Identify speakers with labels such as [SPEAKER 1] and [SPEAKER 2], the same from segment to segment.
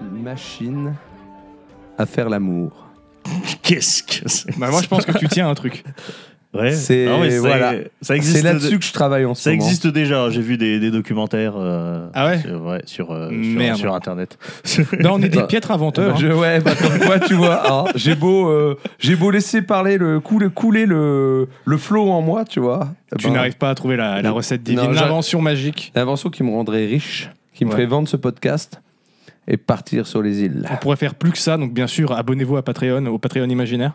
[SPEAKER 1] machine à faire l'amour.
[SPEAKER 2] Qu'est-ce que c'est
[SPEAKER 3] Bah, moi, je pense que tu tiens un truc.
[SPEAKER 2] Ouais.
[SPEAKER 1] C'est-
[SPEAKER 2] Ah oui, ça-
[SPEAKER 1] voilà.
[SPEAKER 2] Ça existe.
[SPEAKER 1] C'est là-dessus
[SPEAKER 2] de-
[SPEAKER 1] que je travaille en ce
[SPEAKER 2] Ça
[SPEAKER 1] moment.
[SPEAKER 2] existe déjà. J'ai vu des, des documentaires. euh,
[SPEAKER 3] Ah ouais
[SPEAKER 2] sur, sur, euh, sur,
[SPEAKER 3] Merde.
[SPEAKER 2] sur internet.
[SPEAKER 3] Non, on est des
[SPEAKER 1] Bah,
[SPEAKER 3] piètres
[SPEAKER 1] Bah,
[SPEAKER 3] inventeurs. hein.
[SPEAKER 1] je- ouais, bah, comme quoi, tu vois, hein, j'ai beau, euh, j'ai beau laisser parler le couler, couler le, le flot en moi, tu vois. Eh
[SPEAKER 3] Tu
[SPEAKER 1] ben,
[SPEAKER 3] n'arrives pas à trouver la, la
[SPEAKER 1] Non,
[SPEAKER 3] recette divine,
[SPEAKER 1] j'a-
[SPEAKER 3] l'invention magique.
[SPEAKER 1] L'invention qui me rendrait riche, qui me
[SPEAKER 3] Ouais.
[SPEAKER 1] ferait vendre ce podcast et partir sur les îles.
[SPEAKER 3] On pourrait faire plus que ça, donc bien sûr, abonnez-vous à Patreon, au Patreon imaginaire.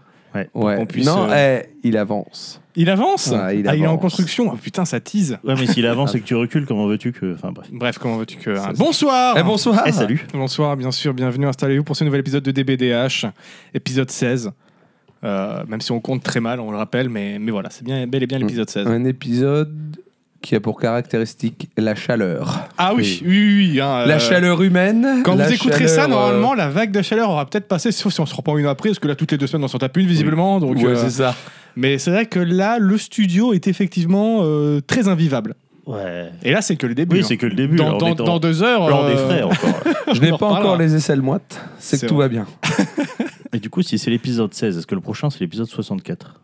[SPEAKER 1] Ouais.
[SPEAKER 3] qu'on puisse, euh,
[SPEAKER 1] non, eh, il avance.
[SPEAKER 3] Il avance
[SPEAKER 1] Ouais, il
[SPEAKER 3] Ah, il est en
[SPEAKER 1] avance.
[SPEAKER 3] construction. Oh, putain, ça tease.
[SPEAKER 2] Ouais, mais s'il avance et que tu recules, comment veux-tu que. Enfin bref.
[SPEAKER 3] Bref, comment veux-tu que...
[SPEAKER 1] Ça-
[SPEAKER 3] Bonsoir
[SPEAKER 1] Eh, bonsoir.
[SPEAKER 3] Ah.
[SPEAKER 2] Eh, salut.
[SPEAKER 3] Bonsoir, bien sûr, bienvenue, installez-vous pour ce nouvel épisode de DBDH, épisode 16. Euh, même si on compte très mal, on le rappelle, mais, mais voilà, c'est bien, bel et
[SPEAKER 1] Mm.
[SPEAKER 3] bien l'épisode 16.
[SPEAKER 1] Un épisode qui a pour caractéristique la chaleur.
[SPEAKER 3] Ah oui, oui, oui. oui, hein, euh,
[SPEAKER 1] La chaleur humaine.
[SPEAKER 3] Quand
[SPEAKER 1] la
[SPEAKER 3] vous écouterez ça,
[SPEAKER 1] chaleur, euh,
[SPEAKER 3] normalement, la vague de chaleur aura peut-être passé, sauf si on se reprend une après, parce que là, toutes les deux semaines, on s'en tape une, visiblement. Donc,
[SPEAKER 1] ouais,
[SPEAKER 3] euh,
[SPEAKER 1] c'est ça.
[SPEAKER 3] mais c'est vrai que là, le studio est effectivement euh, très invivable.
[SPEAKER 2] Ouais.
[SPEAKER 3] Et là, c'est que le début.
[SPEAKER 2] Oui,
[SPEAKER 3] hein.
[SPEAKER 2] c'est que le début.
[SPEAKER 3] dans,
[SPEAKER 2] là, on
[SPEAKER 3] dans-
[SPEAKER 2] est en-
[SPEAKER 3] dans deux heures.
[SPEAKER 2] L'heure des
[SPEAKER 3] euh,
[SPEAKER 2] frais encore.
[SPEAKER 1] Je n'ai
[SPEAKER 3] on en
[SPEAKER 1] pas encore
[SPEAKER 3] reparlera.
[SPEAKER 1] les aisselles moites, c'est
[SPEAKER 3] hein. C'est
[SPEAKER 1] que tout
[SPEAKER 3] vrai.
[SPEAKER 1] va bien.
[SPEAKER 2] Et du coup, si c'est l'épisode 16, est-ce que le prochain c'est l'épisode 64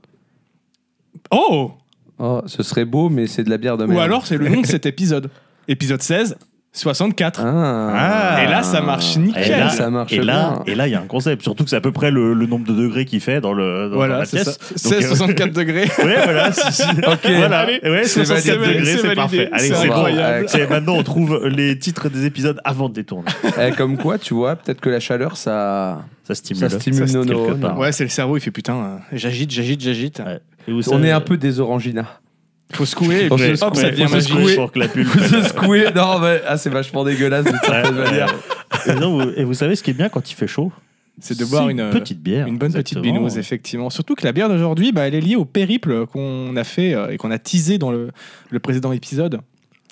[SPEAKER 3] Oh
[SPEAKER 1] Oh, ce serait beau, mais c'est de la bière de Ah, merde.
[SPEAKER 3] Ou alors, c'est le nom de cet épisode. Épisode 16, 64.
[SPEAKER 1] Ah.
[SPEAKER 3] Et là, ça marche nickel.
[SPEAKER 1] Et là, ça marche
[SPEAKER 2] et là,
[SPEAKER 1] bien.
[SPEAKER 2] et là, il y a un concept. Surtout que c'est à peu près le, le nombre de degrés qu'il fait dans, le, dans- dans
[SPEAKER 3] voilà,
[SPEAKER 2] la
[SPEAKER 3] c'est ça.
[SPEAKER 2] pièce.
[SPEAKER 3] 16,
[SPEAKER 2] euh,
[SPEAKER 3] 64 degrés.
[SPEAKER 2] Ouais, voilà. si- si.
[SPEAKER 1] Ok.
[SPEAKER 2] Voilà.
[SPEAKER 3] Allez,
[SPEAKER 2] ouais,
[SPEAKER 3] c'est
[SPEAKER 2] 67
[SPEAKER 3] validé,
[SPEAKER 2] degrés,
[SPEAKER 3] c'est
[SPEAKER 2] c'est
[SPEAKER 3] validé,
[SPEAKER 2] parfait. Allez,
[SPEAKER 3] c'est
[SPEAKER 2] c'est bon.
[SPEAKER 3] incroyable.
[SPEAKER 2] C'est- Maintenant, on trouve les titres des épisodes avant de détourner.
[SPEAKER 1] Eh, comme quoi, tu vois, peut-être que la chaleur, ça, ça
[SPEAKER 2] Ça stimule.
[SPEAKER 1] stimule
[SPEAKER 2] Ça
[SPEAKER 1] nos
[SPEAKER 2] quelque
[SPEAKER 1] neurones.
[SPEAKER 2] part.
[SPEAKER 3] Ouais, c'est le cerveau, il fait putain, euh, j'agite, j'agite, j'agite.
[SPEAKER 2] Ouais. Et euh, où
[SPEAKER 1] On
[SPEAKER 2] ça-
[SPEAKER 1] est un peu des oranginas.
[SPEAKER 3] Faut secouer, et
[SPEAKER 1] Faut
[SPEAKER 3] puis
[SPEAKER 1] se
[SPEAKER 3] hop,
[SPEAKER 1] secouer,
[SPEAKER 3] ça devient
[SPEAKER 2] faut se
[SPEAKER 3] magique.
[SPEAKER 2] secouer pour que la pull.
[SPEAKER 1] Vous se secouez. Non, mais ah, c'est vachement dégueulasse d'une certaine manière.
[SPEAKER 2] Et non, vous- et vous savez ce qui est bien quand il fait chaud
[SPEAKER 3] C'est de boire une, euh,
[SPEAKER 2] petite bière.
[SPEAKER 3] Une bonne petite
[SPEAKER 2] Exactement. Euh,
[SPEAKER 3] binouze, effectivement. Surtout que la bière d'aujourd'hui, bah, elle est liée au périple qu'on a fait euh, et qu'on a teasé dans le, le précédent épisode.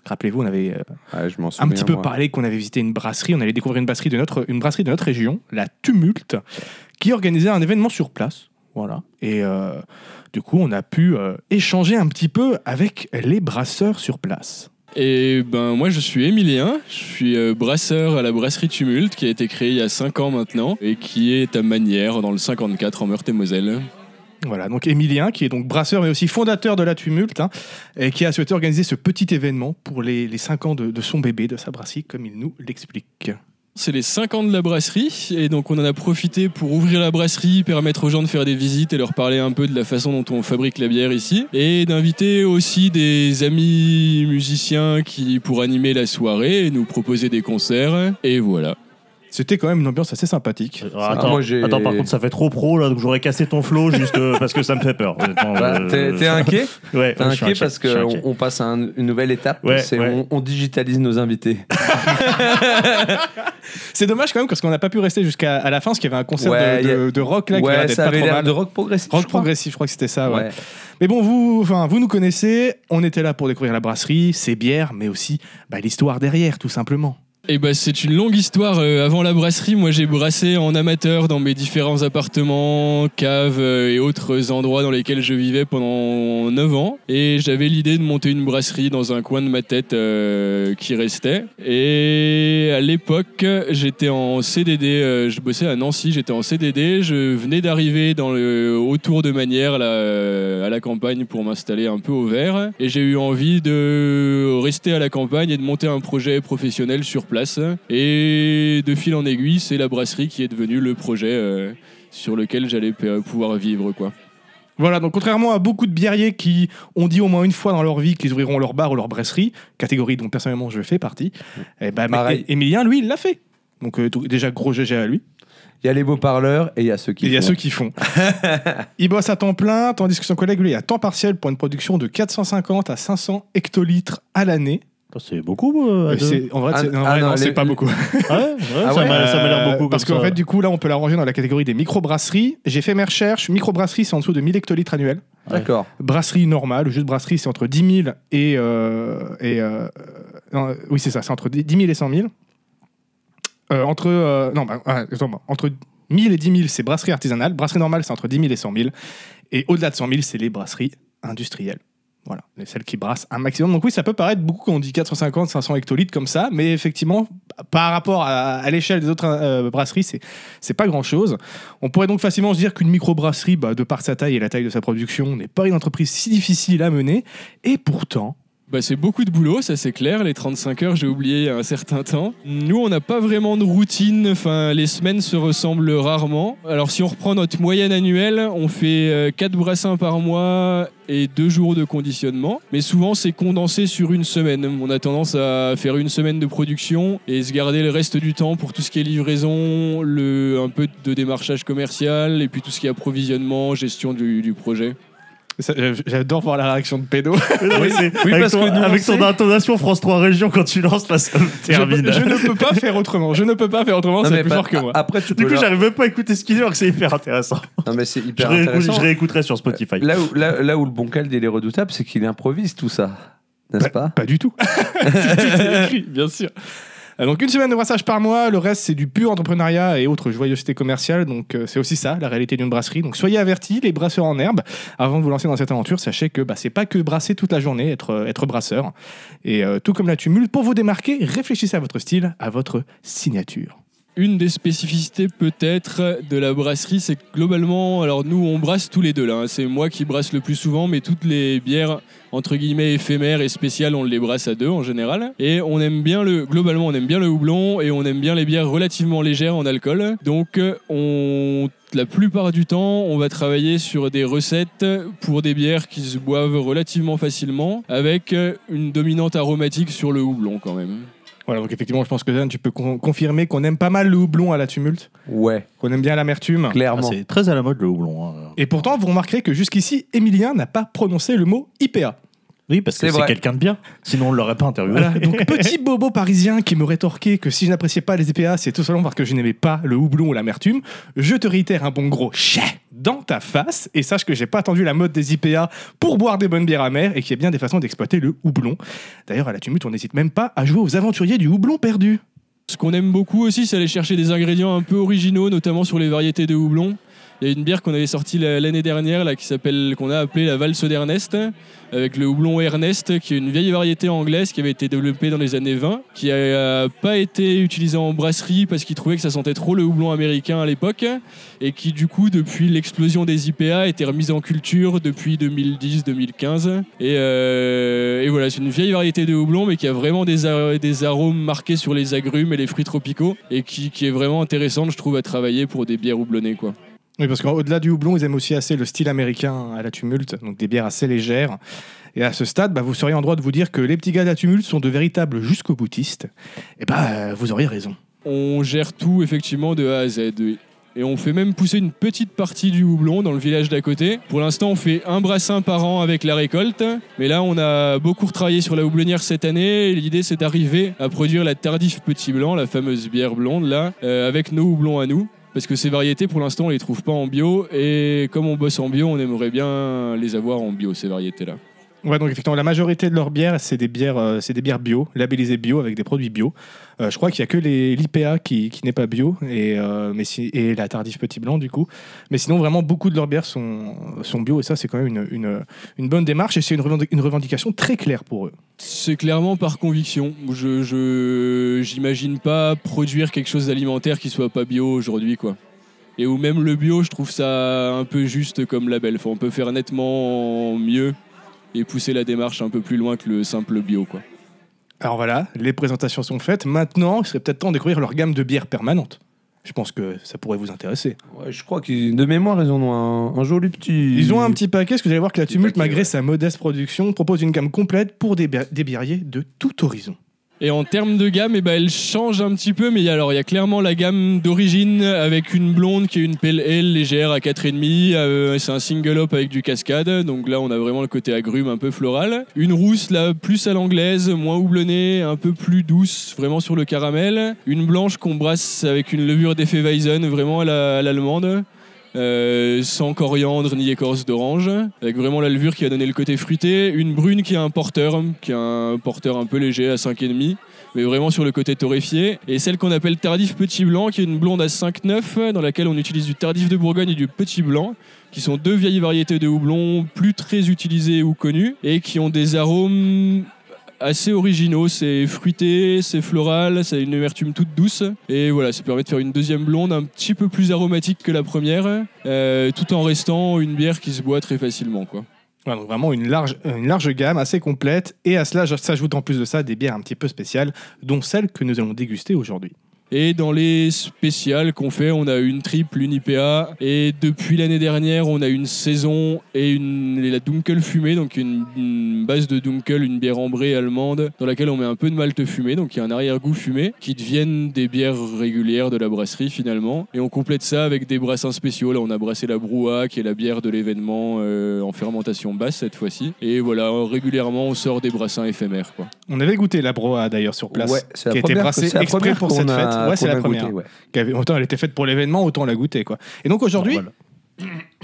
[SPEAKER 3] Rappelez-vous, on avait euh,
[SPEAKER 1] Ouais, je m'en
[SPEAKER 3] un
[SPEAKER 1] souviens.
[SPEAKER 3] petit peu
[SPEAKER 1] moi.
[SPEAKER 3] parlé qu'on avait visité une brasserie, on allait découvrir une brasserie de notre, une brasserie de notre région, la Tumulte, qui organisait un événement sur place. Voilà. Et euh, du coup, on a pu euh, échanger un petit peu avec les brasseurs sur place.
[SPEAKER 4] Et ben moi je suis Émilien, je suis euh, brasseur à la brasserie Tumulte qui a été créée il y a 5 ans maintenant et qui est à Manière dans le 54 en Meurthe-et-Moselle.
[SPEAKER 3] Voilà, donc Émilien, qui est donc brasseur mais aussi fondateur de la Tumulte, hein, et qui a souhaité organiser ce petit événement pour les, les 5 ans de, de son bébé, de sa brasserie, comme il nous l'explique.
[SPEAKER 4] C'est les 5 ans de la brasserie et donc on en a profité pour ouvrir la brasserie, permettre aux gens de faire des visites et leur parler un peu de la façon dont on fabrique la bière ici et d'inviter aussi des amis musiciens qui pour animer la soirée et nous proposer des concerts et voilà.
[SPEAKER 3] C'était quand même une ambiance assez sympathique.
[SPEAKER 2] Ah, attends,
[SPEAKER 1] moi, j'ai-
[SPEAKER 2] attends, par contre, ça fait trop pro là, donc j'aurais cassé ton flow juste euh, parce que ça me fait peur. honnêtement.
[SPEAKER 1] Bah,
[SPEAKER 2] Euh,
[SPEAKER 1] T'es t'es
[SPEAKER 2] ça-
[SPEAKER 1] inquiet
[SPEAKER 2] Ouais,
[SPEAKER 1] T'es
[SPEAKER 2] ouais, je suis
[SPEAKER 1] inquiet parce
[SPEAKER 2] je suis
[SPEAKER 1] qu'on
[SPEAKER 2] inquiet.
[SPEAKER 1] on passe à un- une nouvelle étape.
[SPEAKER 2] Ouais,
[SPEAKER 1] c'est
[SPEAKER 2] ouais.
[SPEAKER 1] on, on digitalise nos invités.
[SPEAKER 3] C'est dommage quand même parce qu'on n'a pas pu rester jusqu'à à la fin parce qu'il y avait un concert
[SPEAKER 1] Ouais,
[SPEAKER 3] de, de-
[SPEAKER 1] y a-
[SPEAKER 3] de rock là qui avait l'air
[SPEAKER 1] ouais,
[SPEAKER 3] d'être
[SPEAKER 1] ça
[SPEAKER 3] pas
[SPEAKER 1] avait
[SPEAKER 3] trop
[SPEAKER 1] l'air
[SPEAKER 3] mal.
[SPEAKER 1] de rock progressif.
[SPEAKER 3] Rock
[SPEAKER 1] je crois.
[SPEAKER 3] progressif, je crois que c'était ça. Ouais.
[SPEAKER 1] Ouais.
[SPEAKER 3] Mais bon, vous, enfin, vous nous connaissez. On était là pour découvrir la brasserie, ses bières, mais aussi bah, l'histoire derrière, tout simplement.
[SPEAKER 4] Eh ben, c'est une longue histoire. Euh, avant la brasserie, moi j'ai brassé en amateur dans mes différents appartements, caves euh, et autres endroits dans lesquels je vivais pendant 9 ans. Et j'avais l'idée de monter une brasserie dans un coin de ma tête euh, qui restait. Et à l'époque, j'étais en CDD, euh, je bossais à Nancy, j'étais en CDD, je venais d'arriver dans le autour de Manière là, euh, à la campagne pour m'installer un peu au vert. Et j'ai eu envie de rester à la campagne et de monter un projet professionnel sur place. Et de fil en aiguille, c'est la brasserie qui est devenue le projet euh, sur lequel j'allais p- pouvoir vivre quoi.
[SPEAKER 3] Voilà, donc contrairement à beaucoup de biériers qui ont dit au moins une fois dans leur vie qu'ils ouvriront leur bar ou leur brasserie, catégorie dont personnellement je fais partie, eh ben, mais-
[SPEAKER 1] Pareil.
[SPEAKER 3] é- Émilien, lui, il l'a fait. Donc euh, tout- déjà, gros GG à lui.
[SPEAKER 1] Il y a les beaux parleurs et il y a ceux qui
[SPEAKER 3] Il y a
[SPEAKER 1] font.
[SPEAKER 3] ceux qui font. il bosse à temps plein, tandis que son collègue, lui, est à temps partiel pour une production de 450 à 500 hectolitres à l'année.
[SPEAKER 2] C'est beaucoup. euh, à
[SPEAKER 3] Euh,
[SPEAKER 2] deux.
[SPEAKER 3] c'est- En vrai,
[SPEAKER 1] Ah,
[SPEAKER 3] c'est- en
[SPEAKER 1] ah
[SPEAKER 3] vrai,
[SPEAKER 1] non,
[SPEAKER 3] non, c'est
[SPEAKER 1] les-
[SPEAKER 3] pas beaucoup.
[SPEAKER 2] Ah ouais, ouais,
[SPEAKER 1] Ah
[SPEAKER 2] ça
[SPEAKER 1] ouais.
[SPEAKER 2] m'a ça m'a l'air
[SPEAKER 3] Euh,
[SPEAKER 2] beaucoup.
[SPEAKER 3] Parce
[SPEAKER 2] comme
[SPEAKER 3] qu'en
[SPEAKER 2] ça.
[SPEAKER 3] fait, du coup, là, on peut la ranger dans la catégorie des microbrasseries. J'ai fait mes recherches. Microbrasserie, c'est en dessous de 1000 hectolitres annuels.
[SPEAKER 1] D'accord.
[SPEAKER 3] Brasserie normale, juste brasserie, c'est entre 10 000 et. euh, et euh, non, oui, c'est ça, c'est entre 10 000 et 100 000. Euh, entre. euh, non, bah, ah, attends, bah, entre 1000 et 10 000, c'est brasserie artisanale. Brasserie normale, c'est entre 10 000 et 100 000. Et au-delà de 100 000, c'est les brasseries industrielles. Voilà, mais celle qui brasse un maximum. Donc oui, ça peut paraître beaucoup quand on dit 450, 500 hectolitres comme ça, mais effectivement, par rapport à, à l'échelle des autres euh, brasseries, c'est c'est pas grand-chose. On pourrait donc facilement se dire qu'une microbrasserie, bah, de par sa taille et la taille de sa production, n'est pas une entreprise si difficile à mener. Et pourtant,
[SPEAKER 4] Bah, c'est beaucoup de boulot, ça c'est clair. Les 35 heures, j'ai oublié un certain temps. Nous, on n'a pas vraiment de routine. Enfin, les semaines se ressemblent rarement. Alors, si on reprend notre moyenne annuelle, on fait 4 brassins par mois et 2 jours de conditionnement. Mais souvent, c'est condensé sur une semaine. On a tendance à faire une semaine de production et se garder le reste du temps pour tout ce qui est livraison, le, un peu de démarchage commercial et puis tout ce qui est approvisionnement, gestion du- du projet.
[SPEAKER 3] ça- euh, j'adore voir la réaction de Pédo.
[SPEAKER 1] oui,
[SPEAKER 2] avec
[SPEAKER 1] parce
[SPEAKER 2] ton,
[SPEAKER 1] que nous, on
[SPEAKER 2] avec ton
[SPEAKER 1] sait-
[SPEAKER 2] intonation France 3 Région, quand tu lances, là, ça me
[SPEAKER 3] Je,
[SPEAKER 2] termine.
[SPEAKER 3] je ne peux pas faire autrement. Je ne peux pas faire autrement,
[SPEAKER 1] Non,
[SPEAKER 3] c'est
[SPEAKER 1] mais
[SPEAKER 3] plus
[SPEAKER 1] pas-
[SPEAKER 3] fort que moi.
[SPEAKER 1] Après, tu
[SPEAKER 2] Du
[SPEAKER 1] peux
[SPEAKER 2] coup,
[SPEAKER 1] leur-
[SPEAKER 2] j'arrive même pas à écouter ce qu'il dit, alors que c'est hyper intéressant.
[SPEAKER 1] Non, mais c'est
[SPEAKER 2] Je,
[SPEAKER 1] hyper
[SPEAKER 2] réécoute-
[SPEAKER 1] intéressant.
[SPEAKER 2] je réécouterai sur Spotify.
[SPEAKER 1] Là où, là, là où le bon calde il est redoutable, c'est qu'il improvise tout ça. N'est-ce pas
[SPEAKER 3] Pas du tout. Tout est écrit, bien sûr. Euh, Donc une semaine de brassage par mois, le reste c'est du pur entrepreneuriat et autres joyeusetés commerciales. Donc euh, c'est aussi ça la réalité d'une brasserie. Donc soyez avertis les brasseurs en herbe avant de vous lancer dans cette aventure. Sachez que bah, c'est pas que brasser toute la journée, être euh, être brasseur. Et euh, tout comme la tumulte, pour vous démarquer, réfléchissez à votre style, à votre signature.
[SPEAKER 4] Une des spécificités peut-être de la brasserie, c'est que globalement, alors nous on brasse tous les deux là, hein. c'est moi qui brasse le plus souvent, mais toutes les bières entre guillemets éphémères et spéciales, on les brasse à deux en général. Et on aime bien le, globalement on aime bien le houblon et on aime bien les bières relativement légères en alcool. Donc euh, on la plupart du temps, on va travailler sur des recettes pour des bières qui se boivent relativement facilement, avec euh, une dominante aromatique sur le houblon quand même.
[SPEAKER 3] Voilà donc effectivement je pense que Dan tu peux con- confirmer qu'on aime pas mal le houblon à la tumulte,
[SPEAKER 1] Ouais,
[SPEAKER 3] qu'on aime bien l'amertume.
[SPEAKER 2] Ah,
[SPEAKER 1] clairement.
[SPEAKER 2] c'est très à la mode le houblon. hein.
[SPEAKER 3] Et pourtant vous remarquerez que jusqu'ici Emilien n'a pas prononcé le mot IPA.
[SPEAKER 2] Oui, parce que
[SPEAKER 1] C'est
[SPEAKER 2] c'est
[SPEAKER 1] vrai.
[SPEAKER 2] quelqu'un de bien. Sinon, on l'aurait pas interviewé. Ah,
[SPEAKER 3] Voilà, donc petit bobo parisien qui me rétorquait que si je n'appréciais pas les EPA, c'est tout simplement parce que je n'aimais pas le houblon ou l'amertume. Je te réitère un bon gros chais dans ta face et sache que j'ai pas attendu la mode des IPA pour boire des bonnes bières amères et qu'il y a bien des façons d'exploiter le houblon. D'ailleurs, à la tumulte, on n'hésite même pas à jouer aux aventuriers du houblon perdu.
[SPEAKER 4] Ce qu'on aime beaucoup aussi, c'est aller chercher des ingrédients un peu originaux, notamment sur les variétés de houblon. Il y a une bière qu'on avait sortie la- l'année dernière, là, qui s'appelle, qu'on a appelée la valse d'Ernest, avec le houblon Ernest, qui est une vieille variété anglaise qui avait été développée dans les années 20, qui n'a pas été utilisée en brasserie parce qu'ils trouvaient que ça sentait trop le houblon américain à l'époque, et qui du coup, depuis l'explosion des IPA, était remise en culture depuis 2010-2015. Et, euh, et voilà, c'est une vieille variété de houblon, mais qui a vraiment des, ar- des arômes marqués sur les agrumes et les fruits tropicaux, et qui, qui est vraiment intéressante, je trouve, à travailler pour des bières houblonnées, quoi.
[SPEAKER 3] Oui, parce qu'au-delà du houblon, ils aiment aussi assez le style américain à la tumulte, donc des bières assez légères. Et à ce stade, bah, vous seriez en droit de vous dire que les petits gars de la tumulte sont de véritables jusqu'au boutistes. Et bah, euh, vous auriez raison.
[SPEAKER 4] On gère tout effectivement de A à Z. oui. Et on fait même pousser une petite partie du houblon dans le village d'à côté. Pour l'instant, on fait un brassin par an avec la récolte. Mais là, on a beaucoup retravaillé sur la houblonnière cette année. Et L'idée, c'est d'arriver à produire la tardif petit blanc, la fameuse bière blonde, là, euh, avec nos houblons à nous. Parce que ces variétés, pour l'instant, on les trouve pas en bio. Et comme on bosse en bio, on aimerait bien les avoir en bio, ces variétés-là.
[SPEAKER 3] Ouais, donc effectivement, la majorité de leurs bières, c'est des bières, euh, c'est des bières bio, labellisées bio avec des produits bio. Euh, je crois qu'il y a que les l'IPA qui, qui n'est pas bio et euh, mais si- et la tardive petit blanc du coup. Mais sinon, vraiment beaucoup de leurs bières sont sont bio et ça, c'est quand même une, une, une bonne démarche et c'est une, revendic- une revendication très claire pour eux.
[SPEAKER 4] C'est clairement par conviction. Je- Je j'imagine pas produire quelque chose d'alimentaire qui soit pas bio aujourd'hui quoi. Et ou même le bio, je trouve ça un peu juste comme label. Enfin, on peut faire nettement mieux et pousser la démarche un peu plus loin que le simple bio quoi.
[SPEAKER 3] Alors voilà, les présentations sont faites. Maintenant, il serait peut-être temps de découvrir leur gamme de bières permanentes. Je pense que ça pourrait vous intéresser.
[SPEAKER 1] Ouais, je crois qu'ils, de mémoire, ils en ont un, un joli petit.
[SPEAKER 3] Ils ont un petit paquet, parce que vous allez voir que la
[SPEAKER 1] Petit
[SPEAKER 3] Tumulte,
[SPEAKER 1] paquet,
[SPEAKER 3] malgré
[SPEAKER 1] ouais.
[SPEAKER 3] sa modeste production, propose une gamme complète pour des, bi- des biériers de tout horizon.
[SPEAKER 4] Et en termes de gamme, eh ben, elle change un petit peu, mais il y a- alors il y a clairement la gamme d'origine avec une blonde qui est une pale ale légère à 4,5. euh, c'est un single hop avec du cascade, donc là on a vraiment le côté agrume un peu floral. Une rousse là plus à l'anglaise, moins houblonnée, un peu plus douce, vraiment sur le caramel. Une blanche qu'on brasse avec une levure d'Effeweizen, vraiment à la- à l'allemande. Euh, sans coriandre ni écorce d'orange, avec vraiment la levure qui va donner le côté fruité, une brune qui a un porteur, qui a un porteur un peu léger à 5,5, mais vraiment sur le côté torréfié. Et celle qu'on appelle Tardif Petit Blanc, qui est une blonde à 5,9, dans laquelle on utilise du Tardif de Bourgogne et du Petit Blanc, qui sont deux vieilles variétés de houblon, plus très utilisées ou connues, et qui ont des arômes assez originaux. C'est fruité, c'est floral, c'est une amertume toute douce. Et voilà, ça permet de faire une deuxième blonde un petit peu plus aromatique que la première, euh, tout en restant une bière qui se boit très facilement. quoi.
[SPEAKER 3] Voilà, donc vraiment une large, une large gamme assez complète. Et à cela s'ajoutent en plus de ça des bières un petit peu spéciales, dont celle que nous allons déguster aujourd'hui.
[SPEAKER 4] Et dans les spéciales qu'on fait, on a une triple, une IPA. Et depuis l'année dernière, on a une saison et une, et la Dunkel fumée, donc une, une base de Dunkel, une bière ambrée allemande, dans laquelle on met un peu de malt fumé, donc il y a un arrière-goût fumé, qui deviennent des bières régulières de la brasserie finalement. Et on complète ça avec des brassins spéciaux. Là, on a brassé la Brouhaha, qui est la bière de l'événement euh, en fermentation basse cette fois-ci. Et voilà, régulièrement, on sort des brassins éphémères. Quoi.
[SPEAKER 3] On avait goûté la broa d'ailleurs sur place,
[SPEAKER 1] Ouais, c'est la
[SPEAKER 3] qui a été
[SPEAKER 1] première-
[SPEAKER 3] brassée
[SPEAKER 1] c'est la
[SPEAKER 3] exprès
[SPEAKER 1] première
[SPEAKER 3] pour cette
[SPEAKER 1] qu'on a-
[SPEAKER 3] fête. Ouais, c'est
[SPEAKER 1] qu'on
[SPEAKER 3] la
[SPEAKER 1] a goûtée,
[SPEAKER 3] première.
[SPEAKER 1] ouais.
[SPEAKER 3] qui avait- autant elle était faite pour l'événement, autant la goûter quoi. Et donc aujourd'hui,
[SPEAKER 2] Normal.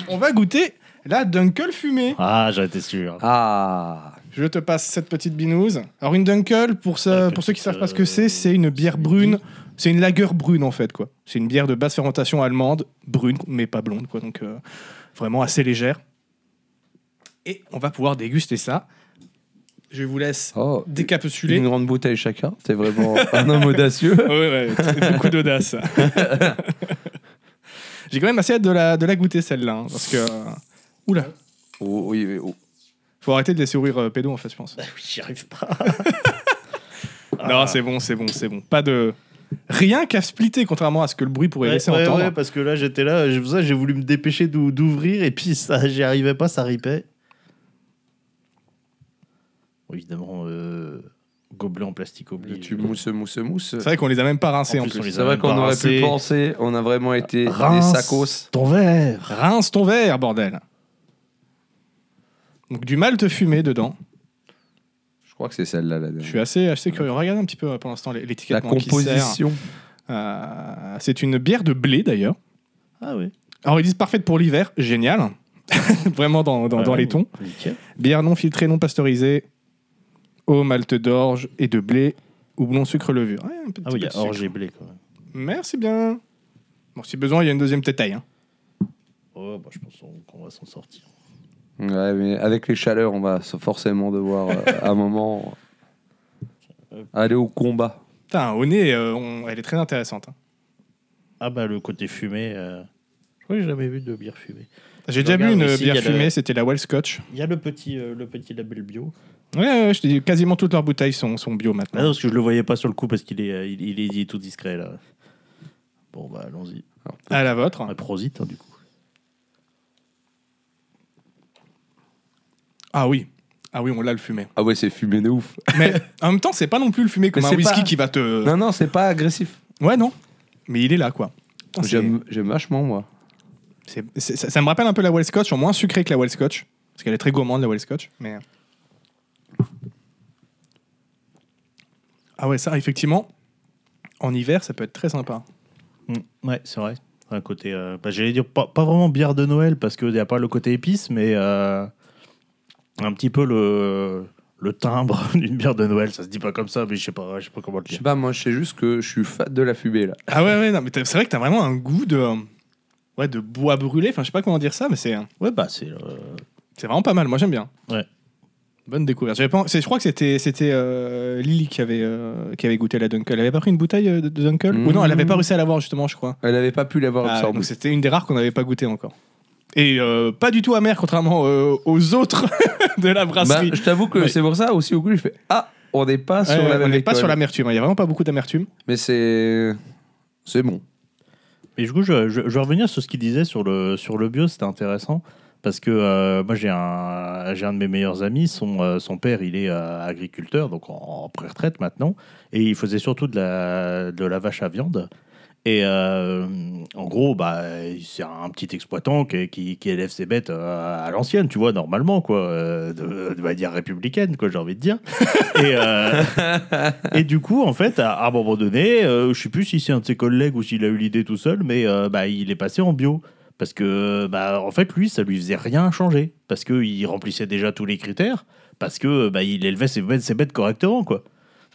[SPEAKER 3] on va goûter la Dunkel fumée.
[SPEAKER 2] Ah, j'en étais sûr.
[SPEAKER 1] Ah
[SPEAKER 3] Je te passe cette petite binouse. Alors une Dunkel, pour, ça,
[SPEAKER 2] La
[SPEAKER 3] pour ceux qui ne savent
[SPEAKER 2] petite,
[SPEAKER 3] pas ce que c'est,
[SPEAKER 2] euh,
[SPEAKER 3] c'est une bière
[SPEAKER 2] c'est une
[SPEAKER 3] brune. C'est une lager brune en fait quoi. C'est une bière de basse fermentation allemande, brune mais pas blonde quoi, donc euh, vraiment assez légère. Et on va pouvoir déguster ça. Je vous laisse
[SPEAKER 1] oh.
[SPEAKER 3] décapsuler.
[SPEAKER 1] Une grande bouteille chacun, c'est vraiment un homme audacieux.
[SPEAKER 3] Ouais, ouais, beaucoup d'audace. J'ai quand même assez hâte de la, de la goûter celle-là, hein, parce que. euh, Oula,
[SPEAKER 1] Oh, oui, oh.
[SPEAKER 3] faut arrêter de laisser ouvrir euh, Pédo en fait, je pense.
[SPEAKER 2] J'y arrive pas.
[SPEAKER 3] Non,
[SPEAKER 2] Ah.
[SPEAKER 3] c'est bon, c'est bon, c'est bon. Pas de. Rien qu'à splitter, contrairement à ce que le bruit pourrait
[SPEAKER 2] Ouais,
[SPEAKER 3] laisser
[SPEAKER 2] ouais,
[SPEAKER 3] entendre.
[SPEAKER 2] ouais, parce que là, j'étais là, j'ai- pour ça, j'ai voulu me dépêcher d'ou- d'ouvrir et puis ça, j'y arrivais pas, ça ripait. Bon, Évidemment, euh, gobelet en plastique oblige.
[SPEAKER 1] Tu mousse, mousse, mousse.
[SPEAKER 3] C'est vrai qu'on les a même pas rincés
[SPEAKER 2] En
[SPEAKER 3] en
[SPEAKER 2] plus,
[SPEAKER 3] plus.
[SPEAKER 2] on les
[SPEAKER 1] C'est vrai qu'on aurait pu
[SPEAKER 2] Embarrassé.
[SPEAKER 1] penser, on a vraiment été
[SPEAKER 2] Rince
[SPEAKER 1] des sacos.
[SPEAKER 2] Ton verre.
[SPEAKER 3] Rince ton verre, bordel. Donc du malt fumé dedans.
[SPEAKER 1] Je crois que c'est celle-là la dernière.
[SPEAKER 3] Je suis assez, assez curieux. Regarde un petit peu euh, pour l'instant
[SPEAKER 1] La
[SPEAKER 3] l'étiquette. qui sert.
[SPEAKER 1] composition.
[SPEAKER 3] Euh, c'est une bière de blé d'ailleurs.
[SPEAKER 2] Ah oui.
[SPEAKER 3] Alors ils disent parfaite pour l'hiver, génial. Vraiment dans, dans, dans les tons.
[SPEAKER 2] Ah, Nickel.
[SPEAKER 3] Bière non filtrée, non pasteurisée, eau, malte d'orge et de blé, houblon, sucre, levure. Ouais, un petit
[SPEAKER 2] Ah oui, il
[SPEAKER 3] peu
[SPEAKER 2] y
[SPEAKER 3] de
[SPEAKER 2] a
[SPEAKER 3] sucre.
[SPEAKER 2] orge et blé quand même.
[SPEAKER 3] Merci bien. Bon, si besoin, il y a une deuxième peut-être taille. hein.
[SPEAKER 2] Oh, bah, je pense qu'on- qu'on va s'en sortir.
[SPEAKER 1] Ouais, mais avec les chaleurs, on va s- forcément devoir, euh, à un moment, aller au combat.
[SPEAKER 3] Putain, au nez, euh, on- elle est très intéressante. hein.
[SPEAKER 2] Ah bah le côté fumé, euh, je crois que j'ai jamais vu de bière fumée.
[SPEAKER 3] J'ai
[SPEAKER 2] Je
[SPEAKER 3] déjà bu
[SPEAKER 2] regarde
[SPEAKER 3] une
[SPEAKER 2] ici, il
[SPEAKER 3] bière
[SPEAKER 2] y a le-
[SPEAKER 3] fumée, c'était la Well Scotch.
[SPEAKER 2] Il y a le petit, euh, le petit label bio.
[SPEAKER 3] Ouais, ouais, ouais, je te dis, quasiment toutes leurs bouteilles sont, sont bio
[SPEAKER 2] Ah
[SPEAKER 3] maintenant.
[SPEAKER 2] non, parce que je le voyais pas sur le coup parce qu'il est, euh, il, il est, il est tout discret là. Bon bah allons-y.
[SPEAKER 3] À la vôtre.
[SPEAKER 2] Ah, prosite hein, du coup.
[SPEAKER 3] Ah oui. Ah oui, on l'a le fumé.
[SPEAKER 1] Ah ouais, c'est fumé de ouf.
[SPEAKER 3] Mais en même temps, c'est pas non plus le fumé comme
[SPEAKER 1] Mais
[SPEAKER 3] un
[SPEAKER 1] c'est
[SPEAKER 3] whisky
[SPEAKER 1] pas-
[SPEAKER 3] qui va te.
[SPEAKER 1] Non, non, c'est pas agressif.
[SPEAKER 3] Ouais, non. Mais il est là, quoi. Putain, c'est-
[SPEAKER 1] J'aime j'aime vachement, moi.
[SPEAKER 3] C'est- c'est- ça, ça me rappelle un peu la Well Scotch, en moins sucrée que la Well Scotch, parce qu'elle est très gourmande la Well Scotch. Mais ah ouais, ça effectivement, en hiver, ça peut être très sympa.
[SPEAKER 2] Mm, Ouais, c'est vrai. Un côté, euh, bah, j'allais dire pas, pas vraiment bière de Noël parce qu'il n'y a pas le côté épice, mais euh, un petit peu le, le timbre d'une bière de Noël. Ça se dit pas comme ça, mais je sais pas, je sais pas comment le
[SPEAKER 1] Je sais
[SPEAKER 2] dire.
[SPEAKER 1] pas, moi, je sais juste que je suis fan de la fumée, là.
[SPEAKER 3] Ah ouais, ouais, non, mais t'as- c'est vrai que t'as vraiment un goût de euh, ouais de bois brûlé. Enfin, je sais pas comment dire ça, mais c'est
[SPEAKER 2] Ouais bah c'est. euh,
[SPEAKER 3] c'est vraiment pas mal. Moi, j'aime bien.
[SPEAKER 2] Ouais.
[SPEAKER 3] Bonne découverte. J'avais pas- c'est- je crois que c'était c'était euh, Lily qui avait euh, qui avait goûté la Dunkel. Elle avait pas pris une bouteille euh, de, de Dunkel Ou non, elle avait pas réussi à l'avoir justement, je crois.
[SPEAKER 1] Elle n'avait pas pu l'avoir
[SPEAKER 3] Ah,
[SPEAKER 1] absorbée.
[SPEAKER 3] donc c'était une des rares qu'on n'avait pas goûté encore. Et euh, pas du tout amer, contrairement euh, aux autres de la
[SPEAKER 1] Bah,
[SPEAKER 3] brasserie.
[SPEAKER 1] je t'avoue que
[SPEAKER 3] Ouais.
[SPEAKER 1] c'est pour ça, aussi, au goût, je fais Ah, on n'est pas sur
[SPEAKER 3] Ouais,
[SPEAKER 1] la
[SPEAKER 3] on
[SPEAKER 1] même
[SPEAKER 3] n'est pas
[SPEAKER 1] école.
[SPEAKER 3] sur l'amertume, hein. il n'y a vraiment pas beaucoup d'amertume.
[SPEAKER 1] Mais c'est. C'est bon.
[SPEAKER 2] Et du coup, je, je- je vais revenir sur ce qu'il disait sur le, sur le bio, c'était intéressant. Parce que euh, moi, j'ai un, j'ai un de mes meilleurs amis, son, euh, son père, il est euh, agriculteur, donc en, en pré-retraite maintenant, et il faisait surtout de la, de la vache à viande. Et euh, en gros, bah, c'est un petit exploitant qui, qui, qui élève ses bêtes euh, à l'ancienne, tu vois, normalement, quoi, euh, de, de manière républicaine, quoi, j'ai envie de dire. et, euh, et du coup, en fait, à, à un moment donné, euh, je sais plus si c'est un de ses collègues ou s'il a eu l'idée tout seul, mais euh, bah, il est passé en bio. Parce que, bah, en fait, lui, ça lui faisait rien changer. Parce qu'il remplissait déjà tous les critères. Parce que, bah, il élevait ses bêtes, ses bêtes correctement, quoi.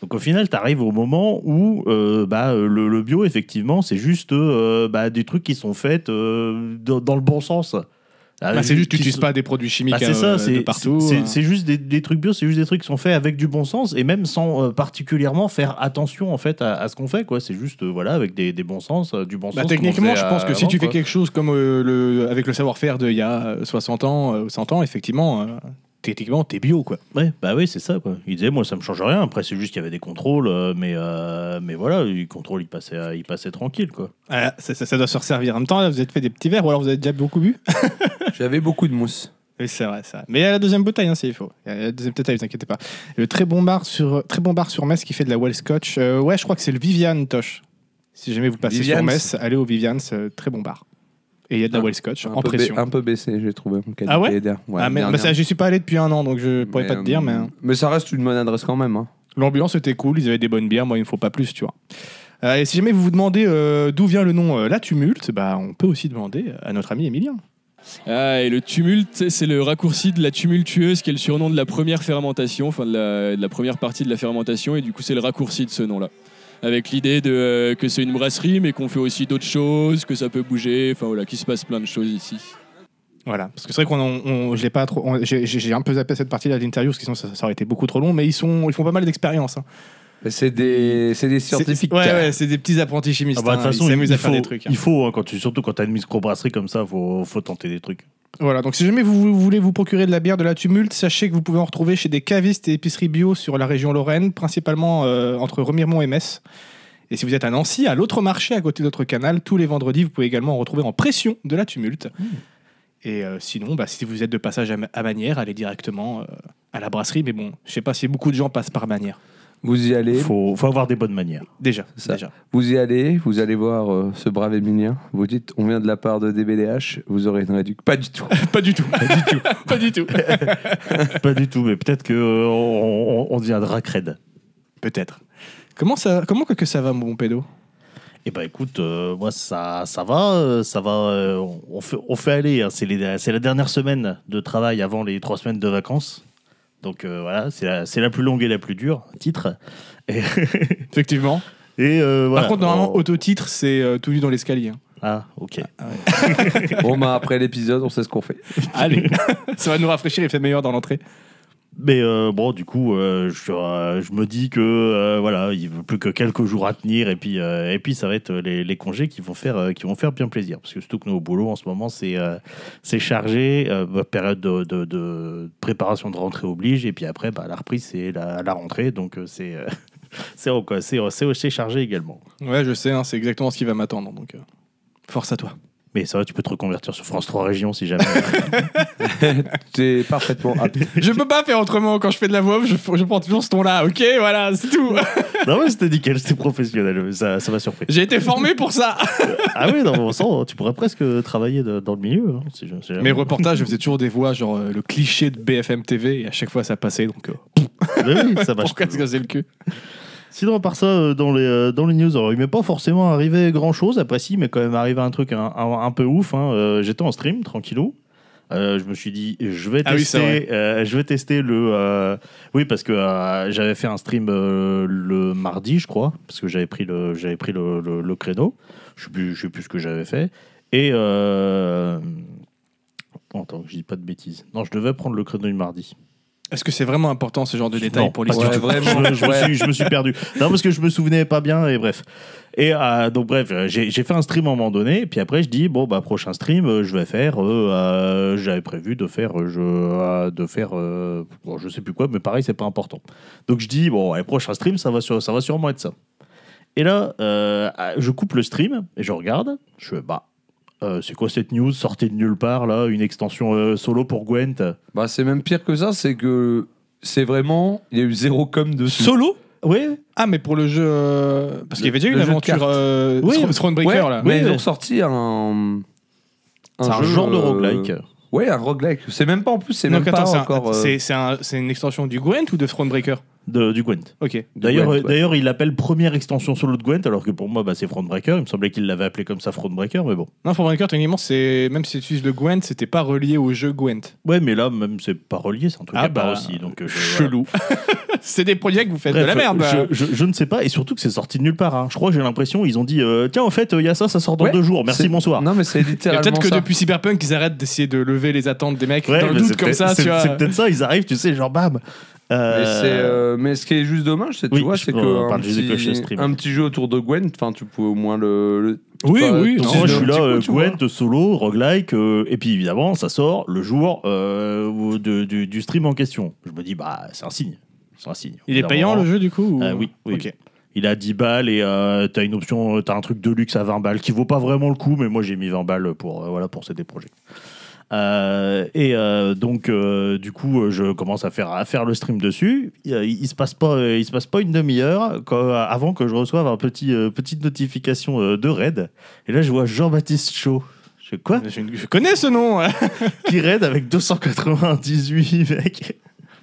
[SPEAKER 2] Donc au final, tu arrives au moment où euh, bah, le, le bio, effectivement, c'est juste euh, bah, des trucs qui sont faits euh, dans, dans le bon sens.
[SPEAKER 3] Bah, c'est juste que tu
[SPEAKER 2] Qui
[SPEAKER 3] n'utilises
[SPEAKER 2] sont-
[SPEAKER 3] pas des produits chimiques
[SPEAKER 2] bah, c'est
[SPEAKER 3] euh,
[SPEAKER 2] ça,
[SPEAKER 3] de
[SPEAKER 2] c'est
[SPEAKER 3] partout.
[SPEAKER 2] c'est-
[SPEAKER 3] hein.
[SPEAKER 2] c'est juste des, des trucs bio, c'est juste des trucs qui sont faits avec du bon sens et même sans euh, particulièrement faire attention en fait à, à ce qu'on fait quoi. C'est juste euh, voilà avec des, des bons sens, euh, du bon
[SPEAKER 3] Bah,
[SPEAKER 2] sens.
[SPEAKER 3] techniquement, je pense que si tu fais
[SPEAKER 2] quelque
[SPEAKER 3] quelque chose comme euh, le, avec le savoir-faire d'il y a euh, 60 ans, euh, 100 ans, effectivement, euh, techniquement, t'es bio, quoi.
[SPEAKER 2] Ouais, bah oui, c'est ça quoi. Il disait moi ça me change rien. Après c'est juste qu'il y avait des contrôles, euh, mais euh, mais voilà, les contrôles ils passaient euh, ils passaient tranquille quoi.
[SPEAKER 3] Ah, ça, ça- ça doit se resservir. En même temps, là, vous êtes fait des petits verres ou alors vous avez déjà beaucoup bu
[SPEAKER 1] J'avais beaucoup de mousse.
[SPEAKER 3] Oui, c'est vrai, c'est vrai. Mais il y a la deuxième bouteille, hein, s'il faut. Il y a la deuxième bouteille, vous inquiétez pas. Le très bon bar sur, très bon bar sur Metz qui fait de la Welsh Scotch. Euh, ouais, je crois que c'est le Vivian Tosh. Si jamais vous passez sur
[SPEAKER 1] Vivian's.
[SPEAKER 3] Metz, allez au Vivian's, euh, très bon bar. Et il y a de la
[SPEAKER 1] Un-
[SPEAKER 3] Welsh Scotch
[SPEAKER 1] Un
[SPEAKER 3] en
[SPEAKER 1] peu, ba-
[SPEAKER 3] pression.
[SPEAKER 1] un peu baissé, j'ai trouvé. en qualité
[SPEAKER 3] Ah ouais
[SPEAKER 1] d'air.
[SPEAKER 3] ah, mais,
[SPEAKER 1] dernière.
[SPEAKER 3] bah, ça, j'y suis pas allé depuis un an, donc je pourrais pas te
[SPEAKER 1] euh,
[SPEAKER 3] dire, mais. hein.
[SPEAKER 1] Mais ça reste une bonne adresse quand même. hein.
[SPEAKER 3] L'ambiance était cool, ils avaient des bonnes bières, moi il ne faut pas plus, tu vois. Euh, et si jamais vous vous demandez euh, d'où vient le nom euh, La Tumulte, bah, on peut aussi demander à notre ami Emilien.
[SPEAKER 4] Ah, et le tumulte, c'est le raccourci de la tumultueuse qui est le surnom de la première fermentation, enfin de la, de la première partie de la fermentation, et du coup c'est le raccourci de ce nom-là. Avec l'idée de, euh, que c'est une brasserie, mais qu'on fait aussi d'autres choses, que ça peut bouger, enfin voilà, qu'il se passe plein de choses ici.
[SPEAKER 3] Voilà, parce que c'est vrai qu'on, on- on- je l'ai pas trop, on- j'ai, j'ai- j'ai un peu zappé cette partie-là de l'interview, parce que sinon ça, ça aurait été beaucoup trop long, mais ils, sont, ils font pas mal d'expériences. hein.
[SPEAKER 1] Mais C'est des, c'est des scientifiques.
[SPEAKER 3] C'est- ouais, ouais, c'est des petits apprentis chimistes.
[SPEAKER 2] Ah bah,
[SPEAKER 3] hein, ils s'amusent à
[SPEAKER 2] faut,
[SPEAKER 3] faire des trucs. hein.
[SPEAKER 2] il faut hein, quand tu surtout quand t'as une microbrasserie comme ça, faut faut tenter des trucs.
[SPEAKER 3] Voilà, donc si jamais vous, vous voulez vous procurer de la bière de la Tumulte, sachez que vous pouvez en retrouver chez des cavistes et épiceries bio sur la région Lorraine, principalement euh, entre Remiremont et Metz. Et si vous êtes à Nancy, à l'autre marché à côté de notre canal, tous les vendredis, vous pouvez également en retrouver en pression de la Tumulte. Et euh, sinon, bah, si vous êtes de passage à, Ma- à Manière, allez directement euh, à la brasserie. Mais bon, je sais pas si beaucoup de gens passent par Manière.
[SPEAKER 1] Vous y allez,
[SPEAKER 2] Faut faut avoir des bonnes manières.
[SPEAKER 3] Déjà,
[SPEAKER 1] C'est ça.
[SPEAKER 3] déjà.
[SPEAKER 1] vous y allez, vous allez voir euh, ce brave Emilien. Vous dites, on vient de la part de DBDH, vous aurez une réduction. Pas du tout.
[SPEAKER 3] pas du tout.
[SPEAKER 2] Pas du tout,
[SPEAKER 3] pas du tout.
[SPEAKER 2] pas du tout, mais peut-être que euh, on, on- on deviendra cred.
[SPEAKER 3] Peut-être. Comment ça, comment que que ça va, mon bon pédo
[SPEAKER 2] Eh ben écoute, euh, moi ça, ça va, euh, ça va. euh, on- on, fait, on fait aller. hein, c'est, les- c'est la dernière semaine de travail avant les trois semaines de vacances. Donc euh, voilà, c'est la, c'est la plus longue et la plus dure, titre. Et,
[SPEAKER 3] Effectivement. Oh.
[SPEAKER 2] et, euh, voilà.
[SPEAKER 3] Par contre, normalement,
[SPEAKER 2] On-
[SPEAKER 3] autotitre, c'est euh, tout nu dans l'escalier. hein.
[SPEAKER 2] Ah, ok.
[SPEAKER 1] bon, bah, après l'épisode, on sait ce qu'on fait.
[SPEAKER 3] Allez, ça va nous rafraîchir et fait meilleur dans l'entrée.
[SPEAKER 2] Mais euh, bon, du coup, euh, je, euh, je me dis que euh, voilà, il veut plus que quelques jours à tenir, et puis euh, et puis ça va être les, les congés qui vont faire euh, qui vont faire bien plaisir, parce que surtout que nous au boulot en ce moment c'est euh, c'est chargé, euh, bah, période de, de- de préparation de rentrée oblige, et puis après bah, la reprise c'est la, la rentrée, donc euh, c'est euh, c'est oh, quoi, c'est oh, c'est oh, c'est chargé également.
[SPEAKER 3] Ouais, je sais, hein, c'est exactement ce qui va m'attendre. Donc, euh, force à toi.
[SPEAKER 2] Mais ça va, tu peux te reconvertir sur France 3 Régions si jamais.
[SPEAKER 1] T'es parfaitement apte.
[SPEAKER 3] Je peux pas faire autrement quand je fais de la voix off, je, je prends toujours ce ton-là, ok Voilà, c'est tout.
[SPEAKER 2] non mais c'était nickel, c'était professionnel, ça ça m'a surpris.
[SPEAKER 3] J'ai été formé pour ça.
[SPEAKER 2] Ah oui, non, mais on sent, tu pourrais presque travailler de- dans le milieu. hein, si je- si jamais.
[SPEAKER 3] Mes reportages, je faisais toujours des voix, genre euh, le cliché de BFM TV, et à chaque fois ça passait, donc euh,
[SPEAKER 2] Mais oui, ça marche.
[SPEAKER 3] pourquoi se casser le cul
[SPEAKER 2] Sinon, à part ça, euh, dans les, euh, dans les news, alors, il m'est pas forcément arrivé grand chose. Après, si, il m'est quand même arrivé un truc un, un- un peu ouf. hein. Euh, J'étais en stream, tranquillou. Euh, je me suis dit, je vais
[SPEAKER 3] Ah oui, c'est
[SPEAKER 2] tester, euh, je vais tester le. euh, Oui, parce que euh, j'avais fait un stream euh, le mardi, je crois, parce que j'avais pris le, j'avais pris le, le- le créneau. Je sais plus, je sais plus ce que j'avais fait. Et euh, attends, que je dis pas de bêtises. Non, je devais prendre le créneau du mardi.
[SPEAKER 3] Est-ce que c'est vraiment important ce genre de détail
[SPEAKER 2] Non,
[SPEAKER 3] pour
[SPEAKER 2] pas du
[SPEAKER 3] l'histoire
[SPEAKER 1] Ouais,
[SPEAKER 2] tout.
[SPEAKER 1] vraiment,
[SPEAKER 2] je, je me
[SPEAKER 1] ouais.
[SPEAKER 2] suis, je me suis perdu. Non, parce que je me souvenais pas bien, et bref. Et euh, donc, bref, euh, j'ai j'ai fait un stream à un moment donné, et puis après, je dis, bon, bah, prochain stream, euh, je vais faire. euh, euh, J'avais prévu de faire. euh, je, euh, de faire euh, bon, je sais plus quoi, mais pareil, c'est pas important. Donc, je dis, bon, allez, prochain stream, ça va, sur, ça va sûrement être ça. Et là, euh, je coupe le stream, et je regarde, je fais, bah. euh, c'est quoi cette news sortie de nulle part là Une extension euh, solo pour Gwent
[SPEAKER 1] Bah, c'est même pire que ça, c'est que c'est vraiment. Il y a eu zéro com de
[SPEAKER 3] Solo
[SPEAKER 2] Oui,
[SPEAKER 3] Ah, mais pour le jeu. euh, Parce qu'il y
[SPEAKER 1] Le-
[SPEAKER 3] avait déjà
[SPEAKER 1] le
[SPEAKER 3] une
[SPEAKER 1] jeu de
[SPEAKER 3] aventure
[SPEAKER 1] cartes.
[SPEAKER 3] euh,
[SPEAKER 2] Oui,
[SPEAKER 3] Throne- Thronebreaker
[SPEAKER 1] Ouais,
[SPEAKER 3] là.
[SPEAKER 1] mais
[SPEAKER 2] Oui,
[SPEAKER 1] ils
[SPEAKER 2] oui.
[SPEAKER 1] ont sorti un.
[SPEAKER 2] c'est un
[SPEAKER 1] jeu,
[SPEAKER 2] genre de
[SPEAKER 1] euh,
[SPEAKER 2] roguelike.
[SPEAKER 1] Ouais, un roguelike. C'est même pas en plus, c'est
[SPEAKER 3] Donc,
[SPEAKER 1] même
[SPEAKER 3] attends,
[SPEAKER 1] pas
[SPEAKER 3] c'est un-
[SPEAKER 1] encore. euh,
[SPEAKER 3] c'est- c'est un- c'est une extension du Gwent ou de Thronebreaker
[SPEAKER 2] de- du Gwent.
[SPEAKER 3] Ok.
[SPEAKER 1] De
[SPEAKER 2] D'ailleurs,
[SPEAKER 1] Gwent, ouais.
[SPEAKER 2] euh, d'ailleurs, il l'appelle première extension solo de Gwent, alors que pour moi, bah, c'est Frontbreaker. Il me semblait qu'il l'avait appelé comme ça Frontbreaker, mais bon.
[SPEAKER 3] Non, Forbranker, techniquement, c'est même si tu utilises le Gwent, c'était pas relié au jeu Gwent.
[SPEAKER 2] Ouais, mais là, même, c'est pas relié, c'est un truc
[SPEAKER 3] Ah
[SPEAKER 2] à part
[SPEAKER 3] bah,
[SPEAKER 2] aussi. Donc, euh, je- voilà.
[SPEAKER 3] Chelou. c'est des projets que vous faites de la
[SPEAKER 2] Bref,
[SPEAKER 3] merde.
[SPEAKER 2] euh, Je, je- je ne sais pas, et surtout que c'est sorti de nulle part. hein. Je crois, j'ai l'impression, ils ont dit euh, Tiens, en fait, il y a ça, ça sort dans
[SPEAKER 1] Ouais,
[SPEAKER 2] deux jours. Merci,
[SPEAKER 1] c'est-
[SPEAKER 2] bonsoir.
[SPEAKER 1] Non, mais c'est
[SPEAKER 3] Et
[SPEAKER 1] littéralement
[SPEAKER 3] Peut-être que
[SPEAKER 1] ça.
[SPEAKER 3] depuis Cyberpunk, ils arrêtent d'essayer de lever les attentes des mecs
[SPEAKER 2] Ouais,
[SPEAKER 3] dans le
[SPEAKER 2] mais
[SPEAKER 3] doute
[SPEAKER 2] c'est
[SPEAKER 3] comme
[SPEAKER 2] peut-être-
[SPEAKER 3] ça,
[SPEAKER 2] c'est-
[SPEAKER 3] tu vois.
[SPEAKER 2] C'est peut-être ça, ils arrivent, tu sais, genre bam. Euh,
[SPEAKER 1] Mais, c'est, euh, mais ce qui est juste dommage, c'est tu
[SPEAKER 2] oui,
[SPEAKER 1] vois,
[SPEAKER 2] je-
[SPEAKER 1] c'est que
[SPEAKER 2] euh,
[SPEAKER 1] un,
[SPEAKER 2] parle juste des cloches de
[SPEAKER 1] petit,
[SPEAKER 2] stream.
[SPEAKER 1] un petit jeu autour de Gwent, enfin, tu pouvais au moins le. le-
[SPEAKER 3] Oui,
[SPEAKER 1] enfin,
[SPEAKER 3] oui,
[SPEAKER 1] ton
[SPEAKER 3] non,
[SPEAKER 2] moi, je
[SPEAKER 1] petit
[SPEAKER 2] suis là,
[SPEAKER 1] coup,
[SPEAKER 2] euh,
[SPEAKER 1] tu vois.
[SPEAKER 2] Gwent, solo, roguelike, euh, et puis évidemment, ça sort le jour euh, ou de- du, du stream en question. Je me dis, bah, c'est un signe. C'est un signe.
[SPEAKER 3] Il est payant le jeu du coup ou-
[SPEAKER 2] Euh, oui, oui,
[SPEAKER 3] Mmh. Ok.
[SPEAKER 2] Il a 10 balles et euh, t'as une option, euh, t'as un truc de luxe à 20 balles qui vaut pas vraiment le coup, mais moi j'ai mis 20 balles pour, euh, voilà, pour céder projet. Euh, et euh, donc, euh, du coup, euh, je commence à faire, à faire le stream dessus. Il, euh, il se passe pas, euh, il se passe pas une demi-heure quand- avant que je reçoive un petit, euh, petite notification euh, de raid. Et là, je vois Jean-Baptiste Chaud. Je fais, quoi
[SPEAKER 3] Je, je connais ce nom hein.
[SPEAKER 2] Qui raid avec 298 mecs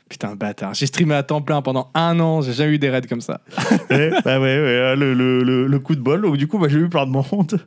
[SPEAKER 3] Putain, bâtard. J'ai streamé à temps plein pendant un an, j'ai jamais eu des raids comme ça.
[SPEAKER 2] Ouais, bah ouais, ouais, le, le- le- le coup de bol. Donc, du coup, bah, j'ai eu plein de monde.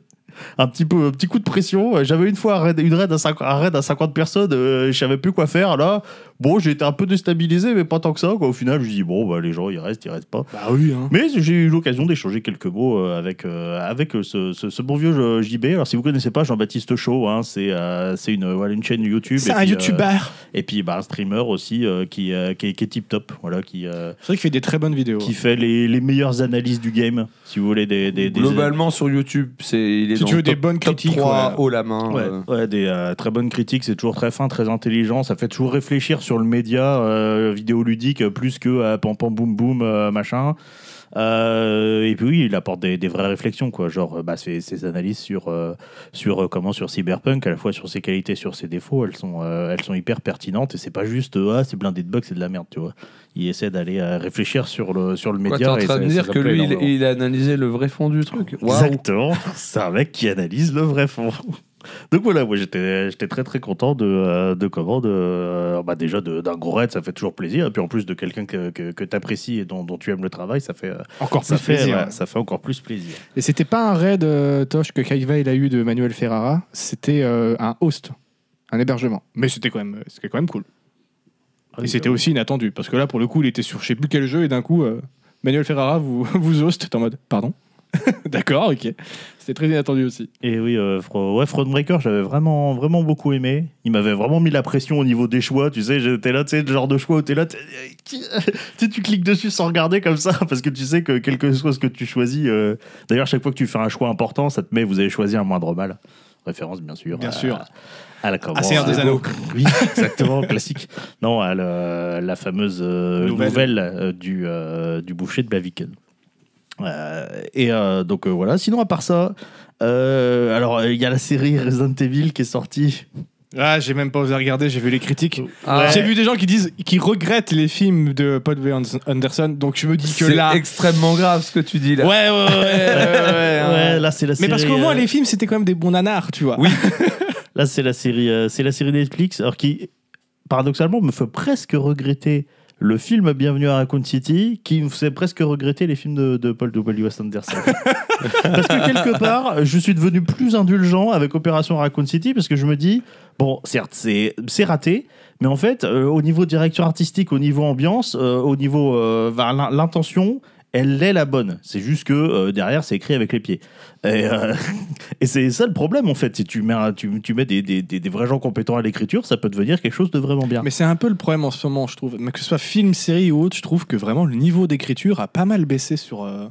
[SPEAKER 2] Un petit, peu, un petit coup de pression. Euh, J'avais une fois un raid, une raid à, 50, un raid à 50 personnes. euh, je savais plus quoi faire. Là, bon, j'ai été un peu déstabilisé, mais pas tant que ça. Quoi. Au final, je me dis, bon, bah, les gens, ils restent, ils restent pas.
[SPEAKER 3] Bah oui, hein.
[SPEAKER 2] Mais j'ai eu l'occasion d'échanger quelques mots euh, avec, euh, avec euh, ce, ce- ce bon vieux euh, JB. Alors, si vous connaissez pas Jean-Baptiste Chaud, hein, c'est euh, c'est une, voilà, une chaîne YouTube.
[SPEAKER 3] C'est
[SPEAKER 2] et
[SPEAKER 3] un
[SPEAKER 2] puis, euh,
[SPEAKER 3] youtubeur.
[SPEAKER 2] et puis, bah, un streamer aussi euh, qui, euh, qui, est- qui est tip-top. Voilà, qui, euh,
[SPEAKER 3] C'est vrai qu'il fait des très bonnes vidéos.
[SPEAKER 2] qui fait les, les meilleures analyses du game, si vous voulez, des, des, des-
[SPEAKER 1] Globalement, sur YouTube, c'est, il est
[SPEAKER 3] Si
[SPEAKER 1] dans
[SPEAKER 3] tu veux
[SPEAKER 1] le
[SPEAKER 3] des
[SPEAKER 1] top-
[SPEAKER 3] bonnes
[SPEAKER 1] top
[SPEAKER 3] critiques,
[SPEAKER 1] 3
[SPEAKER 3] ouais.
[SPEAKER 1] haut la main.
[SPEAKER 2] Ouais,
[SPEAKER 1] euh.
[SPEAKER 2] ouais, des euh, très bonnes critiques, c'est toujours très fin, très intelligent, ça fait toujours réfléchir sur le média euh, vidéoludique euh, plus que euh, pam pam boum boum euh, machin. Euh, et puis oui, il apporte des, des vraies réflexions, quoi, genre euh, bah, ses, ses analyses sur, euh, sur euh, comment sur Cyberpunk, à la fois sur ses qualités, sur ses défauts, elles sont, euh, elles sont hyper pertinentes et c'est pas juste euh, ah c'est blindé de bugs, c'est de la merde, tu vois. Il essaie d'aller euh, réfléchir sur le, sur le
[SPEAKER 1] Quoi,
[SPEAKER 2] média.
[SPEAKER 1] t'es en
[SPEAKER 2] et
[SPEAKER 1] train
[SPEAKER 2] ça-
[SPEAKER 1] de
[SPEAKER 2] ça,
[SPEAKER 1] dire
[SPEAKER 2] ça
[SPEAKER 1] que
[SPEAKER 2] plaît
[SPEAKER 1] lui, il,
[SPEAKER 2] énormément.
[SPEAKER 1] il a analysé le vrai fond du truc. Waouh.
[SPEAKER 2] Exactement. C'est un mec qui analyse le vrai fond. Donc voilà, moi j'étais j'étais très très content de, euh, de comment de, euh, bah déjà de- d'un gros raid, ça fait toujours plaisir. Et puis en plus de quelqu'un que, que, tu apprécies et dont, dont tu aimes le travail, ça fait, euh,
[SPEAKER 3] Encore
[SPEAKER 2] ça,
[SPEAKER 3] plus
[SPEAKER 2] fait,
[SPEAKER 3] plaisir.
[SPEAKER 2] ouais, ça fait encore plus plaisir.
[SPEAKER 3] Et c'était pas un raid euh, Tosh que Kaiva il a eu de Manuel Ferrara, c'était euh, un host, un hébergement. Mais c'était quand même, euh, c'était quand même cool. et c'était aussi inattendu parce que là pour le coup il était sur je sais plus quel jeu et d'un coup euh, Manuel Ferrara vous vous host t'es en mode pardon. D'accord, ok. C'était très inattendu aussi.
[SPEAKER 2] Et oui, euh, Fro- ouais, Fronebreaker, j'avais vraiment, vraiment beaucoup aimé. Il m'avait vraiment mis la pression au niveau des choix. Tu sais, j'étais là, tu sais, le genre de choix où t'es là, t'es- tu sais, tu cliques dessus sans regarder comme ça, parce que tu sais que quel que soit ce que tu choisis. euh, D'ailleurs, chaque fois que tu fais un choix important, ça te met, vous avez choisi un moindre mal. Référence, bien sûr.
[SPEAKER 3] Bien
[SPEAKER 2] à-
[SPEAKER 3] sûr.
[SPEAKER 2] À la comment,
[SPEAKER 3] Ah, Seigneur
[SPEAKER 2] à-
[SPEAKER 3] des Anneaux.
[SPEAKER 2] Oui, exactement, classique. Non, à la, la fameuse euh,
[SPEAKER 3] Nouvelle.
[SPEAKER 2] nouvelle, euh, du, euh, du boucher de Blaviken. Euh, et euh, donc euh, voilà, sinon à part ça, euh, alors euh, il y a la série Resident Evil qui est sortie.
[SPEAKER 3] Ah, j'ai même pas osé regarder, j'ai vu les critiques.
[SPEAKER 1] Ah,
[SPEAKER 3] J'ai vu des gens qui disent qui regrettent les films de Paul V. Anderson, donc je me dis que
[SPEAKER 1] C'est
[SPEAKER 3] là
[SPEAKER 1] extrêmement grave ce que tu dis là.
[SPEAKER 3] Ouais, ouais, ouais. ouais, ouais,
[SPEAKER 2] Ouais,
[SPEAKER 3] ouais.
[SPEAKER 2] là c'est la
[SPEAKER 3] Euh, Mais
[SPEAKER 2] série.
[SPEAKER 3] parce qu'au moins
[SPEAKER 2] euh,
[SPEAKER 3] les films c'était quand même des bons nanars, tu vois.
[SPEAKER 1] Oui.
[SPEAKER 2] Là c'est la série, euh, c'est la série Netflix, alors qui paradoxalement me fait presque regretter le film Bienvenue à Raccoon City, qui me fait presque regretter les films de, de Paul W. Anderson. parce que quelque part, je suis devenu plus indulgent avec Opération Raccoon City, parce que je me dis, bon, certes, c'est c'est raté, mais en fait, euh, au niveau direction artistique, au niveau ambiance, euh, au niveau euh, vers l'in- l'intention, elle est la bonne. C'est juste que euh, derrière, c'est écrit avec les pieds. Et, euh, et c'est ça le problème, en fait. Si tu mets, un- tu, tu mets des, des- des- des vrais gens compétents à l'écriture, ça peut devenir quelque chose de vraiment bien.
[SPEAKER 3] Mais c'est un peu le problème en ce moment, je trouve. Mais que ce soit film, série ou autre, je trouve que vraiment le niveau d'écriture a pas mal baissé sur euh,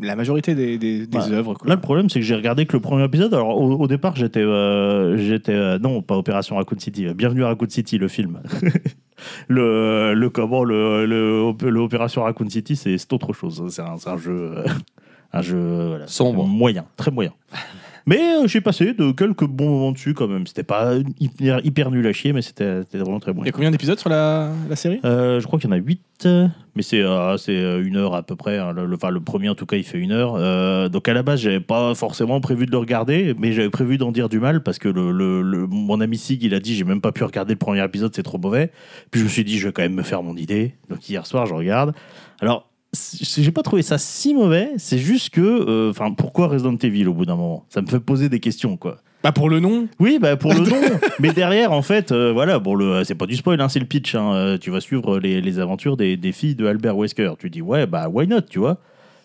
[SPEAKER 3] la majorité des, des, des
[SPEAKER 2] Ouais.
[SPEAKER 3] œuvres. quoi.
[SPEAKER 2] Là, le problème, c'est que j'ai regardé que le premier épisode. Alors, au, au départ, j'étais. euh, j'étais euh, non, pas Opération Raccoon City. euh, Bienvenue à Raccoon City, le film. le, le comment le, le, le Opération Raccoon City, c'est c'est autre chose. C'est un, c'est un jeu. euh, un jeu. euh, voilà,
[SPEAKER 1] Sombre.
[SPEAKER 2] Moyen, très moyen. Mais euh, j'ai passé de quelques bons moments dessus quand même. C'était pas hyper, hyper nul à chier, mais c'était c'était vraiment très bon.
[SPEAKER 3] Il y a combien d'épisodes sur la, la série
[SPEAKER 2] Euh, je crois qu'il y en a 8, mais c'est euh, c'est, euh, une heure à peu près. hein. Le, le- enfin, le premier, en tout cas, il fait une heure. Euh, donc, à la base, j'avais pas forcément prévu de le regarder, mais j'avais prévu d'en dire du mal parce que le, le- le- mon ami Sig, il a dit J'ai même pas pu regarder le premier épisode, c'est trop mauvais. Puis, je me suis dit Je vais quand même me faire mon idée. Donc, hier soir, je regarde. Alors, c'est- j'ai pas trouvé ça si mauvais, c'est juste que. euh, Enfin, pourquoi Resident Evil au bout d'un moment Ça me fait poser des questions, quoi.
[SPEAKER 3] Bah pour le nom.
[SPEAKER 2] Oui, bah pour le nom. Mais derrière, en fait, euh, voilà, bon, le, c'est pas du spoil, hein, c'est le pitch. hein. Euh, tu vas suivre les, les aventures des, des filles de Albert Wesker. Tu dis, ouais, bah, why not, tu vois.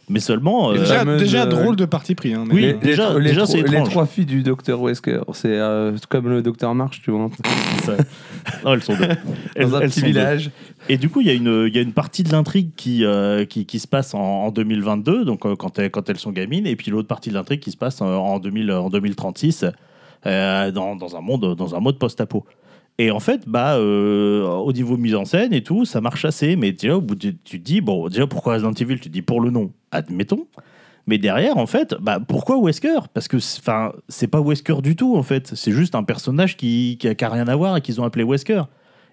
[SPEAKER 2] Mais seulement. euh,
[SPEAKER 1] Et
[SPEAKER 3] déjà,
[SPEAKER 1] fameuse,
[SPEAKER 3] déjà
[SPEAKER 1] euh,
[SPEAKER 3] drôle de parti pris. hein, mais-
[SPEAKER 2] Oui.
[SPEAKER 1] les, les
[SPEAKER 2] déjà-
[SPEAKER 1] tro- les
[SPEAKER 2] déjà,
[SPEAKER 1] tro-
[SPEAKER 2] c'est
[SPEAKER 1] les
[SPEAKER 2] étrange.
[SPEAKER 1] trois filles du docteur Wesker, c'est euh, comme le docteur March, tu vois,
[SPEAKER 2] ça- Non, elles sont deux. Elles-
[SPEAKER 1] dans un
[SPEAKER 2] elles
[SPEAKER 1] petit
[SPEAKER 2] sont deux.
[SPEAKER 1] village.
[SPEAKER 2] Et du coup, il y, a une- il y a une partie de l'intrigue qui, euh, qui, qui se passe en, en 2022, donc euh, quand, elles, quand elles sont gamines, et puis l'autre partie de l'intrigue qui se passe euh, en, 2000, en 2036, euh, dans, dans un monde, dans un mode post-apo. Et en fait, bah, euh, au niveau mise en scène et tout, ça marche assez. Mais déjà, au bout de- tu te dis, bon, déjà, pourquoi Resident Evil Tu te dis pour le nom, admettons. Mais derrière, en fait, bah, pourquoi Wesker Parce que c'est- 'fin, c'est pas Wesker du tout, en fait. C'est juste un personnage qui, qui, a, qui a rien à voir et qu'ils ont appelé Wesker.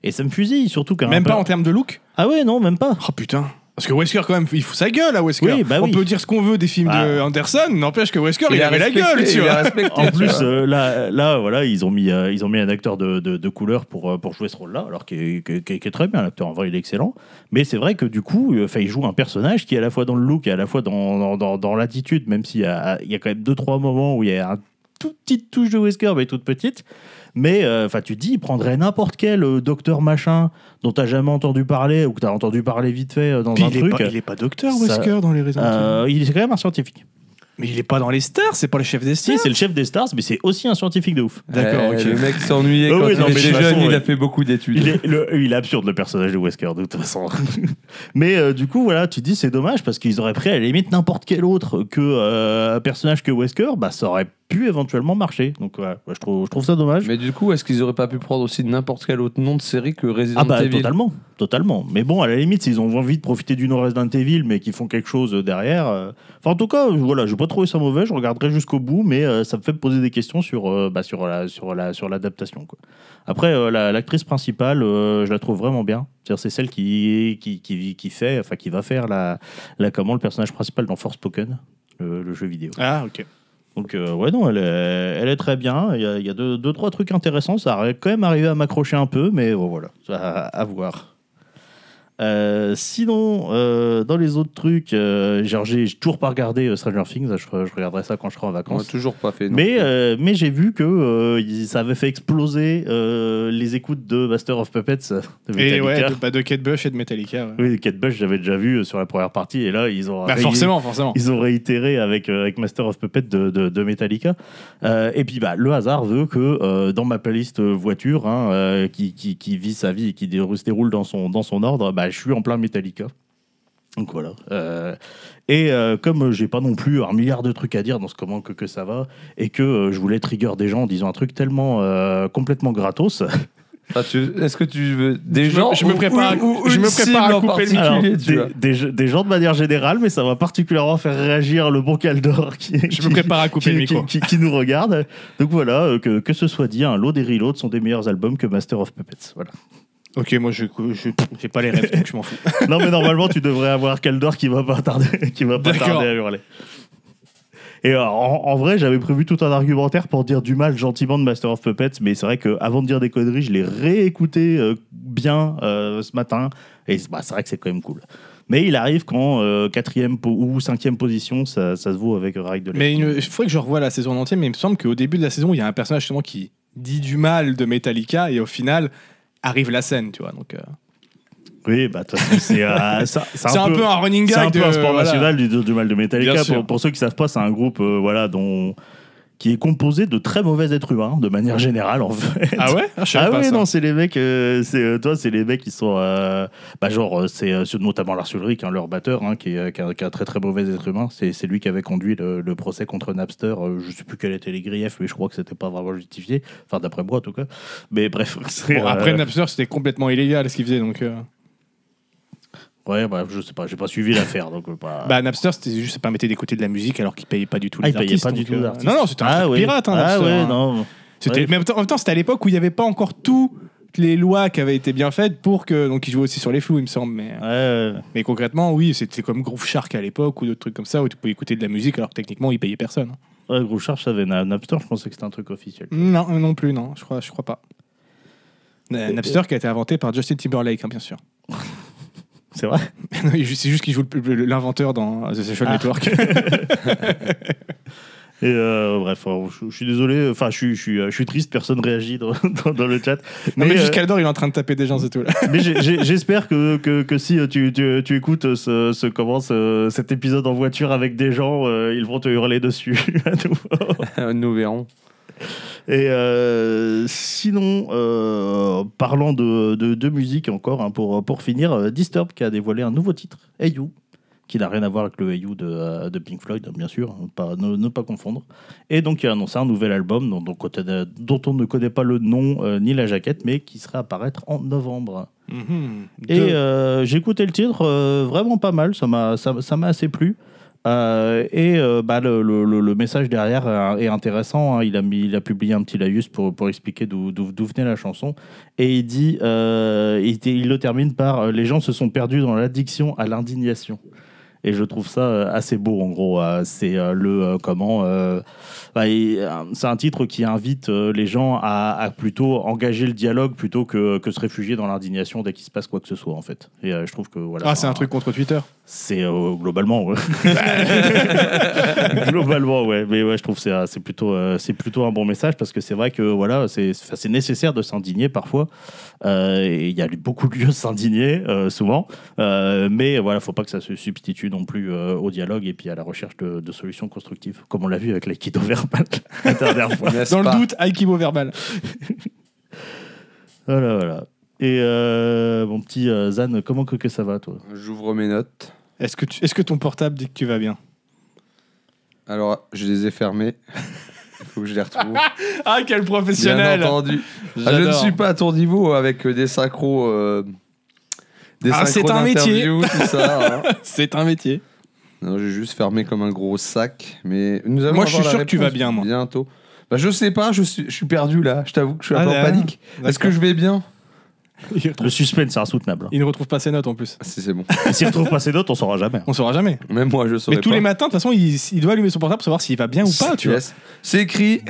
[SPEAKER 2] Et ça me fusille, surtout qu'un.
[SPEAKER 3] Même pas en termes de look.
[SPEAKER 2] Ah ouais, non, même pas.
[SPEAKER 3] Oh putain. Parce que Wesker, quand même, il fout sa gueule à Wesker.
[SPEAKER 2] Oui, bah
[SPEAKER 3] On
[SPEAKER 2] oui.
[SPEAKER 3] peut dire ce qu'on veut des films
[SPEAKER 2] Ah.
[SPEAKER 3] de Anderson, n'empêche que Wesker, il,
[SPEAKER 1] a
[SPEAKER 3] avait la
[SPEAKER 1] respecté,
[SPEAKER 3] gueule, tu
[SPEAKER 1] il a
[SPEAKER 3] vois.
[SPEAKER 1] respecté,
[SPEAKER 2] En
[SPEAKER 1] tu
[SPEAKER 2] plus,
[SPEAKER 1] vois.
[SPEAKER 2] euh, là, là, voilà, ils ont mis, euh, ils ont mis un acteur de, de- de couleur pour, euh, pour jouer ce rôle-là, alors qui est, qui est- qui est- qui est très bien, l'acteur, en vrai, il est excellent. Mais c'est vrai que du coup, euh, 'fin, il joue un personnage qui est à la fois dans le look et à la fois dans, dans, dans- dans l'attitude, même s'il y a, il y a quand même deux, trois moments où il y a une toute petite touche de Wesker, mais toute petite. Mais euh, enfin, tu te dis, il prendrait n'importe quel euh, docteur machin dont t'as jamais entendu parler ou que t'as entendu parler vite fait euh, dans
[SPEAKER 3] Puis
[SPEAKER 2] un
[SPEAKER 3] il, est
[SPEAKER 2] truc.
[SPEAKER 3] pas, il est pas docteur,
[SPEAKER 2] Ça-
[SPEAKER 3] Wesker, dans les raisons.
[SPEAKER 2] Euh, il est quand même un scientifique.
[SPEAKER 3] Mais il est pas dans les stars, c'est pas le chef des
[SPEAKER 2] Si,
[SPEAKER 3] stars.
[SPEAKER 2] c'est le chef des stars, mais c'est aussi un scientifique de ouf.
[SPEAKER 3] Ah, D'accord,
[SPEAKER 1] Eh,
[SPEAKER 3] ok.
[SPEAKER 1] Le mec s'ennuyait
[SPEAKER 2] Ah
[SPEAKER 1] quand
[SPEAKER 2] oui,
[SPEAKER 1] il
[SPEAKER 2] non, mais
[SPEAKER 1] était
[SPEAKER 2] de toute
[SPEAKER 1] jeune,
[SPEAKER 2] façon,
[SPEAKER 1] il a
[SPEAKER 2] ouais.
[SPEAKER 1] fait beaucoup
[SPEAKER 2] Il
[SPEAKER 1] d'études.
[SPEAKER 2] est, le- il est absurde le personnage de Wesker de toute façon. Mais euh, du coup voilà, tu te dis c'est dommage parce qu'ils auraient pris à la limite n'importe quel autre que euh, personnage que Wesker, bah ça aurait pu éventuellement marcher. Donc voilà, ouais, je trouve je trouve ça dommage.
[SPEAKER 1] Mais du coup, est-ce qu'ils auraient pas pu prendre aussi n'importe quel autre nom de série que Resident
[SPEAKER 2] ah bah
[SPEAKER 1] Evil
[SPEAKER 2] totalement, totalement. Mais bon à la limite s'ils ont envie de profiter du nom Resident Evil mais qu'ils font quelque chose derrière. euh, Enfin en tout cas euh, voilà, j'ai pas trouvé ça mauvais, je regarderai jusqu'au bout, mais euh, ça me fait poser des questions sur euh, bah, sur la sur la sur l'adaptation quoi. Après, euh, la- l'actrice principale, euh, je la trouve vraiment bien. C'est-à-dire, C'est celle qui, qui, qui, qui fait, enfin, qui va faire la, la comment le personnage principal dans Forspoken, le, le jeu vidéo.
[SPEAKER 3] Ah, ok.
[SPEAKER 2] Donc, euh, ouais, non, elle est, elle est très bien. Il y a, il y a deux, deux, trois trucs intéressants. Ça a quand même arrivé à m'accrocher un peu, mais bon, voilà, à, à voir. Euh, sinon, euh, dans les autres trucs, euh, genre, j'ai j'ai toujours pas regardé euh, Stranger Things. Je, je regarderai ça quand je serai en
[SPEAKER 1] On
[SPEAKER 2] vacances.
[SPEAKER 1] a toujours pas fait. non.
[SPEAKER 2] Mais, euh, mais j'ai vu que euh, ils- ça avait fait exploser euh, les écoutes de Master of Puppets euh, de
[SPEAKER 3] Et
[SPEAKER 2] Metallica.
[SPEAKER 3] ouais, de, bah, de Kate Bush et de Metallica. ouais.
[SPEAKER 2] Oui, Kate Bush, j'avais déjà vu euh, sur la première partie, et là, ils ont,
[SPEAKER 3] Bah,
[SPEAKER 2] ré-
[SPEAKER 3] forcément, forcément.
[SPEAKER 2] ils ont réitéré avec, euh, avec Master of Puppets de, de, de Metallica. Euh, et puis, bah, le hasard veut que euh, dans ma playlist voiture, hein, euh, qui, qui, qui vit sa vie et qui dé- se déroule dans son, dans son ordre, bah, je suis en plein Metallica. Donc voilà. Euh, et euh, comme j'ai pas non plus un milliard de trucs à dire dans ce comment que, que ça va, et que euh, je voulais trigger des gens en disant un truc tellement euh, complètement gratos,
[SPEAKER 1] Ah, tu- Est-ce que tu veux des
[SPEAKER 3] Je me-
[SPEAKER 1] gens
[SPEAKER 3] je me
[SPEAKER 1] ou-
[SPEAKER 3] prépare à-
[SPEAKER 1] ou- ou
[SPEAKER 3] je
[SPEAKER 1] une
[SPEAKER 3] me prépare à
[SPEAKER 1] cible en
[SPEAKER 3] couper le
[SPEAKER 1] particulier,
[SPEAKER 2] alors,
[SPEAKER 1] tu
[SPEAKER 2] des,
[SPEAKER 1] vois
[SPEAKER 2] des- des gens de manière générale, mais ça va particulièrement faire réagir le bon Caldor qui,
[SPEAKER 3] Je
[SPEAKER 2] qui-
[SPEAKER 3] me prépare à couper
[SPEAKER 2] qui,
[SPEAKER 3] le micro.
[SPEAKER 2] qui- qui- qui nous regarde. Donc voilà, euh, que, que ce soit dit, hein, l'eau des reloads sont des meilleurs albums que Master of Puppets. Voilà.
[SPEAKER 3] Ok, moi, je je- j'ai pas les rêves, donc je m'en fous.
[SPEAKER 2] non, mais normalement, tu devrais avoir Caldor qui va pas tarder, qui va pas
[SPEAKER 3] D'accord.
[SPEAKER 2] tarder à hurler. Et euh, en, en vrai, j'avais prévu tout un argumentaire pour dire du mal gentiment de Master of Puppets, mais c'est vrai qu'avant de dire des conneries, je l'ai réécouté euh, bien euh, ce matin, et c'est- bah, c'est vrai que c'est quand même cool. Mais il arrive qu'en euh, quatrième po- ou cinquième position, ça, ça se vaut avec Ride de l'Est.
[SPEAKER 3] Mais une- il faudrait que je revoie la saison en entier, mais il me semble qu'au début de la saison, il y a un personnage justement qui dit du mal de Metallica et au final arrive la scène, tu vois. Donc euh,
[SPEAKER 2] Oui, bah, de toute façon, c'est euh, ça- c'est
[SPEAKER 3] c'est un, peu un running
[SPEAKER 2] C'est
[SPEAKER 3] gag.
[SPEAKER 2] un peu
[SPEAKER 3] de-
[SPEAKER 2] un sport
[SPEAKER 3] euh, voilà.
[SPEAKER 2] national du, du mal de Metallica.
[SPEAKER 3] Bien sûr.
[SPEAKER 2] Pour, pour ceux qui savent pas, c'est un groupe euh, voilà, dont, qui est composé de très mauvais êtres humains, de manière générale en fait.
[SPEAKER 3] Ah ouais Ah, je savais
[SPEAKER 2] Ah
[SPEAKER 3] pas
[SPEAKER 2] ouais,
[SPEAKER 3] ça.
[SPEAKER 2] non, c'est les mecs, euh, c'est euh, toi, c'est les mecs qui sont, euh, bah genre, euh, c'est euh, ceux de notamment Lars Ulrich, hein, leur batteur, hein, qui, est, euh, qui a, qui a un très très mauvais être humain. C'est c'est lui qui avait conduit le, le procès contre Napster. Euh, je sais plus quels étaient les griefs, mais je crois que c'était pas vraiment justifié. Enfin, d'après moi en tout cas. Mais bref, c'est,
[SPEAKER 3] Bon, après
[SPEAKER 2] euh,
[SPEAKER 3] Napster, c'était complètement illégal ce qu'il faisait, donc. euh,
[SPEAKER 2] Ouais, bah, je sais pas, j'ai pas suivi l'affaire, donc euh, pas.
[SPEAKER 3] Bah, Napster, c'était juste ça permettait d'écouter de la musique alors qu'ils payaient pas du tout
[SPEAKER 2] Ah,
[SPEAKER 3] les
[SPEAKER 2] ils payaient
[SPEAKER 3] artistes,
[SPEAKER 2] pas du
[SPEAKER 3] donc,
[SPEAKER 2] tout
[SPEAKER 3] euh,
[SPEAKER 2] les artistes.
[SPEAKER 3] Non, non, c'était un truc
[SPEAKER 2] oui.
[SPEAKER 3] pirate, hein,
[SPEAKER 2] Ah
[SPEAKER 3] Napster,
[SPEAKER 2] ouais,
[SPEAKER 3] hein.
[SPEAKER 2] non.
[SPEAKER 3] C'était,
[SPEAKER 2] Ouais.
[SPEAKER 3] Mais en même temps, en même temps, c'était à l'époque où il n'y avait pas encore tout les lois qui avaient été bien faites pour que donc ils jouaient aussi sur les flous il me semble mais,
[SPEAKER 2] Ouais,
[SPEAKER 3] mais concrètement oui c'était comme Groove Shark à l'époque ou d'autres trucs comme ça où tu pouvais écouter de la musique alors que techniquement ils payaient personne
[SPEAKER 2] ouais, Gros Charge, ça avait Na- Napster, je pensais que c'était un truc officiel.
[SPEAKER 3] non non plus non je crois je crois pas Euh, Napster qui a été inventé par Justin Timberlake hein, bien sûr
[SPEAKER 2] C'est vrai
[SPEAKER 3] Non, il- c'est juste qu'il joue le- le- l'inventeur dans The Social
[SPEAKER 2] Ah.
[SPEAKER 3] Network
[SPEAKER 2] Et euh, bref, euh, je, je suis désolé, enfin, je, suis- je, suis, euh, je suis triste, personne réagit dans, dans- dans le chat.
[SPEAKER 3] non mais,
[SPEAKER 2] euh,
[SPEAKER 3] jusqu'alors il est en train de taper des gens c'est tout là
[SPEAKER 2] mais j'ai- j'ai- j'espère que, que, que si euh, tu, tu, tu écoutes ce, ce- comment, ce- cet épisode en voiture avec des gens, euh, ils vont te hurler dessus à nouveau.
[SPEAKER 1] Euh, Nous verrons.
[SPEAKER 2] Et euh, sinon, euh, parlant de, de, de musique encore, hein, pour, pour finir, euh, Disturbed qui a dévoilé un nouveau titre, Hey You, qui n'a rien à voir avec le Hey You de, euh, de Pink Floyd, hein, bien sûr, hein, pas, ne, ne pas confondre. Et donc, il a annoncé un nouvel album dont, dont on connaît- dont on ne connaît pas le nom euh, ni la jaquette, mais qui sera à apparaître en novembre.
[SPEAKER 3] Mhm.
[SPEAKER 2] Et
[SPEAKER 3] Deux.
[SPEAKER 2] euh, j'ai écouté le titre, euh, vraiment pas mal, ça m'a ça, ça m'a assez plu. Euh, et euh, bah, le, le- le- le message derrière euh, est intéressant. hein. Il, a mis, il a publié un petit laïus pour, pour expliquer d'où d'où- d'où venait la chanson. Et il dit, euh, il, t- il le termine par euh, Les gens se sont perdus dans l'addiction à l'indignation. Et je trouve ça euh, assez beau en gros. Euh, C'est euh, le euh, comment. euh, bah, et, euh, c'est un titre qui invite euh, les gens à, à plutôt engager le dialogue plutôt que, que se réfugier dans l'indignation dès qu'il se passe quoi que ce soit en fait. Et euh, je trouve que voilà.
[SPEAKER 3] ah c'est un truc contre Twitter
[SPEAKER 2] C'est euh, globalement. ouais. globalement, ouais. Mais ouais, je trouve que c'est, euh, c'est plutôt euh, c'est plutôt un bon message parce que c'est vrai que voilà, c'est enfin, c'est nécessaire de s'indigner parfois. Euh, et Il y a beaucoup de lieux de s'indigner euh, souvent, Euh, mais voilà, faut pas que ça se substitue non plus euh, au dialogue et puis à la recherche de, de solutions constructives, comme on l'a vu avec l'aïkido verbal la dernière fois.
[SPEAKER 1] N'est-ce
[SPEAKER 3] dans
[SPEAKER 1] pas
[SPEAKER 3] le doute Aikibo verbal
[SPEAKER 2] Voilà, voilà. Et euh, mon petit euh, Zan, comment que, que ça va toi
[SPEAKER 1] J'ouvre mes notes.
[SPEAKER 3] est-ce que, tu- est-ce que ton portable dit que tu vas bien
[SPEAKER 1] Alors, je les ai fermées. Il faut que je les retrouve.
[SPEAKER 3] Ah, quel
[SPEAKER 1] Bien
[SPEAKER 3] professionnel
[SPEAKER 1] entendu. Ah, je ne suis pas à ton niveau avec des synchros. euh, des
[SPEAKER 3] Ah, c'est
[SPEAKER 1] synchros
[SPEAKER 3] un métier.
[SPEAKER 1] d'interview, tout ça. hein.
[SPEAKER 3] C'est un métier.
[SPEAKER 1] Non, j'ai juste fermé comme un gros sac. Mais nous allons
[SPEAKER 3] Moi, je suis
[SPEAKER 1] avoir la
[SPEAKER 3] sûr que tu
[SPEAKER 1] réponse
[SPEAKER 3] vas bien, moi.
[SPEAKER 1] Bientôt. Bah, je sais pas, je suis, je suis perdu là. Je t'avoue que je suis un
[SPEAKER 3] Ah,
[SPEAKER 1] peu en
[SPEAKER 3] là,
[SPEAKER 1] panique. Est-ce que je vais bien
[SPEAKER 3] Il,
[SPEAKER 2] Le
[SPEAKER 3] retrouve-
[SPEAKER 2] suspense, c'est insoutenable.
[SPEAKER 3] il ne retrouve pas ses notes en plus.
[SPEAKER 1] Ah, Si, c'est bon.
[SPEAKER 2] Et S'il retrouve pas ses notes, on saura jamais.
[SPEAKER 3] On saura jamais.
[SPEAKER 1] Même moi, je saurais
[SPEAKER 3] Mais tous les matins, de toute façon, il, il doit allumer son portable pour savoir s'il va bien ou pas, tu vois.
[SPEAKER 1] C'est écrit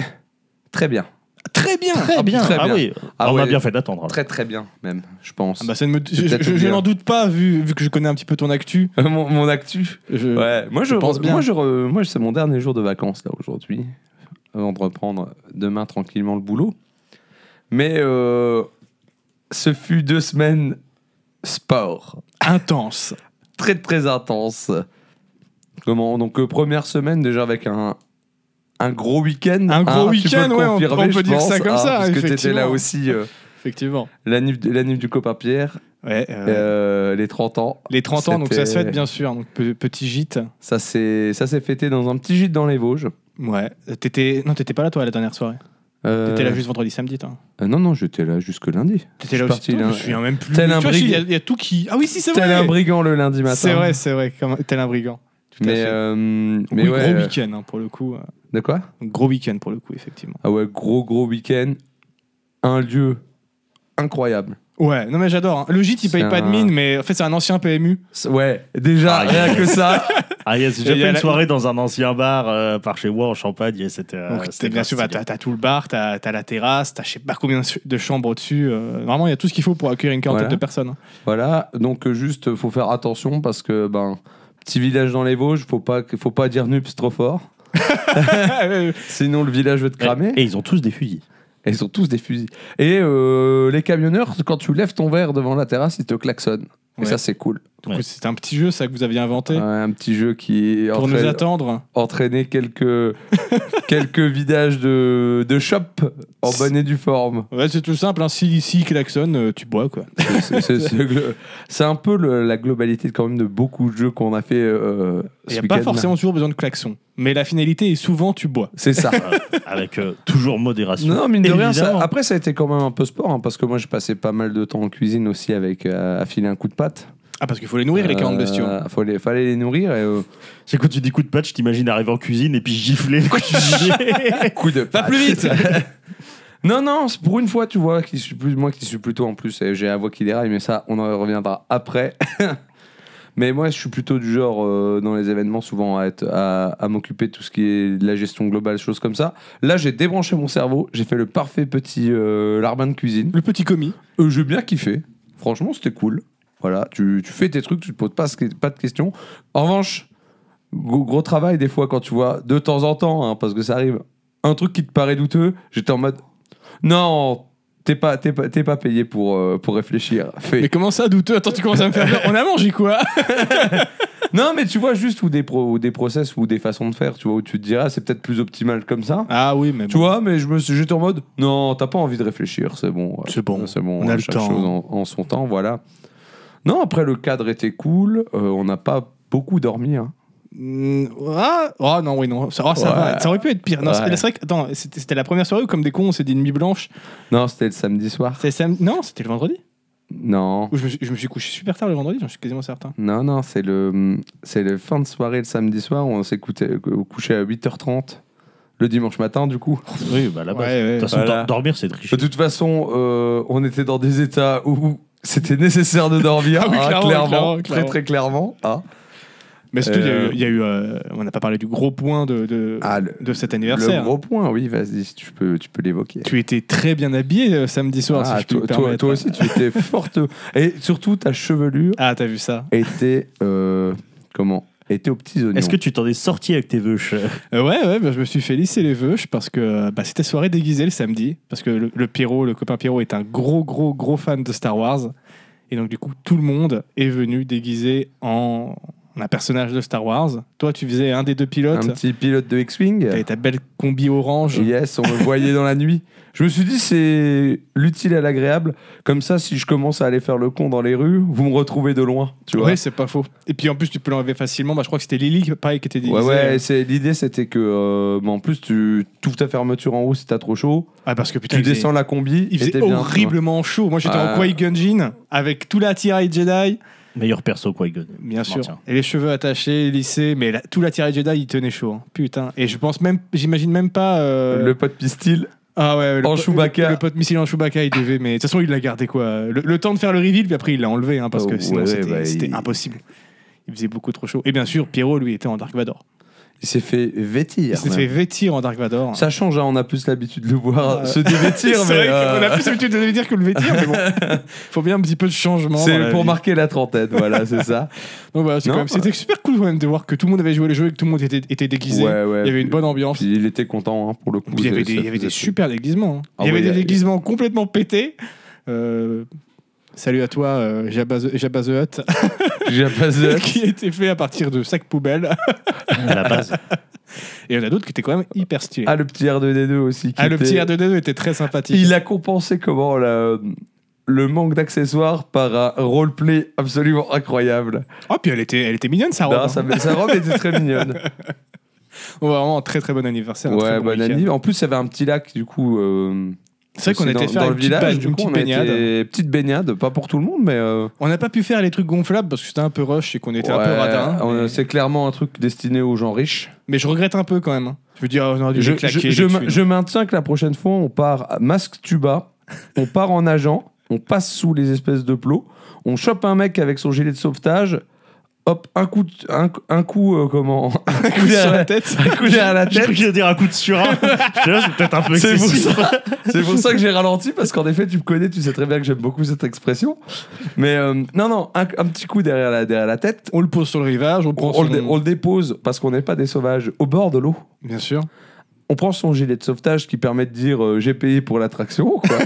[SPEAKER 1] très bien.
[SPEAKER 3] Très Eh bien
[SPEAKER 2] Très bien.
[SPEAKER 1] très
[SPEAKER 2] ah
[SPEAKER 1] bien.
[SPEAKER 2] oui,
[SPEAKER 1] Ah
[SPEAKER 2] on a
[SPEAKER 1] ouais.
[SPEAKER 2] bien fait d'attendre. hein.
[SPEAKER 1] Très très bien, même, je pense.
[SPEAKER 3] Ah bah, ça ne me-
[SPEAKER 1] C'est
[SPEAKER 3] je
[SPEAKER 1] peut-être
[SPEAKER 3] je- je
[SPEAKER 1] oublié.
[SPEAKER 3] n'en doute pas, vu, vu que je connais un petit peu ton actu.
[SPEAKER 1] mon, mon actu.
[SPEAKER 3] Je-
[SPEAKER 1] Ouais, moi je,
[SPEAKER 3] je pense bien.
[SPEAKER 1] Moi, je re- moi, c'est mon dernier jour de vacances là aujourd'hui, avant de reprendre demain tranquillement le boulot. Mais euh, ce fut deux semaines sport,
[SPEAKER 3] Intense.
[SPEAKER 1] très très intense. Comment Donc euh, première semaine déjà avec un un gros week-end. Ah,
[SPEAKER 3] Un gros
[SPEAKER 1] tu peux le
[SPEAKER 3] week-end, ouais, on-
[SPEAKER 1] confirmer,
[SPEAKER 3] on peut
[SPEAKER 1] je Ah,
[SPEAKER 3] dire ça comme ça,
[SPEAKER 1] Parce que t'étais là
[SPEAKER 3] effectivement.
[SPEAKER 1] aussi, euh,
[SPEAKER 3] Effectivement.
[SPEAKER 1] la nif de- la nif du copain Pierre,
[SPEAKER 3] Ouais, euh,
[SPEAKER 1] euh, les 30 ans.
[SPEAKER 3] les 30 ans, donc ça se
[SPEAKER 1] c'était-
[SPEAKER 3] fête, bien sûr. Donc, pe- petit gîte.
[SPEAKER 1] Ça s'est ça s'est fêté dans un petit gîte dans les Vosges.
[SPEAKER 3] Ouais. T'étais... Non, t'étais pas là, toi, à la dernière soirée.
[SPEAKER 1] Euh,
[SPEAKER 3] T'étais là juste vendredi, samedi, toi.
[SPEAKER 1] Euh, non, non, j'étais là jusque lundi.
[SPEAKER 3] T'étais
[SPEAKER 1] Je
[SPEAKER 3] là
[SPEAKER 1] suis parti
[SPEAKER 3] aussi. toi,
[SPEAKER 1] là.
[SPEAKER 3] Je me souviens même plus.
[SPEAKER 1] Tel
[SPEAKER 3] Tu
[SPEAKER 1] un
[SPEAKER 3] vois, il y a-
[SPEAKER 1] brigand.
[SPEAKER 3] il y, a tout qui. Ah oui, si, c'est vrai
[SPEAKER 1] Tel un brigand le lundi matin.
[SPEAKER 3] C'est vrai, c'est vrai. Comme... Tel un brigand. Tout à
[SPEAKER 1] Mais,
[SPEAKER 3] fait.
[SPEAKER 1] euh,
[SPEAKER 3] Oui,
[SPEAKER 1] mais ouais,
[SPEAKER 3] gros
[SPEAKER 1] euh,
[SPEAKER 3] week-end hein, pour le coup. euh,
[SPEAKER 1] de quoi
[SPEAKER 3] Gros week-end pour le coup, effectivement.
[SPEAKER 1] Ah ouais, gros, gros week-end. Un lieu incroyable.
[SPEAKER 3] Ouais, non mais j'adore. hein. Le gîte, il
[SPEAKER 1] C'est
[SPEAKER 3] paye pas de
[SPEAKER 1] un-
[SPEAKER 3] mine, mais en fait, c'est un ancien PMU.
[SPEAKER 1] C'est- Ouais, déjà,
[SPEAKER 2] Ah,
[SPEAKER 1] rien
[SPEAKER 2] yes.
[SPEAKER 1] que ça.
[SPEAKER 2] Ah yes, j'ai
[SPEAKER 3] Et il y
[SPEAKER 2] fait
[SPEAKER 3] a
[SPEAKER 2] une
[SPEAKER 3] la-
[SPEAKER 2] soirée dans un ancien bar euh, par chez moi en Champagne et c'était. euh,
[SPEAKER 3] Donc,
[SPEAKER 2] c'était
[SPEAKER 3] t'es bien sûr, bah,
[SPEAKER 2] grave
[SPEAKER 3] t'as t'as tout le bar, t'as t'as la terrasse, t'as je sais pas combien de chambres au-dessus. euh, vraiment, il y a tout ce qu'il faut pour accueillir une quarantaine
[SPEAKER 1] Voilà.
[SPEAKER 3] de personnes. hein.
[SPEAKER 1] voilà, donc euh, juste, euh, faut faire attention parce que, ben, petit village dans les Vosges, faut pas, faut pas dire nups trop fort. Sinon, le village va te
[SPEAKER 2] stylé.
[SPEAKER 1] cramer.
[SPEAKER 2] Et, et ils ont tous des fusils.
[SPEAKER 1] Et ils ont tous des fusils. Et euh, les camionneurs, quand tu lèves ton verre devant la terrasse, ils te klaxonnent. Et
[SPEAKER 3] Ouais.
[SPEAKER 1] ça, c'est cool.
[SPEAKER 3] Donc,
[SPEAKER 2] Ouais.
[SPEAKER 3] c'est un petit jeu, ça, que vous aviez inventé
[SPEAKER 1] Ouais, un petit jeu qui
[SPEAKER 3] pour nous
[SPEAKER 1] entraîne-
[SPEAKER 3] attendre.
[SPEAKER 1] entraîner quelques, quelques vidages de, de shop en bonne et due forme.
[SPEAKER 3] Ouais, c'est tout simple. Hein. Si, si il klaxonne, euh, tu bois, quoi.
[SPEAKER 1] C'est- c'est- c'est- C'est c'est un peu le- la globalité quand même de beaucoup de jeux qu'on a fait euh,
[SPEAKER 3] Il
[SPEAKER 1] ce
[SPEAKER 3] a pas
[SPEAKER 1] week-end.
[SPEAKER 3] forcément toujours besoin de klaxon. Mais la finalité est souvent, tu bois.
[SPEAKER 1] C'est ça.
[SPEAKER 2] euh, avec euh, toujours modération.
[SPEAKER 1] Non, mine de rien, ça-
[SPEAKER 2] Évidemment.
[SPEAKER 1] après ça a été quand même un peu sport, hein, parce que moi j'ai passé pas mal de temps en cuisine aussi avec euh, à filer un coup de pâte.
[SPEAKER 3] Ah, parce qu'il faut les nourrir, les 40 bestiaux.
[SPEAKER 1] Il fallait, fallait les nourrir et euh,
[SPEAKER 2] C'est quand tu dis coup de patch, t'imagines arriver en cuisine et puis gifler le cuisinier.
[SPEAKER 1] coup de
[SPEAKER 3] Pas plus vite
[SPEAKER 1] Non, non, c'est pour une fois, tu vois, qui suis plus, moi qui suis plutôt en plus, et j'ai la voix qui déraille, mais ça, on en reviendra après. mais moi, je suis plutôt du genre, euh, dans les événements, souvent à, être- à, à m'occuper de tout ce qui est de la gestion globale, choses comme ça. Là, j'ai débranché mon cerveau, j'ai fait le parfait petit euh, larbin de cuisine.
[SPEAKER 3] Le petit commis.
[SPEAKER 1] Euh, j'ai bien kiffé. Franchement, c'était cool. Voilà, tu, tu fais tes trucs, tu te poses pas, ce- pas de questions. En revanche, gros, gros travail des fois quand tu vois, de temps en temps, hein, parce que ça arrive, un truc qui te paraît douteux, j'étais en mode Non, t'es pas, t'es pas, t'es pas payé pour, euh, pour réfléchir. Fais.
[SPEAKER 4] Mais comment ça, douteux Attends, tu commences à me faire peur. On a mangé quoi
[SPEAKER 1] Non, mais tu vois, juste ou des, pro, ou des process ou des façons de faire, tu vois, où tu te diras, c'est peut-être plus optimal comme ça.
[SPEAKER 3] Ah oui, mais
[SPEAKER 1] Tu vois, mais je me suis- j'étais en mode non, t'as pas envie de réfléchir, c'est bon.
[SPEAKER 3] C'est bon,
[SPEAKER 1] c'est bon.
[SPEAKER 3] on a le
[SPEAKER 1] chaque
[SPEAKER 3] temps.
[SPEAKER 1] chose en, en son temps, voilà. Non, après le cadre était cool. euh, on n'a pas beaucoup dormi. hein.
[SPEAKER 3] Mm, Ah, oh non, oui, non. Ça, oh, ça
[SPEAKER 1] Ouais.
[SPEAKER 3] va. Ça aurait pu être pire. Non,
[SPEAKER 1] Ouais.
[SPEAKER 3] c'est c'est vrai que attends, c'était c'était la première soirée où, comme des cons, on s'est dit une nuit blanche.
[SPEAKER 1] Non, c'était le samedi soir.
[SPEAKER 3] C'est sam- Non, c'était le vendredi.
[SPEAKER 1] Non,
[SPEAKER 3] Où je, me suis, je me suis couché super tard le vendredi, j'en suis quasiment certain.
[SPEAKER 1] non, non, c'est le c'est le fin de soirée le samedi soir. On s'est couché, couché à 8h30 le dimanche matin, du coup.
[SPEAKER 2] oui, bah
[SPEAKER 1] Ah
[SPEAKER 2] là-bas.
[SPEAKER 3] Ouais, ouais.
[SPEAKER 2] De toute façon,
[SPEAKER 1] Voilà.
[SPEAKER 2] dor- dormir, c'est tricher.
[SPEAKER 1] De toute façon, euh, on était dans des états où c'était nécessaire de dormir,
[SPEAKER 3] Ah oui,
[SPEAKER 1] hein,
[SPEAKER 3] clairement,
[SPEAKER 1] clairement,
[SPEAKER 3] clairement,
[SPEAKER 1] très très clairement. hein.
[SPEAKER 3] Mais surtout, il y a eu-
[SPEAKER 1] Euh,
[SPEAKER 3] il y a eu. euh, on n'a pas parlé du gros point de, de,
[SPEAKER 1] Ah, le-
[SPEAKER 3] de cet
[SPEAKER 1] Le
[SPEAKER 3] anniversaire.
[SPEAKER 1] gros point, oui, vas-y, si tu peux, tu peux l'évoquer.
[SPEAKER 3] Tu étais très bien habillé euh, samedi soir,
[SPEAKER 1] Ah,
[SPEAKER 3] si je peux
[SPEAKER 1] toi,
[SPEAKER 3] me
[SPEAKER 1] toi-
[SPEAKER 3] permettre.
[SPEAKER 1] toi aussi, tu étais forte. Et surtout, ta chevelure
[SPEAKER 3] Ah, t'as vu ça
[SPEAKER 1] était. euh, comment Était aux petits oignons.
[SPEAKER 2] Est-ce que tu t'en es sorti avec tes vœux
[SPEAKER 3] Euh, Ouais, ouais, bah, je me suis fait lisser les veuches parce que euh, bah, c'était soirée déguisée le samedi. Parce que le, le Pierrot, le copain Pierrot, est un gros, gros, gros fan de Star Wars. Et donc, du coup, tout le monde est venu déguisé en, en un personnage de Star Wars. Toi, tu faisais un des deux
[SPEAKER 1] Un
[SPEAKER 3] pilotes.
[SPEAKER 1] petit euh, pilote de X-Wing.
[SPEAKER 3] T'avais ta belle combi orange.
[SPEAKER 1] Yes, on le voyait dans la nuit. Je me suis dit, c'est l'utile à l'agréable. Comme ça, si je commence à aller faire le con dans les rues, vous me retrouvez de loin. Tu vois
[SPEAKER 3] Ouais, c'est pas faux. Et puis en plus, tu peux l'enlever facilement. Bah, je crois que c'était Lily, pareil, qui était déguisée.
[SPEAKER 1] Ouais, ouais, c'est- l'idée c'était que. euh, mais en plus, tu ouvres ta fermeture en haut si t'as trop chaud.
[SPEAKER 3] Ah, parce que putain,
[SPEAKER 1] Tu
[SPEAKER 3] il faisait-
[SPEAKER 1] descends la combi.
[SPEAKER 3] Il
[SPEAKER 1] et t'es
[SPEAKER 3] faisait
[SPEAKER 1] bien, tu vois.
[SPEAKER 3] horriblement chaud. Moi, j'étais en
[SPEAKER 1] Ah.
[SPEAKER 3] Qui-Gon Jinn avec tout l'attirail Jedi.
[SPEAKER 2] Meilleur perso, quoi, Egon.
[SPEAKER 3] Bien sûr.
[SPEAKER 2] tiens.
[SPEAKER 3] Et les cheveux attachés, lissés, mais la- tout l'attiré Jedi, il tenait chaud. hein. Putain. Et je pense même, j'imagine même pas. euh,
[SPEAKER 1] Le pote pistil.
[SPEAKER 3] ah ouais, le
[SPEAKER 1] en
[SPEAKER 3] po-
[SPEAKER 1] Chewbacca.
[SPEAKER 3] Le, le pote missile en Chewbacca, il devait, mais de toute façon, il l'a gardé quoi. Le, le temps de faire le reveal, puis après, il l'a enlevé, hein, parce
[SPEAKER 1] Oh,
[SPEAKER 3] que sinon,
[SPEAKER 1] ouais,
[SPEAKER 3] c'était
[SPEAKER 1] bah,
[SPEAKER 3] c'était
[SPEAKER 1] il-
[SPEAKER 3] impossible. Il faisait beaucoup trop chaud. Et bien sûr, Pierrot, lui, était en Dark Vador.
[SPEAKER 1] Il s'est fait
[SPEAKER 3] Il
[SPEAKER 1] vêtir.
[SPEAKER 3] s'est
[SPEAKER 1] même.
[SPEAKER 3] fait vêtir en Dark Vador.
[SPEAKER 1] Ça change, hein, on a plus l'habitude de le voir
[SPEAKER 3] Ouais.
[SPEAKER 1] se dévêtir,
[SPEAKER 3] C'est
[SPEAKER 1] mais
[SPEAKER 3] vrai
[SPEAKER 1] euh,
[SPEAKER 3] qu'on a plus l'habitude de lui dire que le vêtir, mais bon, faut bien un petit peu de changement. dans
[SPEAKER 1] c'est
[SPEAKER 3] la
[SPEAKER 1] pour
[SPEAKER 3] vie.
[SPEAKER 1] marquer la trentaine, voilà, c'est ça.
[SPEAKER 3] Donc voilà, c'est
[SPEAKER 1] Non, bah.
[SPEAKER 3] quand même- c'était super cool quand même de voir que tout le monde avait joué le jeu et que tout le monde était, était déguisé.
[SPEAKER 1] Ouais, ouais.
[SPEAKER 3] Il y avait une bonne ambiance.
[SPEAKER 1] Puis il était content hein, pour le coup.
[SPEAKER 3] Puis il y
[SPEAKER 1] c'est-
[SPEAKER 3] avait des,
[SPEAKER 1] ça
[SPEAKER 3] il y avait
[SPEAKER 1] faisait
[SPEAKER 3] des
[SPEAKER 1] tout.
[SPEAKER 3] super déguisements. hein.
[SPEAKER 1] Ah
[SPEAKER 3] il y
[SPEAKER 1] oui,
[SPEAKER 3] avait
[SPEAKER 1] il y
[SPEAKER 3] des
[SPEAKER 1] a-
[SPEAKER 3] déguisements complètement pétés. Euh, salut à toi, euh, Jabba, the, Jabba the Hutt,
[SPEAKER 1] J'ai pas zé-
[SPEAKER 3] qui était fait à partir de sacs poubelles.
[SPEAKER 2] À la base.
[SPEAKER 3] Et il y en a d'autres qui étaient quand même hyper stylés. Ah,
[SPEAKER 1] Ah, le petit R2D2 aussi. qui
[SPEAKER 3] le
[SPEAKER 1] était-
[SPEAKER 3] petit R2D2 était très sympathique.
[SPEAKER 1] Il a compensé comment la- le manque d'accessoires par un roleplay absolument incroyable.
[SPEAKER 3] Oh, puis elle était, elle était mignonne, sa robe.
[SPEAKER 1] Non,
[SPEAKER 3] hein.
[SPEAKER 1] sa, sa robe était très mignonne.
[SPEAKER 3] Ouais, Vraiment, un très très bon anniversaire. un très
[SPEAKER 1] Ouais,
[SPEAKER 3] bon
[SPEAKER 1] bon
[SPEAKER 3] week-end.
[SPEAKER 1] anime. En plus, il y avait un petit lac, du coup. euh,
[SPEAKER 3] C'est vrai qu'on
[SPEAKER 1] aussi dans,
[SPEAKER 3] était faire
[SPEAKER 1] dans
[SPEAKER 3] une
[SPEAKER 1] le
[SPEAKER 3] petite
[SPEAKER 1] village,
[SPEAKER 3] baigne-
[SPEAKER 1] du
[SPEAKER 3] une
[SPEAKER 1] coup,
[SPEAKER 3] petite
[SPEAKER 1] on a été-
[SPEAKER 3] baignade.
[SPEAKER 1] Petite baignade, pas pour tout le monde, mais. euh,
[SPEAKER 3] On n'a pas pu faire les trucs gonflables parce que c'était un peu rush et qu'on était un peu
[SPEAKER 1] Ouais,
[SPEAKER 3] radin.
[SPEAKER 1] on-
[SPEAKER 3] mais...
[SPEAKER 1] C'est clairement un truc destiné aux gens riches.
[SPEAKER 3] mais je regrette un peu quand même. hein. Je veux dire, on aurait dû
[SPEAKER 1] Je,
[SPEAKER 3] les claquer.
[SPEAKER 1] je-
[SPEAKER 3] les
[SPEAKER 1] je ma-
[SPEAKER 3] thunes.
[SPEAKER 1] je maintiens que la prochaine fois, on part à masque tuba, on part en agent, on passe sous les espèces de plots, on chope un mec avec son gilet de sauvetage, hop, un coup, de- un, un coup, euh, comment Un coup
[SPEAKER 3] sur
[SPEAKER 1] derrière
[SPEAKER 3] la
[SPEAKER 1] la-
[SPEAKER 3] tête.
[SPEAKER 1] un coup derrière la
[SPEAKER 2] J'ai
[SPEAKER 1] tête.
[SPEAKER 2] cru qu'il allait dire un coup de surin. Je te jure, c'est peut-être un peu
[SPEAKER 1] C'est pour
[SPEAKER 2] excessif.
[SPEAKER 1] C'est pour ça que j'ai ralenti, parce qu'en effet, tu me connais, tu sais très bien que j'aime beaucoup cette expression. Mais euh, non, non, un, un petit coup derrière la, derrière la tête.
[SPEAKER 3] On le pose sur le rivage, on le prend
[SPEAKER 1] On,
[SPEAKER 3] sur
[SPEAKER 1] on le, dé- on le dépose parce qu'on n'est pas des sauvages au bord de l'eau.
[SPEAKER 3] Bien sûr.
[SPEAKER 1] on prend son gilet de sauvetage qui permet de dire euh, j'ai payé pour l'attraction quoi.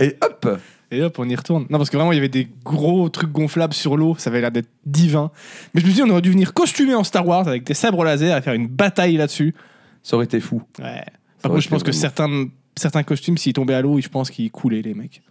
[SPEAKER 1] et hop
[SPEAKER 3] Et hop, on y retourne. Non, parce que vraiment, il y avait des gros trucs gonflables sur l'eau. Ça avait l'air d'être divin. Mais je me suis dit, on aurait dû venir costumé en Star Wars avec des sabres laser et faire une bataille là-dessus.
[SPEAKER 1] ça aurait été fou
[SPEAKER 3] Ouais.
[SPEAKER 1] Ça
[SPEAKER 3] Par
[SPEAKER 1] aurait
[SPEAKER 3] contre, je pense
[SPEAKER 1] été
[SPEAKER 3] que certains, certains costumes, s'ils tombaient à l'eau, je pense qu'ils coulaient, les mecs.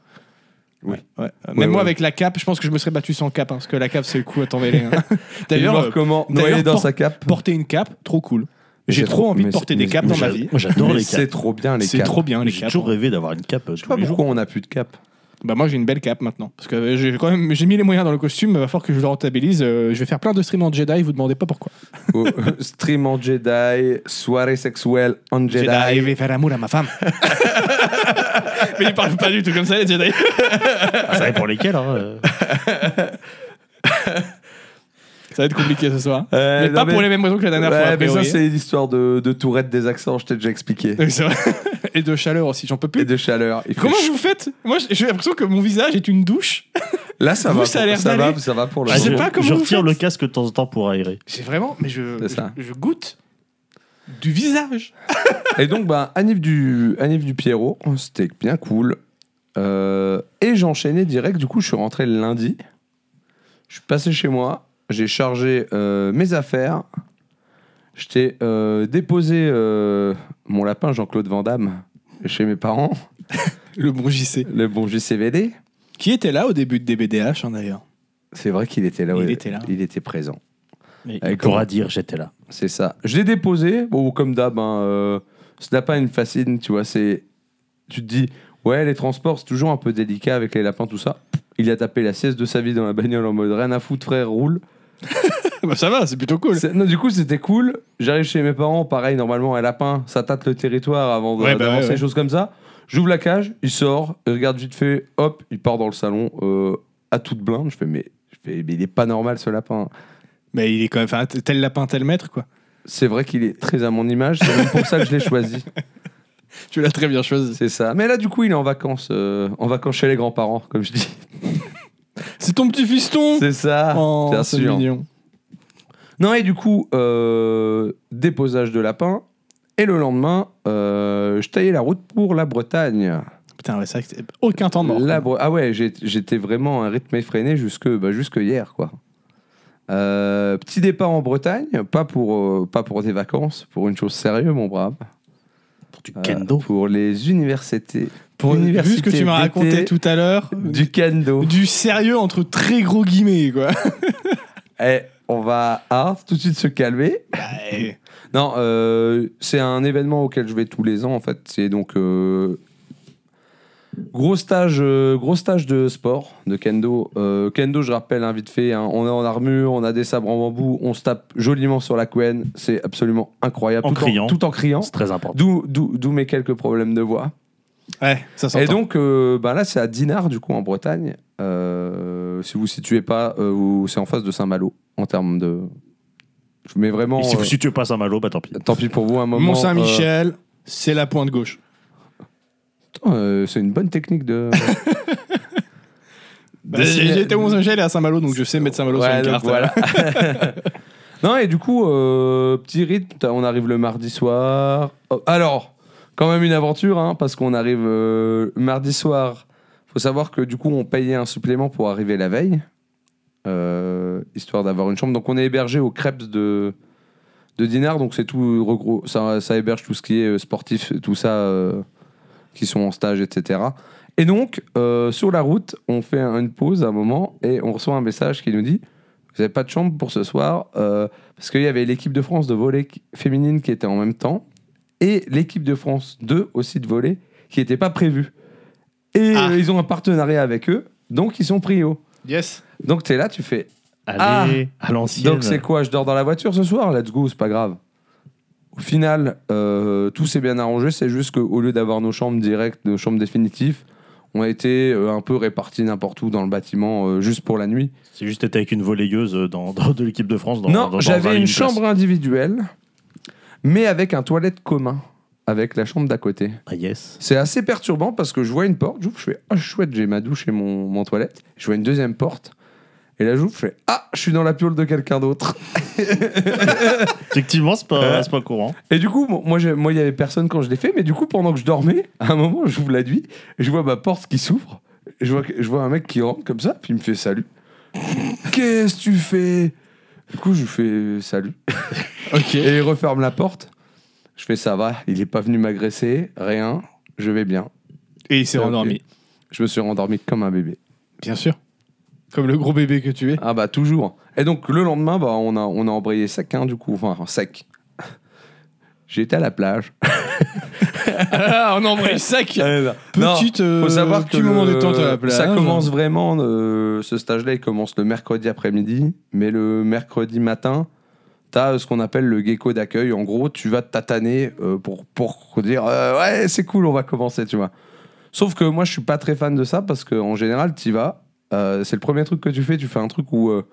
[SPEAKER 1] Oui.
[SPEAKER 3] Ouais, ouais. Euh, Même
[SPEAKER 1] Ouais,
[SPEAKER 3] moi,
[SPEAKER 1] ouais.
[SPEAKER 3] avec la cape, je pense que je me serais battu sans cape. hein, parce que la cape, c'est le coup à tomber les hein. D'ailleurs,
[SPEAKER 1] Il meurt
[SPEAKER 3] euh,
[SPEAKER 1] comment
[SPEAKER 3] d'ailleurs,
[SPEAKER 1] noyé dans
[SPEAKER 3] por-
[SPEAKER 1] sa cape
[SPEAKER 3] porter une cape, trop cool.
[SPEAKER 1] Mais
[SPEAKER 3] J'ai
[SPEAKER 1] c'est
[SPEAKER 3] trop
[SPEAKER 1] trop-
[SPEAKER 3] envie de
[SPEAKER 1] mais
[SPEAKER 3] porter
[SPEAKER 1] c'est-
[SPEAKER 3] des
[SPEAKER 1] mais-
[SPEAKER 3] capes
[SPEAKER 1] mais
[SPEAKER 3] dans ma
[SPEAKER 1] j'ad-
[SPEAKER 3] vie.
[SPEAKER 2] Moi, j'adore
[SPEAKER 1] Mais
[SPEAKER 2] les
[SPEAKER 1] c'est
[SPEAKER 2] capes.
[SPEAKER 1] trop bien les
[SPEAKER 3] C'est
[SPEAKER 1] capes
[SPEAKER 3] trop bien, les
[SPEAKER 2] J'ai
[SPEAKER 3] capes.
[SPEAKER 2] toujours rêvé d'avoir une cape. euh, Je
[SPEAKER 1] je sais pas pourquoi on n'a plus de cape
[SPEAKER 3] Bah moi j'ai une belle cape maintenant parce que euh, j'ai quand même j'ai mis les moyens dans le costume, il va falloir que je le rentabilise. euh, je vais faire plein de streams en Jedi, vous demandez pas pourquoi.
[SPEAKER 1] Oh, stream en Jedi, soirée sexuelle en Jedi.
[SPEAKER 3] je vais faire amour à ma femme. Mais il parle pas du tout comme ça les Jedi.
[SPEAKER 2] Ah, ça pour lesquels hein, euh.
[SPEAKER 3] Ça va être compliqué ce soir.
[SPEAKER 1] Euh,
[SPEAKER 3] mais
[SPEAKER 1] non,
[SPEAKER 3] pas
[SPEAKER 1] mais-
[SPEAKER 3] pour les mêmes raisons que la dernière
[SPEAKER 1] Ouais,
[SPEAKER 3] fois. a
[SPEAKER 1] mais ça,
[SPEAKER 3] priori.
[SPEAKER 1] c'est l'histoire de, de tourette des accents, je t'ai déjà expliqué.
[SPEAKER 3] Oui, c'est vrai. Et de chaleur aussi, j'en peux plus.
[SPEAKER 1] Et de chaleur. Il fait
[SPEAKER 3] Comment
[SPEAKER 1] chaud.
[SPEAKER 3] vous faites Moi, j'ai- j'ai l'impression que mon visage est une douche.
[SPEAKER 1] Là, ça
[SPEAKER 3] Vous,
[SPEAKER 1] va.
[SPEAKER 3] ça a
[SPEAKER 1] pour-
[SPEAKER 3] l'air
[SPEAKER 1] ça,
[SPEAKER 3] d'aller. Ah,
[SPEAKER 1] va ça va pour le
[SPEAKER 3] Je sais
[SPEAKER 1] moment.
[SPEAKER 3] pas comment
[SPEAKER 2] Je
[SPEAKER 3] vous
[SPEAKER 2] retire
[SPEAKER 3] faites.
[SPEAKER 2] le casque de temps en temps pour aérer.
[SPEAKER 3] C'est vraiment, mais je,
[SPEAKER 1] C'est ça.
[SPEAKER 3] je, je goûte du visage.
[SPEAKER 1] Et donc, bah, Anif du, Anif du Pierrot, c'était bien cool. Euh, et j'enchaînais direct. Du coup, je suis rentré le lundi. Je suis passé chez moi. J'ai chargé euh, mes affaires. Je t'ai euh, déposé euh, mon lapin Jean-Claude Van Damme chez mes parents,
[SPEAKER 3] Le bon JC.
[SPEAKER 1] le bon JCVD.
[SPEAKER 3] Qui était là au début de DBDH, hein, d'ailleurs.
[SPEAKER 1] C'est vrai qu'il était là.
[SPEAKER 3] Il
[SPEAKER 1] ouais.
[SPEAKER 3] était là.
[SPEAKER 1] Il était présent.
[SPEAKER 2] Mais
[SPEAKER 1] Avec
[SPEAKER 2] il pourra
[SPEAKER 1] comment
[SPEAKER 2] dire j'étais là.
[SPEAKER 1] C'est ça. Je l'ai déposé. Bon, comme d'hab, hein, euh, ce lapin, il me fascine, tu vois. C'est, tu te dis, ouais, les transports, c'est toujours un peu délicat avec les lapins, tout ça. Il a tapé la sieste de sa vie dans la bagnole en mode rien à foutre, frère, roule.
[SPEAKER 3] bah, ça va, c'est plutôt cool.
[SPEAKER 1] C'est- Non, du coup, c'était cool. J'arrive chez mes parents, pareil, normalement, un lapin, ça tâte le territoire avant de-
[SPEAKER 3] Ouais,
[SPEAKER 1] d'avancer,
[SPEAKER 3] bah ouais, ouais.
[SPEAKER 1] des choses comme ça. J'ouvre la cage, il sort, il regarde vite fait, hop, il part dans le salon euh, à toute blinde. Je fais, mais, je fais, mais il est pas normal ce lapin.
[SPEAKER 3] Mais il est quand même, enfin, tel lapin, tel maître, quoi.
[SPEAKER 1] C'est vrai qu'il est très à mon image, c'est même pour ça que je l'ai choisi.
[SPEAKER 3] Tu l'as très bien choisi.
[SPEAKER 1] C'est ça. Mais là, du coup, il est en vacances, euh, en vacances chez les grands-parents, comme je dis.
[SPEAKER 3] C'est ton petit fiston.
[SPEAKER 1] C'est ça,
[SPEAKER 3] Oh,
[SPEAKER 1] bien
[SPEAKER 3] c'est
[SPEAKER 1] sûr.
[SPEAKER 3] mignon.
[SPEAKER 1] Non, et du coup, euh, déposage de lapin. Et le lendemain, euh, je taillais la route pour la Bretagne.
[SPEAKER 3] Putain, ouais, c'est vrai que c'est- aucun temps de mort.
[SPEAKER 1] La Bre- ah ouais, j'ai- j'étais vraiment à un rythme effréné jusque, bah, jusque hier, quoi. Euh, petit départ en Bretagne, pas pour, euh, pas pour des vacances, pour une chose sérieuse, mon brave.
[SPEAKER 2] Pour du
[SPEAKER 1] Euh,
[SPEAKER 2] kendo.
[SPEAKER 1] pour les universités
[SPEAKER 3] Pour vu ce que
[SPEAKER 1] Université
[SPEAKER 3] tu m'as raconté
[SPEAKER 1] d'été.
[SPEAKER 3] tout à l'heure,
[SPEAKER 1] du kendo.
[SPEAKER 3] du sérieux entre très gros guillemets, quoi.
[SPEAKER 1] Eh, on va ah, tout de suite se calmer.
[SPEAKER 3] Eh,
[SPEAKER 1] Non, euh, c'est un événement auquel je vais tous les ans en fait. C'est donc euh, gros stage, euh, gros stage de sport de kendo. Euh, kendo, je rappelle hein, vite fait, hein, on est en armure, on a des sabres en bambou, on se tape joliment sur la couenne. C'est absolument incroyable.
[SPEAKER 2] En
[SPEAKER 1] tout
[SPEAKER 2] criant.
[SPEAKER 1] en, tout en criant.
[SPEAKER 2] C'est très important.
[SPEAKER 1] D'où, d'où, d'où mes quelques problèmes de voix.
[SPEAKER 3] ouais, ça s'entend.
[SPEAKER 1] Et donc, euh, ben là, c'est à Dinard, du coup, en Bretagne. Euh, si vous ne situez pas, euh, vous- c'est en face de Saint-Malo, en termes de. Mais vraiment.
[SPEAKER 2] Et si
[SPEAKER 1] euh,
[SPEAKER 2] vous situez pas Saint-Malo, bah tant pis.
[SPEAKER 1] Tant pis pour vous, un moment.
[SPEAKER 3] Mont-Saint-Michel, c'est la pointe gauche.
[SPEAKER 1] euh, euh, c'est une bonne technique de. de
[SPEAKER 3] Bah, j'ai-
[SPEAKER 1] signa-
[SPEAKER 3] J'étais au Mont-Saint-Michel et à Saint-Malo, donc je sais mettre Saint-Malo sur
[SPEAKER 1] Ouais,
[SPEAKER 3] une
[SPEAKER 1] donc
[SPEAKER 3] carte.
[SPEAKER 1] voilà. non, et du coup, euh, petit rythme, t'as- on arrive le mardi soir. Oh, alors, quand même une aventure, hein, parce qu'on arrive euh, mardi soir. faut savoir que du coup, on payait un supplément pour arriver la veille, euh, histoire d'avoir une chambre. Donc, on est hébergé aux crêpes de, de Dinard, donc c'est tout regro- ça, ça héberge tout ce qui est euh, sportif, tout ça, euh, qui sont en stage, etc. Et donc, euh, sur la route, on fait un- une pause à un moment et on reçoit un message qui nous dit Vous n'avez pas de chambre pour ce soir euh, Parce qu'il y avait l'équipe de France de volley qui- féminine qui était en même temps et l'équipe de France 2 aussi de volley qui n'était pas prévue. Et
[SPEAKER 3] Ah.
[SPEAKER 1] euh, ils ont un partenariat avec eux, donc ils sont pris haut.
[SPEAKER 3] Yes.
[SPEAKER 1] Donc tu es là, tu fais
[SPEAKER 2] Allez, à l'ancienne.
[SPEAKER 1] Ah, donc c'est quoi Je dors dans la voiture ce soir Let's go, c'est pas grave. Au final, euh, tout s'est bien arrangé. C'est juste qu'au lieu d'avoir nos chambres directes, nos chambres définitives, on a été euh, un peu répartis n'importe où dans le bâtiment euh, juste pour la nuit.
[SPEAKER 2] C'est juste été avec une volleyeuse euh, dans, dans- de l'équipe de France. Dans, dans-
[SPEAKER 1] non,
[SPEAKER 2] dans
[SPEAKER 1] j'avais
[SPEAKER 2] 21
[SPEAKER 1] une
[SPEAKER 2] places.
[SPEAKER 1] chambre individuelle, mais avec un toilette commun, avec la chambre d'à côté.
[SPEAKER 2] Ah yes.
[SPEAKER 1] C'est assez perturbant parce que je vois une porte, j'ouvre, je fais Ah, chouette, j'ai ma douche et mon, mon toilette. Je vois une deuxième porte, et là j'ouvre, je fais Ah, je suis dans la piole de quelqu'un d'autre.
[SPEAKER 2] Effectivement, c'est pas,
[SPEAKER 1] Euh,
[SPEAKER 2] c'est pas courant.
[SPEAKER 1] Et du coup, mo- moi, j'ai- moi, il y avait personne quand je l'ai fait, mais du coup, pendant que je dormais, à un moment, j'ouvre la nuit, et je vois ma porte qui s'ouvre, et je vois, que- je vois un mec qui rentre comme ça, puis il me fait salut. Qu'est-ce que tu fais Du coup, je lui fais euh, salut.
[SPEAKER 3] Ok.
[SPEAKER 1] Et il referme la porte. Je fais ça va, il n'est pas venu m'agresser, rien, je vais bien.
[SPEAKER 3] Et il s'est
[SPEAKER 1] Ok.
[SPEAKER 3] rendormi.
[SPEAKER 1] Je me suis rendormi comme un bébé.
[SPEAKER 3] Bien sûr. Comme le gros bébé que tu es.
[SPEAKER 1] Ah bah toujours. Et donc le lendemain, bah, on, a, on a embrayé sec, hein, du coup, enfin sec. J'étais à la plage.
[SPEAKER 4] Ah, on embraye le sac
[SPEAKER 1] Non,
[SPEAKER 3] Petite. euh,
[SPEAKER 1] faut savoir que
[SPEAKER 3] petit moment
[SPEAKER 1] le-
[SPEAKER 3] détente à la plage.
[SPEAKER 1] ça commence vraiment, euh, ce stage-là, il commence le mercredi après-midi, mais le mercredi matin, t'as euh, ce qu'on appelle le gecko d'accueil. En gros, tu vas te tataner euh, pour, pour dire euh, ouais, c'est cool, on va commencer, tu vois. Sauf que moi, je suis pas très fan de ça parce qu'en général, t'y vas, euh, c'est le premier truc que tu fais, tu fais un truc où euh,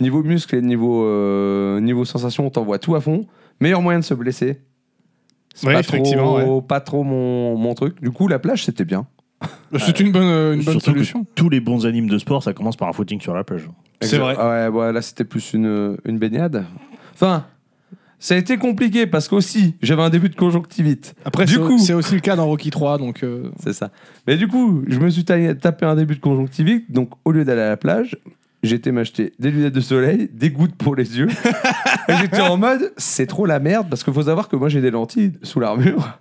[SPEAKER 1] niveau muscle et niveau, euh, niveau sensation, on t'envoie tout à fond. Meilleur moyen de se blesser. C'est
[SPEAKER 3] Ouais,
[SPEAKER 1] pas,
[SPEAKER 3] effectivement,
[SPEAKER 1] trop, pas trop mon, mon truc. Du coup, la plage, c'était bien.
[SPEAKER 3] C'est une bonne, euh, une bonne
[SPEAKER 2] Surtout que
[SPEAKER 3] solution.
[SPEAKER 2] tous les bons animes de sport, ça commence par un footing sur la plage.
[SPEAKER 3] C'est
[SPEAKER 1] Exact. Ouais, ouais, là c'était plus une, une baignade. Enfin, ça a été compliqué parce qu'aussi j'avais un début de conjonctivite.
[SPEAKER 3] Après,
[SPEAKER 1] Du
[SPEAKER 3] c'est
[SPEAKER 1] coup-
[SPEAKER 3] c'est aussi le cas dans Rocky 3, donc. euh,
[SPEAKER 1] C'est ça. Mais du coup, je me suis ta- tapé un début de conjonctivite. Donc au lieu d'aller à la plage, j'étais m'acheter des lunettes de soleil, des gouttes pour les yeux. Et j'étais en mode, c'est trop la merde parce qu'il faut savoir que moi j'ai des lentilles sous l'armure.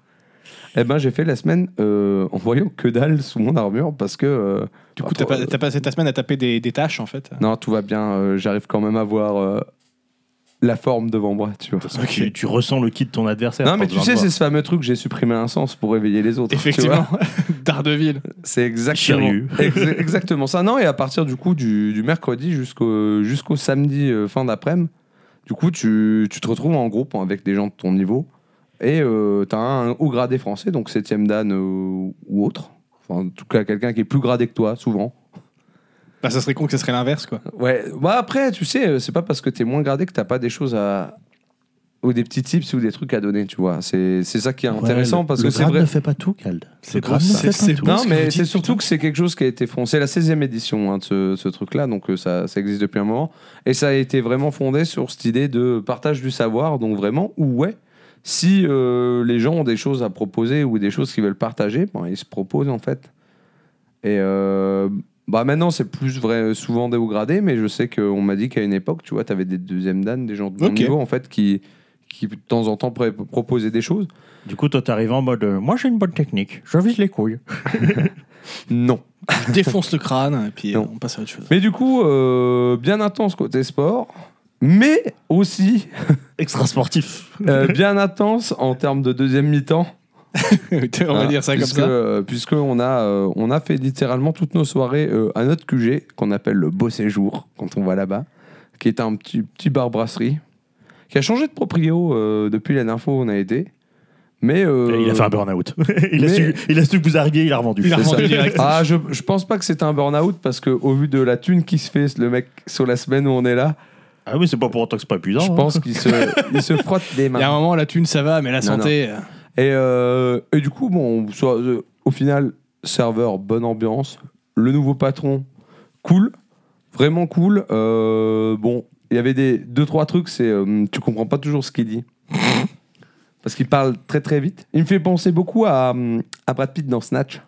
[SPEAKER 1] Et ben j'ai fait la semaine euh, en voyant que dalle sous mon armure parce que. euh,
[SPEAKER 3] Du
[SPEAKER 1] bah,
[SPEAKER 3] coup, t'as
[SPEAKER 1] trop-
[SPEAKER 3] pas- t'as passé ta semaine à taper des, des tâches en fait.
[SPEAKER 1] Non, tout va bien. euh, J'arrive quand même à voir euh, la forme devant moi, tu vois.
[SPEAKER 2] Tu, tu ressens le kit de ton adversaire.
[SPEAKER 1] Non, mais
[SPEAKER 2] pas
[SPEAKER 1] tu
[SPEAKER 2] besoin
[SPEAKER 1] sais,
[SPEAKER 2] de
[SPEAKER 1] c'est
[SPEAKER 2] voir.
[SPEAKER 1] ce fameux truc, j'ai supprimé un sens pour réveiller les autres. tu vois.
[SPEAKER 3] Effectivement, Daredevil.
[SPEAKER 1] C'est exactement,
[SPEAKER 2] Shiryu.
[SPEAKER 1] ex- exactement ça. Non, et à partir du coup du, du mercredi jusqu'au jusqu'au samedi euh, fin d'après-midi, du coup, tu, tu te retrouves en groupe hein, avec des gens de ton niveau. Et euh, t'as un haut gradé français, donc 7ème Dan euh, ou autre. Enfin, en tout cas, quelqu'un qui est plus gradé que toi, souvent.
[SPEAKER 3] Bah, ça serait con que ça serait l'inverse quoi.
[SPEAKER 1] Ouais, bah après, tu sais, euh, c'est pas parce que t'es moins gradé que t'as pas des choses à. ou des petits tips ou des trucs à donner, tu vois. C'est c'est ça qui est intéressant
[SPEAKER 2] Ouais, le-
[SPEAKER 1] parce que
[SPEAKER 2] le
[SPEAKER 1] c'est
[SPEAKER 2] grade
[SPEAKER 1] vrai.
[SPEAKER 2] ne fait pas tout, Cald.
[SPEAKER 1] C'est
[SPEAKER 2] Le grade
[SPEAKER 1] grave,
[SPEAKER 2] ne
[SPEAKER 1] ça.
[SPEAKER 2] fait pas
[SPEAKER 3] C'est-
[SPEAKER 2] tout.
[SPEAKER 3] Bon,
[SPEAKER 1] Non,
[SPEAKER 3] ce que vous
[SPEAKER 1] mais
[SPEAKER 3] dites,
[SPEAKER 1] c'est surtout
[SPEAKER 3] putain.
[SPEAKER 1] que c'est quelque chose qui a été fondé. C'est la 16e édition hein, de ce, ce truc-là, donc euh, ça, ça existe depuis un moment. Et ça a été vraiment fondé sur cette idée de partage du savoir, donc vraiment, où ouais, si euh, les gens ont des choses à proposer ou des choses qu'ils veulent partager, ben, ils se proposent en fait. Et euh, bah, maintenant, c'est plus vrai, souvent des hauts gradés, mais je sais qu'on m'a dit qu'à une époque, tu vois, tu avais des deuxièmes dan, des gens de bon
[SPEAKER 3] Ok.
[SPEAKER 1] niveau en fait, qui, qui de temps en temps pré- proposaient des choses.
[SPEAKER 2] Du coup, toi, t'arrives en mode euh, Moi, j'ai une bonne technique, je vise les couilles.
[SPEAKER 1] Non.
[SPEAKER 3] Je défonce le crâne et puis euh,
[SPEAKER 1] Non.
[SPEAKER 3] on passe à autre chose.
[SPEAKER 1] Mais du coup, euh, bien intense côté sport, mais aussi
[SPEAKER 2] Extra sportif.
[SPEAKER 1] euh, bien intense en termes de deuxième mi-temps.
[SPEAKER 3] on va
[SPEAKER 1] Hein,
[SPEAKER 3] dire ça comme
[SPEAKER 1] puisque,
[SPEAKER 3] ça.
[SPEAKER 1] euh, Puisqu'on a, euh, on a fait littéralement toutes nos soirées euh, à notre QG, qu'on appelle le Beau Séjour, quand on va là-bas, qui est un petit, petit bar-brasserie, qui a changé de proprio euh, depuis la dernière fois où on a été. Mais, euh,
[SPEAKER 2] il a fait un burn-out. il, a
[SPEAKER 1] mais-
[SPEAKER 2] su, il a su vous arguer, il a revendu.
[SPEAKER 3] Il a
[SPEAKER 2] C'est ça.
[SPEAKER 3] revendu direct.
[SPEAKER 1] Ah, je, je pense pas que c'était un burn-out parce que au vu de la thune qui se fait le mec sur la semaine où on est là,
[SPEAKER 2] Ah oui, c'est pas pour autant que c'est pas épuisant.
[SPEAKER 1] je
[SPEAKER 2] hein.
[SPEAKER 1] pense qu'il se, il se frotte les mains.
[SPEAKER 3] Il y a un moment, la thune ça va, mais la
[SPEAKER 1] Non,
[SPEAKER 3] santé. euh,
[SPEAKER 1] Et, euh, et du coup, bon, soit- euh, au final, serveur, bonne ambiance. Le nouveau patron, cool. Vraiment cool. Euh, bon, il y avait des deux, trois trucs, c'est euh, tu comprends pas toujours ce qu'il dit. Parce qu'il parle très très vite. Il me fait penser beaucoup à, euh, à Brad Pitt dans Snatch.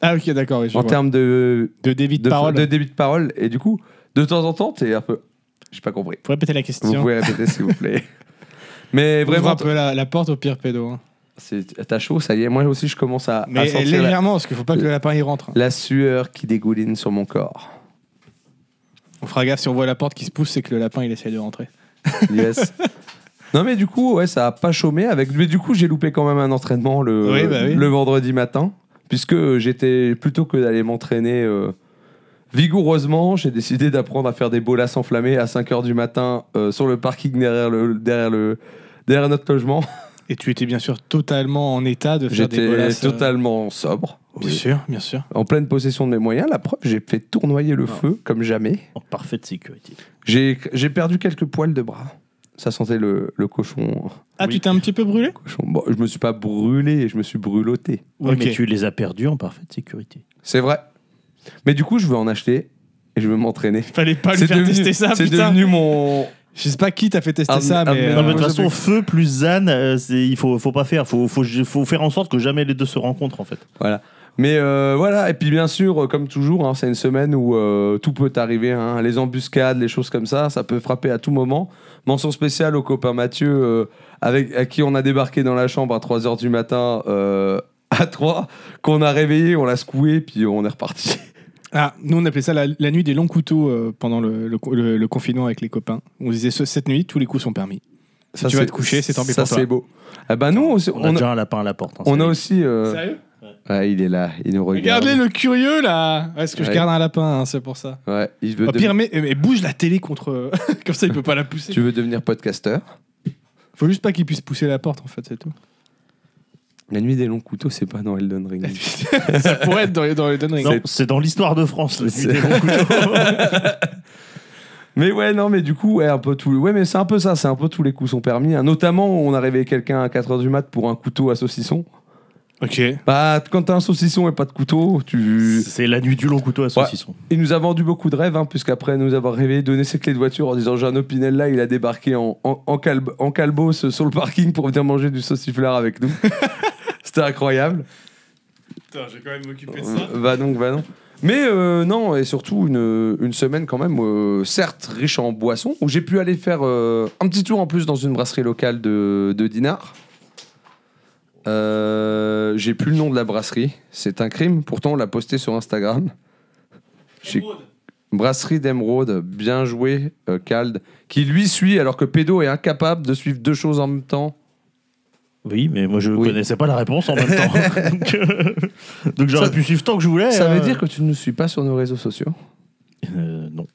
[SPEAKER 3] Ah, ok, d'accord. oui, je
[SPEAKER 1] en
[SPEAKER 3] vois.
[SPEAKER 1] termes de,
[SPEAKER 3] de débit de,
[SPEAKER 1] de,
[SPEAKER 3] parole.
[SPEAKER 1] de débit de parole. Et du coup, de temps en temps, t'es un peu. J'ai pas compris.
[SPEAKER 3] Faut répéter la
[SPEAKER 1] Vous
[SPEAKER 3] question.
[SPEAKER 1] pouvez répéter s'il vous plaît. Mais
[SPEAKER 3] Ouvre
[SPEAKER 1] vraiment,
[SPEAKER 3] un peu la, la porte au pire pédo. hein.
[SPEAKER 1] c'est- t'as chaud, ça y est. Moi aussi, je commence à, à
[SPEAKER 3] Mais
[SPEAKER 1] sentir Ah, la-
[SPEAKER 3] légèrement, parce qu'il faut pas que le lapin y rentre.
[SPEAKER 1] La sueur qui dégouline sur mon corps.
[SPEAKER 3] On fera gaffe si on voit la porte qui se pousse, c'est que le lapin il essaye de rentrer.
[SPEAKER 1] Yes. non mais du coup, ouais, ça a pas chômé avec. Mais du coup, j'ai loupé quand même un entraînement le,
[SPEAKER 3] Oui, bah oui.
[SPEAKER 1] le vendredi matin, puisque j'étais plutôt que d'aller m'entraîner euh, vigoureusement, j'ai décidé d'apprendre à faire des bolas enflammés à 5 h du matin euh, sur le parking derrière le derrière le derrière notre logement.
[SPEAKER 3] Et tu étais bien sûr totalement en état de faire des
[SPEAKER 1] J'étais
[SPEAKER 3] bolasses. euh,
[SPEAKER 1] totalement sobre.
[SPEAKER 3] Bien
[SPEAKER 1] Oui.
[SPEAKER 3] sûr, bien sûr.
[SPEAKER 1] En pleine possession de mes moyens, la preuve, j'ai fait tournoyer le
[SPEAKER 2] Ah.
[SPEAKER 1] feu comme jamais.
[SPEAKER 2] En parfaite sécurité.
[SPEAKER 1] J'ai j'ai perdu quelques poils de bras. Ça sentait le, le cochon.
[SPEAKER 3] Ah,
[SPEAKER 2] Oui.
[SPEAKER 3] tu t'es un petit peu brûlé
[SPEAKER 1] cochon. Bon, je me suis pas brûlé, je me suis brûloté.
[SPEAKER 2] Oui,
[SPEAKER 3] Ok.
[SPEAKER 2] mais tu les as perdus en parfaite sécurité.
[SPEAKER 1] C'est vrai. Mais du coup, je veux en acheter et je veux m'entraîner.
[SPEAKER 3] Fallait pas lui
[SPEAKER 1] C'est
[SPEAKER 3] faire
[SPEAKER 1] devenu-
[SPEAKER 3] tester ça,
[SPEAKER 1] C'est
[SPEAKER 3] putain.
[SPEAKER 1] devenu Ah, mon.
[SPEAKER 3] Je sais pas qui t'a fait tester
[SPEAKER 1] Un-
[SPEAKER 3] ça,
[SPEAKER 1] un-
[SPEAKER 3] mais.
[SPEAKER 1] un-
[SPEAKER 3] euh,
[SPEAKER 2] Non, mais de toute
[SPEAKER 1] moi,
[SPEAKER 2] façon,
[SPEAKER 1] j'avais-
[SPEAKER 2] feu plus ZAN, euh, c'est- il faut, faut pas faire. Faut, faut, faut faire en sorte que jamais les deux se rencontrent, en fait.
[SPEAKER 1] Mais euh, voilà, et puis bien sûr, euh, comme toujours, hein, c'est une semaine où euh, tout peut arriver. hein. Les embuscades, les choses comme ça, ça peut frapper à tout moment. Mention spéciale au copain Mathieu, euh, avec, à qui on a débarqué dans la chambre à 3h du matin euh, à 3, qu'on a réveillé, on l'a secoué, puis on est reparti.
[SPEAKER 3] Ah, nous on appelait ça la, la nuit des longs couteaux euh, pendant le, le co- le- le confinement avec les copains. On disait ce- cette nuit, tous les coups sont permis. Si tu vas te coucher, c'est tant pis
[SPEAKER 1] ça,
[SPEAKER 3] pour toi.
[SPEAKER 1] c'est beau. Eh ben nous, aussi-
[SPEAKER 2] On a
[SPEAKER 1] on a,
[SPEAKER 2] déjà un lapin à la porte. hein,
[SPEAKER 1] on a
[SPEAKER 2] c'est-
[SPEAKER 1] aussi. euh,
[SPEAKER 4] Sérieux
[SPEAKER 1] ah, il est là, il nous regarde.
[SPEAKER 3] Regardez le curieux là Est-ce que je
[SPEAKER 1] Ouais.
[SPEAKER 3] garde un lapin, hein, c'est pour ça.
[SPEAKER 1] Ouais, il veut
[SPEAKER 3] Au
[SPEAKER 1] de-
[SPEAKER 3] pire, mais, mais bouge la télé contre. euh, Comme ça, il peut pas la pousser.
[SPEAKER 1] Tu veux devenir podcasteur
[SPEAKER 3] Faut juste pas qu'il puisse pousser la porte en fait, c'est tout.
[SPEAKER 1] La nuit des longs couteaux, c'est pas dans Elden Ring.
[SPEAKER 3] ça pourrait être dans, les- dans les Elden Ring.
[SPEAKER 2] Non, c'est dans l'histoire de France. la nuit
[SPEAKER 1] C'est-
[SPEAKER 2] des longs couteaux.
[SPEAKER 1] Mais ouais, non, mais du coup, ouais, un peu tout. Ouais, mais c'est un peu ça, c'est un peu tous les coups sont permis. hein. Notamment, on a réveillé quelqu'un à 4h du mat pour un couteau à saucisson.
[SPEAKER 3] Ok.
[SPEAKER 1] Bah, quand t'as un saucisson et pas de couteau, tu.
[SPEAKER 2] c'est la nuit du long couteau à saucisson.
[SPEAKER 1] Il nous a vendu beaucoup de rêves, hein, puisqu'après nous avoir réveillé, donné ses clés de voiture en disant Jean Pinella, il a débarqué en, en, en, calb- en calbos sur le parking pour venir manger du sauciflard avec nous. C'était incroyable.
[SPEAKER 3] Putain, j'ai quand même m'occuper
[SPEAKER 1] Euh, Va donc, va donc. Mais euh, non, et surtout une, une semaine quand même, euh, certes riche en boissons, où j'ai pu aller faire euh, un petit tour en plus dans une brasserie locale de, de Dinard. Euh, j'ai plus le nom de la brasserie, c'est un crime, pourtant on l'a posté sur Instagram. J'ai- Brasserie d'Emeraude, bien joué, euh, Cald, qui lui suit alors que Pédo est incapable de suivre deux choses en même temps.
[SPEAKER 2] Oui, mais moi je
[SPEAKER 1] Oui.
[SPEAKER 2] connaissais pas la réponse en même temps. Donc, euh, Donc j'aurais
[SPEAKER 1] Ça-
[SPEAKER 2] pu suivre tant que je voulais.
[SPEAKER 1] Ça
[SPEAKER 2] euh.
[SPEAKER 1] veut dire que tu ne nous suis pas sur nos réseaux sociaux
[SPEAKER 2] Euh, non.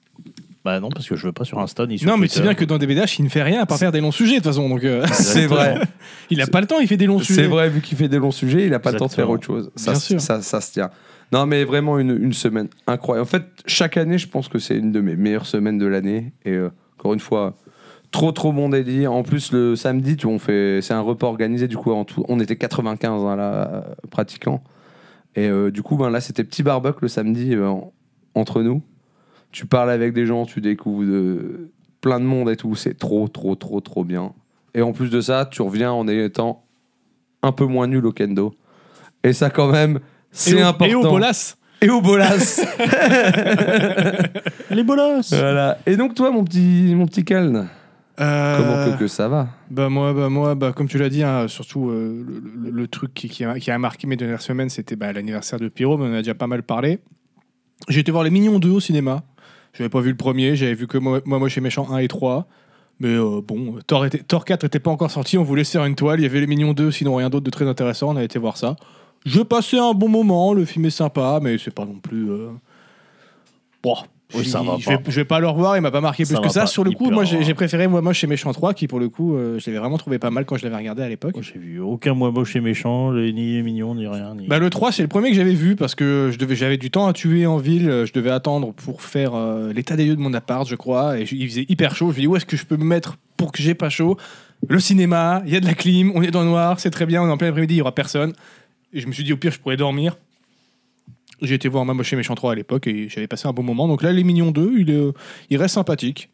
[SPEAKER 2] Bah non, parce que je veux pas sur Insta ni sur
[SPEAKER 3] Non, mais tu sais
[SPEAKER 2] Twitter.
[SPEAKER 3] bien que dans DBDH, il ne fait rien à part faire des longs sujets de toute façon. Donc, euh,
[SPEAKER 1] C'est vrai.
[SPEAKER 3] il a pas le temps, il fait des longs sujets.
[SPEAKER 1] C'est vrai, vu qu'il fait des longs sujets, il n'a pas le temps de faire
[SPEAKER 2] Exactement.
[SPEAKER 1] autre chose. Ça,
[SPEAKER 3] Bien
[SPEAKER 1] se-
[SPEAKER 3] sûr.
[SPEAKER 1] ça, ça se tient. Non, mais vraiment une, une semaine incroyable. En fait, chaque année, je pense que c'est une de mes meilleures semaines de l'année. Et euh, encore une fois, trop, trop bon délire. En plus, le samedi, tu vois, on fait, c'est un repas organisé. Du coup, en tout, on était 95 hein, là, euh, pratiquants. Et euh, du coup, ben, là, c'était petit barbecue le samedi euh, en- entre nous. Tu parles avec des gens, tu découvres de- plein de monde et tout. C'est trop, trop, trop, trop bien. Et en plus de ça, tu reviens en étant un peu moins nul au kendo. Et ça, quand même,
[SPEAKER 3] Et
[SPEAKER 1] c'est
[SPEAKER 3] au-
[SPEAKER 1] important.
[SPEAKER 3] Et au bolas.
[SPEAKER 1] Et au bolas.
[SPEAKER 2] Les bolosses
[SPEAKER 1] voilà. Et donc, toi, mon petit, mon petit calme,
[SPEAKER 3] Euh,
[SPEAKER 1] comment que, que ça va
[SPEAKER 3] Bah moi, bah moi, bah comme tu l'as dit, hein, surtout euh, le, le- le truc qui, qui a, qui a marqué mes dernières semaines, c'était bah, l'anniversaire de Pyro, mais on en a déjà pas mal parlé. J'ai été voir Les Mignons 2 au cinéma. J'avais pas vu le premier, j'avais vu que moi, moi, moi chez Méchant 1 et 3. Mais euh, bon, Thor, était- Thor 4 était pas encore sorti, on voulait se faire une toile, il y avait Les Mignons 2, sinon rien d'autre de très intéressant, on a été voir ça. Je passais un bon moment, le film est sympa, mais c'est pas non plus... euh, Bon,
[SPEAKER 2] Oui,
[SPEAKER 3] je-
[SPEAKER 2] ça va
[SPEAKER 3] je, vais,
[SPEAKER 2] pas.
[SPEAKER 3] je vais pas le revoir, il m'a pas marqué
[SPEAKER 2] Ça
[SPEAKER 3] plus que
[SPEAKER 2] va
[SPEAKER 3] ça.
[SPEAKER 2] pas
[SPEAKER 3] Sur le coup,
[SPEAKER 2] hyper
[SPEAKER 3] moi j'ai
[SPEAKER 2] rare.
[SPEAKER 3] j'ai préféré Moi Moche et Méchant 3, qui pour le coup, euh, je l'avais vraiment trouvé pas mal quand je l'avais regardé à l'époque.
[SPEAKER 2] Moi, J'ai vu aucun moi moche et méchant, les- ni mignon, ni rien. Ni...
[SPEAKER 3] Bah, le 3, c'est le premier que j'avais vu parce que je devais- j'avais du temps à tuer en ville. euh, Je devais attendre pour faire euh, l'état des lieux de mon appart, je crois. Et je- il faisait hyper chaud. Je me dis, où est-ce que je peux me mettre pour que j'ai pas chaud Le cinéma, il y a de la clim, on est dans le noir, c'est très bien, on est en plein après-midi, il y aura personne. Et je me suis dit, au pire, je pourrais dormir. J'ai été voir Mamoche et Méchant 3 à l'époque et j'avais passé un bon moment. Donc là, Les Mignons 2, il, est, euh, il reste sympathique.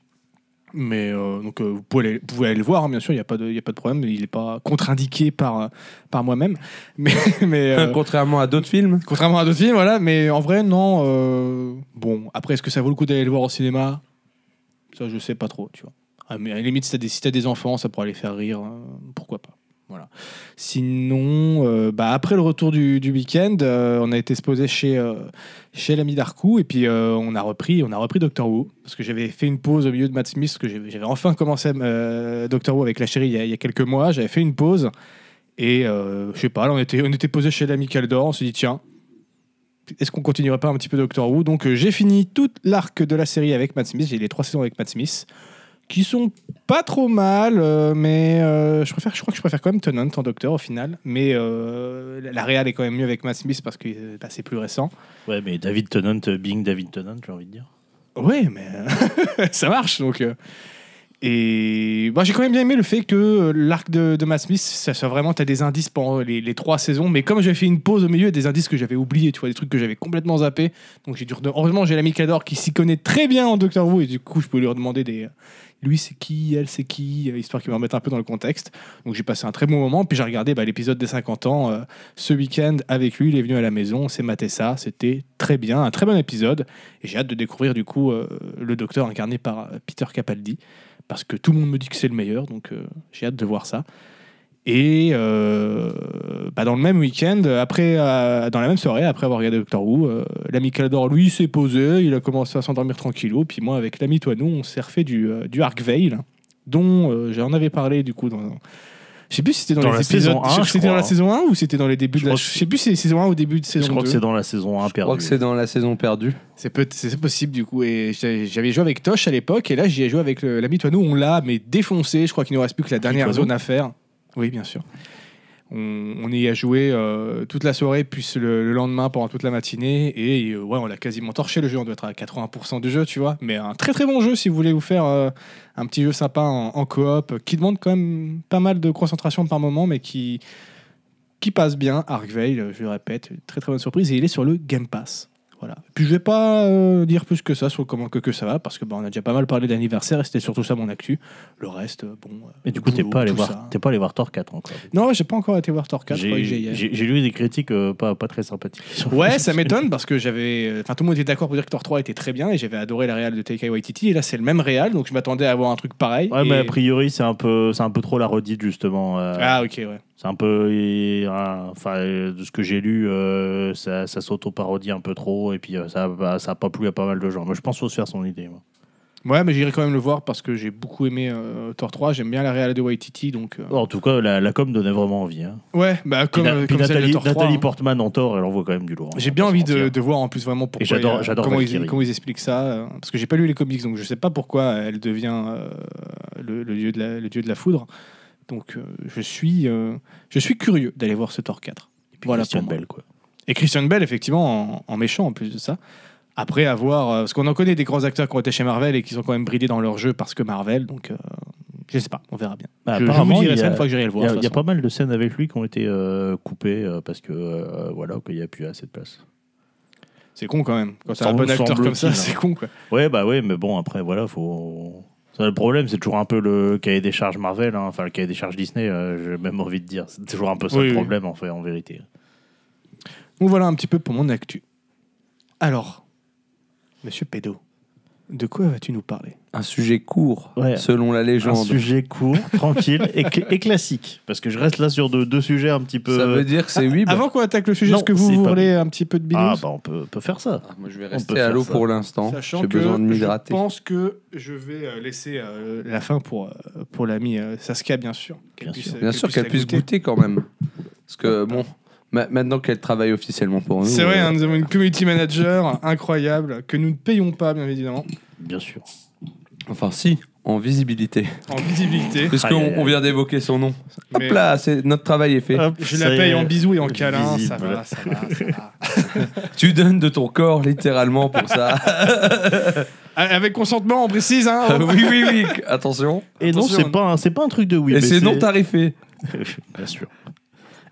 [SPEAKER 3] Mais euh, donc, euh, vous, pouvez aller, vous pouvez aller le voir, hein, bien sûr, il n'y a, pas de- il y a pas de problème. Il n'est pas contre-indiqué par, euh, par moi-même. Mais, mais, euh,
[SPEAKER 1] Contrairement à d'autres films
[SPEAKER 3] Contrairement à d'autres films, voilà, mais en vrai, non. euh, Bon, après, est-ce que ça vaut le coup d'aller le voir au cinéma Ça, je sais pas trop, tu vois. Ah, mais à la limite, si t'as des, si t'as des enfants, ça pourra les faire rire, euh, pourquoi pas. Voilà. Sinon, euh, bah, après le retour du, du week-end, euh, on a été se poser chez, euh, chez l'ami d'Arcou et puis euh, on a repris on a repris Doctor Who parce que j'avais fait une pause au milieu de Matt Smith parce que j'avais j'avais enfin commencé euh, Doctor Who avec la chérie il y a, il y a quelques mois. J'avais fait une pause et euh, je sais pas, là, on était, on était posé chez l'ami Caldor, on s'est dit tiens, est-ce qu'on continuerait pas un petit peu Doctor Who Donc euh, j'ai fini toute l'arc de la série avec Matt Smith, j'ai les trois saisons avec Matt Smith, qui sont pas trop mal, euh, mais euh, je, préfère, je crois que je préfère quand même Tennant en Docteur au final, mais euh, la- la réal est quand même mieux avec Matt Smith parce que euh, bah, c'est plus récent.
[SPEAKER 2] Ouais, mais David Tennant, euh, being David Tennant, j'ai envie de dire.
[SPEAKER 3] Ouais, mais ça marche donc. euh. Et bah, j'ai quand même bien aimé le fait que euh, l'arc de, de Matt Smith, ça soit vraiment, t'as des indices pendant les, les trois saisons, mais comme j'ai fait une pause au milieu, il y a des indices que j'avais oubliés, tu vois, des trucs que j'avais complètement zappés. Donc j'ai dû redem- Heureusement, j'ai l'ami Cador qui s'y connaît très bien en Doctor Who, et du coup, je peux lui redemander des. euh, Lui, c'est qui Elle, c'est qui euh, Histoire qu'il me remette un peu dans le contexte. Donc j'ai passé un très bon moment, puis j'ai regardé bah, l'épisode des 50 ans euh, ce week-end avec lui, il est venu à la maison, on s'est maté ça, c'était très bien, un très bon épisode. Et j'ai hâte de découvrir du coup euh, le docteur incarné par euh, Peter Capaldi, parce que tout le monde me dit que c'est le meilleur, donc euh, j'ai hâte de voir ça. Et euh, bah, dans le même week-end, après, euh, dans la même soirée, après avoir regardé Doctor Who, euh, l'ami Caldor, lui, s'est posé, il a commencé à s'endormir tranquillou, puis moi, avec l'ami Toinon, on s'est refait du, euh, du Arc Veil, dont euh, j'en avais parlé du coup dans. Je sais plus si c'était dans,
[SPEAKER 2] Dans
[SPEAKER 3] les
[SPEAKER 2] la
[SPEAKER 3] épisodes.
[SPEAKER 2] saison un,
[SPEAKER 3] je sais-
[SPEAKER 2] je
[SPEAKER 3] C'était dans la
[SPEAKER 2] crois.
[SPEAKER 3] saison 1 ou c'était dans les débuts
[SPEAKER 2] Je
[SPEAKER 3] de la.
[SPEAKER 2] crois
[SPEAKER 3] Je
[SPEAKER 2] que
[SPEAKER 3] sais plus si c'est saison 1 ou début de
[SPEAKER 2] Je
[SPEAKER 3] saison
[SPEAKER 2] crois que
[SPEAKER 3] 2.
[SPEAKER 2] c'est dans la saison 1
[SPEAKER 1] Je crois
[SPEAKER 2] perdue.
[SPEAKER 1] que c'est dans la saison perdue.
[SPEAKER 3] C'est peut- c'est possible du coup. Et j'ai- j'avais joué avec Tosh à l'époque et là j'y ai joué avec le- l'ami Toinou. On l'a mais défoncé. Je crois qu'il nous reste plus que la dernière
[SPEAKER 2] Toinou
[SPEAKER 3] zone à faire. Oui, bien sûr. On, on y a joué euh, toute la soirée, puis le, le lendemain pendant toute la matinée. Et euh, ouais, on l'a quasiment torché le jeu. On doit être à 80% du jeu, tu vois. Mais un très très bon jeu si vous voulez vous faire euh, un petit jeu sympa en, en coop euh, qui demande quand même pas mal de concentration par moment, mais qui, qui passe bien. Arc Veil, euh, je le répète, une très très bonne surprise. Et il est sur le Game Pass. Voilà. Puis je vais pas euh, dire plus que ça sur comment que, que ça va, parce que bah, on a déjà pas mal parlé d'anniversaire et c'était surtout ça mon actu. Le reste, euh, bon. euh,
[SPEAKER 2] Mais du coup, t'es
[SPEAKER 3] boulot,
[SPEAKER 2] pas, allé
[SPEAKER 3] tout
[SPEAKER 2] voir-
[SPEAKER 3] ça.
[SPEAKER 2] t'es pas allé voir Thor 4 encore.
[SPEAKER 3] Non, j'ai pas encore été voir Thor 4. je crois que j'ai
[SPEAKER 2] J'ai
[SPEAKER 3] hier.
[SPEAKER 2] j'ai- j'ai lu des critiques euh, pas, pas très sympathiques. sur-
[SPEAKER 3] Ouais, ça m'étonne parce que j'avais. euh, Enfin, tout le monde était d'accord pour dire que Thor 3 était très bien et j'avais adoré la réal de Taika Waititi. Et là, c'est le même réal, donc je m'attendais à avoir un truc pareil.
[SPEAKER 2] Ouais,
[SPEAKER 3] et-
[SPEAKER 2] mais a priori, c'est un, peu- c'est un peu trop la redite, justement. euh,
[SPEAKER 3] Ah, ok, ouais.
[SPEAKER 2] C'est un peu. et, euh, Enfin, euh, de ce que j'ai lu, euh, ça, ça s'auto-parodie un peu trop, et puis euh, ça n'a ça a pas plu à pas mal de gens. Mais je pense qu'il faut se faire son idée. moi.
[SPEAKER 3] Ouais, mais j'irai quand même le voir parce que j'ai beaucoup aimé euh, Thor 3. J'aime bien la réal de Waititi, donc. euh,
[SPEAKER 2] En tout cas, la, la com donnait vraiment envie. hein.
[SPEAKER 3] Ouais, bah,
[SPEAKER 2] Puis
[SPEAKER 3] comme,
[SPEAKER 2] na-
[SPEAKER 3] euh,
[SPEAKER 2] puis
[SPEAKER 3] comme celle
[SPEAKER 2] Nathalie,
[SPEAKER 3] de Thor 3.
[SPEAKER 2] Nathalie
[SPEAKER 3] hein.
[SPEAKER 2] Portman en tort, elle envoie quand même du lourd. hein, on
[SPEAKER 3] J'ai
[SPEAKER 2] va
[SPEAKER 3] bien
[SPEAKER 2] pas
[SPEAKER 3] envie
[SPEAKER 2] se mentir.
[SPEAKER 3] de, de voir en plus vraiment pourquoi.
[SPEAKER 2] j'adore-
[SPEAKER 3] euh,
[SPEAKER 2] j'adore
[SPEAKER 3] comment, ils,
[SPEAKER 2] Valkyrie.
[SPEAKER 3] comment ils expliquent ça. euh, parce que j'ai pas lu les comics, donc je sais pas pourquoi elle devient euh, le, le dieu de la, le dieu de la foudre. Donc euh, je, suis, euh, je suis curieux d'aller voir ce Thor 4.
[SPEAKER 2] Et puis
[SPEAKER 3] Voilà
[SPEAKER 2] Christian
[SPEAKER 3] pour moi.
[SPEAKER 2] Bell, quoi.
[SPEAKER 3] Et Christian Bell, effectivement, en, en méchant en plus de ça. Après avoir. euh, parce qu'on en connaît des grands acteurs qui ont été chez Marvel et qui sont quand même bridés dans leur jeu parce que Marvel, donc. euh, je sais pas, on verra bien.
[SPEAKER 2] Bah,
[SPEAKER 3] je, je
[SPEAKER 2] apparemment,
[SPEAKER 3] vous dirai
[SPEAKER 2] il y
[SPEAKER 3] ça
[SPEAKER 2] a-
[SPEAKER 3] une fois que j'irai le
[SPEAKER 2] Il y,
[SPEAKER 3] voir.
[SPEAKER 2] a,
[SPEAKER 3] de toute
[SPEAKER 2] il y a
[SPEAKER 3] façon.
[SPEAKER 2] pas mal de scènes avec lui qui ont été euh, coupées euh, parce que euh, voilà qu'il n'y a plus assez de place.
[SPEAKER 3] C'est con quand même. Quand c'est un
[SPEAKER 2] Semble-
[SPEAKER 3] bon acteur comme ça,
[SPEAKER 2] semble-t-il,
[SPEAKER 3] c'est
[SPEAKER 2] hein.
[SPEAKER 3] con quoi.
[SPEAKER 2] Ouais bah ouais mais bon après voilà faut. Ça, le problème c'est toujours un peu le cahier des charges Marvel, hein. enfin le cahier des charges Disney, euh, j'ai même envie de dire. C'est toujours un peu ça
[SPEAKER 3] Oui,
[SPEAKER 2] le
[SPEAKER 3] oui.
[SPEAKER 2] problème en fait en vérité.
[SPEAKER 3] Donc voilà un petit peu pour mon actu. Alors, monsieur Pédo, de quoi vas-tu nous parler
[SPEAKER 1] Un sujet court,
[SPEAKER 2] Ouais.
[SPEAKER 1] selon la
[SPEAKER 2] Un
[SPEAKER 1] légende.
[SPEAKER 2] sujet court, tranquille et, cl- et classique parce que je reste là sur deux, deux sujets un petit peu.
[SPEAKER 1] Ça veut dire que c'est oui. bah-
[SPEAKER 3] Avant qu'on attaque le sujet,
[SPEAKER 2] Non,
[SPEAKER 3] est-ce que vous,
[SPEAKER 2] c'est
[SPEAKER 3] vous
[SPEAKER 2] pas
[SPEAKER 3] voulez un petit peu de binous
[SPEAKER 2] ah bah on peut, peut faire ça.
[SPEAKER 1] Ah, Moi, je vais
[SPEAKER 2] peut
[SPEAKER 1] rester
[SPEAKER 2] faire
[SPEAKER 1] à l'eau
[SPEAKER 2] ça.
[SPEAKER 1] pour l'instant.
[SPEAKER 3] Sachant
[SPEAKER 1] J'ai besoin de
[SPEAKER 3] que
[SPEAKER 1] m'hydrater.
[SPEAKER 3] Je pense que je vais euh, laisser euh, la fin pour, euh, pour l'ami euh, Saskia, bien sûr. Qu'elle
[SPEAKER 2] Bien sûr.
[SPEAKER 3] euh,
[SPEAKER 1] Bien sûr qu'elle
[SPEAKER 3] la
[SPEAKER 1] puisse goûter quand même. Parce que bon, ma- maintenant qu'elle travaille officiellement pour nous.
[SPEAKER 3] C'est vrai,
[SPEAKER 1] euh,
[SPEAKER 3] hein, nous avons une community manager incroyable que nous ne payons pas, bien évidemment,
[SPEAKER 2] Bien sûr.
[SPEAKER 1] Enfin, si, en visibilité.
[SPEAKER 3] en visibilité.
[SPEAKER 1] Parce
[SPEAKER 2] Aïe, aïe,
[SPEAKER 1] qu'on
[SPEAKER 2] aïe.
[SPEAKER 1] on vient d'évoquer son nom.
[SPEAKER 3] Mais
[SPEAKER 1] Hop là, c'est- notre travail est fait.
[SPEAKER 2] Hop,
[SPEAKER 3] je
[SPEAKER 2] ça
[SPEAKER 3] la
[SPEAKER 2] y
[SPEAKER 3] paye
[SPEAKER 2] est.
[SPEAKER 3] en bisous et en câlin. Ça
[SPEAKER 2] Visible.
[SPEAKER 3] va, ça va, ça va.
[SPEAKER 1] Tu donnes de ton corps littéralement pour ça.
[SPEAKER 3] Avec consentement, on précise.
[SPEAKER 2] Ah
[SPEAKER 3] Hein,
[SPEAKER 1] oui, oui, oui. Attention.
[SPEAKER 2] Et non
[SPEAKER 3] Attention,
[SPEAKER 2] c'est
[SPEAKER 3] hein.
[SPEAKER 2] pas un- c'est pas un truc de oui.
[SPEAKER 1] Et c'est non tarifé.
[SPEAKER 2] Bien sûr.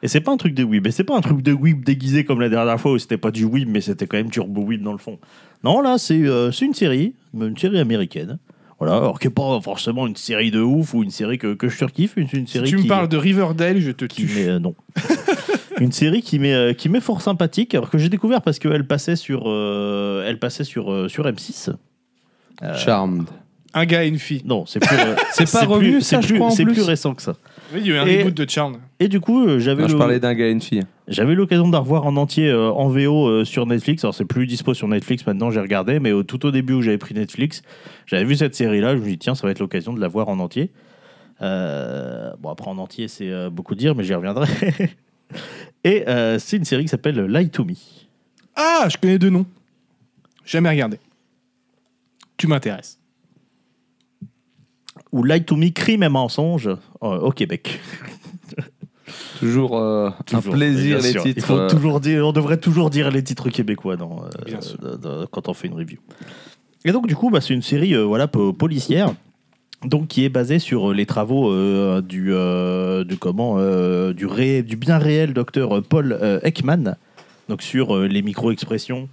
[SPEAKER 2] Et c'est pas un truc de weeb. Et c'est pas un truc de weeb déguisé comme la dernière fois où c'était pas du weeb, mais c'était quand même turbo weeb dans le fond. Non, là, c'est euh, c'est une série, une série américaine. Voilà, alors qui est pas forcément une série de ouf ou une série que, que je surkiffe, une, une
[SPEAKER 3] Si
[SPEAKER 2] série
[SPEAKER 3] tu me
[SPEAKER 2] qui-
[SPEAKER 3] parles de Riverdale, je te
[SPEAKER 2] qui
[SPEAKER 3] tue.
[SPEAKER 2] m'est- euh, non. une série qui m'est euh, qui m'est fort sympathique, alors que j'ai découvert parce qu'elle passait sur euh, elle passait sur euh, sur M6. Euh,
[SPEAKER 1] Charmed.
[SPEAKER 3] Un gars et une fille.
[SPEAKER 2] non, c'est plus euh,
[SPEAKER 1] C'est pas
[SPEAKER 2] plus-
[SPEAKER 1] revenu, ça,
[SPEAKER 2] c'est
[SPEAKER 1] je
[SPEAKER 2] plus-
[SPEAKER 1] crois, en
[SPEAKER 2] c'est plus
[SPEAKER 1] plus.
[SPEAKER 2] récent que ça.
[SPEAKER 3] Oui, il y a eu un
[SPEAKER 2] Et-
[SPEAKER 3] reboot de Charm.
[SPEAKER 2] Et du coup, euh, j'avais
[SPEAKER 1] Non, je
[SPEAKER 2] le-
[SPEAKER 1] parlais d'un gars et une fille.
[SPEAKER 2] J'avais l'occasion de la revoir en entier euh, en VO euh, sur Netflix. Alors, c'est plus dispo sur Netflix maintenant, j'ai regardé, mais au- tout au début où j'avais pris Netflix, j'avais vu cette série-là. Je me suis dit, tiens, ça va être l'occasion de la voir en entier. Euh, bon, après, en entier, c'est euh, beaucoup dire, mais j'y reviendrai. Et euh, c'est une série qui s'appelle Lie to Me.
[SPEAKER 3] Ah, je connais deux noms. Jamais regardé. Tu m'intéresses.
[SPEAKER 2] Ou Lie to Me, crime et mensonge euh, au Québec.
[SPEAKER 1] Toujours, euh,
[SPEAKER 2] Toujours,
[SPEAKER 1] un plaisir
[SPEAKER 2] bien
[SPEAKER 1] les
[SPEAKER 2] sûr. Il
[SPEAKER 1] titres.
[SPEAKER 2] faut
[SPEAKER 1] euh,
[SPEAKER 2] toujours dire, on devrait toujours dire les titres québécois dans, euh,
[SPEAKER 3] Bien sûr.
[SPEAKER 2] dans- dans- quand on fait une review. Et donc du coup, bah, c'est une série euh, voilà po- policière. Donc qui est basée sur euh, les travaux euh, du euh, du comment euh, du ré- du bien réel docteur euh, Paul euh, Ekman donc sur euh, les micro-expressions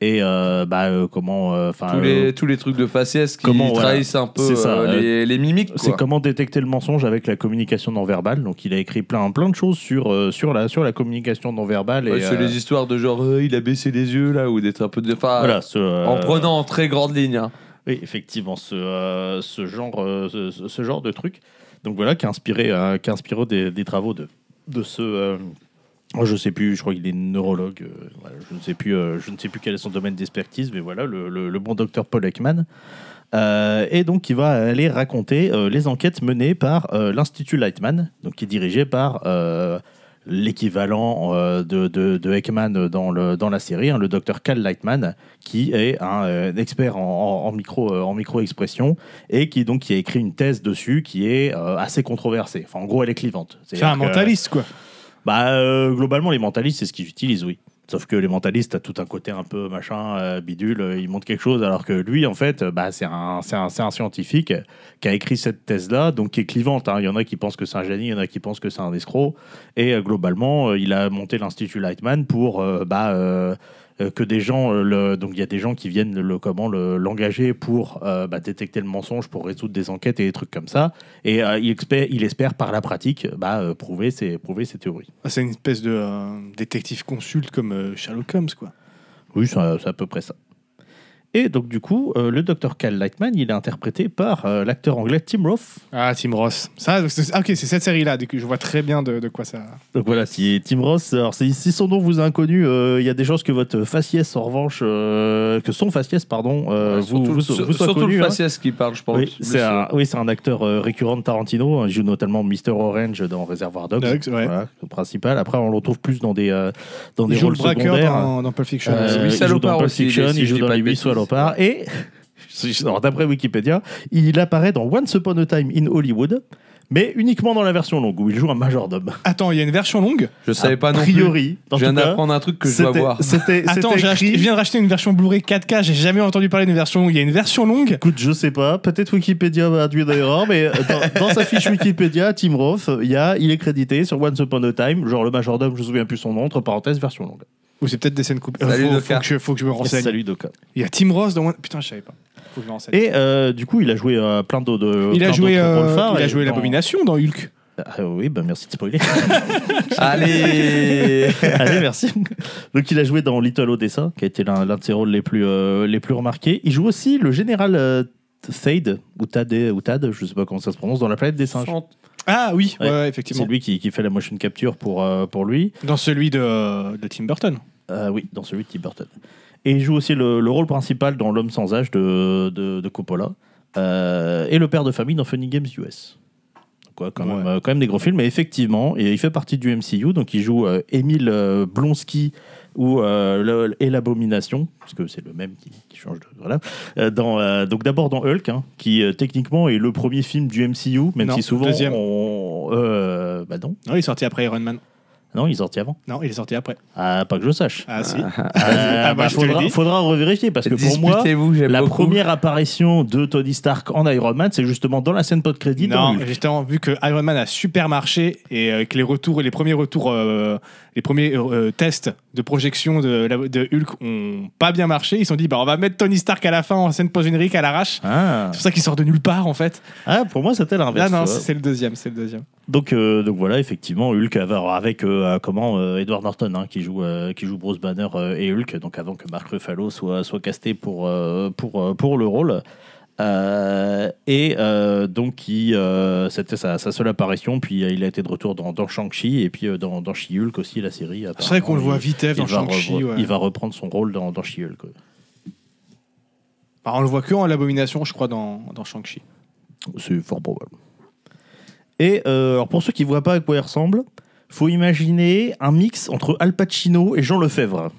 [SPEAKER 2] et euh, bah euh, comment euh, 'fin,
[SPEAKER 1] tous,
[SPEAKER 2] euh,
[SPEAKER 1] les, tous les trucs de faciès qui
[SPEAKER 2] Comment, voilà.
[SPEAKER 1] trahissent un peu
[SPEAKER 2] C'est ça,
[SPEAKER 1] euh,
[SPEAKER 2] euh,
[SPEAKER 1] les, les mimiques.
[SPEAKER 2] c'est
[SPEAKER 1] quoi.
[SPEAKER 2] comment détecter le mensonge avec la communication non verbale. Donc il a écrit plein plein de choses sur euh, sur la sur la communication non verbale et
[SPEAKER 1] Ouais, c'est
[SPEAKER 2] euh,
[SPEAKER 1] les histoires de genre euh, il a baissé les yeux là ou d'être un peu de. enfin,
[SPEAKER 2] voilà, ce, euh,
[SPEAKER 1] En prenant en très grande ligne. hein.
[SPEAKER 2] Oui, effectivement, ce, euh, ce, genre, euh, ce, ce- ce genre de truc. Donc voilà, qui a inspiré, euh, qui a inspiré des, des travaux de, de ce. euh, oh, je sais plus, je crois qu'il est neurologue. euh, voilà, je, ne sais plus, euh, je ne sais plus quel est son domaine d'expertise, mais voilà, le, le- le bon docteur Paul Ekman. Euh, et donc, il va aller raconter euh, les enquêtes menées par euh, l'Institut Lightman, donc, qui est dirigé par euh, l'équivalent euh, de, de, de Heckman dans, le, dans la série, hein, le docteur Cal Lightman, qui est un euh, expert en, en- en micro, euh, en micro-expression et qui, donc, qui a écrit une thèse dessus qui est euh, assez controversée. Enfin, en gros, elle est clivante.
[SPEAKER 3] C'est un
[SPEAKER 2] C'est-à-dire que-
[SPEAKER 3] mentaliste, quoi.
[SPEAKER 2] bah, euh, globalement, les mentalistes, c'est ce qu'ils utilisent, oui. Sauf que les mentalistes, t'as tout un côté un peu machin, euh, bidule, euh, ils montrent quelque chose, alors que lui, en fait, euh, bah, c'est un, c'est un, c'est un scientifique qui a écrit cette thèse-là, donc qui est clivante. hein. Il y en a qui pensent que c'est un génie, il y en a qui pensent que c'est un escroc. Et euh, globalement, euh, il a monté l'Institut Lightman pour euh, bah, euh, euh, que des gens, euh, le- donc il y a des gens qui viennent le, comment le- l'engager pour euh, bah, détecter le mensonge, pour résoudre des enquêtes et des trucs comme ça. Et euh, il, expé- il espère par la pratique bah, euh, prouver, ses, prouver ses théories.
[SPEAKER 3] Ah, C'est une espèce de euh, détective consulte comme euh, Sherlock Holmes, quoi.
[SPEAKER 2] Oui, c'est à c'est à peu près ça. Et donc, du coup, euh, le docteur Cal Lightman, il est interprété par euh, l'acteur anglais Tim Roth.
[SPEAKER 3] Ah, Tim Ross. Ça, c'est- ah, ok, c'est cette série-là. Du coup, je vois très bien de, de quoi ça.
[SPEAKER 2] Donc voilà, si Tim Roth, alors si, si son nom vous est inconnu, euh, il y a des chances que votre faciès, en revanche, euh, que son faciès, pardon, euh,
[SPEAKER 1] Ouais,
[SPEAKER 2] vous,
[SPEAKER 1] surtout
[SPEAKER 2] vous,
[SPEAKER 1] sur-
[SPEAKER 2] vous soit
[SPEAKER 1] surtout
[SPEAKER 2] connu.
[SPEAKER 1] le
[SPEAKER 2] hein.
[SPEAKER 1] faciès qui parle, je pense.
[SPEAKER 2] Oui, c'est
[SPEAKER 1] Le-
[SPEAKER 2] un, oui, c'est un acteur euh, récurrent de Tarantino. Il joue notamment Mr. Orange dans Reservoir Dogs.
[SPEAKER 3] Dogs, ouais.
[SPEAKER 2] Voilà, le principal. Après, on le retrouve plus dans des, euh, dans des
[SPEAKER 3] Il joue le
[SPEAKER 2] rôles
[SPEAKER 3] braqueur
[SPEAKER 2] secondaires.
[SPEAKER 3] dans, dans Pulp Fiction.
[SPEAKER 1] Euh,
[SPEAKER 2] Euh,
[SPEAKER 1] Huit
[SPEAKER 2] il joue
[SPEAKER 1] salopards
[SPEAKER 2] dans Pulp
[SPEAKER 1] aussi, il est-
[SPEAKER 2] Fiction,
[SPEAKER 1] si
[SPEAKER 2] il
[SPEAKER 1] je
[SPEAKER 2] joue
[SPEAKER 1] dis
[SPEAKER 2] dans
[SPEAKER 1] pas
[SPEAKER 2] les
[SPEAKER 1] de
[SPEAKER 2] 8
[SPEAKER 1] bêtises.
[SPEAKER 2] salopards. Et, alors, d'après Wikipédia, il apparaît dans Once Upon a Time in Hollywood, mais uniquement dans la version longue, où il joue un majordome.
[SPEAKER 3] Attends, il y a une version longue
[SPEAKER 1] Je savais pas
[SPEAKER 2] a
[SPEAKER 1] non plus.
[SPEAKER 2] priori,
[SPEAKER 1] Je
[SPEAKER 2] en
[SPEAKER 1] viens
[SPEAKER 2] tout cas,
[SPEAKER 1] d'apprendre un truc que je dois
[SPEAKER 2] c'était-
[SPEAKER 1] voir.
[SPEAKER 2] C'était
[SPEAKER 3] Attends,
[SPEAKER 2] c'était
[SPEAKER 3] j'ai acheté-
[SPEAKER 2] écrit-
[SPEAKER 3] je viens de racheter une version Blu-ray 4K. J'ai jamais entendu parler d'une version longue. Il y a une version longue
[SPEAKER 2] Écoute, je sais pas, peut-être Wikipédia va induire d'erreur, mais dans, dans sa fiche Wikipédia, Tim Roth, il, y a, il est crédité sur Once Upon a Time, genre le majordome, je me souviens plus son nom, entre parenthèses, version longue.
[SPEAKER 3] Ou c'est peut-être des scènes coupées. Euh,
[SPEAKER 1] Salut,
[SPEAKER 3] faut,
[SPEAKER 1] Doka.
[SPEAKER 3] faut que je, faut que je me renseigne.
[SPEAKER 2] Salut Doka.
[SPEAKER 3] Il y a Tim Ross dans. Putain, je savais pas. Faut que je me renseigne.
[SPEAKER 2] Et euh, du coup, il a joué euh, plein d'autres
[SPEAKER 3] il, a
[SPEAKER 2] plein
[SPEAKER 3] joué,
[SPEAKER 2] d'autres
[SPEAKER 3] euh,
[SPEAKER 2] rôles phares,
[SPEAKER 3] il a
[SPEAKER 2] et
[SPEAKER 3] joué
[SPEAKER 2] dans-
[SPEAKER 3] l'abomination dans Hulk.
[SPEAKER 2] Ah oui, bah merci de spoiler.
[SPEAKER 1] Allez
[SPEAKER 2] Allez, merci. Donc, il a joué dans Little Odessa, qui a été l'un l'un de ses rôles les plus, euh, les plus remarqués. Il joue aussi le général euh, Thade, ou Tade, ou Tad, je sais pas comment ça se prononce, dans La planète des singes.
[SPEAKER 3] Ah oui, ouais,
[SPEAKER 2] Ouais.
[SPEAKER 3] ouais,
[SPEAKER 2] C'est
[SPEAKER 3] effectivement.
[SPEAKER 2] lui qui, qui fait la motion capture pour, euh, pour lui.
[SPEAKER 3] Dans celui de, de Tim Burton.
[SPEAKER 2] Euh, oui, dans celui de Tim Burton. Et il joue aussi le, le rôle principal dans L'homme sans âge de, de, de Coppola. Euh, et le père de famille dans Funny Games US. Quoi, quand,
[SPEAKER 3] Ouais.
[SPEAKER 2] même, euh, quand même des gros films. Et effectivement, et il fait partie du MCU. Donc il joue euh, Émile euh, Blonsky ou, euh, le- et l'Abomination, parce que c'est le même qui, qui change de. Voilà. Euh, dans, euh, donc d'abord dans Hulk, hein, qui euh, techniquement est le premier film du MCU, même
[SPEAKER 3] Non,
[SPEAKER 2] si souvent.
[SPEAKER 3] deuxième.
[SPEAKER 2] On, euh, bah non,
[SPEAKER 3] Non, il est sorti après Iron Man.
[SPEAKER 2] non, il est sorti avant.
[SPEAKER 3] Non, il est sorti après.
[SPEAKER 2] Ah, pas que je sache.
[SPEAKER 3] Ah si.
[SPEAKER 2] Euh,
[SPEAKER 3] Ah, moi,
[SPEAKER 2] bah,
[SPEAKER 3] je te le
[SPEAKER 2] faudra,
[SPEAKER 3] dis.
[SPEAKER 2] faudra revérifier parce que pour moi,
[SPEAKER 1] Disputez-vous, j'aime
[SPEAKER 2] la
[SPEAKER 1] beaucoup.
[SPEAKER 2] première apparition de Tony Stark en Iron Man, c'est justement dans la scène post crédit.
[SPEAKER 3] Non, justement, vu que Iron Man a super marché et euh, que les retours, les premiers retours, euh, les premiers euh, euh, tests de projection de, la- de Hulk ont pas bien marché, ils se sont dit bah on va mettre Tony Stark à la fin en scène post générique à l'arrache.
[SPEAKER 2] Ah.
[SPEAKER 3] C'est pour ça qu'il sort de nulle part en fait.
[SPEAKER 2] Ah, pour moi, c'était
[SPEAKER 3] Là
[SPEAKER 2] l'inverse.
[SPEAKER 3] non,
[SPEAKER 2] Ouais.
[SPEAKER 3] c'est c'est le deuxième, c'est le deuxième.
[SPEAKER 2] donc, euh, donc voilà, effectivement, Hulk avant- avec euh, euh, comment euh, Edward Norton hein, qui joue euh, qui joue Bruce Banner euh, et Hulk. Donc avant que Mark Ruffalo soit soit casté pour euh, pour euh, pour le rôle. Euh, et euh, donc qui euh, c'était sa, sa seule apparition. Puis euh, il a été de retour dans, dans Shang-Chi et puis euh, dans, dans She-Hulk aussi la série.
[SPEAKER 3] C'est vrai qu'on
[SPEAKER 2] apparemment,
[SPEAKER 3] le
[SPEAKER 2] euh,
[SPEAKER 3] voit
[SPEAKER 2] il-
[SPEAKER 3] vitef dans
[SPEAKER 2] Ah, il va
[SPEAKER 3] Shang-Chi.
[SPEAKER 2] repre-
[SPEAKER 3] ouais.
[SPEAKER 2] il va reprendre son rôle dans, dans She-Hulk. quoi.
[SPEAKER 3] Bah, on le voit que en l'abomination, je crois, dans, dans Shang-Chi.
[SPEAKER 2] C'est fort probable. Et euh, alors pour ceux qui ne voient pas à quoi il ressemble, faut imaginer un mix entre Al Pacino et Jean Lefebvre.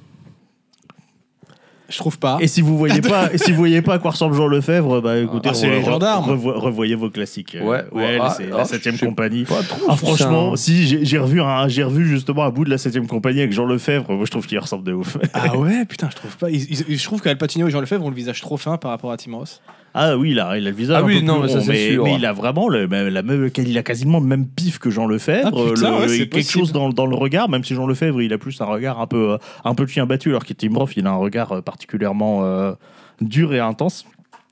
[SPEAKER 3] Je trouve pas.
[SPEAKER 2] Et si vous voyez pas, et si vous voyez pas à quoi ressemble Jean Lefebvre, bah écoutez,
[SPEAKER 3] Ah. Ah, c'est
[SPEAKER 2] re-
[SPEAKER 3] les
[SPEAKER 2] re-
[SPEAKER 3] gendarmes.
[SPEAKER 2] revo- revoyez vos classiques. Euh,
[SPEAKER 1] Ouais, ouais, ah,
[SPEAKER 2] c'est
[SPEAKER 1] ah,
[SPEAKER 2] la 7ème
[SPEAKER 1] je sais
[SPEAKER 2] compagnie.
[SPEAKER 1] Pas trop,
[SPEAKER 2] Ah,
[SPEAKER 1] je trouve ça,
[SPEAKER 2] franchement,
[SPEAKER 1] hein.
[SPEAKER 2] si j'ai j'ai revu, un- j'ai revu justement un bout de la 7ème compagnie avec Jean Lefebvre, moi je trouve qu'il ressemble de ouf.
[SPEAKER 3] Ah ouais, putain, je trouve pas. Ils- ils- ils- je trouve qu'Al Pacino et Jean Lefebvre ont le visage trop fin par rapport à Tim Ross.
[SPEAKER 2] Ah oui, il a, il a le visage
[SPEAKER 1] Ah
[SPEAKER 2] un
[SPEAKER 1] oui,
[SPEAKER 2] peu
[SPEAKER 1] non, mais
[SPEAKER 2] plus
[SPEAKER 1] ça,
[SPEAKER 2] rond,
[SPEAKER 1] c'est
[SPEAKER 2] mais,
[SPEAKER 1] sûr.
[SPEAKER 2] mais il a vraiment le, même- la même, il a quasiment le même pif que Jean Lefebvre,
[SPEAKER 3] Ah, putain,
[SPEAKER 2] le-
[SPEAKER 3] ouais,
[SPEAKER 2] le-
[SPEAKER 3] c'est
[SPEAKER 2] quelque
[SPEAKER 3] possible.
[SPEAKER 2] chose dans, dans le regard, même si Jean Lefebvre, il a plus un regard un peu, euh, un peu de chien battu, alors que Tim Roth, il a un regard euh, particulièrement euh, dur et intense.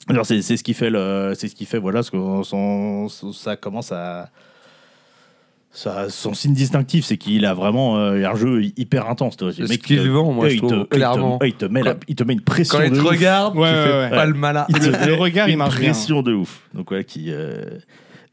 [SPEAKER 2] Alors c'est c'est ce qui fait, le- c'est ce qui fait, voilà, ce que son- son- ça commence à ça- son signe distinctif, c'est qu'il a vraiment euh, un jeu hyper intense. toi. C'est le
[SPEAKER 1] C'est
[SPEAKER 2] mec
[SPEAKER 1] ce
[SPEAKER 2] qui te-
[SPEAKER 1] qu'il vend, moi,
[SPEAKER 2] eh,
[SPEAKER 1] je
[SPEAKER 2] il te-
[SPEAKER 1] trouve,
[SPEAKER 2] il te-
[SPEAKER 1] clairement.
[SPEAKER 2] eh, Il te met la-
[SPEAKER 1] Quand-
[SPEAKER 2] il te met une pression.
[SPEAKER 1] Quand il
[SPEAKER 2] de
[SPEAKER 1] te
[SPEAKER 2] ouf.
[SPEAKER 1] regarde,
[SPEAKER 3] Ouais,
[SPEAKER 1] tu
[SPEAKER 3] ouais,
[SPEAKER 1] fais
[SPEAKER 3] ouais.
[SPEAKER 1] pas le malin.
[SPEAKER 2] Il te-
[SPEAKER 3] Ah, Le- le regard, il
[SPEAKER 2] une
[SPEAKER 3] marche bien.
[SPEAKER 2] pression de ouf. Donc voilà qui. euh,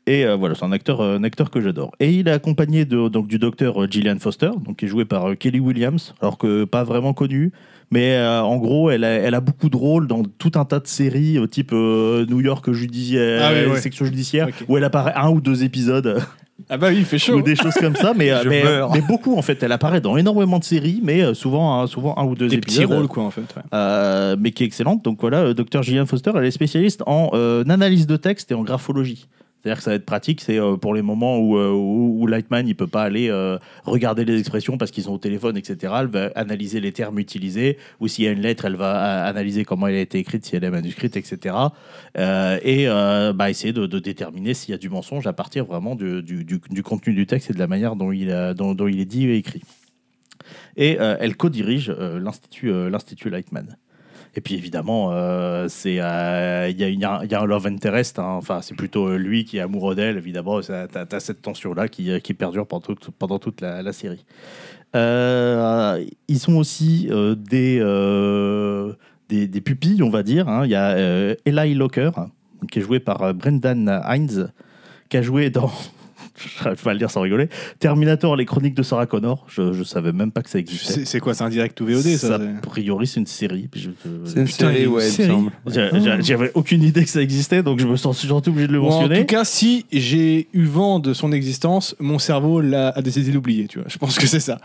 [SPEAKER 2] Et euh, voilà, c'est un acteur, euh, un acteur que j'adore. Et il est accompagné de, donc, du docteur euh, Gillian Foster, donc, qui est joué par euh, Kelly Williams, alors que pas vraiment connu, Mais euh, en gros, elle a, elle a beaucoup de rôles dans tout un tas de séries, euh, type euh, New York judiciaire,
[SPEAKER 3] Ah oui, ouais.
[SPEAKER 2] section judiciaire,
[SPEAKER 3] Ok.
[SPEAKER 2] où elle apparaît un ou deux épisodes euh,
[SPEAKER 3] Ah bah oui, il fait chaud.
[SPEAKER 2] ou des choses comme ça. Mais, euh,
[SPEAKER 1] Je
[SPEAKER 2] mais,
[SPEAKER 1] meurs.
[SPEAKER 2] mais beaucoup en fait, elle apparaît dans énormément de séries, mais euh, souvent, un- souvent un ou deux
[SPEAKER 3] Des petits
[SPEAKER 2] épisodes.
[SPEAKER 3] rôles, quoi, en fait. ouais.
[SPEAKER 2] euh, mais qui est excellente. Donc voilà, euh, Dr. Gillian Foster, elle est spécialiste en euh, analyse de texte et en graphologie. C'est-à-dire que ça va être pratique, c'est euh, pour les moments où, euh, où, où Lightman ne peut pas aller euh, regarder les expressions parce qu'ils sont au téléphone, etc. Elle va analyser les termes utilisés, ou s'il y a une lettre, elle va euh, analyser comment elle a été écrite, si elle est manuscrite, etc. Euh, et euh, bah, essayer de, de déterminer s'il y a du mensonge à partir vraiment du, du- du- du contenu du texte et de la manière dont il, a- dont- dont il est dit et écrit. Et euh, elle co-dirige euh, l'Institut euh, l'Institut Lightman. Et puis évidemment, euh, c'est, euh, il y, a- il y a un- il y a un love interest. hein. Enfin, c'est plutôt euh, lui qui est amoureux d'elle. Évidemment, Ça- t'as, t'as cette tension-là qui, euh, qui perdure pendant toute, pendant toute la, la série. Euh, ils sont aussi euh, des, euh, des, des pupilles, on va dire. hein. Il y a euh, Eli Locker, hein, qui est joué par euh, Brendan Hines, qui a joué dans. Je vais pas le dire sans rigoler. Terminator, les chroniques de Sarah Connor. Je, je savais même pas que ça existait.
[SPEAKER 3] C'est c'est quoi, c'est un direct ou VOD, ça c'est-
[SPEAKER 2] A priori, c'est une série. Puis je- euh,
[SPEAKER 1] C'est une
[SPEAKER 3] Putain, il
[SPEAKER 1] série,
[SPEAKER 3] y a une
[SPEAKER 1] ouais, il me
[SPEAKER 3] série.
[SPEAKER 1] semble.
[SPEAKER 2] J'a- j'a- J'avais aucune idée que ça existait, donc je me sens surtout obligé de le
[SPEAKER 3] Ou Ah. en
[SPEAKER 2] mentionner.
[SPEAKER 3] tout cas, si j'ai eu vent de son existence, mon cerveau l'a- a décidé d'oublier, tu vois. Je pense que c'est ça.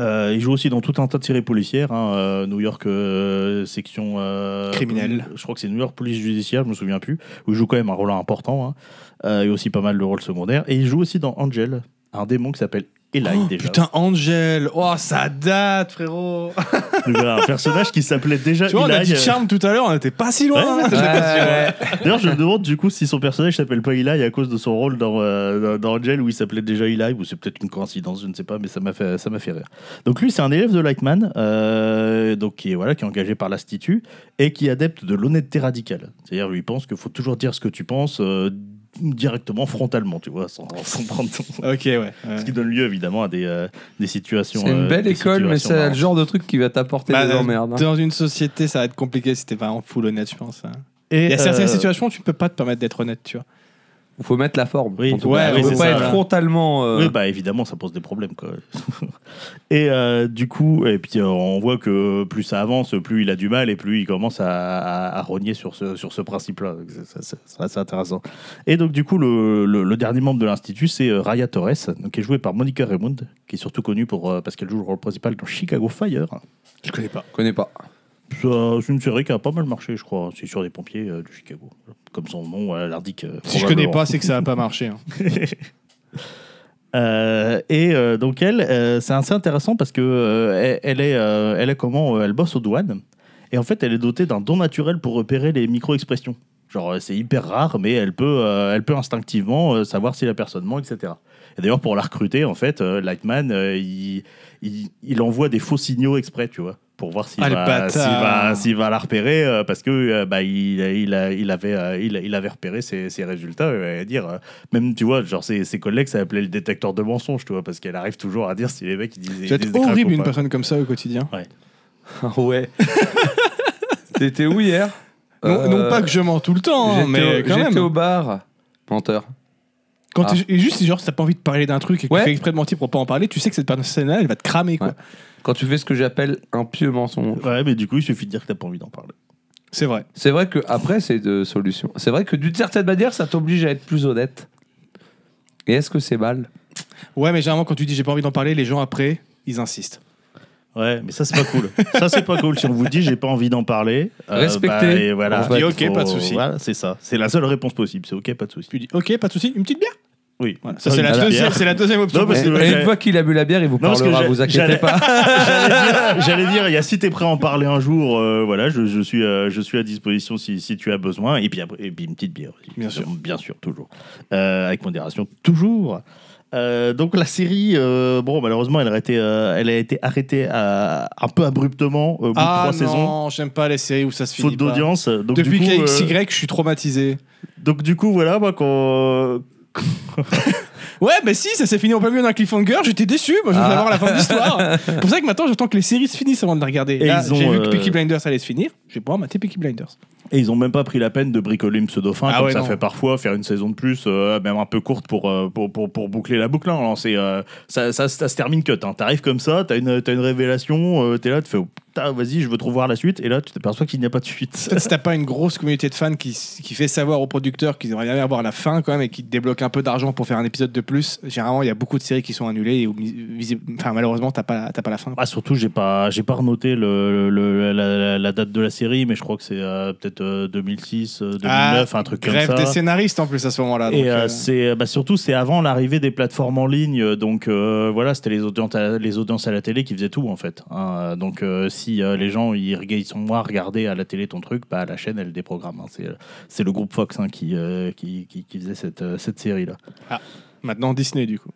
[SPEAKER 2] Euh, il joue aussi dans tout un tas de séries policières, hein, euh, New York euh, section euh,
[SPEAKER 3] Criminelle.
[SPEAKER 2] Je crois que c'est New York police judiciaire, je me souviens plus, où il joue quand même un rôle important hein, euh, et aussi pas mal de rôles secondaires. Et il joue aussi dans Angel, un démon qui s'appelle Eli
[SPEAKER 3] Oh,
[SPEAKER 2] déjà.
[SPEAKER 3] Putain, Angel Oh, ça date, frérot
[SPEAKER 2] Donc voilà, un personnage qui s'appelait déjà
[SPEAKER 3] Tu vois, on
[SPEAKER 2] Eli.
[SPEAKER 3] a
[SPEAKER 2] euh,
[SPEAKER 3] dit Charme tout à l'heure, on n'était pas si loin
[SPEAKER 2] Ouais,
[SPEAKER 3] hein.
[SPEAKER 1] Ouais, ouais.
[SPEAKER 2] D'ailleurs, je me demande du coup si son personnage s'appelle pas Eli à cause de son rôle dans, euh, dans- dans Angel où il s'appelait déjà Eli, ou c'est peut-être une coïncidence, je ne sais pas, mais ça m'a fait, ça m'a fait rire. Donc lui, c'est un élève de Lightman, euh, donc qui est, voilà, qui est engagé par l'Institut et qui est adepte de l'honnêteté radicale. C'est-à-dire, lui, il pense qu'il faut toujours dire ce que tu penses euh, directement, frontalement, tu vois, sans, sans prendre ton...
[SPEAKER 3] Ok, ouais. ouais.
[SPEAKER 2] Ce qui donne lieu évidemment à des, euh, des situations.
[SPEAKER 1] C'est une
[SPEAKER 2] euh,
[SPEAKER 1] belle
[SPEAKER 2] des
[SPEAKER 1] école, mais
[SPEAKER 2] situations
[SPEAKER 1] c'est le
[SPEAKER 2] marrantes.
[SPEAKER 1] genre de truc qui va t'apporter
[SPEAKER 3] Bah,
[SPEAKER 1] des emmerdes. hein.
[SPEAKER 3] dans une société, ça va être compliqué si t'es pas en full honnête, je pense. hein.
[SPEAKER 2] Et,
[SPEAKER 3] Il y a
[SPEAKER 2] euh,
[SPEAKER 3] certaines situations où tu peux pas te permettre d'être honnête, tu vois.
[SPEAKER 1] Il faut mettre la forme.
[SPEAKER 2] Oui,
[SPEAKER 1] en tout
[SPEAKER 3] ouais,
[SPEAKER 1] cas.
[SPEAKER 3] oui,
[SPEAKER 1] on peut
[SPEAKER 3] c'est
[SPEAKER 1] pas
[SPEAKER 3] ça,
[SPEAKER 1] être
[SPEAKER 3] voilà.
[SPEAKER 1] frontalement. euh,
[SPEAKER 2] Oui, bah évidemment, ça pose des problèmes. Quoi. et euh, du coup, et puis, euh, on voit que plus ça avance, plus il a du mal et plus il commence à, à- à rogner sur ce, sur ce principe-là. Donc, c'est- c'est- c'est- C'est assez intéressant. Et donc, du coup, le, le- le dernier membre de l'Institut, c'est euh, Raya Torres, donc, qui est jouée par Monica Raymond, qui est surtout connue pour, euh, parce qu'elle joue le rôle principal dans Chicago Fire.
[SPEAKER 3] Je connais pas.
[SPEAKER 1] Je connais pas.
[SPEAKER 2] Ça, C'est une série qui a pas mal marché, je crois. C'est sur des pompiers euh, de Chicago. Comme son nom euh, l'indique. euh,
[SPEAKER 3] Si je connais
[SPEAKER 2] probablement.
[SPEAKER 3] pas, c'est que ça a pas marché. hein.
[SPEAKER 2] Euh, et euh, donc elle, euh, c'est assez intéressant parce que euh, elle, elle est, euh, elle est comment, euh, elle bosse aux douanes. Et en fait, elle est dotée d'un don naturel pour repérer les micro-expressions. Genre, euh, c'est hyper rare, mais elle peut, euh, elle peut instinctivement euh, savoir si la personne ment, etc. Et d'ailleurs, pour la recruter, en fait, euh, Lightman, euh, il, il, il envoie des faux signaux exprès, tu vois, pour voir s'il
[SPEAKER 3] Ah, le
[SPEAKER 2] va,
[SPEAKER 3] bâtard.
[SPEAKER 2] s'il va, s'il va la repérer, euh, parce que euh, bah, il, il, a- il avait, euh, il, il avait repéré ses, ses résultats, euh, et dire, euh, même, tu vois, genre ses, ses collègues, ça appelait le détecteur de mensonges, tu vois, parce qu'elle arrive toujours à dire si les mecs, ils disaient... ils
[SPEAKER 3] Tu vas
[SPEAKER 2] disent
[SPEAKER 3] être
[SPEAKER 2] des cracks
[SPEAKER 3] horrible
[SPEAKER 2] ou
[SPEAKER 3] une
[SPEAKER 2] pas.
[SPEAKER 3] personne comme ça au quotidien.
[SPEAKER 1] Ah ouais. T'étais où hier
[SPEAKER 3] Non,
[SPEAKER 1] Euh,
[SPEAKER 3] non pas que je mens tout le temps, hein,
[SPEAKER 1] j'étais
[SPEAKER 3] mais
[SPEAKER 1] au-
[SPEAKER 3] quand
[SPEAKER 1] J'étais
[SPEAKER 3] même.
[SPEAKER 1] au bar. Menteur.
[SPEAKER 3] Quand
[SPEAKER 1] Ah.
[SPEAKER 3] t'es- et juste si genre t'as pas envie de parler d'un truc et que
[SPEAKER 1] Ouais.
[SPEAKER 3] tu fais exprès de mentir pour pas en parler, tu sais que cette personne-là, elle va te cramer quoi.
[SPEAKER 1] Ouais. Quand tu fais ce que j'appelle un pieux mensonge.
[SPEAKER 2] Ouais, mais du coup, il suffit de dire que t'as pas envie d'en parler.
[SPEAKER 3] C'est vrai.
[SPEAKER 1] C'est vrai que après, c'est de solution. C'est vrai que d'une certaine manière, ça t'oblige à être plus honnête. Et est-ce que c'est mal
[SPEAKER 3] Ouais, mais généralement quand tu dis j'ai pas envie d'en parler, les gens après, ils insistent.
[SPEAKER 2] Ouais, mais ça c'est pas cool. ça c'est pas cool. Si on vous dit j'ai pas envie d'en parler, euh, bah,
[SPEAKER 1] Respectez.
[SPEAKER 2] et voilà,
[SPEAKER 1] On se dit,
[SPEAKER 3] ok, pas de souci.
[SPEAKER 2] Voilà, c'est ça. C'est la seule réponse possible. C'est ok, pas de souci.
[SPEAKER 3] Tu dis ok, pas de souci, une petite bière.
[SPEAKER 2] Oui.
[SPEAKER 3] Voilà. Ça c'est la,
[SPEAKER 2] Voilà.
[SPEAKER 3] deuxième- c'est la deuxième option.
[SPEAKER 2] Non, parce
[SPEAKER 1] Et,
[SPEAKER 2] que-
[SPEAKER 1] et une fois qu'il a bu la bière, il vous
[SPEAKER 2] Non, parce que
[SPEAKER 1] parlera,
[SPEAKER 2] j'ai-
[SPEAKER 1] vous inquiétez
[SPEAKER 2] j'allais-
[SPEAKER 1] pas.
[SPEAKER 2] J'allais dire- J'allais dire, il y a, si t'es prêt à en parler un jour, euh, voilà, je, je suis, euh, je suis à disposition si, si tu as besoin. Et puis, après- et puis une petite bière aussi.
[SPEAKER 3] Bien sûr.
[SPEAKER 2] Bien sûr, toujours. Euh, avec modération, toujours. Euh, donc la série, euh, bon malheureusement, elle a été, euh, elle a été arrêtée à- un peu abruptement euh, au bout
[SPEAKER 3] Ah
[SPEAKER 2] de trois saisons,
[SPEAKER 3] non, j'aime pas les séries où ça se finit.
[SPEAKER 2] faute
[SPEAKER 3] pas.
[SPEAKER 2] d'audience. Donc, du
[SPEAKER 3] Depuis
[SPEAKER 2] coup,
[SPEAKER 3] qu'il y a
[SPEAKER 2] euh,
[SPEAKER 3] XY, je suis traumatisé.
[SPEAKER 2] Donc du coup, voilà, moi quand...
[SPEAKER 3] Ouais, bah si, ça s'est fini en plein milieu d'un cliffhanger, j'étais déçu, moi je voulais
[SPEAKER 1] Ah.
[SPEAKER 3] avoir la fin de l'histoire. C'est pour ça que maintenant j'attends que les séries se finissent avant de les regarder.
[SPEAKER 2] Et
[SPEAKER 3] Là,
[SPEAKER 2] ils ont,
[SPEAKER 3] j'ai vu que
[SPEAKER 2] euh,
[SPEAKER 3] Peaky Blinders allait se finir, je vais pouvoir mater Peaky Blinders.
[SPEAKER 2] Et ils ont même pas pris la peine de bricoler une pseudo-fin,
[SPEAKER 3] Ah
[SPEAKER 2] comme
[SPEAKER 3] ouais,
[SPEAKER 2] ça
[SPEAKER 3] non.
[SPEAKER 2] fait parfois, faire une saison de plus, euh, même un peu courte pour, euh, pour, pour, pour boucler la boucle. hein. Alors, c'est, euh, ça, ça, ça se termine cut. hein. T'arrives comme ça, t'as une, t'as une révélation, euh, t'es là, tu fais... oh, Putain, vas-y, je veux trop voir la suite. Et là, tu t'aperçois qu'il n'y a pas de suite.
[SPEAKER 3] Peut-être si t'as pas une grosse communauté de fans qui, s- qui fait savoir aux producteurs qu'ils aimeraient bien avoir la fin quand même et qui te débloquent un peu d'argent pour faire un épisode de plus, généralement il y a beaucoup de séries qui sont annulées et où mis- visi- enfin, malheureusement t'as pas, t'as pas la fin.
[SPEAKER 2] Ah, surtout, j'ai pas, j'ai pas renoté le, le- la, la- la date de la série, mais je crois que c'est euh, peut-être euh, 2006, euh, 2009, un truc comme ça.
[SPEAKER 3] Ah, Grève des scénaristes en plus à ce moment-là. donc,
[SPEAKER 2] Et euh,
[SPEAKER 3] euh,
[SPEAKER 2] c'est bah, surtout c'est avant l'arrivée des plateformes en ligne, euh, donc euh, voilà c'était les audiences, à, les audiences à la télé qui faisaient tout en fait. hein. Euh, donc euh, si euh, les gens ils, rega- ils sont moins à regarder à la télé ton truc, bah la chaîne elle déprogramme. hein. C'est euh, c'est le groupe Fox hein, qui, euh, qui, qui qui faisait cette série là.
[SPEAKER 3] maintenant Disney du coup.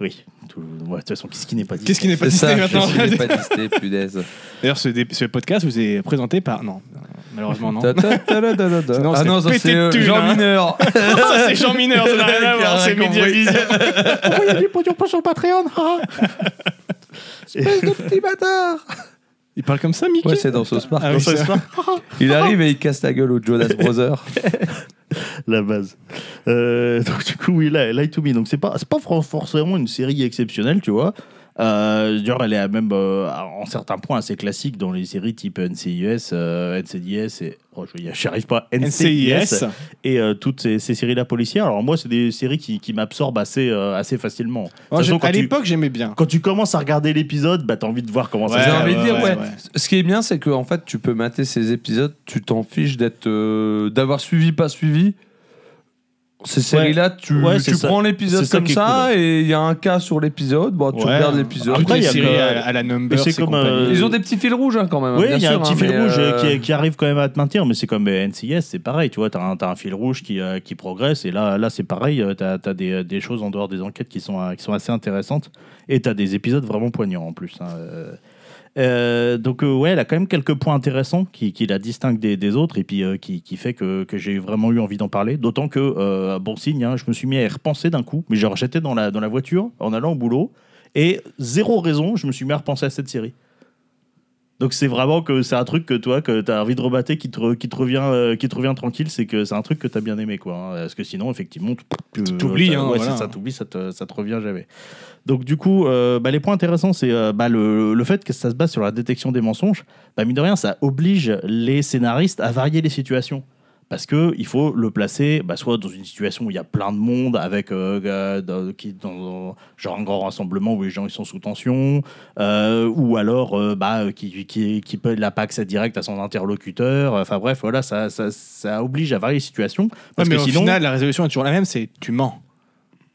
[SPEAKER 2] Oui. Tout- ouais, de toute façon qu'est-ce qui n'est pas dit.
[SPEAKER 3] Qu'est-ce qui n'est pas
[SPEAKER 1] C'est
[SPEAKER 3] Disney
[SPEAKER 1] ça,
[SPEAKER 3] maintenant
[SPEAKER 1] je suis pas Disney, punaise.
[SPEAKER 3] D'ailleurs ce, dé- ce podcast vous est présenté par... Non, malheureusement non.
[SPEAKER 1] Ta- ta- ta- la- la- la- la.
[SPEAKER 3] Sinon, on
[SPEAKER 1] Ah
[SPEAKER 3] serait
[SPEAKER 1] non, ça
[SPEAKER 3] pété
[SPEAKER 1] c'est
[SPEAKER 3] de
[SPEAKER 1] euh,
[SPEAKER 3] thunes,
[SPEAKER 1] Jean
[SPEAKER 3] hein.
[SPEAKER 1] Mineur.
[SPEAKER 3] ça c'est Jean Mineur, ça n'a rien à voir, c'est
[SPEAKER 1] Carrément, oui.
[SPEAKER 3] Mediavision. Pourquoi il y a du pognon pas sur le Patreon
[SPEAKER 1] Espèce de petit bâtard.
[SPEAKER 3] Il parle comme ça Mickey
[SPEAKER 1] Ouais, c'est dans South Park.
[SPEAKER 3] Ah oui, c'est-
[SPEAKER 1] Il arrive et il casse la gueule au Jonas Brothers.
[SPEAKER 2] la base. Euh, donc du coup, oui, là, Lie to Me. Donc c'est pas, c'est pas fran- forcément une série exceptionnelle, tu vois. Euh, D'ailleurs, elle est à même euh, à- en certains points assez classique dans les séries type NCIS, euh, NCDS et oh, je n'y arrive pas NCIS
[SPEAKER 3] NCIS.
[SPEAKER 2] et euh, toutes ces, ces séries-là policières. Alors moi, c'est des séries qui, qui m'absorbent assez euh, assez facilement.
[SPEAKER 3] Oh,
[SPEAKER 2] De toute
[SPEAKER 3] j'ai-
[SPEAKER 2] façon, quand
[SPEAKER 3] à
[SPEAKER 2] tu-
[SPEAKER 3] l'époque j'aimais bien.
[SPEAKER 2] Quand tu commences à regarder l'épisode, bah t'as envie de voir comment ça
[SPEAKER 3] Ouais,
[SPEAKER 1] J'ai
[SPEAKER 2] se
[SPEAKER 1] envie de
[SPEAKER 2] termine.
[SPEAKER 1] dire,
[SPEAKER 3] ouais,
[SPEAKER 1] ouais.
[SPEAKER 3] ouais.
[SPEAKER 1] Ce qui est bien, c'est que en fait, tu peux mater ces épisodes, tu t'en fiches d'être, euh, d'avoir suivi, pas suivi. Ces séries-là, tu,
[SPEAKER 2] Ouais, c'est
[SPEAKER 1] tu
[SPEAKER 2] ça.
[SPEAKER 1] prends
[SPEAKER 2] C'est
[SPEAKER 1] l'épisode
[SPEAKER 2] ça
[SPEAKER 1] comme
[SPEAKER 2] qui est
[SPEAKER 1] ça, et il y a un cas sur l'épisode, bon, tu
[SPEAKER 3] Ouais.
[SPEAKER 1] regardes l'épisode.
[SPEAKER 2] Après,
[SPEAKER 3] Toutes les
[SPEAKER 2] il y a
[SPEAKER 3] séries
[SPEAKER 2] que-
[SPEAKER 3] à, à la
[SPEAKER 2] Mais
[SPEAKER 3] number,
[SPEAKER 2] c'est
[SPEAKER 3] c'est
[SPEAKER 2] comme,
[SPEAKER 3] compagnie.
[SPEAKER 2] euh,
[SPEAKER 1] Ils ont des petits fils rouges hein, quand même. hein,
[SPEAKER 2] Oui,
[SPEAKER 1] bien
[SPEAKER 2] il y a
[SPEAKER 1] sûr,
[SPEAKER 2] un petit
[SPEAKER 1] hein,
[SPEAKER 2] fil
[SPEAKER 1] mais,
[SPEAKER 2] rouge euh,
[SPEAKER 1] euh,
[SPEAKER 2] qui, qui arrive quand même à te maintenir, mais c'est comme euh, NCIS, c'est pareil, tu vois, t'as un, t'as un fil rouge qui, euh, qui progresse, et là, là c'est pareil, euh, t'as as des, des choses en dehors des enquêtes qui sont, euh, qui sont assez intéressantes, et t'as des épisodes vraiment poignants en plus. hein, euh. Euh, donc euh, ouais, elle a quand même quelques points intéressants qui, qui la distinguent des, des autres et puis euh, qui, qui fait que, que j'ai vraiment eu envie d'en parler. D'autant que, euh, bon signe, hein, je me suis mis à y repenser d'un coup, mais genre j'étais dans la, dans la voiture en allant au boulot et zéro raison, je me suis mis à repenser à cette série. Donc c'est vraiment que c'est un truc que toi, que t'as envie de rebattre, qui te, re- qui te revient, euh, qui te revient tranquille, c'est que c'est un truc que t'as bien aimé quoi. hein. Parce que sinon effectivement, tu
[SPEAKER 3] T'oublies, hein,
[SPEAKER 2] ouais,
[SPEAKER 3] voilà.
[SPEAKER 2] c'est ça, t'oublies, ça te, ça te revient jamais. Donc du coup, euh, bah, les points intéressants, c'est euh, bah, le, le fait que ça se base sur la détection des mensonges. Bah, mine de rien, ça oblige les scénaristes à varier les situations. Parce que il faut le placer bah, soit dans une situation où il y a plein de monde, avec euh, euh, dans- qui, dans, genre un grand rassemblement où les gens ils sont sous tension, euh, ou alors euh, bah, euh, qui, qui, qui peut, n'a pas accès direct à son interlocuteur. Enfin bref, voilà, ça, ça, ça oblige à varier les situations.
[SPEAKER 3] Ouais,
[SPEAKER 2] Parce
[SPEAKER 3] mais
[SPEAKER 2] que
[SPEAKER 3] au
[SPEAKER 2] sinon,
[SPEAKER 3] final, la résolution est toujours la même, c'est tu mens.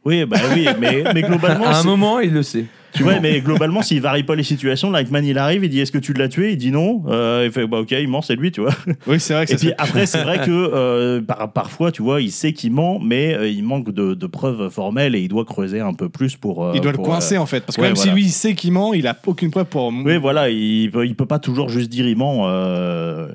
[SPEAKER 2] oui, bah, oui mais, mais globalement,
[SPEAKER 1] À un
[SPEAKER 2] c'est-
[SPEAKER 1] moment, il le sait.
[SPEAKER 2] tu vois, mais globalement, s'il varie pas les situations, Lightman il arrive, il dit est-ce que tu l'as tué Il dit non. Euh, il fait bah ok, il ment, c'est lui, tu vois.
[SPEAKER 3] Oui, c'est vrai que
[SPEAKER 2] Et
[SPEAKER 3] ça
[SPEAKER 2] puis
[SPEAKER 3] serait-
[SPEAKER 2] après, c'est vrai que euh, par- parfois, tu vois, il sait qu'il ment, mais euh, il manque de, de preuves formelles et il doit creuser un peu plus pour. euh,
[SPEAKER 3] il doit le
[SPEAKER 2] pour,
[SPEAKER 3] coincer en fait. Parce que
[SPEAKER 2] ouais,
[SPEAKER 3] même
[SPEAKER 2] voilà.
[SPEAKER 3] si lui il sait qu'il ment, il a aucune preuve pour.
[SPEAKER 2] Oui, voilà, il peut, il peut pas toujours juste dire il ment. euh,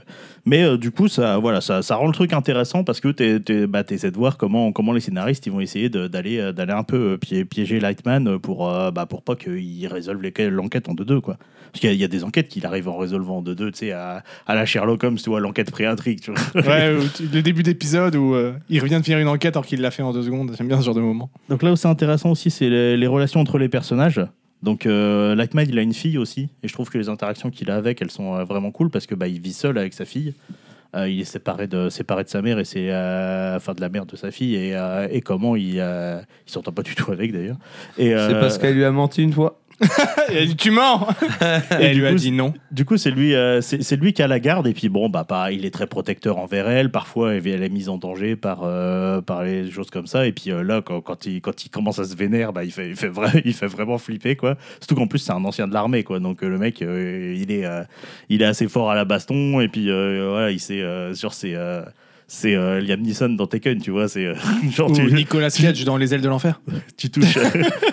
[SPEAKER 2] Mais euh, du coup, ça, voilà, ça, ça rend le truc intéressant parce que t'es, t'es, bah, t'essaies de voir comment, comment les scénaristes ils vont essayer de- d'aller, euh, d'aller un peu euh, pié- piéger Lightman euh, pour, euh, bah, pour pas qu'il résolve les- l'enquête en 2-2. Quoi. Parce qu'il y a, il y a des enquêtes qu'il arrive en résolvant en 2-2, tu sais, à, à la Sherlock Holmes, tu vois, l'enquête pré-intrigue. Tu vois.
[SPEAKER 3] Ouais, ou tu- le début d'épisode où euh, il revient de finir une enquête alors qu'il l'a fait en deux secondes. J'aime bien ce genre de moment.
[SPEAKER 2] Donc là où c'est intéressant aussi, c'est les, les relations entre les personnages. Donc euh, Lightman, il a une fille aussi, et je trouve que les interactions qu'il a avec, elles sont euh, vraiment cool parce que bah, il vit seul avec sa fille. Euh, il est séparé de séparé de sa mère et c'est euh, enfin de la mère de sa fille et, euh, et comment il euh, il s'entend pas du tout avec d'ailleurs. Et,
[SPEAKER 1] C'est
[SPEAKER 2] euh,
[SPEAKER 1] parce qu'elle lui a menti une fois.
[SPEAKER 3] Il a Ah, dit tu mens Et elle
[SPEAKER 2] du
[SPEAKER 3] lui a
[SPEAKER 2] coup,
[SPEAKER 3] dit non.
[SPEAKER 2] Du coup, c'est lui, euh, c'est c'est lui qui a la garde. Et puis, bon, bah, pas, il est très protecteur envers elle. Parfois, elle elle est mise en danger par, euh, par les choses comme ça. Et puis euh, là, quand, quand il, quand il commence à se vénère, bah, il, fait, il, fait vrai- il fait vraiment flipper. Quoi. Surtout qu'en plus, c'est un ancien de l'armée. quoi. Donc, euh, le mec, euh, il, est, euh, il est assez fort à la baston. Et puis, euh, voilà, il sait. euh, sur ses, euh, c'est euh, Liam Neeson dans Taken, tu vois. C'est euh, genre,
[SPEAKER 3] Ou
[SPEAKER 2] tu-
[SPEAKER 3] Nicolas Cage dans Les ailes de l'enfer.
[SPEAKER 2] tu touches, à-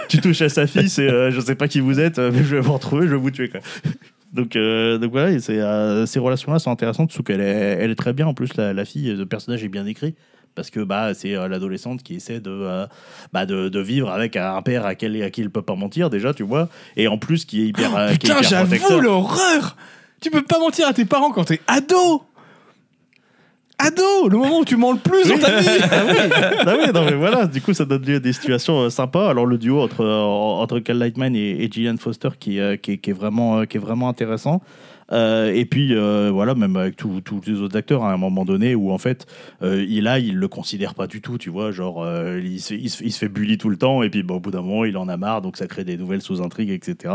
[SPEAKER 2] tu touches à sa fille, c'est euh, je sais pas qui vous êtes, euh, mais je vais vous retrouver, je vais vous tuer. Quoi. Donc, euh, donc voilà, et c'est, euh, ces relations-là sont intéressantes, surtout qu'elle est, elle est très bien. En plus, la, la fille, le personnage est bien écrit. Parce que bah, c'est euh, l'adolescente qui essaie de, euh, bah, de, de vivre avec un père à, quel, à qui il peut pas mentir, déjà, tu vois. Et en plus, qui est hyper. euh, qui est
[SPEAKER 3] Putain,
[SPEAKER 2] hyper
[SPEAKER 3] j'avoue
[SPEAKER 2] protecteur.
[SPEAKER 3] l'horreur Tu peux pas mentir à tes parents quand t'es ado Ado Le moment où tu mens le plus dans ta vie
[SPEAKER 2] Ah oui. Ah oui, non, mais voilà, du coup, ça donne lieu à des situations euh, sympas. Alors, le duo entre, euh, entre Cal Lightman et, et Gillian Foster qui, euh, qui, est- qui est vraiment, euh, qui est vraiment intéressant. Euh, et puis euh, voilà, même avec tous tous les autres acteurs, hein, à un moment donné où en fait, euh, il a, il le considère pas du tout, tu vois, genre euh, il, se, il se- il se fait bully tout le temps, et puis bon, au bout d'un moment, il en a marre, donc ça crée des nouvelles sous-intrigues, etc.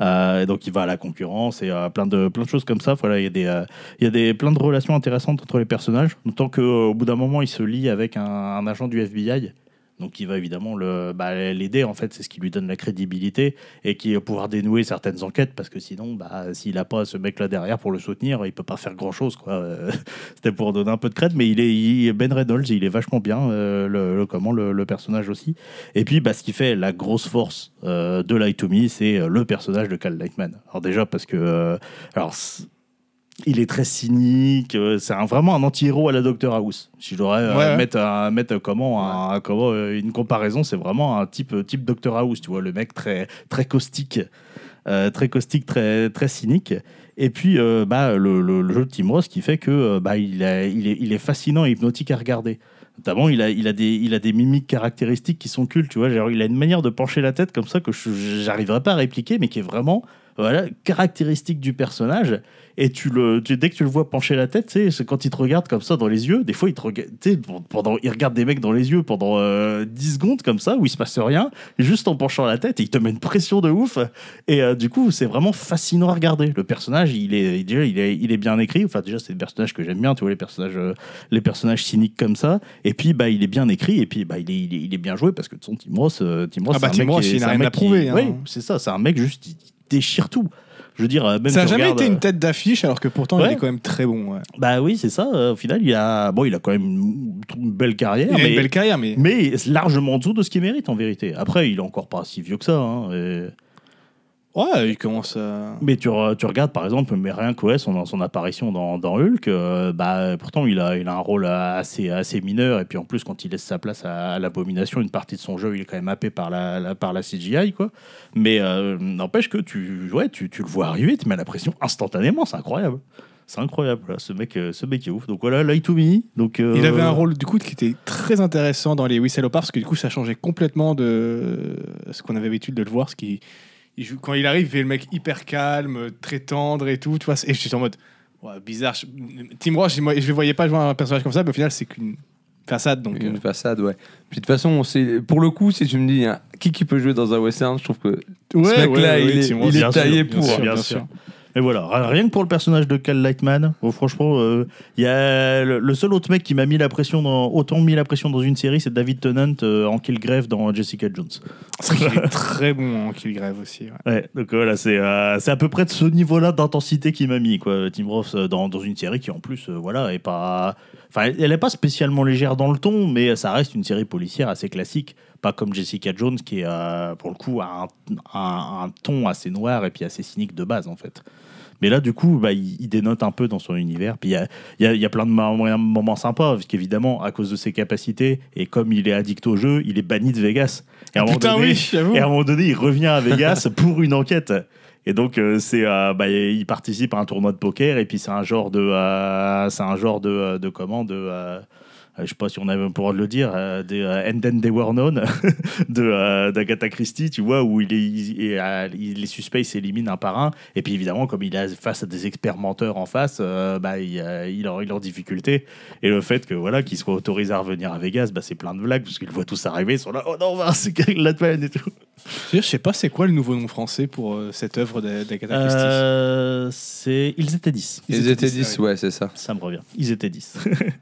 [SPEAKER 2] Euh, et donc il va à la concurrence et euh, plein de plein de choses comme ça. Voilà, il y a des euh, il y a des plein de relations intéressantes entre les personnages, tant que euh, au bout d'un moment, il se lie avec un, un agent du FBI. Donc, il va évidemment le- bah, l'aider, en fait, c'est ce qui lui donne la crédibilité et qui va pouvoir dénouer certaines enquêtes parce que sinon, bah, s'il n'a pas ce mec-là derrière pour le soutenir, il peut pas faire grand-chose. quoi. Euh, C'était pour donner un peu de crête, mais il est il- Ben Reynolds, il est vachement bien, euh, le, le- comment, le, le personnage aussi. Et puis, bah, ce qui fait la grosse force euh, de Light to Me, c'est euh, le personnage de Cal Lightman. Alors, déjà, parce que. euh, alors, c- il est très cynique, euh, c'est un- vraiment un anti-héros à la Doctor House. Si je devrais euh,
[SPEAKER 3] Ouais, ouais.
[SPEAKER 2] mettre, un- mettre euh, comment, un- comment, euh, une comparaison, c'est vraiment un type, euh, type Doctor House, tu vois, le mec très, très caustique, euh, très caustique, très, très cynique. Et puis, euh, bah, le, le- le jeu de Tim Ross qui fait que euh, bah, il, a- il est, il est fascinant et hypnotique à regarder. Notamment, il a, il, a des, il a des mimiques caractéristiques qui sont cultes, tu vois. Genre, il a une manière de pencher la tête comme ça que je n'arriverai pas à répliquer, mais qui est vraiment voilà, caractéristique du personnage. Et tu le, tu- dès que tu le vois pencher la tête, tu sais, c'est quand il te regarde comme ça dans les yeux, des fois, il, te regarde, tu sais, pen- pendant, il regarde des mecs dans les yeux pendant euh, 10 secondes comme ça, où il se passe rien, juste en penchant la tête, et il te met une pression de ouf. Et euh, du coup, c'est vraiment fascinant à regarder. Le personnage, il est, déjà, il est, il est bien écrit. Enfin, déjà, c'est le personnage que j'aime bien, tu vois, les personnages, euh, les personnages cyniques comme ça. Et puis, bah, il est bien écrit, et puis, bah, il est, il est, il est bien joué parce que de son Tim Ross, euh, Tim Ross,
[SPEAKER 3] Ah bah,
[SPEAKER 2] c'est un
[SPEAKER 3] Tim
[SPEAKER 2] mec
[SPEAKER 3] Ross,
[SPEAKER 2] qui est-
[SPEAKER 3] il
[SPEAKER 2] c'est
[SPEAKER 3] n'a
[SPEAKER 2] un
[SPEAKER 3] rien
[SPEAKER 2] mec
[SPEAKER 3] à prouver,
[SPEAKER 2] qui-
[SPEAKER 3] hein.
[SPEAKER 2] Oui, c'est ça, c'est un mec juste, il il déchire tout. Je veux dire, euh, même
[SPEAKER 3] Ça n'a
[SPEAKER 2] tu
[SPEAKER 3] jamais
[SPEAKER 2] regardes,
[SPEAKER 3] été
[SPEAKER 2] euh,
[SPEAKER 3] une tête d'affiche alors que pourtant
[SPEAKER 2] Ouais.
[SPEAKER 3] il est quand même très bon. ouais.
[SPEAKER 2] Bah oui, c'est ça. euh, Au final, il a, bon, il a quand même une, une belle carrière.
[SPEAKER 3] Il a
[SPEAKER 2] mais-
[SPEAKER 3] une belle carrière, mais.
[SPEAKER 2] mais largement en dessous de ce qu'il mérite en vérité. Après, il est encore pas si vieux que ça. hein, et-
[SPEAKER 3] Ouais, il commence à.
[SPEAKER 2] Euh, Mais tu, re- tu regardes par exemple, mais rien que ouais, son, son apparition dans, dans Hulk, euh, bah, pourtant il a, il a un rôle assez, assez mineur, et puis en plus quand il laisse sa place à, à l'abomination, une partie de son jeu il est quand même happé par la, la- par la CGI, quoi. Mais euh, n'empêche que tu, ouais, tu, tu le vois arriver, tu mets la pression instantanément, c'est incroyable. C'est incroyable, là, ce, mec, euh, ce mec est ouf. Donc voilà, Light to Me. Donc, euh,
[SPEAKER 3] Il avait un rôle du coup qui était très intéressant dans les Whistleopars parce que du coup ça changeait complètement de ce qu'on avait l'habitude de le voir. Ce qui, il joue- quand il arrive, il fait le mec hyper calme, très tendre et tout. Tu vois, et je suis en mode ouais, bizarre. je- Tim Ross, je, moi, je le voyais pas jouer un personnage comme ça, mais au final c'est qu'une façade. Donc,
[SPEAKER 1] Une
[SPEAKER 3] euh,
[SPEAKER 1] façade, ouais. Puis de toute façon, c'est- pour le coup, si tu me dis hein, qui qui peut jouer dans un western, je trouve que
[SPEAKER 3] ouais,
[SPEAKER 1] ce mec-là,
[SPEAKER 3] ouais, ouais,
[SPEAKER 1] il, est,
[SPEAKER 3] Tim Ross,
[SPEAKER 1] il est
[SPEAKER 2] bien sûr,
[SPEAKER 1] taillé
[SPEAKER 2] bien
[SPEAKER 1] pour.
[SPEAKER 2] sûr. Mais voilà, r- rien que pour le personnage de Cal Lightman, bon, franchement, euh, il y a le, le seul autre mec qui m'a mis la pression dans, autant mis la pression dans une série, c'est David Tennant euh, en Killgrave dans Jessica Jones.
[SPEAKER 3] C'est vrai qu'il est très bon en Kill Grave aussi. ouais.
[SPEAKER 2] Ouais, donc voilà, c'est euh, c'est à peu près de ce niveau-là d'intensité qu'il m'a mis, quoi, Tim Roth, euh, dans, dans une série qui, en plus, euh, voilà, est pas. Enfin, elle- elle est pas spécialement légère dans le ton, mais ça reste une série policière assez classique. Pas comme Jessica Jones, qui, est, euh, pour le coup, a un, un- un ton assez noir et puis assez cynique de base, en fait. Mais là, du coup, bah, il, il dénote un peu dans son univers. Puis il y a, il y a- il y a plein de mo- moyens- moments sympas, parce qu'évidemment, à cause de ses capacités, et comme il est addict au jeu, il est banni de Vegas. Et à un moment
[SPEAKER 3] Ah, Putain,
[SPEAKER 2] donné,
[SPEAKER 3] oui, j'avoue.
[SPEAKER 2] et à un moment donné, il revient à Vegas pour une enquête. Et donc, euh, c'est, euh, bah, il participe à un tournoi de poker. Et puis, c'est un genre de, euh, c'est un genre de, euh, de comment, de, euh, euh, je sais pas si on avait le droit de le dire, euh, des euh, And Then They Were Known de euh, d'Agatha Christie, tu vois, où il est, il- et, euh, il- les suspects ils s'éliminent un par un. Et puis, évidemment, comme il est face à des experts menteurs en face, euh, bah, il, euh, il, en- il est en difficulté. Et le fait que voilà qu'ils soient autorisés à revenir à Vegas, bah, c'est plein de blagues parce qu'ils le voient tous arriver, ils sont là, oh non, bah, c'est Kyle Latman et tout.
[SPEAKER 3] Je sais pas c'est quoi le nouveau nom français pour euh, cette œuvre d'A- d'Agatha Christie.
[SPEAKER 2] Euh, c'est ils étaient 10.
[SPEAKER 1] Ils étaient 10, ouais, c'est ça.
[SPEAKER 2] Ça me revient. Ils étaient 10.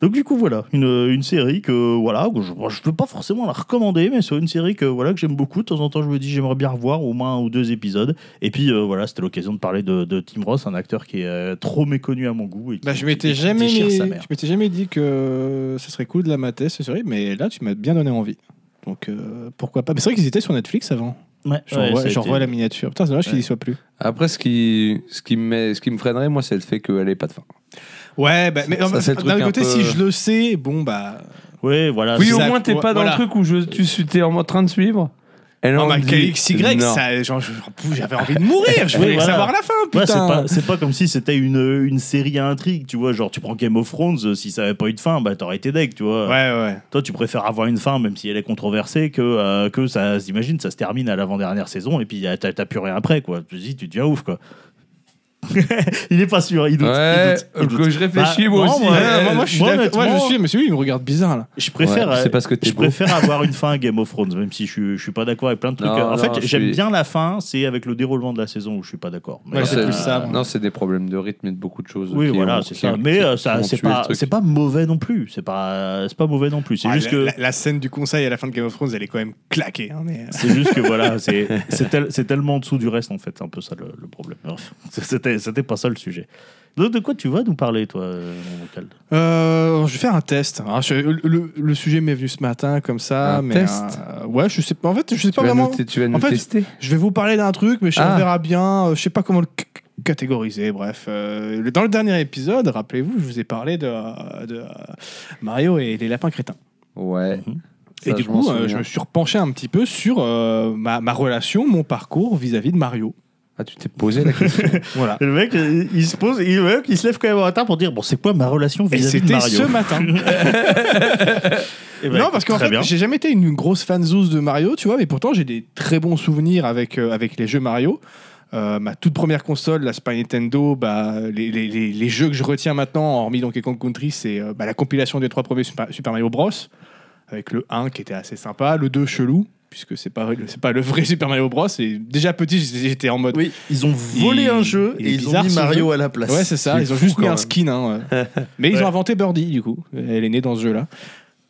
[SPEAKER 2] Donc du coup voilà, une, une série que voilà, que je ne peux pas forcément la recommander, mais c'est une série que voilà que j'aime beaucoup. De temps en temps, je me dis j'aimerais bien revoir au moins un ou deux épisodes. Et puis euh, voilà, c'était l'occasion de parler de, de Tim Ross, un acteur qui est euh, trop méconnu à mon goût et qui,
[SPEAKER 3] Bah, je
[SPEAKER 2] qui-
[SPEAKER 3] m'étais
[SPEAKER 2] qui
[SPEAKER 3] jamais,
[SPEAKER 2] déchire sa mère.
[SPEAKER 3] je m'étais jamais dit que ce serait cool de la mater, ce serait, mais là tu m'as bien donné envie. Donc euh, pourquoi pas Mais c'est vrai qu'ils étaient sur Netflix avant.
[SPEAKER 2] Ouais,
[SPEAKER 3] J'en
[SPEAKER 2] ouais,
[SPEAKER 3] vois,
[SPEAKER 2] ça a
[SPEAKER 3] j'en
[SPEAKER 2] été-
[SPEAKER 3] vois la miniature. Putain, c'est dommage
[SPEAKER 2] Ouais.
[SPEAKER 3] qu'ils y soient plus.
[SPEAKER 1] Après, ce qui, ce qui, me, met- ce qui me freinerait, moi, c'est le fait qu'elle ait pas de fin.
[SPEAKER 3] Ouais, bah, mais
[SPEAKER 1] Ça,
[SPEAKER 3] en-
[SPEAKER 1] c'est le truc
[SPEAKER 3] d'un autre
[SPEAKER 1] un
[SPEAKER 3] côté,
[SPEAKER 1] peu-
[SPEAKER 3] si je le sais, bon bah.
[SPEAKER 2] Ouais, voilà.
[SPEAKER 1] oui,
[SPEAKER 2] c'est-
[SPEAKER 1] au
[SPEAKER 3] ça,
[SPEAKER 1] moins, t'es
[SPEAKER 3] ouais,
[SPEAKER 1] pas dans
[SPEAKER 3] voilà.
[SPEAKER 1] le truc où je, tu suis- t'es en train de suivre. Et là,
[SPEAKER 3] Non,
[SPEAKER 1] on
[SPEAKER 3] bah,
[SPEAKER 1] te dit,
[SPEAKER 3] KXY,
[SPEAKER 1] non.
[SPEAKER 3] ça, genre, j'en pouvais- j'avais envie de mourir. Je
[SPEAKER 2] Oui,
[SPEAKER 3] voulais
[SPEAKER 2] voilà.
[SPEAKER 3] savoir la fin,
[SPEAKER 2] Ouais, c'est
[SPEAKER 3] putain.
[SPEAKER 2] pas, c'est pas comme si c'était une, une série à intrigue, tu vois. Genre, tu prends Game of Thrones, euh, si ça avait pas eu de fin, bah t'aurais été deck, tu vois.
[SPEAKER 3] Ouais, ouais.
[SPEAKER 2] Toi, tu préfères avoir une fin, même si elle est controversée, que, euh, que ça, imagine, ça se termine à l'avant-dernière saison et puis euh, t'as t'as plus rien après, quoi. Tu te dis, tu deviens ouf, quoi. il est pas sûr, il doute.
[SPEAKER 1] Ouais,
[SPEAKER 2] il doute, il
[SPEAKER 1] euh,
[SPEAKER 2] doute.
[SPEAKER 1] que je réfléchis
[SPEAKER 2] Bah,
[SPEAKER 1] moi
[SPEAKER 2] non,
[SPEAKER 1] aussi.
[SPEAKER 2] moi,
[SPEAKER 1] Ouais,
[SPEAKER 3] Ouais, moi, moi, je suis
[SPEAKER 2] moi,
[SPEAKER 3] d'accord. Moi, je
[SPEAKER 2] honnêtement-
[SPEAKER 3] suis, mais celui, il me regarde bizarre, là.
[SPEAKER 2] Je préfère,
[SPEAKER 1] Ouais,
[SPEAKER 2] euh,
[SPEAKER 1] c'est parce que t'es
[SPEAKER 2] je
[SPEAKER 1] beau.
[SPEAKER 2] préfère avoir une fin à Game of Thrones, même si je suis, je suis pas d'accord avec plein de trucs.
[SPEAKER 1] Non,
[SPEAKER 2] en
[SPEAKER 1] non,
[SPEAKER 2] fait,
[SPEAKER 1] je
[SPEAKER 2] j'aime
[SPEAKER 1] suis-
[SPEAKER 2] bien la fin, c'est avec le déroulement de la saison où je suis pas d'accord. Mais,
[SPEAKER 3] Ouais,
[SPEAKER 1] Non,
[SPEAKER 3] c'est
[SPEAKER 1] c'est-
[SPEAKER 3] plus ça, moi.
[SPEAKER 1] Non, c'est des problèmes de rythme et de beaucoup de choses.
[SPEAKER 2] Oui,
[SPEAKER 1] qui
[SPEAKER 2] voilà,
[SPEAKER 1] ont-
[SPEAKER 2] c'est
[SPEAKER 1] qui
[SPEAKER 2] ça.
[SPEAKER 1] ont-
[SPEAKER 2] Mais
[SPEAKER 1] qui-
[SPEAKER 2] euh,
[SPEAKER 1] qui
[SPEAKER 2] ça,
[SPEAKER 1] ont
[SPEAKER 2] c'est
[SPEAKER 1] tué le
[SPEAKER 2] pas,
[SPEAKER 1] truc.
[SPEAKER 2] c'est pas mauvais non plus. C'est pas, c'est pas mauvais non plus. C'est
[SPEAKER 3] Ah,
[SPEAKER 2] juste
[SPEAKER 3] la,
[SPEAKER 2] que.
[SPEAKER 3] la- la scène du conseil à la fin de Game of Thrones, elle est quand même claquée. hein, mais, euh,
[SPEAKER 2] C'est juste que voilà, c'est c'est tel- c'est tellement en dessous du reste en fait, c'est un peu ça le, le problème. Bref, c'était c'était pas ça le sujet. Donc, de quoi tu vas nous parler toi, euh, mon vocal
[SPEAKER 3] Euh, je vais faire un test. Alors, je- le, le- le sujet m'est venu ce matin comme ça.
[SPEAKER 1] Un
[SPEAKER 3] mais,
[SPEAKER 1] test
[SPEAKER 3] euh, Ouais, je sais pas. En fait, je sais
[SPEAKER 1] Tu
[SPEAKER 3] pas
[SPEAKER 1] vas
[SPEAKER 3] vraiment.
[SPEAKER 1] nous, t- tu vas nous
[SPEAKER 3] fait,
[SPEAKER 1] tester.
[SPEAKER 3] Je vais vous parler d'un truc, mais je
[SPEAKER 1] Ah.
[SPEAKER 3] on verra bien. euh, Je sais pas comment le c- c- catégoriser. Bref, euh, le- dans le dernier épisode, rappelez-vous, je vous ai parlé de, euh, de, euh, Mario et les lapins crétins.
[SPEAKER 1] Ouais.
[SPEAKER 2] Mhm.
[SPEAKER 1] Ça,
[SPEAKER 3] et du
[SPEAKER 1] je m'en
[SPEAKER 3] coup, euh, je
[SPEAKER 1] souviens.
[SPEAKER 3] me suis repenché un petit peu sur euh, ma, ma relation, mon parcours vis-à-vis de Mario.
[SPEAKER 1] Ah, tu t'es posé la question.
[SPEAKER 3] Voilà.
[SPEAKER 2] Et Le mec, euh, il se pose, il, le mec, il se lève quand même en retard pour dire bon, c'est quoi ma relation
[SPEAKER 3] Et
[SPEAKER 2] vis-à-vis de
[SPEAKER 3] c'était
[SPEAKER 2] Mario
[SPEAKER 3] ce matin.
[SPEAKER 2] Eh ben,
[SPEAKER 3] non, parce qu'en
[SPEAKER 2] très
[SPEAKER 3] fait,
[SPEAKER 2] bien.
[SPEAKER 3] j'ai jamais été une grosse fanzouse de Mario, tu vois, mais pourtant j'ai des très bons souvenirs avec, euh, avec les jeux Mario. Euh, ma toute première console, la Super Nintendo, bah, les, les- les- les jeux que je retiens maintenant, hormis Donkey Kong Country, c'est euh, bah, la compilation des trois premiers Super, Super Mario Bros. Avec le 1 qui était assez sympa, le 2 chelou, puisque c'est pas, c'est pas le vrai Super Mario Bros. Et déjà petit, j'étais j'étais en mode.
[SPEAKER 5] Oui,
[SPEAKER 2] ils ont
[SPEAKER 5] volé
[SPEAKER 3] Il-
[SPEAKER 5] un jeu
[SPEAKER 3] il est
[SPEAKER 5] et ils ont
[SPEAKER 3] bizarre,
[SPEAKER 5] mis
[SPEAKER 3] ce
[SPEAKER 5] Mario à la
[SPEAKER 2] Bah,
[SPEAKER 5] place.
[SPEAKER 3] Ouais, c'est ça.
[SPEAKER 1] C'est
[SPEAKER 3] Ils ont
[SPEAKER 1] fou,
[SPEAKER 3] juste mis
[SPEAKER 1] quand
[SPEAKER 3] un
[SPEAKER 1] même.
[SPEAKER 3] skin. hein, ouais. Mais ils
[SPEAKER 2] Ouais.
[SPEAKER 3] ont inventé Birdie, du coup. Elle est née dans ce jeu-là.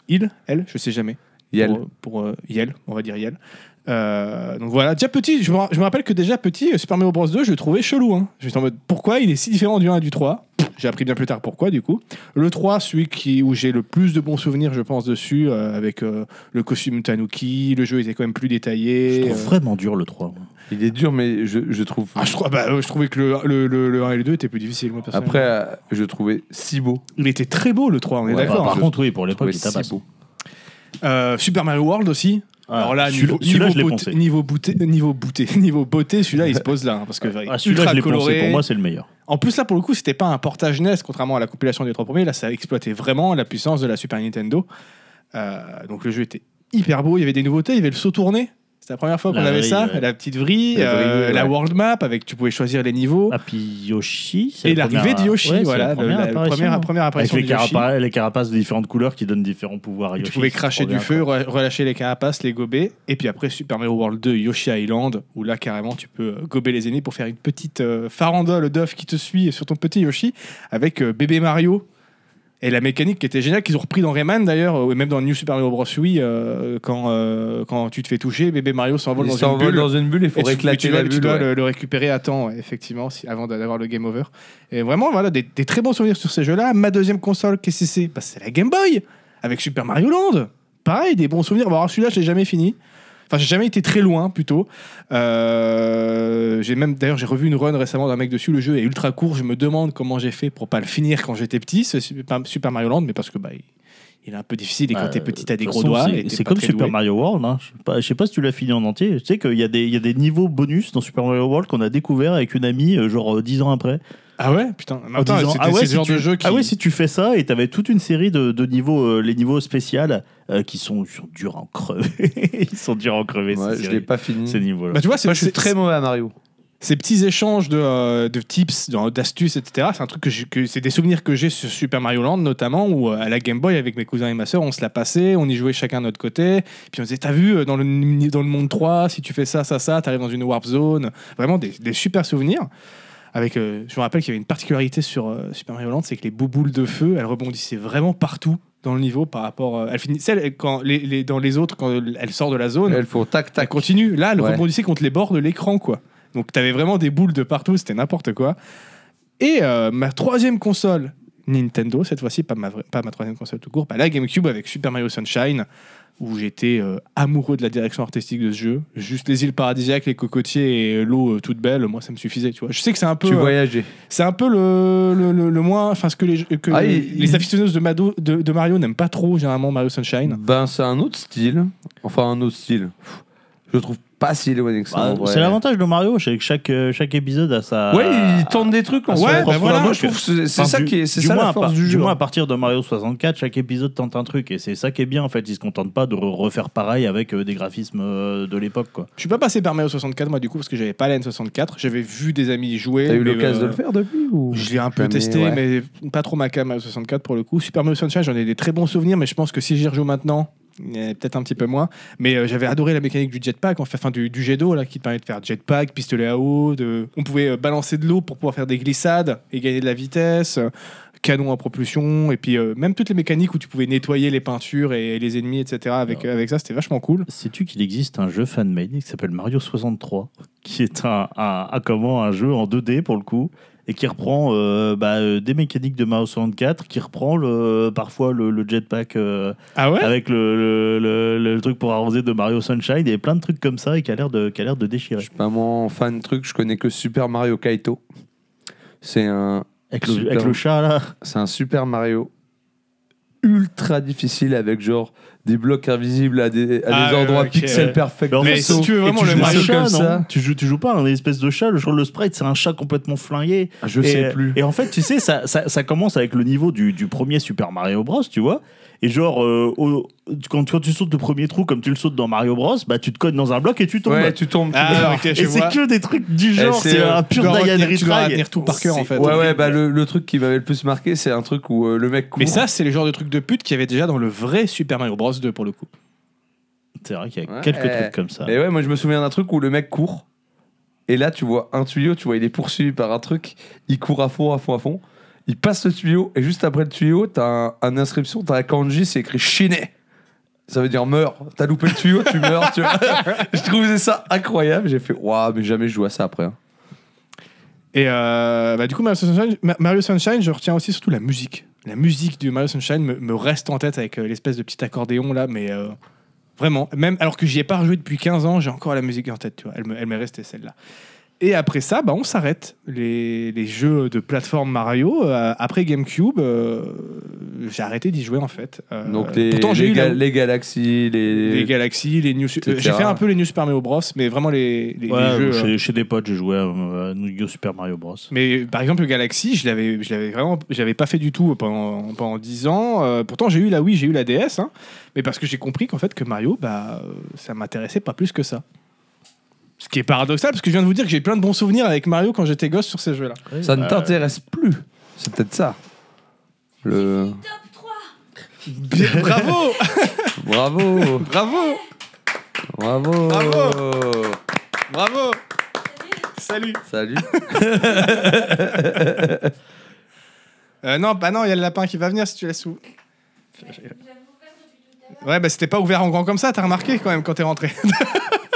[SPEAKER 3] Il, elle, je sais jamais.
[SPEAKER 1] Yael.
[SPEAKER 3] Pour, pour, euh, Yel, on va dire Yel. Euh, donc voilà, déjà petit, je me, ra- je me rappelle que déjà petit, euh, Super Mario Bros 2, je le trouvais chelou. Hein. J'étais en mode pourquoi il est si différent du 1 et du 3 J'ai appris bien plus tard pourquoi du coup. Le 3, celui qui, où j'ai le plus de bons souvenirs, je pense, dessus, euh, avec euh, le costume Tanuki, le jeu était quand même plus
[SPEAKER 2] Je
[SPEAKER 3] détaillé.
[SPEAKER 2] trouve
[SPEAKER 3] euh.
[SPEAKER 2] vraiment dur le 3.
[SPEAKER 1] Il est dur, mais je, je trouve.
[SPEAKER 3] Ah, je, trou- ah, bah, euh, je trouvais que le, le, le- le 1 et le 2 étaient plus difficiles, moi personnellement.
[SPEAKER 1] Après, euh, je trouvais si beau.
[SPEAKER 3] il était très beau le 3, on est
[SPEAKER 1] Ouais,
[SPEAKER 2] Bah,
[SPEAKER 3] d'accord.
[SPEAKER 2] par
[SPEAKER 1] je-
[SPEAKER 2] contre, oui, pour
[SPEAKER 1] Je trouvais
[SPEAKER 2] l'époque, il
[SPEAKER 1] si
[SPEAKER 2] tabasse.
[SPEAKER 1] beau.
[SPEAKER 3] Euh, Super Mario World aussi.
[SPEAKER 2] Ah,
[SPEAKER 3] Alors là,
[SPEAKER 2] celui-là-
[SPEAKER 3] niveau,
[SPEAKER 2] celui-là,
[SPEAKER 3] niveau
[SPEAKER 2] je l'ai
[SPEAKER 3] beauté-
[SPEAKER 2] poncé.
[SPEAKER 3] niveau beauté, niveau beauté, niveau beauté, celui-là, il se pose là, hein, parce que
[SPEAKER 2] Ah,
[SPEAKER 3] ultra
[SPEAKER 2] celui-là, je l'ai
[SPEAKER 3] coloré.
[SPEAKER 2] pensé. Pour moi, c'est le meilleur.
[SPEAKER 3] En plus, là, pour le coup, c'était pas un portage NES, contrairement à la compilation des trois premiers. Là, ça exploitait vraiment la puissance de la Super Nintendo. Euh, donc, le jeu était hyper beau. Il y avait des nouveautés. Il y avait le saut tourné. C'était la première fois qu'on
[SPEAKER 2] La
[SPEAKER 3] avait
[SPEAKER 2] vrille,
[SPEAKER 3] ça.
[SPEAKER 2] ouais.
[SPEAKER 3] La petite vrille,
[SPEAKER 1] La vrille,
[SPEAKER 3] euh,
[SPEAKER 1] ouais.
[SPEAKER 3] la world map, avec tu pouvais choisir les niveaux.
[SPEAKER 2] Happy Yoshi. Ah, c'est
[SPEAKER 3] Oh. et
[SPEAKER 2] la
[SPEAKER 3] l'arrivée
[SPEAKER 2] première-
[SPEAKER 3] de Yoshi,
[SPEAKER 2] ouais, c'est
[SPEAKER 3] voilà,
[SPEAKER 2] la
[SPEAKER 3] le-
[SPEAKER 2] première
[SPEAKER 3] la
[SPEAKER 2] apparition,
[SPEAKER 3] première,
[SPEAKER 2] hein.
[SPEAKER 3] première
[SPEAKER 2] Avec
[SPEAKER 3] apparition
[SPEAKER 2] les,
[SPEAKER 3] de Yoshi.
[SPEAKER 2] carapa- les carapaces de différentes couleurs qui donnent différents pouvoirs. à Yoshi,
[SPEAKER 3] Tu pouvais
[SPEAKER 2] c'est
[SPEAKER 3] cracher
[SPEAKER 2] trop
[SPEAKER 3] du
[SPEAKER 2] bien,
[SPEAKER 3] feu,
[SPEAKER 2] quoi.
[SPEAKER 3] re- relâcher les carapaces, les gober. Et puis après, Super Mario World 2, Yoshi Island, où là, carrément, tu peux euh, gober les ennemis pour faire une petite euh, farandole d'œufs qui te suit sur ton petit Yoshi avec euh, bébé Mario. Et la mécanique qui était géniale, qu'ils ont repris dans Rayman d'ailleurs, euh, et même dans New Super Mario Bros. Wii, euh, quand, euh, quand tu te fais toucher, bébé Mario s'envole
[SPEAKER 1] Il
[SPEAKER 3] dans une
[SPEAKER 1] s'envole
[SPEAKER 3] bulle.
[SPEAKER 1] dans une bulle, il faut
[SPEAKER 3] Et tu-
[SPEAKER 1] éclater
[SPEAKER 3] tu, dois,
[SPEAKER 1] la
[SPEAKER 3] tu
[SPEAKER 1] bulle.
[SPEAKER 3] dois
[SPEAKER 1] ouais.
[SPEAKER 3] le, le récupérer à temps, ouais, effectivement, si- avant d'avoir le game over. Et vraiment, voilà, des, des très bons souvenirs sur ces jeux-là. Ma deuxième console, qu'est-ce que c'est Bah, C'est la Game Boy, avec Super Mario Land. Pareil, des bons souvenirs. Bon, alors celui-là, je l'ai jamais fini. Enfin, j'ai jamais été très loin, plutôt. Euh, j'ai même, d'ailleurs, j'ai revu une run récemment d'un mec dessus. Le jeu est ultra court. Je me demande comment j'ai fait pour pas le finir quand j'étais petit, ce Super Super Mario Land, mais parce que bah, il, il est un peu difficile et quand
[SPEAKER 2] Bah,
[SPEAKER 3] t'es petit, t'as des
[SPEAKER 2] de toute
[SPEAKER 3] gros
[SPEAKER 2] façon,
[SPEAKER 3] doigts.
[SPEAKER 2] c'est-
[SPEAKER 3] et t'es
[SPEAKER 2] C'est
[SPEAKER 3] pas
[SPEAKER 2] comme
[SPEAKER 3] très
[SPEAKER 2] Super
[SPEAKER 3] doué.
[SPEAKER 2] Mario World. hein. Je sais pas- Je sais pas si tu l'as fini en entier. Tu sais qu'il y, a des- il y a des niveaux bonus dans Super Mario World qu'on a découvert avec une amie, euh, genre euh, 10 ans après.
[SPEAKER 3] Ah ouais, putain.
[SPEAKER 2] en
[SPEAKER 3] Attends,
[SPEAKER 2] disant,
[SPEAKER 3] c'était-
[SPEAKER 2] ah, ouais,
[SPEAKER 3] c'est
[SPEAKER 2] si
[SPEAKER 3] le genre
[SPEAKER 2] tu,
[SPEAKER 3] de jeu qui.
[SPEAKER 2] ah ouais, si tu fais ça, et t'avais toute une série de, de niveaux, euh, les niveaux spéciaux euh, qui sont, ils sont durs à en crever. Ils sont durs à en crever,
[SPEAKER 1] Ouais,
[SPEAKER 2] ces,
[SPEAKER 1] je
[SPEAKER 2] séries-
[SPEAKER 1] l'ai pas fini.
[SPEAKER 2] ces niveaux-là.
[SPEAKER 3] Bah, tu vois, c'est
[SPEAKER 1] Moi, je suis
[SPEAKER 3] c'est-
[SPEAKER 1] très mauvais à Mario.
[SPEAKER 3] ces petits échanges de, euh, de tips, dans- d'astuces, etc. C'est un truc que, j'ai- que- c'est des souvenirs que j'ai sur Super Mario Land notamment où euh, à la Game Boy avec mes cousins et ma sœur on se la passait, on y jouait chacun de notre côté, puis on disait t'as vu euh, dans le dans le monde 3 si tu fais ça ça ça t'arrives dans une warp zone, vraiment des, des super souvenirs. Avec, euh, je me rappelle qu'il y avait une particularité sur euh, Super Mario Land, c'est que les bouboules de feu, elles rebondissaient vraiment partout dans le niveau par rapport. euh, elles finissaient elles, quand les, les- dans les autres quand elles sortent de la zone.
[SPEAKER 1] Elles font tac
[SPEAKER 3] Ça
[SPEAKER 1] tac.
[SPEAKER 3] continue. Là, elle
[SPEAKER 1] Ouais.
[SPEAKER 3] rebondissait contre les bords de l'écran, quoi. Donc, t'avais vraiment des boules de partout, c'était n'importe quoi. Et euh, ma troisième console, Nintendo, cette fois-ci, pas ma, vraie- pas ma troisième console tout court, bah, la GameCube avec Super Mario Sunshine, où j'étais euh, amoureux de la direction artistique de ce jeu. Juste les îles paradisiaques, les cocotiers et l'eau euh, toute belle, moi, ça me suffisait, tu vois. Je sais que c'est un peu,
[SPEAKER 1] Tu
[SPEAKER 3] euh,
[SPEAKER 1] voyageais.
[SPEAKER 3] c'est un peu le, le, le- le moins, enfin, ce que les, que
[SPEAKER 1] Ah,
[SPEAKER 3] les,
[SPEAKER 1] il-
[SPEAKER 3] les
[SPEAKER 1] il-
[SPEAKER 3] aficionados de, Mado- de- de Mario n'aiment pas trop, généralement, Mario Sunshine.
[SPEAKER 1] Ben, c'est un autre style. Enfin, un autre style. Pff, je le trouve pas si éloigné que ça.
[SPEAKER 2] Bah,
[SPEAKER 1] en vrai.
[SPEAKER 2] C'est l'avantage de Mario, c'est que chaque, euh, chaque épisode a sa.
[SPEAKER 1] Ouais, il tente des trucs. En
[SPEAKER 2] à son
[SPEAKER 1] ouais,
[SPEAKER 2] propre
[SPEAKER 1] bah voilà,
[SPEAKER 2] look.
[SPEAKER 1] moi je trouve que c'est c'est
[SPEAKER 2] Enfin,
[SPEAKER 1] ça
[SPEAKER 2] du-
[SPEAKER 1] qui est, c'est
[SPEAKER 2] du
[SPEAKER 1] ça
[SPEAKER 2] moins,
[SPEAKER 1] la
[SPEAKER 2] à
[SPEAKER 1] force
[SPEAKER 2] par-
[SPEAKER 1] du jeu.
[SPEAKER 2] moins, à partir de Mario 64, chaque épisode tente un truc. Et c'est ça qui est bien, en fait. Ils se contentent pas de re- refaire pareil avec euh, des graphismes euh, de l'époque, quoi.
[SPEAKER 3] Je suis pas passé par Mario 64, moi, du coup, parce que j'avais pas la N64. J'avais vu des amis y jouer.
[SPEAKER 1] T'as eu
[SPEAKER 3] mais,
[SPEAKER 1] l'occasion
[SPEAKER 3] euh,
[SPEAKER 1] de le faire depuis ou
[SPEAKER 3] Je l'ai un peu
[SPEAKER 1] Jamais,
[SPEAKER 3] testé,
[SPEAKER 1] ouais.
[SPEAKER 3] mais pas trop ma cam Mario 64 pour le coup. Super Mario Sunshine, j'en ai des très bons souvenirs, mais je pense que si j'y rejoue maintenant, euh, peut-être un petit peu moins. Mais euh, j'avais adoré la mécanique du jetpack, enfin enfin, du, du jet d'eau là, qui te permet de faire jetpack, pistolet à eau. De... On pouvait euh, balancer de l'eau pour pouvoir faire des glissades et gagner de la vitesse. euh, Canon à propulsion, et puis euh, même toutes les mécaniques où tu pouvais nettoyer les peintures et les ennemis, etc. Avec, euh, avec ça, c'était vachement cool.
[SPEAKER 2] Sais-tu qu'il existe un jeu fan-made qui s'appelle Mario 63, qui est un, un- un- comment, un jeu en 2D pour le coup, et qui reprend euh, bah, euh, des mécaniques de Mario 64, qui reprend le, parfois le, le jetpack euh,
[SPEAKER 3] Ah ouais
[SPEAKER 2] avec le, le- le- le truc pour arroser de Mario Sunshine, et plein de trucs comme ça, et qui a l'air de, qui a l'air de
[SPEAKER 1] Je
[SPEAKER 2] déchirer.
[SPEAKER 1] suis pas mon fan de truc, je connais que Super Mario Kaito. C'est un,
[SPEAKER 2] Avec le,
[SPEAKER 1] Super.
[SPEAKER 2] avec le chat là.
[SPEAKER 1] c'est un Super Mario ultra difficile avec genre des blocs invisibles à des, à
[SPEAKER 3] Ah
[SPEAKER 1] des
[SPEAKER 3] ouais,
[SPEAKER 1] endroits
[SPEAKER 3] ok,
[SPEAKER 1] pixel
[SPEAKER 2] ouais.
[SPEAKER 1] perfect.
[SPEAKER 2] en
[SPEAKER 3] Mais
[SPEAKER 2] fait,
[SPEAKER 3] si
[SPEAKER 2] c'est-
[SPEAKER 3] tu veux
[SPEAKER 2] et
[SPEAKER 3] vraiment le
[SPEAKER 2] joues à un
[SPEAKER 1] Mario
[SPEAKER 2] chat,
[SPEAKER 1] comme
[SPEAKER 2] non
[SPEAKER 1] ça.
[SPEAKER 2] tu, joues, tu joues pas à un espèce de chat, le, genre, le sprite c'est un chat complètement flingué.
[SPEAKER 1] Je
[SPEAKER 2] et,
[SPEAKER 1] sais plus.
[SPEAKER 2] Et en fait, tu sais, ça, ça, ça commence avec le niveau du, du premier Super Mario Bros, tu vois. Et genre, euh, au- quand, quand tu sautes le premier trou comme tu le sautes dans Mario Bros, bah tu te cognes dans un bloc et tu tombes.
[SPEAKER 1] Ouais, tu tombes. tu
[SPEAKER 3] Ah,
[SPEAKER 1] tombes.
[SPEAKER 3] ok,
[SPEAKER 2] et
[SPEAKER 3] je vois.
[SPEAKER 2] c'est que des trucs du
[SPEAKER 1] Et
[SPEAKER 2] genre,
[SPEAKER 1] c'est,
[SPEAKER 2] c'est
[SPEAKER 1] euh,
[SPEAKER 2] un
[SPEAKER 3] Tu
[SPEAKER 2] pur
[SPEAKER 3] dois
[SPEAKER 2] Diane
[SPEAKER 3] retenir- tu dois
[SPEAKER 2] Retry.
[SPEAKER 3] retenir tout par cœur en fait.
[SPEAKER 1] ouais, ouais, bah le, le truc qui m'avait le plus marqué, c'est un truc où euh, le mec court.
[SPEAKER 3] Mais ça, c'est le genre de truc de pute qu'il y avait déjà dans le vrai Super Mario Bros 2 pour le coup.
[SPEAKER 2] C'est vrai qu'il y a
[SPEAKER 1] Ouais.
[SPEAKER 2] quelques trucs comme ça.
[SPEAKER 1] Et ouais, moi je me souviens d'un truc où le mec court. Et là, tu vois un tuyau, tu vois, il est poursuivi par un truc. Il court à fond, à fond, à fond. Il passe le tuyau. Et juste après le tuyau, t'as un, une inscription, t'as un kanji, c'est écrit Shine. Ça veut dire meurs. T'as loupé le tuyau, tu meurs, tu vois. je trouvais ça incroyable. J'ai fait, waouh, mais jamais je joue à ça après. hein.
[SPEAKER 3] Et euh, bah, du coup, Mario Sunshine, Ma- Mario Sunshine, je retiens aussi surtout la musique. La musique de Mario Sunshine me, me reste en tête avec euh, l'espèce de petit accordéon là, mais euh, vraiment, même alors que j'y ai pas rejoué depuis 15 ans, j'ai encore la musique en tête, tu vois. Elle me- elle m'est restée celle-là. Et après ça, bah, on s'arrête. Les, les jeux de plateforme Mario, euh, après GameCube, euh, j'ai arrêté d'y jouer en fait. Euh,
[SPEAKER 1] Donc les,
[SPEAKER 3] pourtant, j'ai
[SPEAKER 1] les,
[SPEAKER 3] eu la-
[SPEAKER 1] ga- les galaxies, les.
[SPEAKER 3] les Galaxies, les New Super-
[SPEAKER 1] etc.
[SPEAKER 3] J'ai fait un peu les New Super Mario Bros, mais vraiment les, les- les
[SPEAKER 2] Ouais,
[SPEAKER 3] jeux. euh,
[SPEAKER 2] chez, chez des potes, j'ai joué à, euh, à New York Super Mario Bros.
[SPEAKER 3] Mais par exemple, le Galaxy, je l'avais, je l'avais vraiment, j'avais pas fait du tout pendant, pendant 10 ans. Euh, pourtant, j'ai eu la Wii, j'ai eu la DS, hein. mais parce que j'ai compris qu'en fait, que Mario, bah, euh, ça m'intéressait pas plus que ça. Ce qui est paradoxal, parce que je viens de vous dire que j'ai plein de bons souvenirs avec Mario quand j'étais gosse sur ces jeux-là.
[SPEAKER 1] Ça ne
[SPEAKER 2] Euh,
[SPEAKER 1] t'intéresse plus. C'est peut-être ça. Le...
[SPEAKER 3] bravo,
[SPEAKER 1] Bravo!
[SPEAKER 3] bravo,
[SPEAKER 1] Bravo!
[SPEAKER 3] Bravo. bravo. Salut.
[SPEAKER 1] Salut!
[SPEAKER 3] Euh, non, bah non, il y a le lapin qui va venir si tu laisses où. Ouais, bah c'était pas ouvert en grand comme ça, t'as remarqué quand même quand t'es rentré.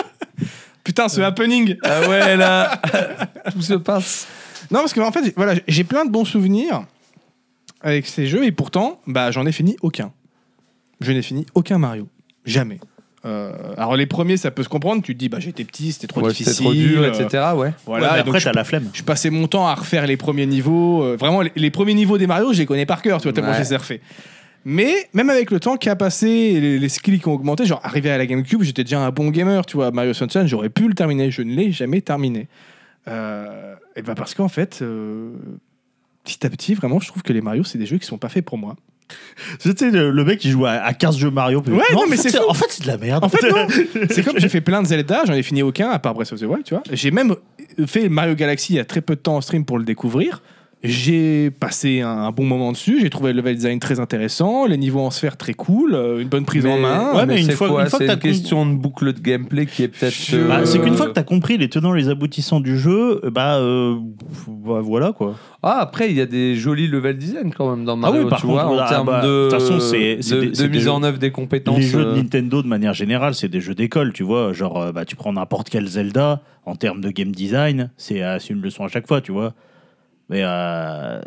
[SPEAKER 3] Putain, ce happening.
[SPEAKER 1] Ah ouais, là Tout se passe.
[SPEAKER 3] Non, parce que en fait, j'ai- voilà, j'ai plein de bons souvenirs avec ces jeux et pourtant, bah, j'en ai fini aucun. Je n'ai fini aucun Mario, jamais. Euh, alors les premiers, ça peut se comprendre. Tu te dis, bah, j'étais petit, c'était trop
[SPEAKER 1] Ouais,
[SPEAKER 3] difficile,
[SPEAKER 1] c'était trop dur,
[SPEAKER 3] euh,
[SPEAKER 1] etc. Ouais.
[SPEAKER 3] Voilà.
[SPEAKER 2] ouais, mais
[SPEAKER 3] et donc,
[SPEAKER 2] après, t'as la flemme.
[SPEAKER 3] je passais mon temps à refaire les premiers niveaux. euh, vraiment, les, les premiers niveaux des Mario, je les connais par cœur, tu vois, tellement
[SPEAKER 1] Ouais.
[SPEAKER 3] je les ai refaits. Mais même avec le temps qui a passé, et les, les skills qui ont augmenté, genre arrivé à la GameCube, j'étais déjà un bon gamer, tu vois. Mario Sunshine, j'aurais pu le terminer, je ne l'ai jamais terminé. Euh, et ben parce qu'en fait, euh, petit à petit, vraiment, je trouve que les Mario, c'est des jeux qui sont pas faits pour moi.
[SPEAKER 2] Tu sais, le, le mec, il joue à, à 15 jeux Mario. puis-
[SPEAKER 3] Ouais, non,
[SPEAKER 2] en
[SPEAKER 3] mais
[SPEAKER 2] fait,
[SPEAKER 3] c'est fou.
[SPEAKER 2] En fait, c'est de la merde.
[SPEAKER 3] En fait, non C'est comme j'ai fait plein de Zelda, j'en ai fini aucun à part Breath of the Wild, tu vois. J'ai même fait Mario Galaxy il y a très peu de temps en stream pour le découvrir. J'ai passé un, un bon moment dessus, j'ai trouvé le level design très intéressant, les niveaux en sphère très cool, euh, une bonne prise en main.
[SPEAKER 2] ouais, mais une
[SPEAKER 1] c'est
[SPEAKER 2] fois-
[SPEAKER 1] quoi
[SPEAKER 2] une fois que
[SPEAKER 1] C'est
[SPEAKER 2] t'as
[SPEAKER 1] une question de boucle de gameplay qui est peut-être.
[SPEAKER 3] Je-
[SPEAKER 2] Bah,
[SPEAKER 1] euh,
[SPEAKER 2] c'est qu'une fois que t'as compris les tenants les aboutissants du jeu, euh, bah, euh, bah, voilà quoi.
[SPEAKER 1] Ah, après, il y a des jolis level design quand même dans Mario.
[SPEAKER 2] oui, par
[SPEAKER 1] tu
[SPEAKER 2] contre,
[SPEAKER 1] vois,
[SPEAKER 2] là,
[SPEAKER 1] en termes
[SPEAKER 2] bah,
[SPEAKER 1] de.
[SPEAKER 2] de toute façon, c'est- c'est
[SPEAKER 1] de-
[SPEAKER 2] des-
[SPEAKER 1] de
[SPEAKER 2] c'est des
[SPEAKER 1] mise
[SPEAKER 2] jeux-
[SPEAKER 1] en œuvre des compétences.
[SPEAKER 2] les jeux de
[SPEAKER 1] euh,
[SPEAKER 2] Nintendo de manière générale, c'est des jeux d'école, tu vois. Genre, euh, bah, tu prends n'importe quel Zelda en termes de game design, c'est euh, c'est une leçon à chaque fois, tu vois. Mais, euh,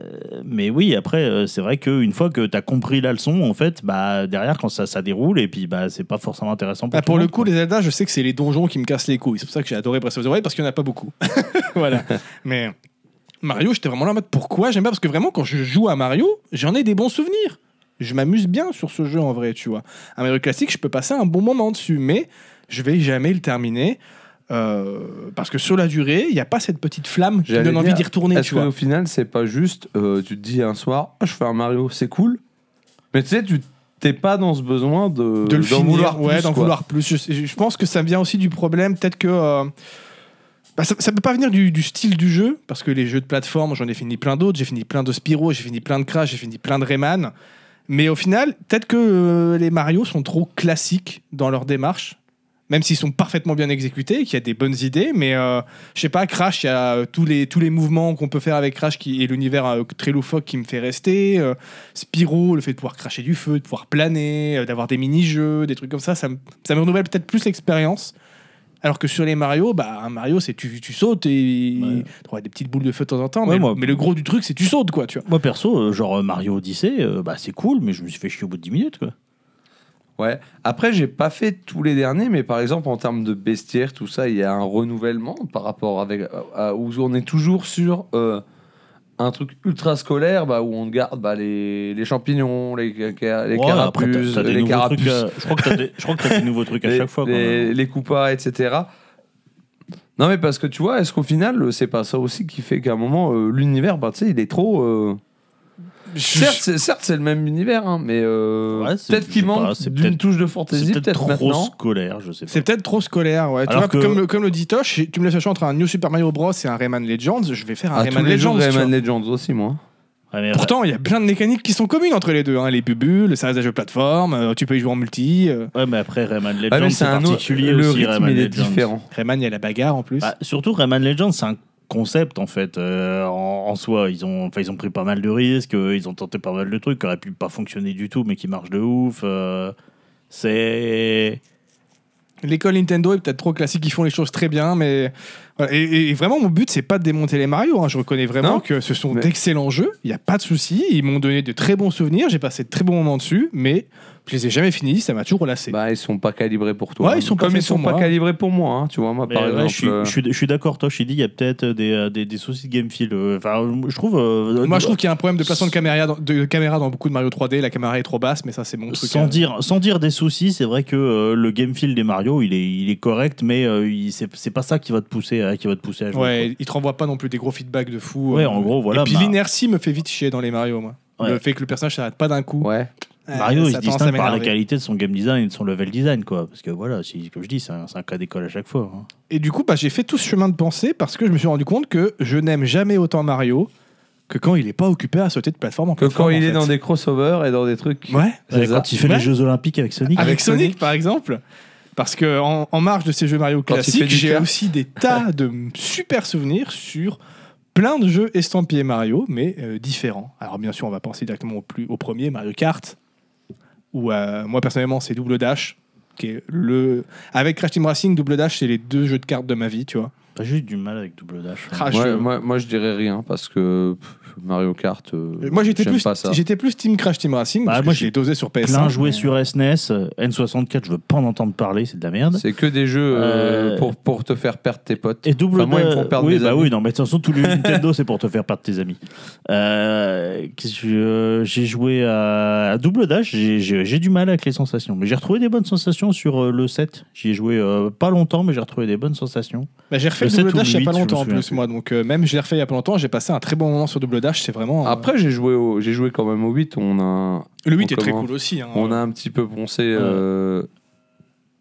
[SPEAKER 2] mais oui, après, euh, c'est vrai qu'une fois que t'as compris la leçon, en fait, bah, derrière, quand ça, ça déroule, et puis bah, c'est pas forcément intéressant pour
[SPEAKER 3] Ah,
[SPEAKER 2] tout
[SPEAKER 3] pour le
[SPEAKER 2] monde,
[SPEAKER 3] coup,
[SPEAKER 2] quoi.
[SPEAKER 3] les Zelda, je sais que c'est les donjons qui me cassent les couilles. C'est pour ça que j'ai adoré Breath of the Wild parce qu'il n'y en a pas beaucoup. voilà. Mais Mario, j'étais vraiment là en mode pourquoi j'aime pas Parce que vraiment, quand je joue à Mario, j'en ai des bons souvenirs. Je m'amuse bien sur ce jeu en vrai, tu vois. Un Mario classique, je peux passer un bon moment dessus, mais je vais jamais le terminer. euh, parce que sur la durée, il n'y a pas cette petite flamme qui me
[SPEAKER 1] J'allais
[SPEAKER 3] donne envie
[SPEAKER 1] dire,
[SPEAKER 3] d'y retourner.
[SPEAKER 1] Est-ce
[SPEAKER 3] Tu vois.
[SPEAKER 1] qu'au final, c'est pas juste, euh, tu te dis un soir, Ah, je fais un Mario, c'est cool, mais tu sais, tu t'es pas dans ce besoin de,
[SPEAKER 3] de le
[SPEAKER 1] d'en
[SPEAKER 3] finir,
[SPEAKER 1] vouloir
[SPEAKER 3] ouais,
[SPEAKER 1] plus,
[SPEAKER 3] d'en
[SPEAKER 1] quoi.
[SPEAKER 3] vouloir plus. Je, je- je pense que ça vient aussi du problème, peut-être que euh, bah, ça, ça peut pas venir du, du style du jeu, parce que les jeux de plateforme, j'en ai fini plein d'autres, j'ai fini plein de Spyro, j'ai fini plein de Crash, j'ai fini plein de Rayman. Mais au final, peut-être que euh, les Mario sont trop classiques dans leur démarche, même s'ils sont parfaitement bien exécutés, et qu'il y a des bonnes idées, mais euh, je sais pas, Crash, il y a euh, tous les, tous les mouvements qu'on peut faire avec Crash qui, et l'univers euh, très loufoque qui me fait rester. euh, Spyro, le fait de pouvoir cracher du feu, de pouvoir planer, euh, d'avoir des mini-jeux, des trucs comme ça, ça me, ça me renouvelle peut-être plus l'expérience. Alors que sur les Mario, bah, un Mario, c'est tu, tu sautes et
[SPEAKER 2] Ouais.
[SPEAKER 3] t'auras des petites boules de feu de temps en temps,
[SPEAKER 2] Ouais,
[SPEAKER 3] mais,
[SPEAKER 2] moi-
[SPEAKER 3] mais le gros du truc, c'est tu sautes, quoi, tu vois.
[SPEAKER 2] Moi perso, euh, genre euh, Mario Odyssey, euh, bah, c'est cool, mais je me suis fait chier au bout de 10 minutes. Quoi.
[SPEAKER 1] Ouais. Après, j'ai pas fait tous les derniers, mais par exemple, en termes de bestiaire, tout ça, il y a un renouvellement par rapport avec. à- à- où on est toujours sur euh, un truc ultra scolaire, bah, où on garde bah, les, les champignons, les, caca- les
[SPEAKER 2] Ouais, après, t'as-
[SPEAKER 1] carapuces,
[SPEAKER 2] t'as des
[SPEAKER 1] les
[SPEAKER 2] nouveaux
[SPEAKER 1] carapuces,
[SPEAKER 2] trucs à- Je crois que t'as des, je crois que t'as des nouveaux trucs à
[SPEAKER 1] les,
[SPEAKER 2] chaque fois. quand
[SPEAKER 1] les,
[SPEAKER 2] même. hein.
[SPEAKER 1] les coupas, etc. Non, mais parce que tu vois, est-ce qu'au final, euh, c'est pas ça aussi qui fait qu'à un moment, euh, l'univers, bah, tu sais, il est trop. euh, Certes, c'est, certes, c'est le même univers, hein, mais euh,
[SPEAKER 2] Ouais, c'est-
[SPEAKER 1] peut-être
[SPEAKER 2] je
[SPEAKER 1] qu'il
[SPEAKER 2] sais pas,
[SPEAKER 1] manque
[SPEAKER 2] c'est
[SPEAKER 1] d'une
[SPEAKER 2] peut-être-
[SPEAKER 1] touche de
[SPEAKER 2] C'est
[SPEAKER 1] fantaisie,
[SPEAKER 2] peut-être
[SPEAKER 1] peut-être
[SPEAKER 2] trop
[SPEAKER 1] maintenant.
[SPEAKER 2] scolaire, je sais pas.
[SPEAKER 3] C'est peut-être trop scolaire, ouais. Tu
[SPEAKER 2] Alors
[SPEAKER 3] vois,
[SPEAKER 2] que-
[SPEAKER 3] comme, le- comme le dit Tosh, tu me laisses chercher entre un New Super Mario Bros et un Rayman Legends, je vais faire un
[SPEAKER 1] Ah, tous
[SPEAKER 3] Rayman
[SPEAKER 1] les jours
[SPEAKER 3] Legends. tu vois.
[SPEAKER 1] Rayman Legends aussi, moi.
[SPEAKER 2] Ouais, mais-
[SPEAKER 3] Pourtant, il y a plein de mécaniques qui sont communes entre les deux. hein. Les bubules, ça reste des jeux de plateforme, euh, tu peux y jouer en multi. euh.
[SPEAKER 2] ouais, mais après Rayman Legends,
[SPEAKER 1] Ah, mais
[SPEAKER 2] c'est
[SPEAKER 1] un autre-
[SPEAKER 2] particulier
[SPEAKER 1] Le
[SPEAKER 2] aussi.
[SPEAKER 1] rythme,
[SPEAKER 2] Rayman
[SPEAKER 1] il est
[SPEAKER 2] Legends.
[SPEAKER 1] différent.
[SPEAKER 3] Rayman, il y a la bagarre en plus.
[SPEAKER 2] Bah, surtout Rayman Legends, c'est un concept en fait. Euh, en, en soi, ils ont, enfin, ils ont pris pas mal de risques, euh, ils ont tenté pas mal de trucs qui auraient pu pas fonctionner du tout, mais qui marchent de ouf. euh, c'est
[SPEAKER 3] L'école Nintendo est peut-être trop classique, ils font les choses très bien, mais. voilà. Et, et- et vraiment, mon but, c'est pas de démonter les Mario. hein. Je reconnais vraiment
[SPEAKER 1] Non.
[SPEAKER 3] que ce sont
[SPEAKER 1] Mais-
[SPEAKER 3] d'excellents jeux, il n'y a pas de souci. Ils m'ont donné de très bons souvenirs, j'ai passé de très bons moments dessus, mais je les ai jamais finis, ça m'a toujours relâché.
[SPEAKER 1] Bah, ils sont pas calibrés pour toi.
[SPEAKER 3] Ouais, ils sont pas
[SPEAKER 1] Comme
[SPEAKER 3] faits
[SPEAKER 1] ils sont
[SPEAKER 3] pour
[SPEAKER 1] pas
[SPEAKER 3] moi.
[SPEAKER 1] calibrés pour moi, hein, tu vois, moi,
[SPEAKER 2] Mais
[SPEAKER 1] par
[SPEAKER 2] ouais,
[SPEAKER 1] exemple.
[SPEAKER 2] je suis,
[SPEAKER 1] euh,
[SPEAKER 2] je suis- je suis d'accord, toi, je dit, il y a peut-être des, euh, des, des soucis de game feel. euh, Enfin, je trouve. euh,
[SPEAKER 3] Moi, je trouve qu'il y a un problème de placement de caméra, dans, de caméra dans beaucoup de Mario 3D. La caméra est trop basse, mais ça, c'est mon truc.
[SPEAKER 2] sans
[SPEAKER 3] hein.
[SPEAKER 2] dire, sans dire des soucis, c'est vrai que euh, le game feel des Mario, il est, il est correct, mais euh, il- c'est c'est pas ça qui va te pousser, à- qui va te pousser à jouer. quoi.
[SPEAKER 3] Ouais, il te renvoie pas non plus des gros feedbacks de fou.
[SPEAKER 2] Ouais,
[SPEAKER 3] euh.
[SPEAKER 2] en gros, voilà.
[SPEAKER 3] Et puis
[SPEAKER 2] bah,
[SPEAKER 3] l'inertie me fait vite chier dans les Mario, moi.
[SPEAKER 2] Ouais.
[SPEAKER 3] Le fait que le personnage s'arrête pas d'un coup.
[SPEAKER 1] Ouais.
[SPEAKER 3] euh,
[SPEAKER 2] Mario,
[SPEAKER 3] ça
[SPEAKER 2] il se
[SPEAKER 3] a tendance à
[SPEAKER 2] distingue par la
[SPEAKER 3] m'énerver.
[SPEAKER 2] qualité de son game design et de son level design, quoi. Parce que voilà, c'est- comme je dis, c'est un, c'est un cas d'école à chaque fois. hein.
[SPEAKER 3] Et du coup, bah, j'ai fait tout ce chemin de pensée parce que je me suis rendu compte que je n'aime jamais autant Mario que quand il est pas occupé à sauter de plateforme en
[SPEAKER 1] Que
[SPEAKER 3] plateforme,
[SPEAKER 1] quand il
[SPEAKER 3] en
[SPEAKER 1] est
[SPEAKER 3] fait.
[SPEAKER 1] dans des crossovers et dans des trucs.
[SPEAKER 3] Ouais.
[SPEAKER 1] C'est
[SPEAKER 2] Ouais,
[SPEAKER 1] ça.
[SPEAKER 2] Quand il fait
[SPEAKER 3] Ouais.
[SPEAKER 2] les Jeux Olympiques avec Sonic,
[SPEAKER 3] Avec
[SPEAKER 1] Avec
[SPEAKER 3] Sonic,
[SPEAKER 1] Sonic.
[SPEAKER 3] par exemple. Parce que en, en marge de ces jeux Mario
[SPEAKER 1] Quand il fait
[SPEAKER 3] classiques,
[SPEAKER 1] du
[SPEAKER 3] j'ai
[SPEAKER 1] cœur.
[SPEAKER 3] aussi des tas de super souvenirs sur plein de jeux estampillés Mario, mais euh, différents. Alors bien sûr, on va penser directement au, plus, au premier, Mario Kart, où euh, moi personnellement c'est Double Dash, qui est le... Avec Crash Team Racing, Double Dash, c'est les deux jeux de cartes de ma vie, tu vois.
[SPEAKER 2] Bah, j'ai eu du mal avec Double Dash.
[SPEAKER 3] Ah, je-
[SPEAKER 1] Ouais, moi, moi, je dirais rien parce que pff, Mario Kart. euh,
[SPEAKER 3] Moi j'étais
[SPEAKER 1] j'aime
[SPEAKER 3] plus,
[SPEAKER 1] pas ça.
[SPEAKER 3] j'étais plus Team Crash Team Racing,
[SPEAKER 2] Bah,
[SPEAKER 3] parce que
[SPEAKER 2] moi,
[SPEAKER 3] je
[SPEAKER 2] j'ai
[SPEAKER 3] l'ai dosé sur PS1.
[SPEAKER 2] Plein joué
[SPEAKER 3] mais-
[SPEAKER 2] sur SNES, euh, N64, je veux pas en entendre parler, c'est de la merde.
[SPEAKER 1] C'est que des jeux euh,
[SPEAKER 2] Euh,
[SPEAKER 1] pour, pour te faire perdre tes potes.
[SPEAKER 2] Et double
[SPEAKER 1] Enfin, moi, ils me
[SPEAKER 2] Da-
[SPEAKER 1] font perdre
[SPEAKER 2] oui,
[SPEAKER 1] mes
[SPEAKER 2] bah
[SPEAKER 1] amis.
[SPEAKER 2] oui, non, mais de toute façon, tous les jeux Nintendo, c'est pour te faire perdre tes amis. Euh, qu'est-ce que je- euh, j'ai joué à, à Double Dash, j'ai- j'ai j'ai du mal avec les sensations. Mais j'ai retrouvé des bonnes sensations sur euh, le 7. J'y ai joué euh, pas longtemps, mais j'ai retrouvé des bonnes sensations.
[SPEAKER 3] Bah, j'ai refait
[SPEAKER 2] Le
[SPEAKER 3] le double
[SPEAKER 2] 7 ou
[SPEAKER 3] dash il
[SPEAKER 2] le
[SPEAKER 3] n'y a pas
[SPEAKER 2] 8, je me
[SPEAKER 3] longtemps en
[SPEAKER 2] souviens
[SPEAKER 3] plus,
[SPEAKER 2] plus.
[SPEAKER 3] moi. Donc, euh, même, je l'ai refait il y a pas longtemps. J'ai passé un très bon moment sur double dash. C'est vraiment. euh,
[SPEAKER 2] Ah,
[SPEAKER 1] Après, j'ai joué, au- j'ai joué quand même au 8. On a, un-
[SPEAKER 3] le 8 est
[SPEAKER 1] on
[SPEAKER 3] très
[SPEAKER 1] commence-
[SPEAKER 3] cool aussi. hein.
[SPEAKER 1] on a un petit peu poncé. euh,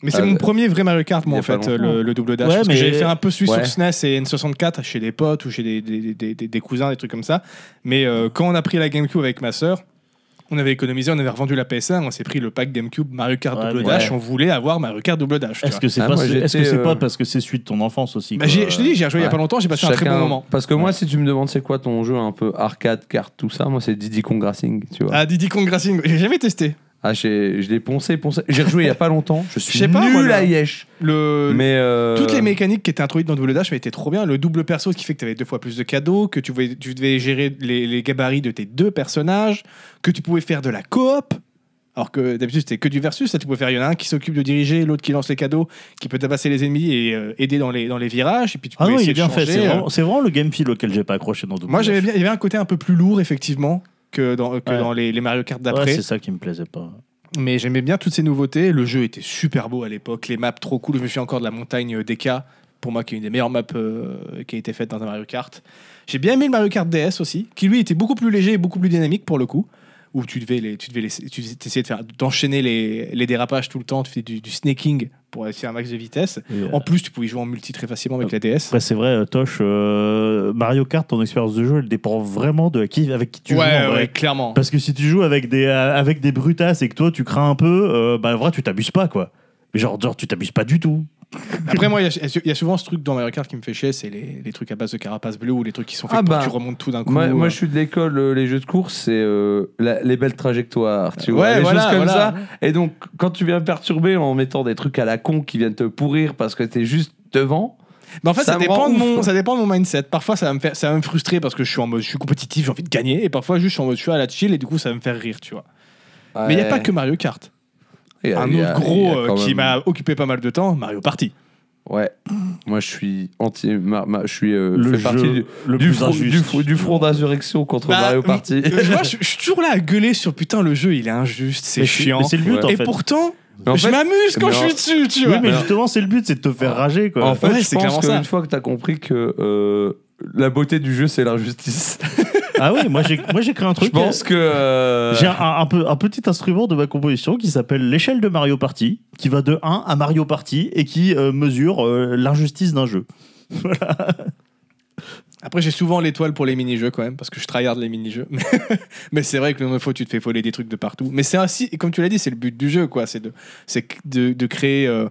[SPEAKER 3] Mais c'est
[SPEAKER 1] Ah,
[SPEAKER 3] mon
[SPEAKER 1] euh,
[SPEAKER 3] premier vrai Mario Kart, moi,
[SPEAKER 1] il y
[SPEAKER 3] en
[SPEAKER 1] a pas
[SPEAKER 3] fait, euh,
[SPEAKER 1] longtemps.
[SPEAKER 3] le, le double dash.
[SPEAKER 2] Ouais,
[SPEAKER 3] parce que
[SPEAKER 2] mais-
[SPEAKER 3] j'avais fait un peu celui
[SPEAKER 1] Ouais.
[SPEAKER 3] sur SNES et N64 chez des potes ou chez des, des, des- des- des cousins, des trucs comme ça. Mais euh, quand on a pris la GameCube avec ma sœur, on avait économisé, on avait revendu la PS1, on s'est pris le pack GameCube Mario Kart
[SPEAKER 2] Ouais,
[SPEAKER 3] double
[SPEAKER 2] mais-
[SPEAKER 3] dash.
[SPEAKER 1] Ouais.
[SPEAKER 3] On voulait avoir Mario Kart double dash. tu
[SPEAKER 2] Est-ce
[SPEAKER 3] vois.
[SPEAKER 2] que c'est
[SPEAKER 1] Ah,
[SPEAKER 2] pas,
[SPEAKER 1] moi,
[SPEAKER 2] ce- est-ce que
[SPEAKER 1] j'étais,
[SPEAKER 2] c'est
[SPEAKER 1] euh,
[SPEAKER 2] pas parce que c'est suite de ton enfance aussi
[SPEAKER 3] Bah,
[SPEAKER 2] quoi.
[SPEAKER 3] j'ai- je te dis, j'ai rejoué il y a
[SPEAKER 1] ouais.
[SPEAKER 3] pas longtemps. J'ai passé Bah, un très bon
[SPEAKER 1] chacun-
[SPEAKER 3] moment.
[SPEAKER 1] Parce que
[SPEAKER 2] Ouais.
[SPEAKER 1] moi, si tu me demandes c'est quoi ton jeu un peu arcade, carte, tout ça, moi c'est Diddy Kong Racing, tu vois.
[SPEAKER 3] Ah, Diddy Kong Racing, j'ai jamais testé.
[SPEAKER 1] Ah, j'ai- je l'ai poncé, poncé. J'ai rejoué il y a pas longtemps. Je
[SPEAKER 3] Je
[SPEAKER 1] suis
[SPEAKER 3] sais pas,
[SPEAKER 1] nul
[SPEAKER 3] moi, le-
[SPEAKER 1] à Yesh.
[SPEAKER 3] Le,
[SPEAKER 1] Mais euh,
[SPEAKER 3] Toutes les mécaniques qui étaient introduites dans Double Dash mais étaient trop bien. Le double perso, ce qui fait que tu avais deux fois plus de cadeaux, que tu pouvais- tu devais gérer les, les gabarits de tes deux personnages, que tu pouvais faire de la coop. Alors que d'habitude c'était que du versus, là tu pouvais faire, il y en a un qui s'occupe de diriger, l'autre qui lance les cadeaux, qui peut tabasser les ennemis et euh, aider dans les, dans les virages, et puis tu
[SPEAKER 2] Ah
[SPEAKER 3] pouvais
[SPEAKER 2] non, il
[SPEAKER 3] essayer
[SPEAKER 2] est bien
[SPEAKER 3] de changer.
[SPEAKER 2] fait. C'est
[SPEAKER 3] euh.
[SPEAKER 2] vraiment, c'est vraiment le game feel auquel j'ai pas accroché dans Double
[SPEAKER 3] Moi
[SPEAKER 2] Dash.
[SPEAKER 3] j'aimais bien, il y avait un côté un peu plus lourd effectivement, que dans, que
[SPEAKER 2] Ouais.
[SPEAKER 3] dans les, les Mario Kart
[SPEAKER 2] Ouais,
[SPEAKER 3] d'après.
[SPEAKER 2] c'est ça qui me plaisait pas.
[SPEAKER 3] mais j'aimais bien toutes ces nouveautés. Le jeu était super beau à l'époque, les maps trop cool. Je me suis encore de la montagne d'Eka, pour moi qui est une des meilleures maps euh, qui a été faite dans un Mario Kart. J'ai bien aimé le Mario Kart DS aussi, qui lui était beaucoup plus léger et beaucoup plus dynamique pour le coup. Où tu devais, les, tu devais les- tu essayais de faire d'enchaîner les, les dérapages tout le temps, tu fais du, du snaking pour essayer un max de vitesse.
[SPEAKER 2] Et, euh,
[SPEAKER 3] En plus, tu pouvais jouer en multi très facilement avec la DS.
[SPEAKER 2] Après, c'est vrai, euh, Tosh, euh, Mario Kart, ton expérience de jeu, elle dépend vraiment de qui, avec qui tu
[SPEAKER 3] ouais,
[SPEAKER 2] joues. en
[SPEAKER 3] ouais,
[SPEAKER 2] vrai.
[SPEAKER 3] clairement.
[SPEAKER 2] Parce que si tu joues avec des, euh, avec des brutasses et que toi, tu crains un peu, euh, bah, en vrai, tu t'abuses pas, quoi. Mais genre, genre, tu t'abuses pas du tout.
[SPEAKER 3] Après, moi, il y, a- il y a souvent ce truc dans Mario Kart qui me fait chier, c'est les, les trucs à base de carapace bleue ou les trucs qui sont faits
[SPEAKER 1] Ah
[SPEAKER 3] pour
[SPEAKER 1] bah.
[SPEAKER 3] que tu remontes tout d'un coup.
[SPEAKER 1] Moi, moi,
[SPEAKER 3] euh.
[SPEAKER 1] je suis de l'école, euh, les jeux de course, c'est euh, la- les belles trajectoires, tu
[SPEAKER 3] Ouais,
[SPEAKER 1] vois, les
[SPEAKER 3] voilà,
[SPEAKER 1] choses comme
[SPEAKER 3] voilà.
[SPEAKER 1] ça. Et donc, quand tu viens perturber en mettant des trucs à la con qui viennent te pourrir parce que t'es juste devant,
[SPEAKER 3] Mais en fait, ça,
[SPEAKER 1] Ça me
[SPEAKER 3] dépend
[SPEAKER 1] rend
[SPEAKER 3] de
[SPEAKER 1] ouf.
[SPEAKER 3] mon, ça dépend de mon mindset. Parfois, ça va me faire, ça va me frustrer parce que je suis en mode, je suis compétitif, j'ai envie de gagner, et parfois, juste je suis en mode, je suis à la chill, et du coup, ça va me faire rire, tu vois. Mais il n'y a
[SPEAKER 1] ouais,
[SPEAKER 3] pas que Mario Kart.
[SPEAKER 1] il y a-
[SPEAKER 3] Un
[SPEAKER 1] il y a-
[SPEAKER 3] autre
[SPEAKER 1] il y a
[SPEAKER 3] gros euh,
[SPEAKER 1] quand
[SPEAKER 3] qui
[SPEAKER 1] même-
[SPEAKER 3] m'a occupé pas mal de temps, Mario Party.
[SPEAKER 1] Ouais, moi je suis anti. ma- ma- je suis. euh,
[SPEAKER 2] Le
[SPEAKER 1] fais partie du,
[SPEAKER 2] jeu le
[SPEAKER 1] du
[SPEAKER 2] plus
[SPEAKER 1] front,
[SPEAKER 2] injuste.
[SPEAKER 1] du front- du front d'insurrection contre
[SPEAKER 3] Bah,
[SPEAKER 1] Mario
[SPEAKER 3] oui.
[SPEAKER 1] Party.
[SPEAKER 3] Euh, moi, je, je suis toujours là à gueuler sur putain, le jeu, il est injuste, c'est
[SPEAKER 2] Mais c'est-
[SPEAKER 3] chiant.
[SPEAKER 2] mais c'est le but,
[SPEAKER 1] Ouais.
[SPEAKER 2] en
[SPEAKER 3] Et
[SPEAKER 2] fait.
[SPEAKER 3] pourtant,
[SPEAKER 1] Mais en
[SPEAKER 3] je
[SPEAKER 1] fait-
[SPEAKER 3] m'amuse quand
[SPEAKER 1] mais
[SPEAKER 3] je
[SPEAKER 1] en-
[SPEAKER 3] suis dessus, tu
[SPEAKER 2] Oui,
[SPEAKER 3] vois.
[SPEAKER 2] mais
[SPEAKER 1] Alors-
[SPEAKER 2] justement, c'est le but, c'est de te faire rager, quoi.
[SPEAKER 1] En fait,
[SPEAKER 3] euh, Ouais, c'est
[SPEAKER 1] je pense
[SPEAKER 3] clairement ça.
[SPEAKER 1] qu'une fois que t'as compris que euh, la beauté du jeu, c'est l'injustice,
[SPEAKER 2] Ah oui, moi, j'ai moi, j'ai créé un
[SPEAKER 1] je
[SPEAKER 2] truc.
[SPEAKER 1] pense que. euh,
[SPEAKER 2] J'ai un, un peu, un petit instrument de ma composition qui s'appelle l'échelle de Mario Party, qui va de 1 à Mario Party et qui euh, mesure euh, l'injustice d'un jeu.
[SPEAKER 3] Après, j'ai souvent l'étoile pour les mini-jeux quand même, parce que je tryhard les mini-jeux. mais c'est vrai que le nombre de fois, tu te fais voler des trucs de partout. Mais c'est ainsi, et comme tu l'as dit, c'est le but du jeu, quoi. C'est de, c'est de, de créer euh,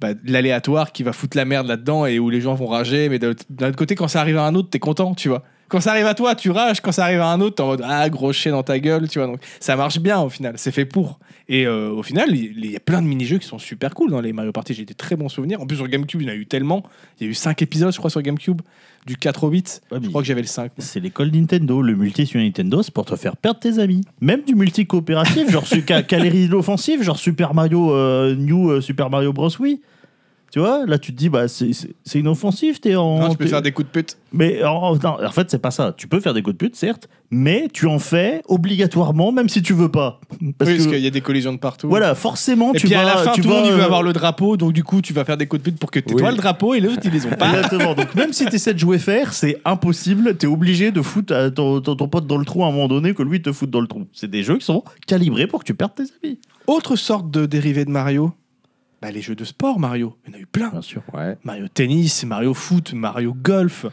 [SPEAKER 3] bah, de l'aléatoire qui va foutre la merde là-dedans et où les gens vont rager. Mais de- d'un autre côté, quand ça arrive à un autre, t'es content, tu vois. Quand ça arrive à toi, tu rages. Quand ça arrive à un autre, t'es en mode ah gros chien dans ta gueule, tu vois. Donc ça marche bien au final. C'est fait pour. Et euh, au final, il il y a plein de mini-jeux qui sont super cool dans les Mario Party. J'ai des très bons souvenirs. En plus sur GameCube, il y en a eu tellement. Il y a eu 5 épisodes, je crois, sur GameCube du 4 au 8. Je crois que j'avais le 5.
[SPEAKER 2] C'est l'école Nintendo. Le multi sur Nintendo, c'est pour te faire perdre tes amis. Même du multi coopératif, genre su- ca- Caleri l'offensive, genre Super Mario euh, New euh, Super Mario Bros. Oui. Tu vois, là tu te dis, bah, c'est- c'est c'est inoffensif, t'es en.
[SPEAKER 3] Non, tu peux
[SPEAKER 2] t'es-
[SPEAKER 3] faire des coups de pute.
[SPEAKER 2] Mais en, non, en fait, c'est pas ça. Tu peux faire des coups de pute, certes, mais tu en fais obligatoirement, même si tu veux pas. Parce
[SPEAKER 3] oui, parce
[SPEAKER 2] que-
[SPEAKER 3] qu'il y a des collisions de partout.
[SPEAKER 2] Voilà, forcément,
[SPEAKER 3] Et
[SPEAKER 2] tu
[SPEAKER 3] puis
[SPEAKER 2] vas.
[SPEAKER 3] à la fin,
[SPEAKER 2] tu
[SPEAKER 3] tout le
[SPEAKER 2] vas,
[SPEAKER 3] monde il veut
[SPEAKER 2] euh,
[SPEAKER 3] avoir le drapeau, donc du coup, tu vas faire des coups de pute pour que t'aies
[SPEAKER 1] Oui.
[SPEAKER 3] toi le drapeau et les autres, ils les ont pas.
[SPEAKER 2] Exactement. Donc même si t'essaies de jouer faire, c'est impossible. T'es obligé de foutre euh, ton, ton- ton pote dans le trou à un moment donné que lui te foute dans le trou. C'est des jeux qui sont calibrés pour que tu perdes tes amis.
[SPEAKER 3] Autre sorte de dérivé de Mario, bah, les jeux de sport Mario. Il y en a eu plein.
[SPEAKER 2] Bien sûr.
[SPEAKER 1] Ouais.
[SPEAKER 3] Mario tennis, Mario foot, Mario golf.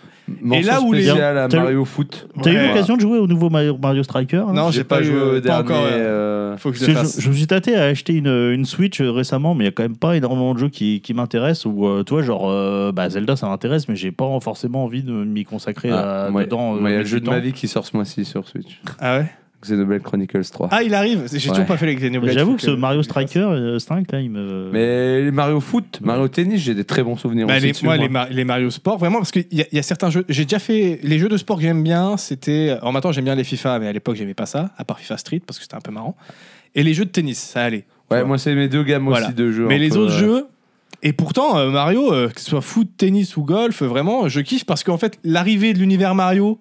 [SPEAKER 1] Mention
[SPEAKER 3] là où les-
[SPEAKER 1] spéciale à
[SPEAKER 2] T'as eu-
[SPEAKER 1] Mario Foot.
[SPEAKER 2] T'as
[SPEAKER 3] Ouais.
[SPEAKER 2] eu l'occasion de jouer au nouveau Mario, Mario Striker hein
[SPEAKER 3] Non, j'ai pas, eu,
[SPEAKER 1] au
[SPEAKER 3] pas
[SPEAKER 1] dernier.
[SPEAKER 3] encore. euh,
[SPEAKER 1] euh,
[SPEAKER 3] Faut que je
[SPEAKER 2] Parce
[SPEAKER 3] le
[SPEAKER 2] que
[SPEAKER 3] fasse.
[SPEAKER 2] je, je me suis tâté à acheter une, une Switch euh, récemment, mais il y a quand même pas énormément de jeux qui, qui m'intéressent. Ou euh, toi, genre euh, bah, Zelda, ça m'intéresse, mais j'ai pas forcément envie de m'y consacrer
[SPEAKER 1] ah,
[SPEAKER 2] à-
[SPEAKER 1] moi,
[SPEAKER 2] dedans. euh,
[SPEAKER 1] moi, il y a le
[SPEAKER 2] mettre
[SPEAKER 1] jeu
[SPEAKER 2] du
[SPEAKER 1] de ma
[SPEAKER 2] temps.
[SPEAKER 1] vie qui sort ce mois-ci sur Switch.
[SPEAKER 3] Ah ouais
[SPEAKER 1] Xenoblade Chronicles 3.
[SPEAKER 3] Ah, il arrive. J'ai toujours
[SPEAKER 1] Ouais.
[SPEAKER 3] pas fait les
[SPEAKER 2] Mais
[SPEAKER 3] Xenoblade.
[SPEAKER 2] J'avoue
[SPEAKER 3] faut
[SPEAKER 2] que ce Mario
[SPEAKER 3] je le fasse.
[SPEAKER 2] Striker euh, 5 là, il me.
[SPEAKER 1] Mais Mario Foot, Mario Tennis, j'ai des très bons souvenirs
[SPEAKER 3] Bah,
[SPEAKER 1] aussi
[SPEAKER 3] les,
[SPEAKER 1] dessus,
[SPEAKER 3] moi,
[SPEAKER 1] moi.
[SPEAKER 3] Les, Mar- les Mario Sport, vraiment, parce qu'il y, a- il y a certains jeux. J'ai déjà fait. Les jeux de sport que j'aime bien, c'était. Alors maintenant, j'aime bien les FIFA, mais à l'époque, j'aimais pas ça, à part FIFA Street, parce que c'était un peu marrant. Et les jeux de tennis, ça allait. tu
[SPEAKER 1] Ouais,
[SPEAKER 3] vois.
[SPEAKER 1] moi c'est mes deux gammes
[SPEAKER 3] Voilà.
[SPEAKER 1] aussi de jeux.
[SPEAKER 3] mais
[SPEAKER 1] un
[SPEAKER 3] les
[SPEAKER 1] peu,
[SPEAKER 3] autres
[SPEAKER 1] euh,
[SPEAKER 3] jeux. Et pourtant, euh, Mario, euh, que ce soit foot, tennis ou golf, euh, vraiment, je kiffe parce qu'en fait, l'arrivée de l'univers Mario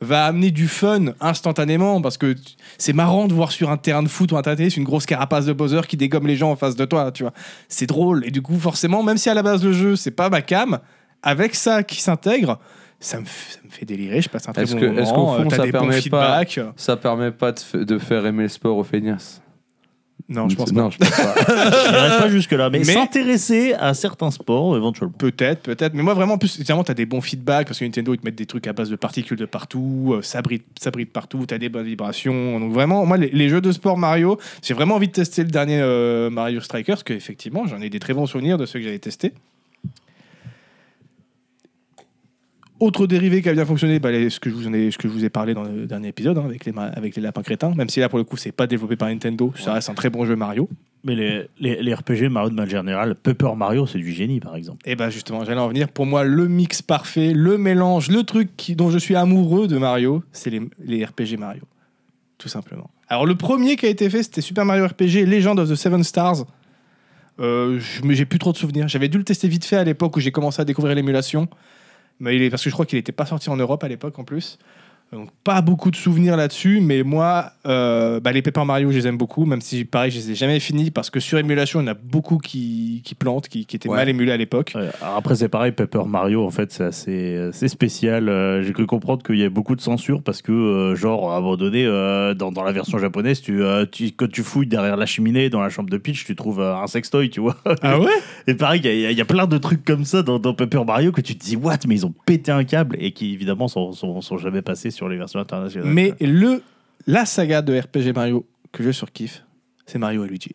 [SPEAKER 3] va amener du fun instantanément parce que tu- c'est marrant de voir sur un terrain de foot ou un terrain de tennis une grosse carapace de Bowser qui dégomme les gens en face de toi, tu vois. C'est drôle et du coup, forcément, même si à la base le jeu, c'est pas ma cam, avec ça qui s'intègre, ça me, f- ça me fait délirer, je passe un très
[SPEAKER 1] Est-ce
[SPEAKER 3] bon
[SPEAKER 1] que-
[SPEAKER 3] moment.
[SPEAKER 1] est-ce qu'au
[SPEAKER 3] euh,
[SPEAKER 1] fond,
[SPEAKER 3] t'as
[SPEAKER 1] ça
[SPEAKER 3] des bons
[SPEAKER 1] permet pas-
[SPEAKER 3] feedbacks.
[SPEAKER 1] Ça permet pas de, f- de faire aimer le sport aux feignasses.
[SPEAKER 3] Non, je pense pas.
[SPEAKER 1] Non, je pense pas.
[SPEAKER 2] J'irai pas jusque-là, mais,
[SPEAKER 3] Mais-
[SPEAKER 2] s'intéresser à certains sports éventuellement.
[SPEAKER 3] Peut-être, peut-être. Mais moi, vraiment, en plus, évidemment, tu as des bons feedbacks parce que Nintendo, ils te mettent des trucs à base de particules de partout, euh, ça brille, ça brille de partout, tu as des bonnes vibrations. Donc, vraiment, moi, les, les jeux de sport Mario, j'ai vraiment envie de tester le dernier euh, Mario Strikers parce qu'effectivement, j'en ai des très bons souvenirs de ceux que j'avais testés. Autre dérivé qui a bien fonctionné, bah, les- ce, que je vous en ai, ce que je vous ai parlé dans le dernier épisode hein, avec, les, ma- avec les lapins crétins, même si là pour le coup c'est pas développé par Nintendo, ça reste un très bon jeu Mario.
[SPEAKER 2] Mais les, les, les RPG Mario de manière générale, Paper Mario, c'est du génie par exemple.
[SPEAKER 3] Et ben justement, j'allais en venir. Pour moi, le mix parfait, le mélange, le truc qui- dont je suis amoureux de Mario, c'est les, les RPG Mario. Tout simplement. Alors, le premier qui a été fait, c'était Super Mario RPG Legend of the Seven Stars. Euh, je- mais j'ai plus trop de souvenirs. J'avais dû le tester vite fait à l'époque où j'ai commencé à découvrir l'émulation. Mais il est, parce que je crois qu'il n'était pas sorti en Europe à l'époque en plus. Donc pas beaucoup de souvenirs là-dessus, mais moi, euh, bah, les Paper Mario, je les aime beaucoup, même si pareil, je les ai jamais finis parce que sur émulation, il y en a beaucoup qui, qui plantent, qui, qui étaient
[SPEAKER 1] Ouais.
[SPEAKER 3] mal émulés à l'époque.
[SPEAKER 2] Ouais, Euh, alors après, c'est pareil, Paper Mario, en fait, c'est assez, euh, c'est spécial. Euh, J'ai cru comprendre qu'il y a beaucoup de censure parce que, euh, genre, à un moment donné, euh, dans, dans la version japonaise, tu, euh, tu- quand tu fouilles derrière la cheminée, dans la chambre de Peach, tu trouves euh, un sextoy, tu vois.
[SPEAKER 3] Ah ouais
[SPEAKER 2] Et pareil, il y a- il y, a- il y a plein de trucs comme ça dans, dans Paper Mario que tu te dis, what, mais ils ont pété un câble et qui, évidemment, sont, sont, sont jamais passés sur les versions internationales.
[SPEAKER 3] Mais le, la saga de RPG Mario que je surkiffe, c'est Mario et Luigi.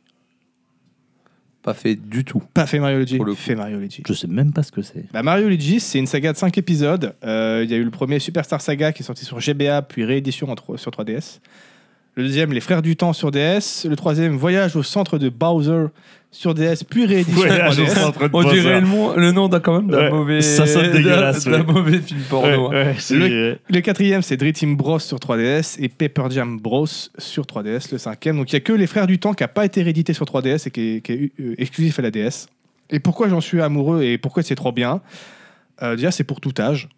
[SPEAKER 1] Pas fait du tout.
[SPEAKER 3] Pas fait Mario et Luigi,
[SPEAKER 1] Pour le coup.
[SPEAKER 3] fait Mario et Luigi.
[SPEAKER 2] je sais même pas ce que c'est.
[SPEAKER 3] Bah, Mario et Luigi, c'est une saga de 5 épisodes. Euh, Il y a eu le premier Superstar Saga qui est sorti sur GBA, puis réédition en tro- sur 3DS. Le deuxième, Les Frères du Temps sur DS. Le troisième, Voyage au centre de Bowser sur DS, puis réédition sur 3DS.
[SPEAKER 1] On dirait le, nom- le nom d'un quand même d'un
[SPEAKER 2] Ouais,
[SPEAKER 1] mauvais,
[SPEAKER 2] ça sonne
[SPEAKER 1] d'un-
[SPEAKER 2] dégueulasse,
[SPEAKER 1] d'un
[SPEAKER 2] ouais.
[SPEAKER 1] mauvais film porno. hein.
[SPEAKER 3] Le quatrième, c'est Dream Team Bros sur 3DS et Paper Jam Bros sur 3DS. Le cinquième, donc il n'y a que Les Frères du Temps qui n'a pas été réédité sur 3DS et qui est, qui est, euh, exclusif à la DS. Et pourquoi j'en suis amoureux et pourquoi c'est trop bien Euh, Déjà, c'est pour tout âge.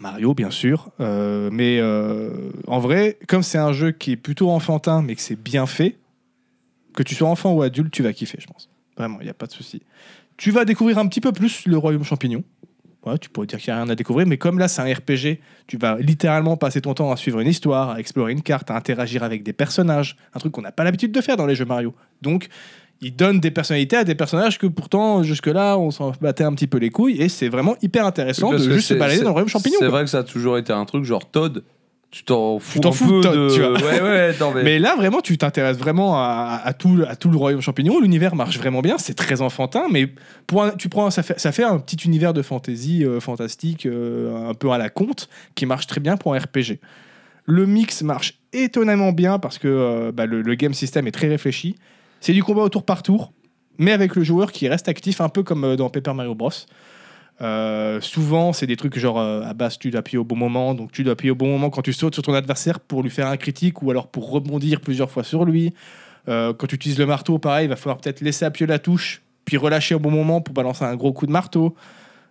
[SPEAKER 3] Mario, bien sûr. euh, mais euh, en vrai, comme c'est un jeu qui est plutôt enfantin, mais que c'est bien fait, que tu sois enfant ou adulte, tu vas kiffer, je pense. Vraiment, il n'y a pas de souci. Tu vas découvrir un petit peu plus le royaume champignon. Ouais, tu pourrais dire qu'il n'y a rien à découvrir, mais comme là, c'est un RPG, tu vas littéralement passer ton temps à suivre une histoire, à explorer une carte, à interagir avec des personnages, un truc qu'on n'a pas l'habitude de faire dans les jeux Mario. Donc, il donne des personnalités à des personnages que pourtant, jusque-là, on s'en battait un petit peu les couilles, et c'est vraiment hyper intéressant de
[SPEAKER 1] Parce que
[SPEAKER 3] juste se
[SPEAKER 1] c'est-
[SPEAKER 3] balader
[SPEAKER 1] c'est-
[SPEAKER 3] dans le royaume champignon.
[SPEAKER 1] C'est
[SPEAKER 3] quoi.
[SPEAKER 1] vrai que ça a toujours été un truc genre Todd, tu t'en fous
[SPEAKER 3] t'en
[SPEAKER 1] un
[SPEAKER 3] fous de
[SPEAKER 1] peu
[SPEAKER 3] Todd,
[SPEAKER 1] de...
[SPEAKER 3] tu vois.
[SPEAKER 1] Ouais, ouais, attends, mais...
[SPEAKER 3] Mais là, vraiment, tu t'intéresses vraiment à, à tout, à tout le royaume champignon. L'univers marche vraiment bien. C'est très enfantin, mais pour un- tu prends, ça, fait, ça fait un petit univers de fantasy euh, fantastique, euh, un peu à la conte, qui marche très bien pour un RPG. Le mix marche étonnamment bien parce que euh, bah, le, le game system est très réfléchi. C'est du combat au tour par tour, mais avec le joueur qui reste actif, un peu comme euh, dans Paper Mario Bros. Euh, souvent, c'est des trucs genre euh, à base, tu dois appuyer au bon moment, donc tu dois appuyer au bon moment quand tu sautes sur ton adversaire pour lui faire un critique ou alors pour rebondir plusieurs fois sur lui. Euh, quand tu utilises le marteau, pareil, il va falloir peut-être laisser appuyer la touche, puis relâcher au bon moment pour balancer un gros coup de marteau.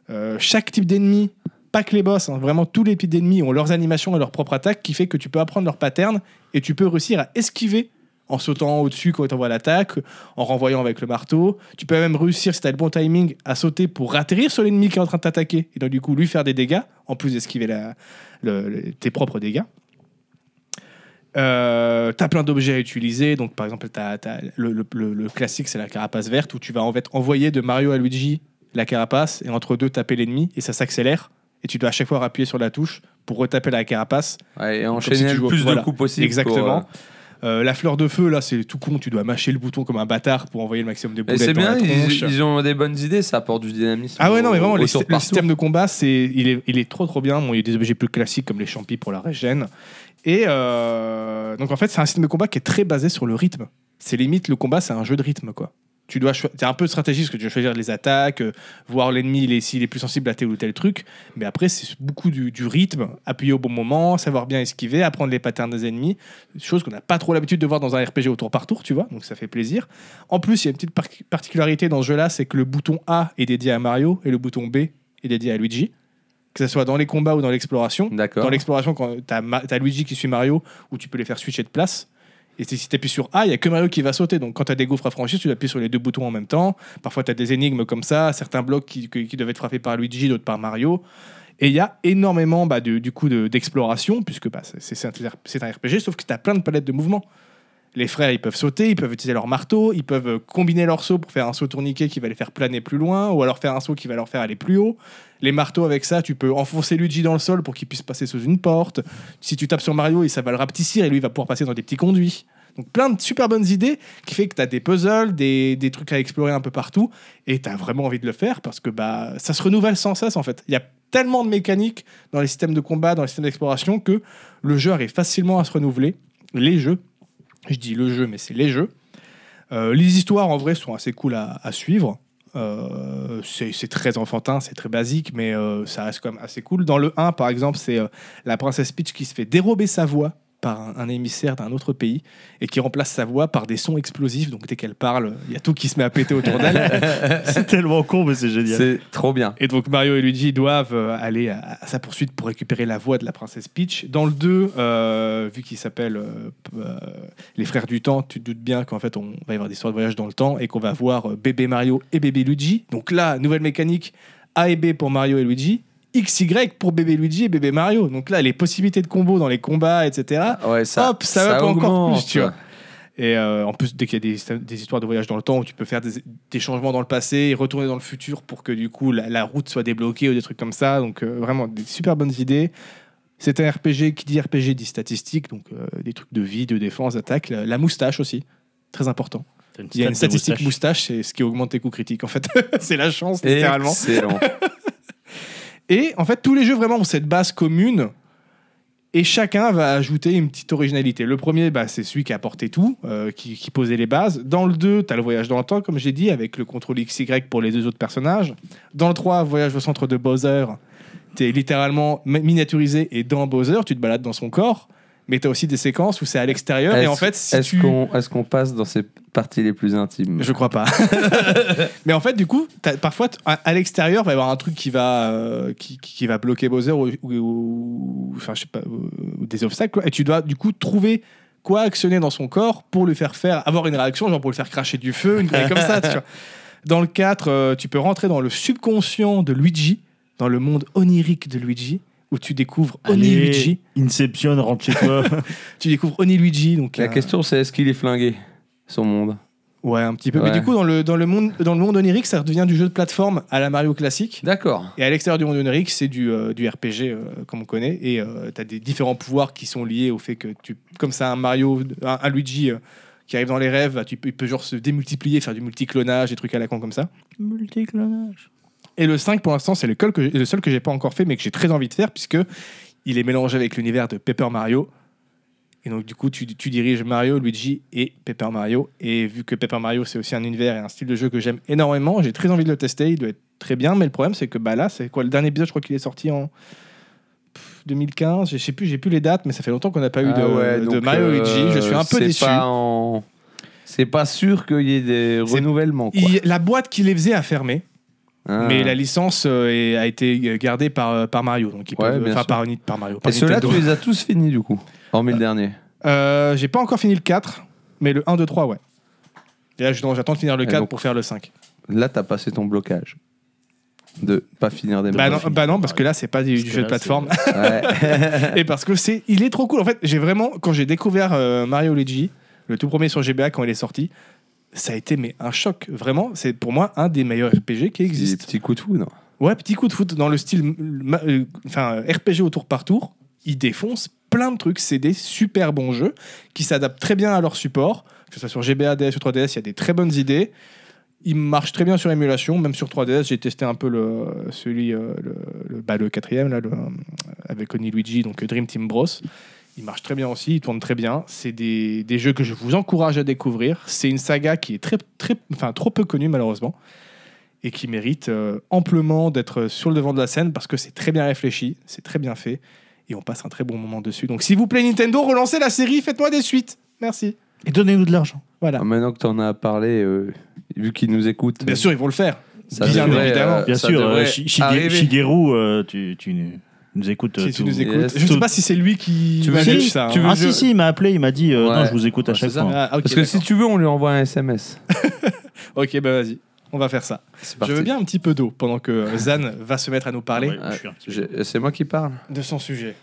[SPEAKER 3] Euh, chaque type d'ennemi, pas que les boss, hein, vraiment tous les types d'ennemis ont leurs animations et leur propre attaque qui fait que tu peux apprendre leur pattern et tu peux réussir à esquiver en sautant au-dessus quand on voit l'attaque, en renvoyant avec le marteau. Tu peux même réussir, si tu as le bon timing, à sauter pour atterrir sur l'ennemi qui est en train de t'attaquer. Et donc, du coup, lui faire des dégâts, en plus d'esquiver la- le- le- tes propres dégâts. Euh, t'as plein d'objets à utiliser. Donc, par exemple, t'as- t'as le, le- le- le classique, c'est la carapace verte, où tu vas en fait envoyer de Mario à Luigi la carapace, et entre deux, taper l'ennemi, et ça s'accélère. Et tu dois à chaque fois appuyer sur la touche pour retaper la carapace
[SPEAKER 1] Ouais, et enchaîner
[SPEAKER 3] si tu
[SPEAKER 1] le
[SPEAKER 3] joues-
[SPEAKER 1] plus
[SPEAKER 3] voilà,
[SPEAKER 1] de coups possible.
[SPEAKER 3] Exactement.
[SPEAKER 1] pour, euh,
[SPEAKER 3] Euh, la fleur de feu, là, c'est tout con. Tu dois mâcher le bouton comme un bâtard pour envoyer le maximum
[SPEAKER 1] Et
[SPEAKER 3] de boulettes
[SPEAKER 1] c'est
[SPEAKER 3] dans
[SPEAKER 1] bien,
[SPEAKER 3] la
[SPEAKER 1] ils,
[SPEAKER 3] tronche.
[SPEAKER 1] ils ont des bonnes idées, ça apporte du dynamisme.
[SPEAKER 3] Ah ouais, non, mais
[SPEAKER 1] au-
[SPEAKER 3] vraiment,
[SPEAKER 1] au
[SPEAKER 3] les-
[SPEAKER 1] tour
[SPEAKER 3] le
[SPEAKER 1] par tour.
[SPEAKER 3] système de combat, c'est, il, est, il est trop trop bien. Bon, il y a des objets plus classiques comme les champis pour la régène. Et euh, donc, en fait, c'est un système de combat qui est très basé sur le rythme. C'est limite, le combat, c'est un jeu de rythme, quoi. Tu dois choi- t'es un peu stratégique parce que tu dois choisir les attaques, euh, voir l'ennemi il est- s'il est plus sensible à tel ou tel truc. Mais après, c'est beaucoup du, du rythme, appuyer au bon moment, savoir bien esquiver, apprendre les patterns des ennemis. Chose qu'on n'a pas trop l'habitude de voir dans un RPG au tour par tour, tu vois. Donc ça fait plaisir. En plus, il y a une petite par- particularité dans ce jeu-là, c'est que le bouton A est dédié à Mario et le bouton B est dédié à Luigi. Que ce soit dans les combats ou dans l'exploration.
[SPEAKER 1] D'accord.
[SPEAKER 3] Dans l'exploration, quand t'as Ma- t'as Luigi qui suit Mario, où tu peux les faire switcher de place. Et si si t'appuies sur A, il n'y a que Mario qui va sauter. Donc quand t'as des gouffres à franchir, tu appuies sur les deux boutons en même temps. Parfois t'as des énigmes comme ça, certains blocs qui, qui- qui doivent être frappés par Luigi, d'autres par Mario. Et il y a énormément bah, de- du coup de- d'exploration, puisque bah, c'est- c'est c'est un, c'est un RPG, sauf que t'as plein de palettes de mouvements. Les frères, ils peuvent sauter, ils peuvent utiliser leur marteau, ils peuvent euh, combiner leur saut pour faire un saut tourniquet qui va les faire planer plus loin, ou alors faire un saut qui va leur faire aller plus haut. Les marteaux avec ça, tu peux enfoncer Luigi dans le sol pour qu'il puisse passer sous une porte. Si tu tapes sur Mario, et ça va le rapetissir et lui il va pouvoir passer dans des petits conduits. Donc plein de super bonnes idées qui fait que tu as des puzzles, des, des trucs à explorer un peu partout et tu as vraiment envie de le faire parce que bah ça se renouvelle sans cesse en fait. Il y a tellement de mécaniques dans les systèmes de combat, dans les systèmes d'exploration que le jeu arrive facilement à se renouveler. Les jeux, je dis le jeu mais c'est les jeux. Euh, les histoires en vrai sont assez cool à- à suivre. Euh, c'est c'est très enfantin, c'est très basique, mais euh, ça reste quand même assez cool. Dans le 1, par exemple, c'est euh, la princesse Peach qui se fait dérober sa voix par un, un émissaire d'un autre pays et qui remplace sa voix par des sons explosifs. Donc dès qu'elle parle, il y a tout qui se met à péter autour d'elle.
[SPEAKER 2] C'est tellement con, mais c'est génial.
[SPEAKER 1] C'est trop bien.
[SPEAKER 3] Et donc Mario et Luigi doivent euh, aller à, à sa poursuite pour récupérer la voix de la princesse Peach. Dans le 2, euh, vu qu'il s'appelle euh, p- euh, Les Frères du Temps, tu te doutes bien qu'en fait on va y avoir des histoires de voyage dans le temps et qu'on va voir euh, bébé Mario et bébé Luigi. Donc là, nouvelle mécanique, A et B pour Mario et Luigi. XY pour bébé Luigi et bébé Mario. Donc là, les possibilités de combo dans les combats, etc.
[SPEAKER 1] Ouais, ça,
[SPEAKER 3] Hop, ça va pas encore
[SPEAKER 1] augmente.
[SPEAKER 3] plus, tu vois. Et euh, en plus, dès qu'il y a des, systèmes- des histoires de voyage dans le temps où tu peux faire des, des changements dans le passé et retourner dans le futur pour que du coup la, la route soit débloquée ou des trucs comme ça. Donc euh, vraiment des super bonnes idées. C'est un RPG qui dit RPG dit statistiques, donc euh, des trucs de vie, de défense, d'attaque. La, la moustache aussi, très important.
[SPEAKER 2] T'as
[SPEAKER 3] Il y a une
[SPEAKER 2] stat de
[SPEAKER 3] statistique moustache, c'est ce qui augmente tes coups critiques en fait. c'est la chance littéralement.
[SPEAKER 1] Excellent.
[SPEAKER 3] Et en fait, tous les jeux vraiment ont cette base commune. Et chacun va ajouter une petite originalité. Le premier, bah, c'est celui qui a apporté tout, euh, qui, qui posait les bases. Dans le 2, tu as le voyage dans le temps, comme j'ai dit, avec le contrôle XY pour les deux autres personnages. Dans le 3, voyage au centre de Bowser, tu es littéralement mi- miniaturisé et dans Bowser, tu te balades dans son corps. Mais tu as aussi des séquences où c'est à l'extérieur. Et
[SPEAKER 1] Est-ce-
[SPEAKER 3] en fait, si
[SPEAKER 1] Est-ce
[SPEAKER 3] tu...
[SPEAKER 1] qu'on est-ce qu'on passe dans ces parties les plus intimes
[SPEAKER 3] Je crois pas. Mais en fait, du coup, t'as- parfois, t- à, à l'extérieur, va y avoir un truc qui va, euh, qui, qui- qui va bloquer Bowser ou, ou- ou- enfin, je sais pas, ou- ou des obstacles. quoi. Et tu dois, du coup, trouver quoi actionner dans son corps pour lui faire faire, avoir une réaction, genre pour lui faire cracher du feu, une connerie comme ça. tu vois. Dans le 4, euh, tu peux rentrer dans le subconscient de Luigi, dans le monde onirique de Luigi, où tu découvres Oni
[SPEAKER 2] Allez,
[SPEAKER 3] Luigi.
[SPEAKER 2] Inception, rentre chez toi.
[SPEAKER 3] Tu découvres Oni Luigi. Donc, euh,
[SPEAKER 1] La
[SPEAKER 3] un-
[SPEAKER 1] question, c'est est-ce qu'il est flingué son monde
[SPEAKER 3] Ouais, un petit peu.
[SPEAKER 1] Ouais.
[SPEAKER 3] Mais du coup, dans le, dans, le monde, dans le monde onirique, ça redevient du jeu de plateforme à la Mario classique.
[SPEAKER 1] D'accord.
[SPEAKER 3] Et à l'extérieur du monde onirique, c'est du, euh, du RPG, euh, comme on connaît. Et tu as des différents pouvoirs qui sont liés au fait que tu. Comme ça, un Mario, un, un Luigi euh, qui arrive dans les rêves, bah, tu, peux- il peut genre se démultiplier, faire du multiclonage, des trucs à la con comme ça.
[SPEAKER 2] Multiclonage.
[SPEAKER 3] Et le 5, pour l'instant, c'est le, col que j'ai- le seul que j'ai pas encore fait, mais que j'ai très envie de faire, puisque il est mélangé avec l'univers de Paper Mario. Et donc, du coup, tu, tu diriges Mario, Luigi et Paper Mario. Et vu que Paper Mario, c'est aussi un univers et un style de jeu que j'aime énormément, j'ai très envie de le tester. Il doit être très bien, mais le problème, c'est que bah, là, c'est quoi Le dernier épisode, je crois qu'il est sorti en. pff, 2015, je sais plus, j'ai plus les dates, mais ça fait longtemps qu'on n'a pas eu de,
[SPEAKER 1] Ah ouais,
[SPEAKER 3] Euh, de
[SPEAKER 1] donc, euh,
[SPEAKER 3] Mario et Luigi. Je suis un peu
[SPEAKER 1] c'est
[SPEAKER 3] déçu.
[SPEAKER 1] pas en- C'est pas sûr qu'il y ait des
[SPEAKER 3] C'est-
[SPEAKER 1] renouvellements. Quoi.
[SPEAKER 3] Il- la boîte qui les faisait a fermé.
[SPEAKER 1] Hein.
[SPEAKER 3] Mais la licence euh, est- a été gardée par, euh, par Mario, donc ils
[SPEAKER 1] Ouais,
[SPEAKER 3] peuvent-
[SPEAKER 1] bien
[SPEAKER 3] enfin
[SPEAKER 1] sûr.
[SPEAKER 3] par, Ni- par Mario.
[SPEAKER 1] Et
[SPEAKER 3] par
[SPEAKER 1] ceux-là, tu
[SPEAKER 3] Nintendo. Bah.
[SPEAKER 1] les as tous finis du coup, hormis le dernier.
[SPEAKER 3] Euh, J'ai pas encore fini le 4, mais le 1, 2, 3, ouais. Et là, je- non, j'attends de finir le
[SPEAKER 1] Et
[SPEAKER 3] 4
[SPEAKER 1] donc-
[SPEAKER 3] pour faire le 5.
[SPEAKER 1] Là, t'as passé ton blocage de pas finir des
[SPEAKER 3] Bah non,
[SPEAKER 2] finir
[SPEAKER 3] bah non,
[SPEAKER 2] le
[SPEAKER 3] parce
[SPEAKER 2] Mario.
[SPEAKER 3] que là, c'est pas du,
[SPEAKER 2] Parce
[SPEAKER 3] du
[SPEAKER 2] que
[SPEAKER 3] jeu de
[SPEAKER 2] là,
[SPEAKER 3] plateforme.
[SPEAKER 1] Ouais.
[SPEAKER 3] Et parce que c'est, il est trop cool. En fait, j'ai vraiment, quand j'ai découvert euh, Mario Luigi, le tout premier sur GBA quand il est sorti, ça a été mais un choc. Vraiment, c'est pour moi un des meilleurs RPG
[SPEAKER 1] Des
[SPEAKER 3] qui existe.
[SPEAKER 1] petits coups de foudre.
[SPEAKER 3] Ouais, petit coup de foot dans le style ma- euh, enfin, euh, RPG au tour par tour. Ils défoncent plein de trucs. C'est des super bons jeux qui s'adaptent très bien à leur support. Que ce soit sur GBA, DS ou 3DS, il y a des très bonnes idées. Ils marchent très bien sur émulation, même sur 3DS. J'ai testé un peu le, celui, euh, le, le- bah, le quatrième, là, le, euh, avec Oni Luigi, donc euh, Dream Team Bros. Il marche très bien aussi, il tourne très bien. C'est des, des jeux que je vous encourage à découvrir. C'est une saga qui est très, très, enfin, trop peu connue, malheureusement, et qui mérite euh, amplement d'être sur le devant de la scène parce que c'est très bien réfléchi, c'est très bien fait, et on passe un très bon moment dessus. Donc, s'il vous plaît, Nintendo, relancez la série, faites-moi des suites. Merci.
[SPEAKER 2] Et donnez-nous de l'argent.
[SPEAKER 3] Voilà.
[SPEAKER 1] Ah, Maintenant que t'en as parlé, euh, vu qu'ils nous euh, écoutent,
[SPEAKER 3] Bien sûr, ils vont le faire.
[SPEAKER 1] ça
[SPEAKER 3] bien
[SPEAKER 1] devrait,
[SPEAKER 3] évidemment.
[SPEAKER 1] euh,
[SPEAKER 2] Bien
[SPEAKER 1] ça
[SPEAKER 2] sûr,
[SPEAKER 1] devrait
[SPEAKER 2] euh, Shi- Shige-
[SPEAKER 1] arriver.
[SPEAKER 2] Shigeru, euh, tu, tu nous- nous écoutes. euh,
[SPEAKER 3] Si tu
[SPEAKER 2] tout-
[SPEAKER 3] nous écoutes.
[SPEAKER 1] yes.
[SPEAKER 3] je sais
[SPEAKER 2] Tout-
[SPEAKER 3] pas si c'est lui qui
[SPEAKER 1] Tu veux-
[SPEAKER 3] manage
[SPEAKER 2] Si,
[SPEAKER 3] ça.
[SPEAKER 1] tu
[SPEAKER 3] hein.
[SPEAKER 1] veux-
[SPEAKER 2] Ah
[SPEAKER 1] je-
[SPEAKER 2] si, si, il m'a appelé, il m'a dit euh,
[SPEAKER 1] Ouais.
[SPEAKER 2] non, je vous écoute à
[SPEAKER 1] Ouais,
[SPEAKER 2] chaque
[SPEAKER 1] c'est ça.
[SPEAKER 2] fois.
[SPEAKER 3] Ah, ok,
[SPEAKER 1] Parce que si
[SPEAKER 3] d'accord.
[SPEAKER 1] tu veux, on lui envoie un SMS.
[SPEAKER 3] Ok, bah vas-y, on va faire ça.
[SPEAKER 1] C'est
[SPEAKER 3] Je
[SPEAKER 1] parti.
[SPEAKER 3] veux bien un petit peu d'eau pendant que euh, Zan va se mettre à nous parler
[SPEAKER 1] Ah,
[SPEAKER 2] Ouais, je suis un petit peu-
[SPEAKER 1] Je- C'est moi qui parle.
[SPEAKER 3] de son sujet.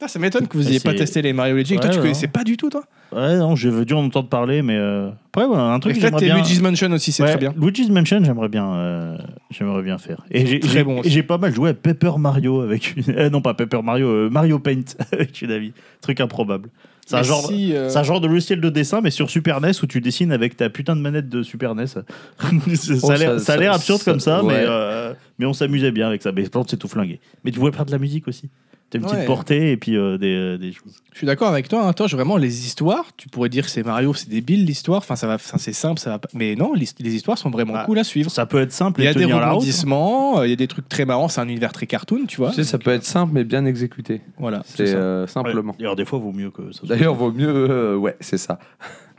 [SPEAKER 3] Ah, ça m'étonne que vous
[SPEAKER 2] Bah,
[SPEAKER 3] n'ayez pas
[SPEAKER 2] c'est-
[SPEAKER 3] testé les Mario Luigi. et que toi,
[SPEAKER 2] Ouais,
[SPEAKER 3] tu
[SPEAKER 2] ouais.
[SPEAKER 3] connaissais pas du tout, toi.
[SPEAKER 2] Ouais, non, j'ai dû en entendre parler, mais euh, après, voilà, un truc
[SPEAKER 3] Et
[SPEAKER 2] que
[SPEAKER 3] toi,
[SPEAKER 2] j'aimerais
[SPEAKER 3] t'es
[SPEAKER 2] bien.
[SPEAKER 3] Luigi's Mansion aussi, c'est
[SPEAKER 2] Ouais,
[SPEAKER 3] très bien.
[SPEAKER 2] Luigi's Mansion, j'aimerais bien, euh, j'aimerais bien faire. Et j'ai-
[SPEAKER 3] Très
[SPEAKER 2] j'ai
[SPEAKER 3] bon
[SPEAKER 2] et
[SPEAKER 3] aussi.
[SPEAKER 2] j'ai pas mal joué à Paper Mario avec une... euh, non pas Paper Mario, euh, Mario Paint avec une amie. Truc improbable. C'est un
[SPEAKER 3] Mais
[SPEAKER 2] genre,
[SPEAKER 3] si, euh,
[SPEAKER 2] c'est un genre de logiciel de dessin, mais sur Super NES où tu dessines avec ta putain de manette de Super NES. ça a
[SPEAKER 1] ça-
[SPEAKER 2] l'air, ça a l'air
[SPEAKER 1] ça-
[SPEAKER 2] absurde
[SPEAKER 1] ça-
[SPEAKER 2] comme ça, mais
[SPEAKER 1] ouais.
[SPEAKER 2] euh, mais on s'amusait bien avec ça. Mais par contre, c'est tout flingué. Mais tu pouvais faire de la musique aussi. T'as une petite
[SPEAKER 3] Ouais.
[SPEAKER 2] portée et puis euh, des, des choses.
[SPEAKER 3] Je suis d'accord avec toi. Hein. Toi, j'ai vraiment les histoires. Tu pourrais dire c'est Mario, c'est débile l'histoire. Enfin, ça va, enfin, c'est simple, ça va. pas- Mais non, l'his- les histoires sont vraiment
[SPEAKER 1] Bah,
[SPEAKER 2] Ah.
[SPEAKER 3] cool à suivre.
[SPEAKER 2] Ça peut être simple
[SPEAKER 3] Il y
[SPEAKER 2] et
[SPEAKER 3] a des
[SPEAKER 2] tenir la route.
[SPEAKER 3] rebondissements, euh, il y a des trucs très marrants. C'est un univers très cartoon, tu vois.
[SPEAKER 1] Tu sais, ça peut être simple, mais bien exécuté.
[SPEAKER 3] Voilà.
[SPEAKER 1] C'est
[SPEAKER 3] ça.
[SPEAKER 1] euh, simplement.
[SPEAKER 2] Ouais. D'ailleurs, des fois, vaut mieux que ça. soit-
[SPEAKER 1] D'ailleurs, vaut mieux. euh, ouais, c'est ça.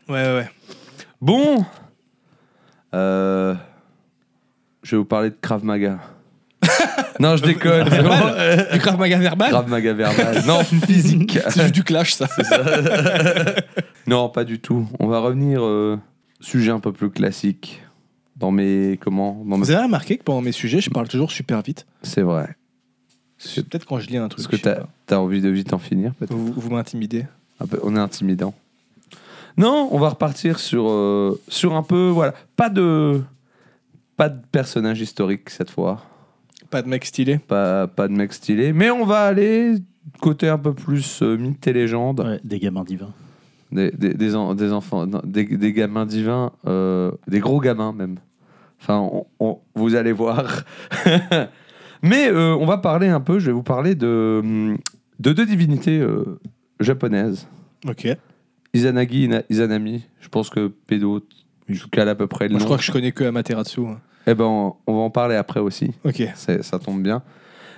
[SPEAKER 3] Ouais, ouais.
[SPEAKER 1] Bon Euh, Je vais vous parler de Krav Maga. non, je déconne. c'est vraiment-
[SPEAKER 3] Verbal, du Krav Maga verbal.
[SPEAKER 1] Krav Maga verbal. Non, physique.
[SPEAKER 4] C'est juste du clash, ça.
[SPEAKER 1] non, pas du tout. On va revenir euh, sujet un peu plus classique. Dans mes comment dans mes-
[SPEAKER 3] Vous avez remarqué que pendant mes sujets, je parle toujours super vite.
[SPEAKER 1] C'est vrai.
[SPEAKER 3] C'est peut-être quand je lis un truc.
[SPEAKER 1] Est-ce que
[SPEAKER 3] je sais
[SPEAKER 1] t'as
[SPEAKER 3] pas.
[SPEAKER 1] as envie de vite en finir peut-être
[SPEAKER 3] Vous, vous m'intimidez.
[SPEAKER 1] Un peu- On est intimidant. Non, on va repartir sur euh, sur un peu voilà pas de pas de personnage historique cette fois.
[SPEAKER 3] Pas de mec stylé.
[SPEAKER 1] pas, pas de mec stylé. Mais on va aller côté un peu plus euh, mythe et légende.
[SPEAKER 2] Ouais, des gamins divins.
[SPEAKER 1] Des, des, des en- des enfants, non, des, des gamins divins, euh, des gros gamins même. Enfin, on- on- vous allez voir. Mais euh, on va parler un peu, je vais vous parler de, hum, de deux divinités euh, japonaises.
[SPEAKER 3] Ok.
[SPEAKER 1] Izanagi et Na- Izanami. Je pense que Pédo, je cale à peu près le
[SPEAKER 3] Moi, je
[SPEAKER 1] nom.
[SPEAKER 3] crois que je connais que Amaterasu. hein.
[SPEAKER 1] Eh ben, on- on va en parler après aussi.
[SPEAKER 3] Ok.
[SPEAKER 1] C'est- ça tombe bien.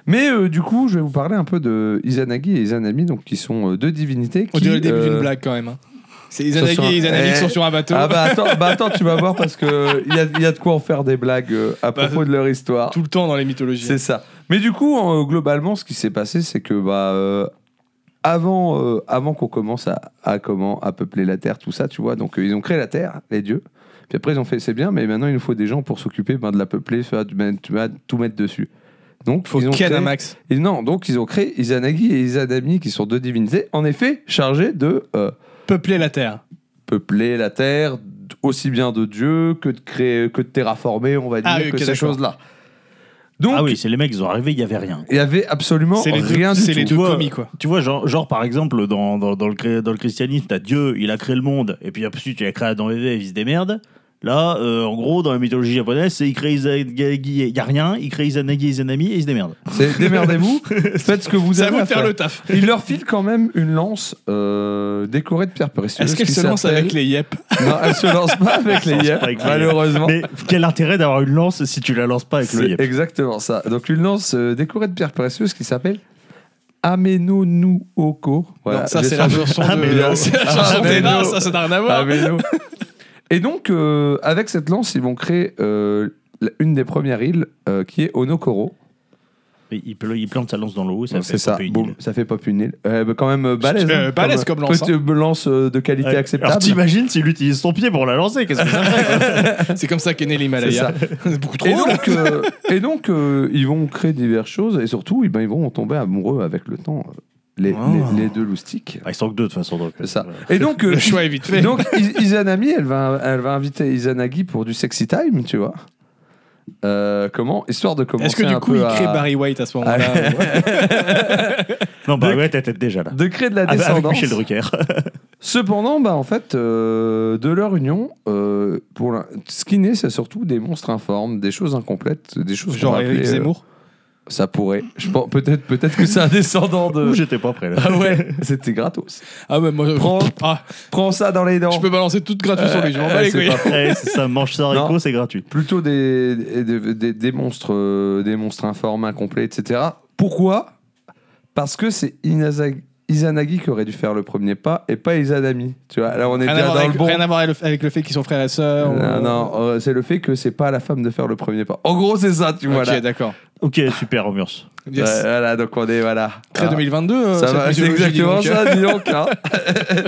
[SPEAKER 1] Mais euh, du coup, je vais vous parler un peu de Izanagi et Izanami, donc qui sont euh, deux divinités. Qui,
[SPEAKER 3] On dirait le début
[SPEAKER 1] euh,
[SPEAKER 3] d'une blague quand même. hein. C'est
[SPEAKER 1] ça
[SPEAKER 3] Izanagi
[SPEAKER 1] sera-
[SPEAKER 3] et Izanami
[SPEAKER 1] Eh.
[SPEAKER 3] qui sont sur un bateau.
[SPEAKER 1] Ah bah attends, bah attends, tu vas voir parce que il y a, il y a de quoi en faire des blagues euh, à
[SPEAKER 3] Bah,
[SPEAKER 1] propos de leur histoire.
[SPEAKER 3] Tout le temps dans les mythologies.
[SPEAKER 1] C'est ça. Mais du coup, en- euh, globalement, ce qui s'est passé, c'est que bah euh, avant, euh, avant qu'on commence à, à comment à peupler la terre, tout ça, tu vois. Donc euh, ils ont créé la terre, les dieux. Puis après ils ont fait c'est bien, mais maintenant il nous faut des gens pour s'occuper ben, de la peupler, soit de mettre- tu vois, de tout mettre dessus. Donc
[SPEAKER 3] Faut
[SPEAKER 1] ils ont
[SPEAKER 3] ken
[SPEAKER 1] créé-
[SPEAKER 3] à max.
[SPEAKER 1] et non, donc ils ont créé Izanagi et Izanami, qui sont deux divinités, en effet chargées de euh,
[SPEAKER 3] Peupler la Terre.
[SPEAKER 1] peupler la Terre, d- aussi bien de dieux que de, créer, que de terraformer, on va dire,
[SPEAKER 3] Ah oui,
[SPEAKER 1] que
[SPEAKER 3] ok,
[SPEAKER 1] ces
[SPEAKER 3] d'accord.
[SPEAKER 1] choses-là. Donc,
[SPEAKER 2] ah oui, c'est les mecs, ils ont rêvé, il y avait rien.
[SPEAKER 1] il y avait absolument
[SPEAKER 3] C'est les deux,
[SPEAKER 1] rien
[SPEAKER 3] c'est
[SPEAKER 1] du
[SPEAKER 3] les
[SPEAKER 1] tout.
[SPEAKER 3] deux
[SPEAKER 2] Tu vois,
[SPEAKER 3] commis, quoi.
[SPEAKER 2] Tu vois, genre, genre par exemple, dans, dans, dans le, chré- dans le christianisme, t'as Dieu, il a créé le monde, et puis ensuite, il a créé Adam et Ève, ils se démerdent. Là, euh, en gros, dans la mythologie japonaise, c'est il crée Izanagi, il y a rien, il crée Izanagi et Izanami, et ils se démerdent.
[SPEAKER 1] C'est démerdez-vous, faites ce que vous
[SPEAKER 3] C'est à
[SPEAKER 1] avez
[SPEAKER 3] vous de
[SPEAKER 1] à
[SPEAKER 3] faire le taf.
[SPEAKER 1] Il leur file quand même une lance euh, décorée de pierres précieuses.
[SPEAKER 3] Est-ce qu'elle
[SPEAKER 1] qui
[SPEAKER 3] se lance
[SPEAKER 1] s'appelle-
[SPEAKER 3] avec les yep
[SPEAKER 1] Non, elle se lance pas avec les
[SPEAKER 2] Elle se lance
[SPEAKER 1] yeux,
[SPEAKER 2] pas avec les yeux.
[SPEAKER 1] malheureusement.
[SPEAKER 2] Mais quel intérêt d'avoir une lance si tu la lances pas avec le
[SPEAKER 1] C'est
[SPEAKER 2] yep
[SPEAKER 1] exactement ça. Donc une lance euh, décorée de pierres précieuses qui s'appelle Amenonuoko. Voilà,
[SPEAKER 3] Non, ça, c'est la
[SPEAKER 1] j'espère-
[SPEAKER 3] version
[SPEAKER 2] Ah, mais non.
[SPEAKER 3] de. C'est la
[SPEAKER 1] Ah,
[SPEAKER 3] chanson
[SPEAKER 1] mais
[SPEAKER 3] d'Ena,
[SPEAKER 1] non.
[SPEAKER 3] ça, ça n'a rien à voir.
[SPEAKER 1] Ameno. Et donc euh, avec cette lance, ils vont créer euh, la- une des premières îles euh, qui est Onokoro.
[SPEAKER 2] Mais Il, pla- il plante sa lance dans l'eau, ça
[SPEAKER 1] Donc,
[SPEAKER 2] fait
[SPEAKER 1] C'est ça.
[SPEAKER 2] taper une
[SPEAKER 1] Boum,
[SPEAKER 2] île.
[SPEAKER 1] ça fait pas une île. Euh, bah, quand même euh, balèze.
[SPEAKER 3] Euh, balèze comme lance, hein.
[SPEAKER 1] Petite euh, lance euh, de qualité
[SPEAKER 2] Ouais. Alors
[SPEAKER 1] acceptable.
[SPEAKER 2] t'imagines s'il utilise son pied pour la lancer, qu'est-ce que ça fait
[SPEAKER 3] C'est comme ça qu'est né l'Himalaya. C'est beaucoup trop
[SPEAKER 1] Et
[SPEAKER 3] drôle.
[SPEAKER 1] donc, euh, et donc euh, ils vont créer diverses choses et surtout, eh ben, ils vont tomber amoureux avec le temps. euh, Les,
[SPEAKER 2] Oh.
[SPEAKER 1] les- les deux loustiques.
[SPEAKER 2] Ah, Ils sont que deux de toute façon. donc,
[SPEAKER 1] C'est ça.
[SPEAKER 2] voilà.
[SPEAKER 1] Et donc, euh,
[SPEAKER 3] Le choix est vite fait.
[SPEAKER 1] Donc I- Izanami, elle va, elle va inviter Izanagi pour du sexy time, tu vois. Euh, comment Histoire de commencer
[SPEAKER 3] Est-ce que
[SPEAKER 1] un
[SPEAKER 3] du coup,
[SPEAKER 1] peu
[SPEAKER 3] il
[SPEAKER 1] à-
[SPEAKER 3] crée Barry White à ce moment-là ouais.
[SPEAKER 2] Non, bah ouais, t'es t'es déjà là.
[SPEAKER 1] de créer de la
[SPEAKER 2] Avec- Avec
[SPEAKER 1] descendance.
[SPEAKER 2] Michel Drucker.
[SPEAKER 1] Cependant, bah, en fait, euh, de leur union, euh, pour la- ce qui naît, c'est surtout des monstres informes, des choses incomplètes, des choses qu'on
[SPEAKER 3] Genre
[SPEAKER 1] va
[SPEAKER 3] Eric
[SPEAKER 1] appeler, euh,
[SPEAKER 3] Zemmour.
[SPEAKER 1] ça pourrait. Je pense peut-être, peut-être que c'est un descendant de.
[SPEAKER 2] J'étais pas prêt là.
[SPEAKER 1] Ah ouais, c'était gratos.
[SPEAKER 4] Ah, bah, moi, je-
[SPEAKER 1] Prends-
[SPEAKER 4] Ah,
[SPEAKER 1] Prends ça dans les dents.
[SPEAKER 4] je peux balancer toute gratuite sur lui, je m'en bats
[SPEAKER 1] Euh,
[SPEAKER 4] les
[SPEAKER 1] c'est
[SPEAKER 4] couilles.
[SPEAKER 1] pas faux.
[SPEAKER 2] Eh, c'est ça, mange ça haricot,
[SPEAKER 1] Non.
[SPEAKER 2] c'est gratuit.
[SPEAKER 1] plutôt des, des, des- des monstres euh, des monstres informes, incomplets, etc. Pourquoi Parce que c'est Inazag- Izanagi qui aurait dû faire le premier pas et pas Izanami. Tu vois, là on est
[SPEAKER 3] Rien à
[SPEAKER 1] bien
[SPEAKER 3] voir
[SPEAKER 1] dans
[SPEAKER 3] Ah, avec
[SPEAKER 1] le bon.
[SPEAKER 3] rien à voir avec le- avec le fait qu'ils sont frères et sœurs.
[SPEAKER 1] Non,
[SPEAKER 3] ou-
[SPEAKER 1] non, euh, c'est le fait que c'est pas à la femme de faire le premier pas. En gros, c'est ça, tu vois.
[SPEAKER 3] Ok,
[SPEAKER 1] là.
[SPEAKER 3] d'accord.
[SPEAKER 2] Ok, super, Romurs.
[SPEAKER 3] Yes.
[SPEAKER 1] Ouais, voilà, donc on est, voilà.
[SPEAKER 3] Très
[SPEAKER 1] Ah,
[SPEAKER 3] 2022. euh,
[SPEAKER 1] ça
[SPEAKER 3] cette
[SPEAKER 1] va, c'est
[SPEAKER 3] mythologie,
[SPEAKER 1] exactement
[SPEAKER 3] dis donc.
[SPEAKER 1] ça, dis donc. hein.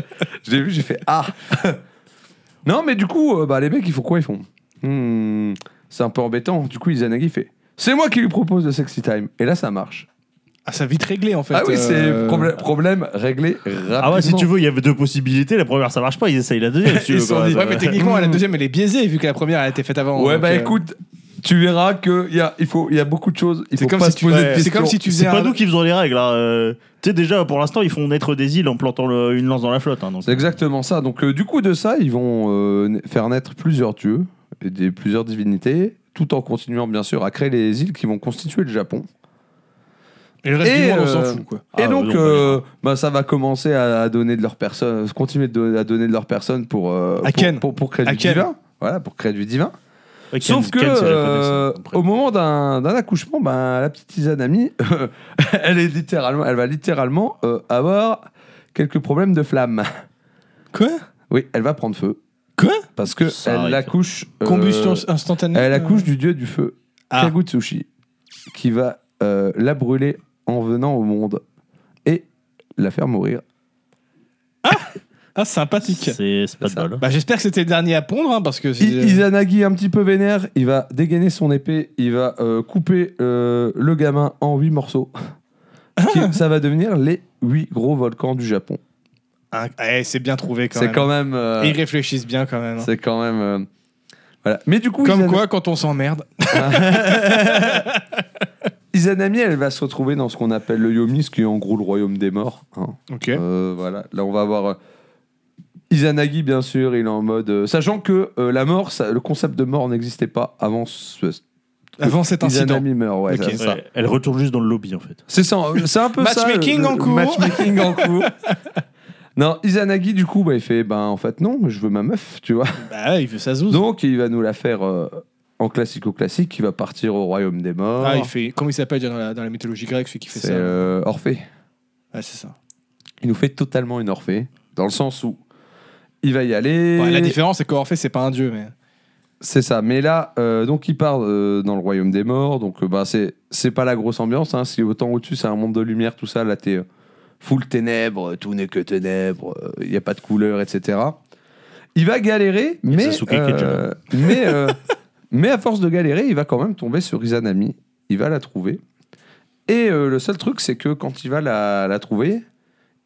[SPEAKER 1] Je l'ai vu, j'ai fait Ah Non, mais du coup, euh, bah, les mecs, ils font quoi Ils font Hmm, C'est un peu embêtant. Du coup, Izanagi fait C'est moi qui lui propose le sexy time. Et là, ça marche.
[SPEAKER 3] Ah, ça a vite réglé en fait.
[SPEAKER 1] ah oui,
[SPEAKER 3] euh,
[SPEAKER 1] c'est problème, problème réglé rapidement.
[SPEAKER 2] Ah ouais, si tu veux, il y avait deux possibilités. La première, ça marche pas, ils essayent la deuxième. si tu
[SPEAKER 1] Ils
[SPEAKER 2] veux,
[SPEAKER 1] sont
[SPEAKER 2] quoi.
[SPEAKER 1] dit-
[SPEAKER 3] Ouais, mais techniquement,
[SPEAKER 1] Mmh.
[SPEAKER 3] la deuxième, elle est biaisée vu que la première, elle a été faite avant.
[SPEAKER 1] Ouais,
[SPEAKER 3] donc,
[SPEAKER 1] bah
[SPEAKER 3] euh,
[SPEAKER 1] écoute, tu verras qu'il y a, il faut, il y a beaucoup de choses. Il
[SPEAKER 3] C'est
[SPEAKER 1] faut
[SPEAKER 3] comme,
[SPEAKER 1] pas
[SPEAKER 3] si
[SPEAKER 1] se
[SPEAKER 3] tu...
[SPEAKER 1] poser
[SPEAKER 3] ouais,
[SPEAKER 1] de
[SPEAKER 3] c'est comme si
[SPEAKER 1] questions.
[SPEAKER 3] tu faisais
[SPEAKER 2] C'est pas
[SPEAKER 3] un-
[SPEAKER 2] nous qui faisons les règles. hein, euh. Tu sais, déjà, pour l'instant, ils font naître des îles en plantant le- une lance dans la flotte. hein, donc.
[SPEAKER 1] C'est exactement ça. Donc, euh, du coup, de ça, ils vont euh, na- faire naître plusieurs dieux, et des, plusieurs divinités, tout en continuant, bien sûr, à créer les îles qui vont constituer le Japon.
[SPEAKER 3] Et le reste
[SPEAKER 1] Et,
[SPEAKER 3] du monde, on s'en
[SPEAKER 1] euh,
[SPEAKER 3] fout, quoi.
[SPEAKER 2] Ah,
[SPEAKER 1] et donc,
[SPEAKER 2] oui, on va
[SPEAKER 1] euh, bah, ça va commencer à, à donner de leur personne, continuer de don- à donner de leur personne pour, euh,
[SPEAKER 3] À
[SPEAKER 1] pour,
[SPEAKER 3] Ken.
[SPEAKER 1] pour- pour créer
[SPEAKER 3] À
[SPEAKER 1] du
[SPEAKER 3] Ken.
[SPEAKER 1] divin. Voilà, pour créer du divin.
[SPEAKER 2] Ouais, Ken-
[SPEAKER 1] Sauf que,
[SPEAKER 2] Ken, c'est japonais, ça,
[SPEAKER 1] euh,
[SPEAKER 2] après.
[SPEAKER 1] au moment d'un d'un accouchement, ben, la petite Izanami, euh, elle, est littéralement, elle va littéralement euh, avoir quelques problèmes de flamme.
[SPEAKER 3] Quoi
[SPEAKER 1] Oui, elle va prendre feu.
[SPEAKER 3] Quoi
[SPEAKER 1] Parce que
[SPEAKER 2] Ça
[SPEAKER 1] elle
[SPEAKER 2] arrive.
[SPEAKER 1] accouche. euh,
[SPEAKER 3] Combustion instantanée. euh,
[SPEAKER 1] Elle accouche du dieu du feu,
[SPEAKER 3] Ah.
[SPEAKER 1] Kagutsushi, qui va euh, la brûler en venant au monde et la faire mourir.
[SPEAKER 3] Ah, sympathique.
[SPEAKER 2] C'est c'est pas
[SPEAKER 1] C'est ça.
[SPEAKER 2] de bol. hein.
[SPEAKER 3] Bah, j'espère que c'était le dernier à pondre, hein, parce que. c'est-
[SPEAKER 1] I- Izanagi, un petit peu vénère, il va dégainer son épée, il va euh, couper euh, le gamin en huit morceaux. Qui- ça va devenir les huit gros volcans du Japon.
[SPEAKER 3] Ah, eh, c'est bien trouvé quand
[SPEAKER 1] C'est
[SPEAKER 3] même.
[SPEAKER 1] quand même. euh,
[SPEAKER 3] Et Ils réfléchissent bien quand même. hein.
[SPEAKER 1] c'est quand même. euh, voilà. Mais du coup,
[SPEAKER 3] Comme
[SPEAKER 1] Izana-
[SPEAKER 3] quoi, quand on s'emmerde.
[SPEAKER 1] Izanami, elle va se retrouver dans ce qu'on appelle le Yomi, ce qui est en gros le royaume des morts. hein.
[SPEAKER 3] Ok.
[SPEAKER 1] Euh, voilà, là on va avoir euh, Izanagi bien sûr, il est en mode euh, sachant que euh, la mort, ça- le concept de mort n'existait pas avant ce,
[SPEAKER 3] Avant cet incident.
[SPEAKER 1] Izanami meurt, ouais,
[SPEAKER 3] Ok.
[SPEAKER 1] ça- ça.
[SPEAKER 2] Ouais, Elle retourne juste dans le lobby en fait.
[SPEAKER 1] C'est ça, euh, c'est un peu ça. le-
[SPEAKER 3] Matchmaking
[SPEAKER 1] le
[SPEAKER 3] en cours.
[SPEAKER 1] Matchmaking en cours. Non, Izanagi du coup, bah, il fait ben en fait non, je veux ma meuf, tu vois.
[SPEAKER 3] Bah, ouais, il veut sa zouze.
[SPEAKER 1] Donc il va nous la faire euh, en classico classique, il va partir au royaume des morts.
[SPEAKER 3] Ah, il fait. Comment il s'appelle dans la, dans la mythologie grecque, celui qui fait
[SPEAKER 1] C'est
[SPEAKER 3] ça
[SPEAKER 1] euh, Orphée.
[SPEAKER 3] Ah, c'est ça.
[SPEAKER 1] Il nous fait totalement une Orphée dans le sens où il va y aller.
[SPEAKER 3] Ouais, la différence, c'est qu'Orphée, c'est pas un dieu, mais.
[SPEAKER 1] C'est ça. Mais là, euh, donc il part euh, dans le royaume des morts. Donc euh, bah c'est c'est pas la grosse ambiance. Hein, si autant au-dessus c'est un monde de lumière, tout ça, là t'es euh, full ténèbres, tout n'est que ténèbres, il n'y a pas de couleur, etc. Il va galérer,
[SPEAKER 2] y a
[SPEAKER 1] mais
[SPEAKER 2] Sasuke qui est déjà
[SPEAKER 1] euh, mais euh, mais à force de galérer, il va quand même tomber sur Izanami. Il va la trouver. Et euh, le seul truc, c'est que quand il va la, la trouver,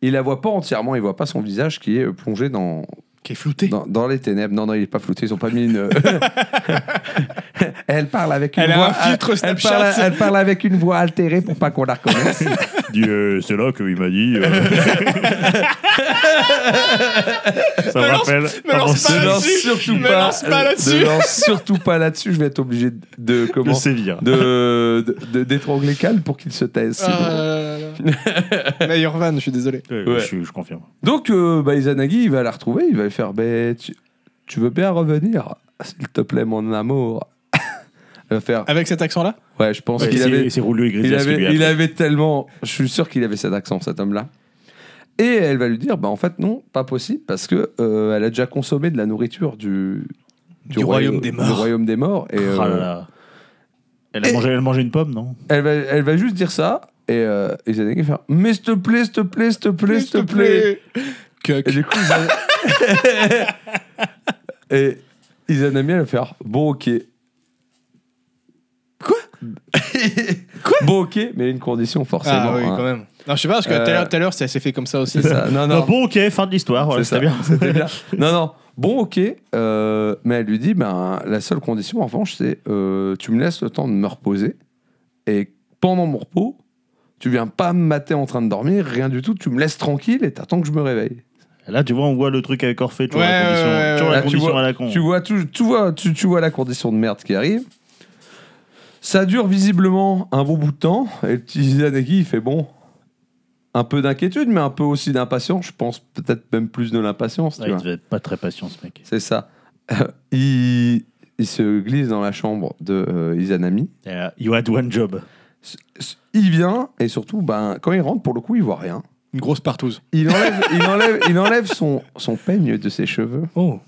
[SPEAKER 1] il la voit pas entièrement. Il voit pas son visage qui est euh, plongé dans
[SPEAKER 3] Qui est flouté.
[SPEAKER 1] dans, dans les ténèbres. Non, non, il est pas flouté. Ils ont pas mis une. euh, elle parle avec une
[SPEAKER 3] Elle a
[SPEAKER 1] voix.
[SPEAKER 3] un filtre
[SPEAKER 1] elle, parle,
[SPEAKER 3] Snapchat.
[SPEAKER 1] elle parle avec une voix altérée pour pas qu'on la reconnaisse.
[SPEAKER 2] dit euh, c'est là qu'il m'a dit. euh. ça
[SPEAKER 3] Me
[SPEAKER 2] me
[SPEAKER 3] lance-
[SPEAKER 2] rappelle.
[SPEAKER 3] me lance
[SPEAKER 2] avant-
[SPEAKER 3] pas
[SPEAKER 1] Ne lance
[SPEAKER 3] là-dessus.
[SPEAKER 1] surtout
[SPEAKER 3] Me
[SPEAKER 1] pas.
[SPEAKER 3] lance pas
[SPEAKER 1] euh,
[SPEAKER 3] là-dessus.
[SPEAKER 1] Ne lance surtout pas là-dessus. Je vais être obligé de- de
[SPEAKER 2] Le
[SPEAKER 1] comment
[SPEAKER 2] sévir.
[SPEAKER 1] de de- de- d'étrangler Cal pour qu'il se taise. sinon.
[SPEAKER 3] Ah, là, là, là. Meilleur van, je suis désolé.
[SPEAKER 2] Ouais,
[SPEAKER 1] Ouais.
[SPEAKER 2] Je, je confirme.
[SPEAKER 1] Donc, euh, bah, Izanagi, il va la retrouver. Il va lui faire Ben, tu, tu veux bien revenir, s'il te plaît, mon amour. Elle va faire.
[SPEAKER 3] Avec cet accent-là
[SPEAKER 1] Ouais, je pense
[SPEAKER 2] Ouais,
[SPEAKER 1] qu'il
[SPEAKER 2] c'est-
[SPEAKER 1] avait.
[SPEAKER 2] C'est rouleux et
[SPEAKER 1] Il
[SPEAKER 2] Grisias qui lui a
[SPEAKER 1] avait,
[SPEAKER 2] appris.
[SPEAKER 1] il avait tellement. Je suis sûr qu'il avait cet accent, cet homme-là. Et elle va lui dire bah, en fait, non, pas possible, parce que euh, elle a déjà consommé de la nourriture du.
[SPEAKER 3] Du royaume des morts.
[SPEAKER 1] Du royaume des morts. Et,
[SPEAKER 2] Ah là
[SPEAKER 1] euh,
[SPEAKER 2] là. Elle a,
[SPEAKER 1] et-
[SPEAKER 2] mangé, elle a mangé une pomme, non
[SPEAKER 1] elle, va, elle va juste dire ça. Et euh, Izanagi va faire Mais s'il te plaît, s'il te plaît, s'il te plaît, s'il te plaît.
[SPEAKER 3] Cuck.
[SPEAKER 1] Et du coup, Izan... et Izanami, elle va faire Bon, ok.
[SPEAKER 3] Quoi
[SPEAKER 1] Quoi Bon, ok, mais une condition, forcément.
[SPEAKER 3] Ah oui,
[SPEAKER 1] hein.
[SPEAKER 3] quand même. Non, je sais pas, parce que
[SPEAKER 1] Euh,
[SPEAKER 3] tout à l'heure- tout à l'heure, ça s'est fait comme ça aussi.
[SPEAKER 1] C'est ça. Non,
[SPEAKER 2] Ah
[SPEAKER 1] non.
[SPEAKER 2] Bon, ok, fin de l'histoire. Voilà,
[SPEAKER 1] C'est
[SPEAKER 2] c'était bien.
[SPEAKER 1] C'était bien. Non, non. Bon, ok. euh, mais elle lui dit, ben, la seule condition, en revanche, c'est euh, tu me laisses le temps de me reposer. Et pendant mon repos, tu viens pas me mater en train de dormir, rien du tout. Tu me laisses tranquille et t'attends que je me réveille.
[SPEAKER 2] Là, tu vois, on voit le truc avec Orphée, toujours
[SPEAKER 3] Ouais,
[SPEAKER 2] la condition,
[SPEAKER 3] ouais, ouais,
[SPEAKER 2] toujours
[SPEAKER 1] ouais.
[SPEAKER 2] la
[SPEAKER 1] Là, tu
[SPEAKER 2] condition
[SPEAKER 1] vois-
[SPEAKER 2] à la con.
[SPEAKER 1] Tu vois, tu, tu vois, tu, tu vois la condition de merde qui arrive. Ça dure visiblement un bon bout de temps. Et le petit Izanagi, il fait bon. Un peu d'inquiétude, mais un peu aussi d'impatience. Je pense peut-être même plus de l'impatience. tu
[SPEAKER 2] Ah, il
[SPEAKER 1] vois.
[SPEAKER 2] devait être pas très patient, ce mec.
[SPEAKER 1] C'est ça. Euh, il, il se glisse dans la chambre de euh, Izanami.
[SPEAKER 2] Et là, you had one job.
[SPEAKER 1] S- s- Il vient et surtout, ben, quand il rentre, pour le coup, il voit rien.
[SPEAKER 3] Une grosse partouze.
[SPEAKER 1] Il enlève, il enlève, il enlève son, son peigne de ses cheveux.
[SPEAKER 3] Oh.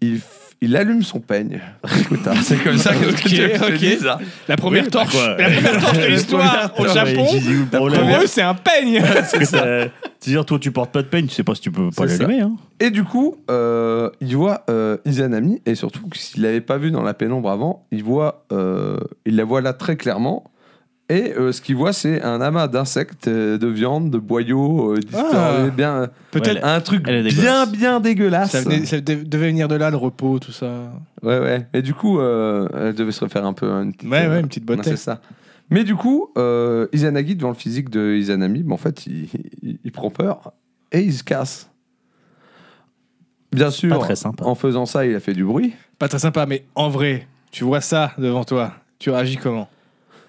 [SPEAKER 1] Il, f- il allume son peigne. Putain, c'est comme ça que
[SPEAKER 3] Ok,
[SPEAKER 1] que tu- que
[SPEAKER 3] ok.
[SPEAKER 1] tu dis ça.
[SPEAKER 3] La première
[SPEAKER 2] Oui, bah
[SPEAKER 3] torche.
[SPEAKER 2] quoi.
[SPEAKER 3] La première torche de l'histoire au
[SPEAKER 2] Ah, mais
[SPEAKER 3] Japon.
[SPEAKER 2] j'ai dit, le
[SPEAKER 3] Pour
[SPEAKER 2] problème,
[SPEAKER 3] eux, c'est un peigne.
[SPEAKER 2] c'est que t'as- C'est-à-dire, toi, tu portes pas de peigne, tu sais pas si tu peux pas
[SPEAKER 1] C'est ça.
[SPEAKER 2] l'allumer. Hein.
[SPEAKER 1] Et du coup, euh, il voit euh, Izanami et surtout, s'il l'avait pas vu dans la pénombre avant, il, voit, euh, il la voit là très clairement. Et euh, ce qu'il voit, c'est un amas d'insectes, euh, de viande, de boyaux, euh, distordés,
[SPEAKER 3] Ah.
[SPEAKER 1] bien, euh,
[SPEAKER 3] Peut-être.
[SPEAKER 1] un truc
[SPEAKER 2] Elle est
[SPEAKER 1] bien,
[SPEAKER 2] dégueulasse.
[SPEAKER 1] bien dégueulasse.
[SPEAKER 3] Ça, venait- ça de- devait venir de là, le repos, tout ça.
[SPEAKER 1] Ouais, ouais. Et du coup, euh, elle devait se refaire un peu une petite,
[SPEAKER 3] Ouais,
[SPEAKER 1] euh,
[SPEAKER 3] ouais, une petite
[SPEAKER 1] Ouais,
[SPEAKER 3] beauté.
[SPEAKER 1] c'est ça. Mais du coup, euh, Izanagi, devant le physique de Izanami, ben, en fait, il, il- il prend peur et il se casse. Bien sûr,
[SPEAKER 2] Pas très sympa.
[SPEAKER 1] en faisant ça, il a fait du bruit.
[SPEAKER 3] Pas très sympa, mais en vrai, tu vois ça devant toi. Tu réagis comment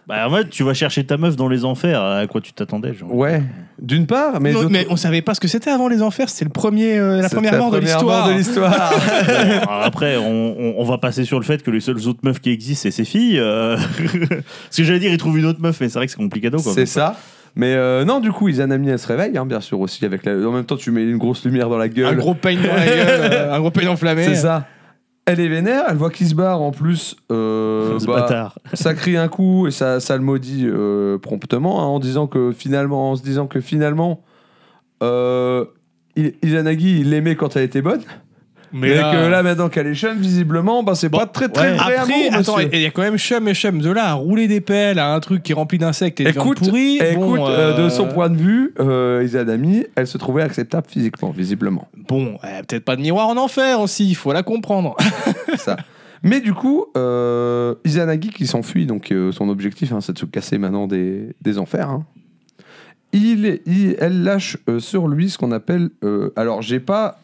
[SPEAKER 2] Bah, en fait, tu vas chercher ta meuf dans les enfers. À quoi tu t'attendais genre
[SPEAKER 1] Ouais, d'une part, mais,
[SPEAKER 3] Non,
[SPEAKER 1] d'autre-
[SPEAKER 3] mais on savait pas ce que c'était avant les enfers. C'est le premier, euh, la
[SPEAKER 1] c'est
[SPEAKER 3] première mort de l'histoire.
[SPEAKER 1] de l'histoire.
[SPEAKER 2] Alors après, on, on- on va passer sur le fait que les seules autres meufs qui existent, c'est ses filles. euh. ce que j'allais dire, ils trouvent une autre meuf, mais c'est vrai que c'est complicado. Quoi.
[SPEAKER 1] C'est ça. Mais euh, non, du coup, Izanami, elle se réveille, hein, bien sûr, aussi. Avec la... En même temps, tu mets une grosse lumière dans la
[SPEAKER 3] Un
[SPEAKER 1] gueule.
[SPEAKER 3] gros peigne dans la gueule, euh, un gros peigne enflammé.
[SPEAKER 1] C'est ça. Elle est vénère, elle voit qu'il se barre en plus. euh,
[SPEAKER 2] Ce
[SPEAKER 1] bah,
[SPEAKER 2] bâtard.
[SPEAKER 1] ça crie un coup et ça, ça le maudit euh, promptement hein, en disant que finalement, en se disant que finalement, euh, il- Izanagi, il l'aimait quand elle était bonne. Mais
[SPEAKER 3] Mais
[SPEAKER 1] que
[SPEAKER 3] euh, là,
[SPEAKER 1] là, maintenant qu'elle est jeune, visiblement, bah, c'est
[SPEAKER 3] Bon,
[SPEAKER 1] pas très très
[SPEAKER 2] ouais.
[SPEAKER 1] vrai
[SPEAKER 3] Après,
[SPEAKER 1] amour,
[SPEAKER 3] attends,
[SPEAKER 1] monsieur.
[SPEAKER 3] il y a quand même Chum et Chum de là à rouler des pelles à un truc qui est rempli d'insectes et de viande
[SPEAKER 1] Écoute,
[SPEAKER 3] pourrie.
[SPEAKER 1] Écoute,
[SPEAKER 3] Bon,
[SPEAKER 1] euh,
[SPEAKER 3] euh,
[SPEAKER 1] de son point de vue, euh, Izanami, elle se trouvait acceptable physiquement, visiblement.
[SPEAKER 3] Bon, euh, peut-être pas de miroir en enfer aussi, il faut la comprendre.
[SPEAKER 1] ça. Mais du coup, euh, Izanagi qui s'enfuit, donc euh, son objectif, hein, c'est de se casser maintenant des, des enfers. hein. Il, il- elle lâche euh, sur lui ce qu'on appelle. euh, alors, j'ai pas.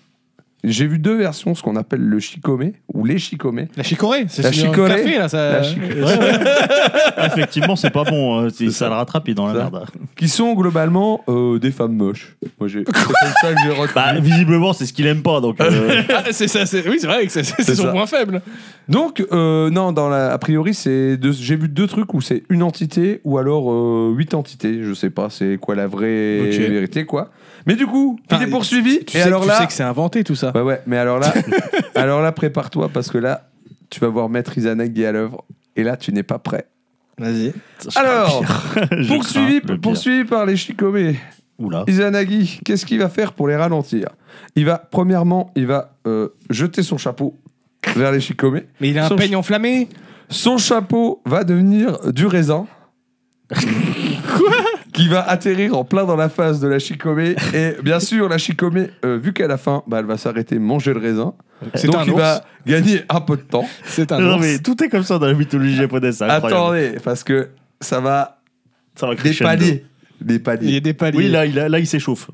[SPEAKER 1] J'ai vu deux versions, ce qu'on appelle le shikome ou les shikome.
[SPEAKER 3] La chicorée, c'est
[SPEAKER 1] La
[SPEAKER 3] ce numéro de
[SPEAKER 1] chicorée.
[SPEAKER 3] café, là. Ça...
[SPEAKER 1] La chi-
[SPEAKER 2] Ouais, ouais. Effectivement, c'est pas bon. hein. Si
[SPEAKER 1] C'est
[SPEAKER 2] ça,
[SPEAKER 1] ça.
[SPEAKER 2] le rattrape, il est dans la
[SPEAKER 1] Ça.
[SPEAKER 2] merde.
[SPEAKER 1] Qui sont globalement euh, des femmes moches. Moi, j'ai- c'est comme ça que j'ai retenu.
[SPEAKER 2] Bah, visiblement, c'est ce qu'il aime pas. Donc, euh,
[SPEAKER 3] Ah, c'est ça, c'est- oui, c'est vrai que c'est- c'est
[SPEAKER 1] C'est
[SPEAKER 3] son
[SPEAKER 1] ça.
[SPEAKER 3] point faible.
[SPEAKER 1] Donc, euh, non, dans la, a priori, c'est deux- j'ai vu deux trucs où c'est une entité ou alors euh, huit entités. Je sais pas, c'est quoi la vraie
[SPEAKER 3] Ok.
[SPEAKER 1] vérité, quoi. Mais du coup,
[SPEAKER 3] Enfin,
[SPEAKER 1] il est poursuivi.
[SPEAKER 3] Tu,
[SPEAKER 1] et
[SPEAKER 3] sais,
[SPEAKER 1] alors
[SPEAKER 3] tu
[SPEAKER 1] là,
[SPEAKER 3] sais que c'est inventé tout ça.
[SPEAKER 1] ouais, ouais, mais alors là, alors là, prépare-toi parce que là, tu vas voir Maître Izanagi à l'œuvre. Et là, tu n'es pas prêt.
[SPEAKER 3] Vas-y.
[SPEAKER 2] je crains
[SPEAKER 1] Alors,
[SPEAKER 2] le pire. Je
[SPEAKER 1] poursuivi,
[SPEAKER 2] crains le pire.
[SPEAKER 1] poursuivi par les Shikome,
[SPEAKER 2] Oula.
[SPEAKER 1] Izanagi, qu'est-ce qu'il va faire pour les ralentir Il va, premièrement, il va euh, jeter son chapeau vers les Shikome.
[SPEAKER 3] Mais il a un
[SPEAKER 1] Son
[SPEAKER 3] peigne enflammé.
[SPEAKER 1] Son chapeau va devenir du raisin. Qui va atterrir en plein dans la face de la chicomée. Et bien sûr, la chicomée, euh, vu qu'à la fin, bah, elle va s'arrêter de manger le raisin.
[SPEAKER 3] C'est
[SPEAKER 1] Donc
[SPEAKER 3] un
[SPEAKER 1] il
[SPEAKER 3] ours.
[SPEAKER 1] va gagner un peu de temps.
[SPEAKER 3] C'est
[SPEAKER 1] Ah,
[SPEAKER 3] un
[SPEAKER 2] Non,
[SPEAKER 3] ours.
[SPEAKER 2] mais tout est comme ça dans la mythologie japonaise. c'est incroyable.
[SPEAKER 1] Attendez, parce que ça va.
[SPEAKER 2] Ça va
[SPEAKER 1] Des
[SPEAKER 2] crescendo.
[SPEAKER 1] paliers. Des
[SPEAKER 3] Il y a
[SPEAKER 1] paliers.
[SPEAKER 3] des paliers.
[SPEAKER 2] Oui, là, il, a- là, il s'échauffe.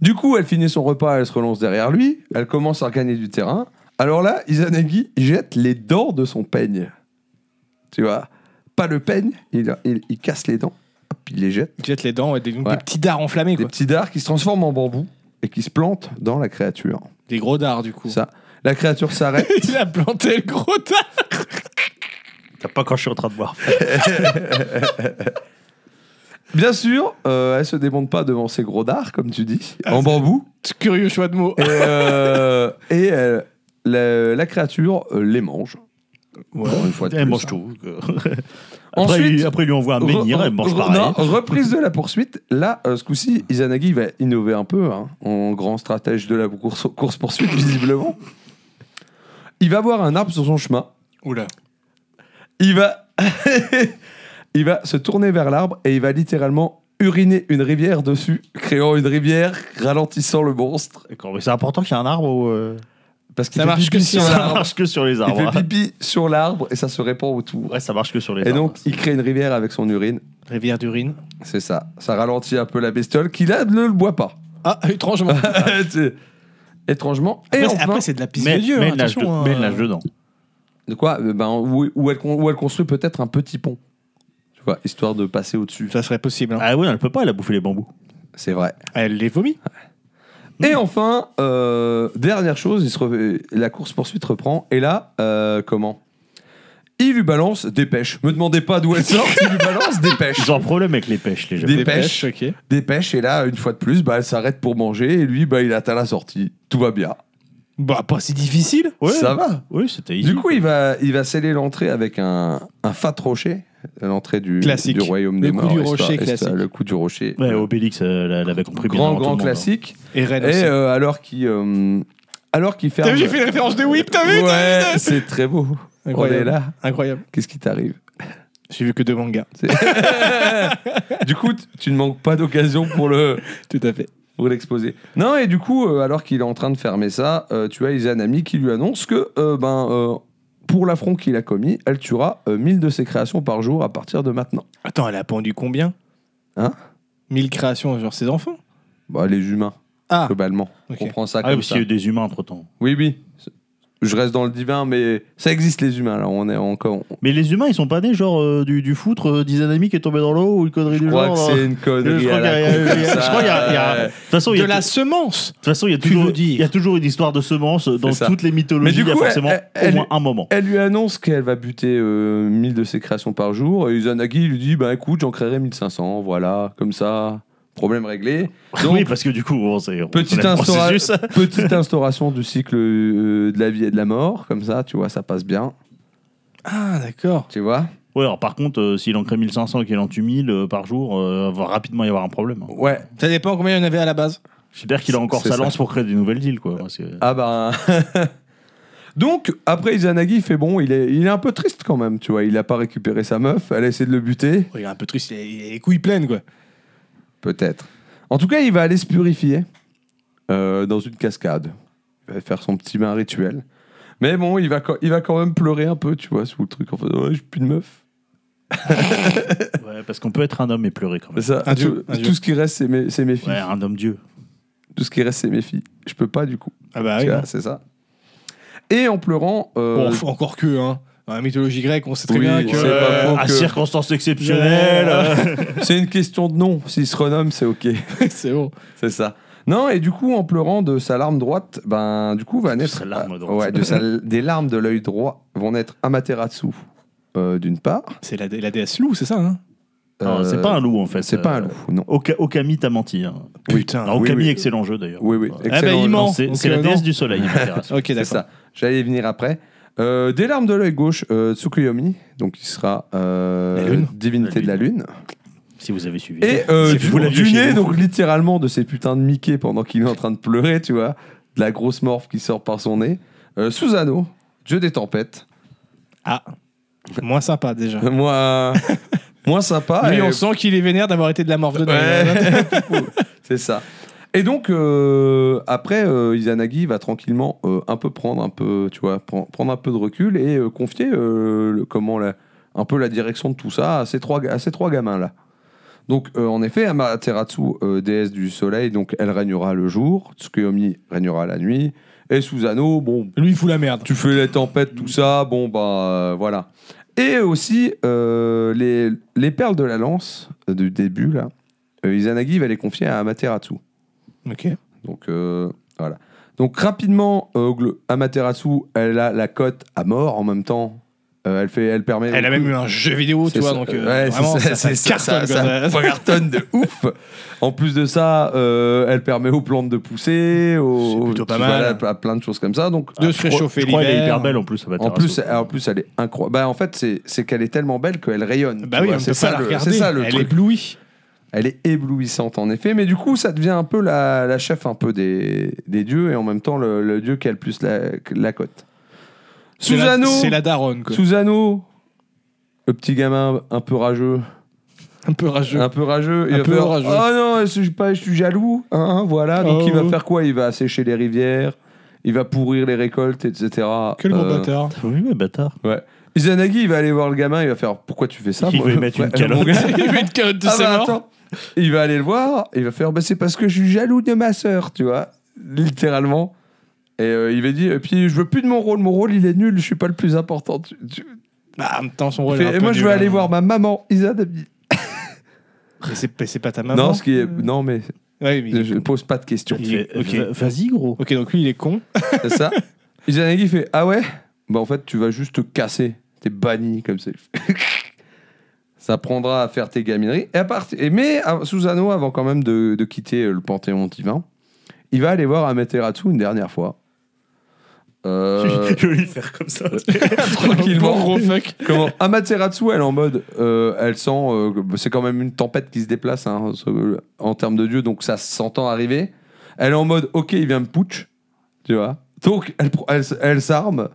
[SPEAKER 1] Du coup, elle finit son repas, elle se relance derrière lui. Elle commence à gagner du terrain. Alors là, Izanagi jette les dents de son peigne. Tu vois Pas le peigne, il, il- il casse les dents, hop, il les jette.
[SPEAKER 3] Il jette les dents, ouais, des, donc
[SPEAKER 1] Ouais.
[SPEAKER 3] des petits dards enflammés,
[SPEAKER 1] Des
[SPEAKER 3] quoi.
[SPEAKER 1] petits dards qui se transforment en bambou et qui se plantent dans la créature.
[SPEAKER 3] Des gros dards, du coup.
[SPEAKER 1] Ça. La créature s'arrête.
[SPEAKER 3] Il a planté le gros dard.
[SPEAKER 2] T'as pas quand je suis en train de boire.
[SPEAKER 1] Bien sûr, euh, elle se démonte pas devant ces gros dards, comme tu dis, en bambou.
[SPEAKER 3] Curieux choix de mots.
[SPEAKER 1] Et, euh, et, euh, la, la créature euh, les mange. Encore une fois de
[SPEAKER 2] Elle
[SPEAKER 1] plus,
[SPEAKER 2] eh, mange
[SPEAKER 1] hein.
[SPEAKER 2] tout. après,
[SPEAKER 1] Ensuite,
[SPEAKER 2] il, après, Ah, il lui envoie un menhir,
[SPEAKER 1] Re-
[SPEAKER 2] elle mange
[SPEAKER 1] re-
[SPEAKER 2] pareil.
[SPEAKER 1] non, reprise de la poursuite. Là, euh, ce coup-ci, Izanagi va innover un peu, hein, en grand stratège de la course- course-poursuite, visiblement. Il va voir un arbre sur son chemin.
[SPEAKER 3] Oula.
[SPEAKER 1] il va il va se tourner vers l'arbre et il va littéralement uriner une rivière dessus, créant une rivière ralentissant le monstre
[SPEAKER 2] D'accord, mais c'est important qu'il y ait un arbre ou. euh,
[SPEAKER 1] parce qu'il
[SPEAKER 3] Ça
[SPEAKER 1] fait
[SPEAKER 3] marche
[SPEAKER 1] pipi
[SPEAKER 3] que si
[SPEAKER 1] sur
[SPEAKER 2] Ça
[SPEAKER 1] l'arbre.
[SPEAKER 2] marche que sur les
[SPEAKER 1] Ah, Il
[SPEAKER 2] arbres.
[SPEAKER 1] fait pipi sur l'arbre et ça se répand autour.
[SPEAKER 2] Ouais, ça marche que sur les
[SPEAKER 1] Et
[SPEAKER 2] arbres.
[SPEAKER 1] donc il crée une rivière avec son urine.
[SPEAKER 3] Rivière d'urine.
[SPEAKER 1] C'est ça. Ça ralentit un peu la bestiole qui là ne le boit pas.
[SPEAKER 3] Ah, étrangement.
[SPEAKER 1] C'est- Étrangement. Et
[SPEAKER 3] après, c'est-
[SPEAKER 1] enfin-
[SPEAKER 3] après, c'est de la pisse
[SPEAKER 2] Mais-
[SPEAKER 3] de Dieu.
[SPEAKER 2] mais
[SPEAKER 3] hein,
[SPEAKER 2] elle lâche de-
[SPEAKER 3] attention, hein.
[SPEAKER 2] mais elle lâche dedans.
[SPEAKER 1] de quoi Euh, ben, où, où elle, con- où elle construit peut-être un petit pont. Tu vois, histoire de passer au-dessus.
[SPEAKER 3] Ça serait possible. hein.
[SPEAKER 2] Ah ouais, elle peut pas, elle a bouffé les bambous.
[SPEAKER 1] C'est vrai.
[SPEAKER 3] Ah, Elle les vomit.
[SPEAKER 1] Et enfin, euh, dernière chose, il se re- la course-poursuite reprend. Et là, euh, comment Il lui balance des pêches. Me demandez pas d'où elles sortent, il lui balance des pêches.
[SPEAKER 2] Ils ont un problème avec les pêches, les gens.
[SPEAKER 1] Des pêches.
[SPEAKER 3] ok.
[SPEAKER 1] Des pêches, et là, une fois de plus, bah, elle s'arrête pour manger. Et lui, bah, il atteint la sortie. Tout va bien.
[SPEAKER 3] Bah, pas si difficile.
[SPEAKER 2] Ouais.
[SPEAKER 1] Ça va.
[SPEAKER 2] Oui, c'était easy.
[SPEAKER 1] Du coup, il va, il va sceller l'entrée avec un, un fat rocher. L'entrée du,
[SPEAKER 3] Classique.
[SPEAKER 1] du royaume des
[SPEAKER 3] Le coup
[SPEAKER 1] morts.
[SPEAKER 3] du
[SPEAKER 1] et ça-
[SPEAKER 3] rocher
[SPEAKER 1] et ça,
[SPEAKER 3] classique.
[SPEAKER 1] Le coup du rocher.
[SPEAKER 2] Ouais, Obélix euh, l'a- l'avait compris bien
[SPEAKER 1] grand,
[SPEAKER 2] avant tout le
[SPEAKER 1] grand
[SPEAKER 2] monde, hein.
[SPEAKER 1] classique.
[SPEAKER 3] Et Ren
[SPEAKER 1] Et
[SPEAKER 3] aussi.
[SPEAKER 1] euh, alors qu'il euh, alors qu'il ferme.
[SPEAKER 3] T'as vu, j'ai fait une référence de Whip, t'as vu
[SPEAKER 1] Ouais, c'est très beau.
[SPEAKER 3] Incroyable.
[SPEAKER 1] On est là.
[SPEAKER 3] Incroyable.
[SPEAKER 1] Qu'est-ce qui t'arrive
[SPEAKER 3] J'ai vu que deux mangas.
[SPEAKER 1] Du coup, t- tu ne manques pas d'occasion pour le
[SPEAKER 3] Tout à fait.
[SPEAKER 1] pour l'exposer. Non, et du coup, euh, alors qu'il est en train de fermer ça, euh, tu as Izanami qui lui annonce que euh, ben euh, pour l'affront qu'il a commis, elle tuera euh, 1000 de ses créations par jour à partir de maintenant.
[SPEAKER 3] Attends, elle a pendu combien
[SPEAKER 1] Hein
[SPEAKER 3] 1000 créations sur ses enfants.
[SPEAKER 1] Bah, les humains,
[SPEAKER 3] Ah,
[SPEAKER 1] globalement.
[SPEAKER 3] ok.
[SPEAKER 1] On prend ça
[SPEAKER 2] Ah, oui,
[SPEAKER 1] comme
[SPEAKER 2] parce
[SPEAKER 1] ça.
[SPEAKER 2] qu'il y a eu des humains entre temps.
[SPEAKER 1] Oui, oui. C'est- je reste dans le divin, mais ça existe les humains, là, on est encore. on-
[SPEAKER 2] Mais les humains, ils sont pas nés genre euh, du, du foutre euh, d'Izanami qui est tombé dans l'eau ou une connerie
[SPEAKER 1] Je
[SPEAKER 2] du
[SPEAKER 1] crois
[SPEAKER 2] genre.
[SPEAKER 1] que
[SPEAKER 2] euh,
[SPEAKER 1] c'est une
[SPEAKER 2] je
[SPEAKER 1] connerie.
[SPEAKER 2] crois
[SPEAKER 1] à
[SPEAKER 2] qu'il y a-
[SPEAKER 1] la con
[SPEAKER 2] il y
[SPEAKER 1] comme
[SPEAKER 2] a- je crois qu'il y a-
[SPEAKER 1] ça,
[SPEAKER 2] il y a-
[SPEAKER 1] ouais.
[SPEAKER 2] de toute façon, il y
[SPEAKER 3] De
[SPEAKER 2] a
[SPEAKER 3] la
[SPEAKER 2] tout-
[SPEAKER 3] semence
[SPEAKER 2] de toute façon, il y a
[SPEAKER 3] tu
[SPEAKER 2] toujours-
[SPEAKER 3] veux dire.
[SPEAKER 2] il y a toujours une histoire de semence dans
[SPEAKER 1] C'est ça.
[SPEAKER 2] toutes les mythologies.
[SPEAKER 1] Mais
[SPEAKER 2] Il
[SPEAKER 1] du
[SPEAKER 2] y a
[SPEAKER 1] coup,
[SPEAKER 2] forcément
[SPEAKER 1] elle- elle-
[SPEAKER 2] au moins un moment.
[SPEAKER 1] Elle lui annonce qu'elle va buter euh, 1000 de ses créations par jour. Et Izanagi lui dit Bah écoute, j'en créerai 1500, voilà, comme ça, problème réglé. Donc,
[SPEAKER 2] oui, parce que du coup, on sait. on
[SPEAKER 1] Petite
[SPEAKER 2] connaît le
[SPEAKER 1] instaura-
[SPEAKER 2] processus.
[SPEAKER 1] petite instauration du cycle euh, de la vie et de la mort, comme ça, tu vois, ça passe bien,
[SPEAKER 3] Ah, d'accord.
[SPEAKER 1] tu vois.
[SPEAKER 2] Ouais, alors par contre, euh, s'il en crée 1500 et qu'il en tue 1000 euh, par jour, euh, va rapidement y avoir un problème.
[SPEAKER 1] Ouais.
[SPEAKER 3] Ça dépend combien il y en avait à la base.
[SPEAKER 2] J'espère qu'il a encore
[SPEAKER 1] Oh, C'est
[SPEAKER 2] sa
[SPEAKER 1] ça.
[SPEAKER 2] lance pour créer des nouvelles îles, quoi. parce que-
[SPEAKER 1] Ah bah. Donc, après, Izanagi fait bon, il est, il est un peu triste quand même, tu vois. Il a pas récupéré sa meuf, elle a essayé de le buter,
[SPEAKER 3] Il est un peu triste, il a il a les couilles pleines, quoi.
[SPEAKER 1] peut-être. En tout cas, il va aller se purifier euh, dans une cascade. Il va faire son petit bain rituel. Mais bon, il va, quand- il va quand même pleurer un peu, tu vois, sous le truc en fait Ouais, j'ai plus de meuf.
[SPEAKER 2] Ouais, parce qu'on peut être un homme et pleurer quand
[SPEAKER 1] C'est
[SPEAKER 2] même.
[SPEAKER 1] Ça,
[SPEAKER 3] Un
[SPEAKER 1] tout,
[SPEAKER 3] dieu, un dieu.
[SPEAKER 1] tout ce qui reste, c'est mes, c'est mes filles.
[SPEAKER 2] Ouais, hein. un homme Dieu.
[SPEAKER 1] Tout ce qui reste, c'est mes filles. Je peux pas, du coup.
[SPEAKER 3] Ah bah
[SPEAKER 1] Tu
[SPEAKER 3] oui.
[SPEAKER 1] vois,
[SPEAKER 3] non.
[SPEAKER 1] c'est ça. Et en pleurant. euh,
[SPEAKER 3] Bon, f- encore que, hein. Dans la mythologie grecque, on sait très
[SPEAKER 1] Oui,
[SPEAKER 3] bien
[SPEAKER 1] c'est
[SPEAKER 3] que.
[SPEAKER 1] pas faux
[SPEAKER 2] à
[SPEAKER 1] que-
[SPEAKER 2] circonstances exceptionnelles. euh,
[SPEAKER 1] c'est une question de nom. S'il se renomme, c'est OK.
[SPEAKER 4] c'est bon.
[SPEAKER 1] C'est ça. Non, et du coup, en pleurant de sa larme droite, ben, du coup, va naître.
[SPEAKER 2] sa larme droite.
[SPEAKER 1] Ouais, de sa- des larmes de l'œil droit vont naître Amaterasu, euh, d'une part.
[SPEAKER 3] C'est la, la déesse loup, c'est ça, hein
[SPEAKER 2] non,
[SPEAKER 1] Euh,
[SPEAKER 2] c'est pas un loup en fait. euh,
[SPEAKER 1] C'est pas un loup, non.
[SPEAKER 2] Oka- Okami t'a menti. hein.
[SPEAKER 3] Putain.
[SPEAKER 2] Alors,
[SPEAKER 1] Ah, oui,
[SPEAKER 2] Okami,
[SPEAKER 1] oui.
[SPEAKER 2] excellent jeu d'ailleurs.
[SPEAKER 1] Oui, oui.
[SPEAKER 2] Ouais.
[SPEAKER 1] excellent.
[SPEAKER 3] bah, il ment.
[SPEAKER 2] Non, C'est
[SPEAKER 3] Donc,
[SPEAKER 2] c'est la
[SPEAKER 3] euh,
[SPEAKER 2] déesse
[SPEAKER 3] non.
[SPEAKER 2] du soleil. Amaterasu.
[SPEAKER 3] Ok,
[SPEAKER 1] C'est
[SPEAKER 3] d'accord.
[SPEAKER 1] ça. J'allais y venir après. Euh, des larmes de l'œil gauche, euh, Tsukuyomi, donc il sera euh,
[SPEAKER 3] La lune.
[SPEAKER 1] divinité de la lune.
[SPEAKER 2] si vous avez suivi.
[SPEAKER 1] Et euh,
[SPEAKER 2] Si
[SPEAKER 1] du,
[SPEAKER 2] vous l'aviez
[SPEAKER 1] du
[SPEAKER 2] chez
[SPEAKER 1] nez,
[SPEAKER 2] vous.
[SPEAKER 1] donc littéralement de ces putains de Mickey pendant qu'il est en train de pleurer, tu vois. De la grosse morphe qui sort par son nez. Euh, Susano, dieu des tempêtes.
[SPEAKER 3] Ah. Moins sympa, déjà.
[SPEAKER 1] Moi, moins sympa.
[SPEAKER 3] Lui,
[SPEAKER 1] et-
[SPEAKER 3] on sent qu'il est vénère d'avoir été de la mort de
[SPEAKER 1] Ouais. C'est ça. Et donc, euh, après, euh, Izanagi va tranquillement euh, un peu prendre un peu, tu vois, pren- prendre un peu de recul et euh, confier euh, le- comment la- un peu la direction de tout ça à ces trois, ga- à ces trois gamins-là. Donc, euh, en effet, Amaterasu, euh, déesse du soleil, donc elle régnera le jour, Tsukuyomi régnera la nuit, et Susano, bon,
[SPEAKER 3] Lui, il fout la merde.
[SPEAKER 1] tu fais les tempêtes, tout ça, bon, bah euh, voilà. Et aussi, euh, les, les perles de la lance euh, du début, là, euh, Izanagi va les confier à Amaterasu.
[SPEAKER 3] Ok.
[SPEAKER 1] Donc, euh, voilà. Donc, rapidement, euh, Glo- Amaterasu, elle a la cote à mort en même temps. Euh, elle, fait, elle permet.
[SPEAKER 3] Elle a même eu un jeu vidéo, tu
[SPEAKER 1] C'est
[SPEAKER 3] vois,
[SPEAKER 1] ça.
[SPEAKER 3] donc
[SPEAKER 1] Ouais,
[SPEAKER 3] euh,
[SPEAKER 1] c'est
[SPEAKER 3] vraiment,
[SPEAKER 1] ça,
[SPEAKER 3] ça, ça,
[SPEAKER 1] c'est ça,
[SPEAKER 3] cartonne,
[SPEAKER 1] ça-
[SPEAKER 3] quoi.
[SPEAKER 1] ça cartonne de ouf. En plus de ça, euh, elle permet aux plantes de pousser, aux,
[SPEAKER 3] C'est plutôt pas
[SPEAKER 1] tu vois,
[SPEAKER 3] mal.
[SPEAKER 1] à- à plein de choses comme ça. Donc,
[SPEAKER 3] De se réchauffer
[SPEAKER 2] Je crois qu'elle est
[SPEAKER 3] l'hiver.
[SPEAKER 2] hyper belle en plus. Ah
[SPEAKER 1] En
[SPEAKER 2] Amaterasu.
[SPEAKER 1] plus, euh, elle- en plus, elle est incroyable. Bah, en fait, c'est c'est qu'elle est tellement belle qu'elle rayonne.
[SPEAKER 3] Bah
[SPEAKER 1] tu
[SPEAKER 3] oui,
[SPEAKER 1] vois,
[SPEAKER 3] on ne
[SPEAKER 1] c'est
[SPEAKER 3] peut pas
[SPEAKER 1] ça,
[SPEAKER 3] la
[SPEAKER 1] le-
[SPEAKER 3] regarder.
[SPEAKER 1] c'est ça le
[SPEAKER 3] Elle
[SPEAKER 1] truc.
[SPEAKER 3] éblouit.
[SPEAKER 1] Elle est éblouissante, en effet. Mais du coup, ça devient un peu la, la chef un peu des, des dieux et en même temps le, le dieu qui a le plus la, la cote.
[SPEAKER 3] C'est la-
[SPEAKER 1] Susano,
[SPEAKER 3] C'est la daronne, quoi.
[SPEAKER 1] Susano, le petit gamin un peu rageux,
[SPEAKER 3] Un peu rageux.
[SPEAKER 1] un peu rageux, il
[SPEAKER 3] Un
[SPEAKER 1] va
[SPEAKER 3] peu
[SPEAKER 1] faire,
[SPEAKER 3] rageux.
[SPEAKER 1] Oh non, je suis pas, je suis jaloux, hein, hein, voilà. Donc
[SPEAKER 3] Oh.
[SPEAKER 1] il va faire quoi Il va assécher les rivières, il va pourrir les récoltes, etc.
[SPEAKER 3] Quel gros
[SPEAKER 1] Euh,
[SPEAKER 3] bâtard.
[SPEAKER 2] Oui, mais bâtard.
[SPEAKER 1] Izanagi, il va aller voir le gamin, il va faire Pourquoi tu fais ça
[SPEAKER 2] Il
[SPEAKER 1] moi
[SPEAKER 2] va lui mettre une
[SPEAKER 1] Ouais,
[SPEAKER 2] calotte.
[SPEAKER 1] mon gars.
[SPEAKER 4] Il met une carotte de
[SPEAKER 1] Ah
[SPEAKER 4] ses
[SPEAKER 1] bah,
[SPEAKER 4] morts.
[SPEAKER 1] attends. Il va aller le voir, il va faire Bah, C'est parce que je suis jaloux de ma sœur, tu vois, littéralement. Et euh, il va dire Et puis, je veux plus de mon rôle, mon rôle il est nul, je suis pas le plus important. Tu- tu-
[SPEAKER 3] Bah, en même temps, son
[SPEAKER 1] Il
[SPEAKER 3] rôle
[SPEAKER 1] fait,
[SPEAKER 3] est un
[SPEAKER 1] Et
[SPEAKER 3] peu
[SPEAKER 1] moi, je
[SPEAKER 3] nul,
[SPEAKER 1] veux
[SPEAKER 3] hein.
[SPEAKER 1] aller voir ma maman, Izanagi.
[SPEAKER 3] Mais c'est mais c'est pas ta maman.
[SPEAKER 1] Non, ce qui est... non, mais
[SPEAKER 3] Ouais, mais-
[SPEAKER 1] je pose pas de questions.
[SPEAKER 3] Il fait, ok.
[SPEAKER 2] Va- Vas-y, gros.
[SPEAKER 3] Ok, donc lui, il est con.
[SPEAKER 1] C'est ça. Izanagi fait Ah ouais Bah en fait, tu vas juste te casser. T'es banni comme ça. ça prendra à faire tes gamineries. Et à part... et mais à- Susano, avant quand même de, de quitter euh, le Panthéon divin, il va aller voir Amaterasu une dernière fois. Euh,
[SPEAKER 2] Je vais lui faire comme ça.
[SPEAKER 1] tranquillement.
[SPEAKER 4] Pauvre gros fuck.
[SPEAKER 1] Comment Amaterasu, elle est en mode, euh, elle sent, euh, que c'est quand même une tempête qui se déplace hein, ce- en termes de dieu, donc ça s'entend arriver. Elle est en mode, ok, il vient me putsch, tu vois. Donc elle, pr- elle, s- elle s'arme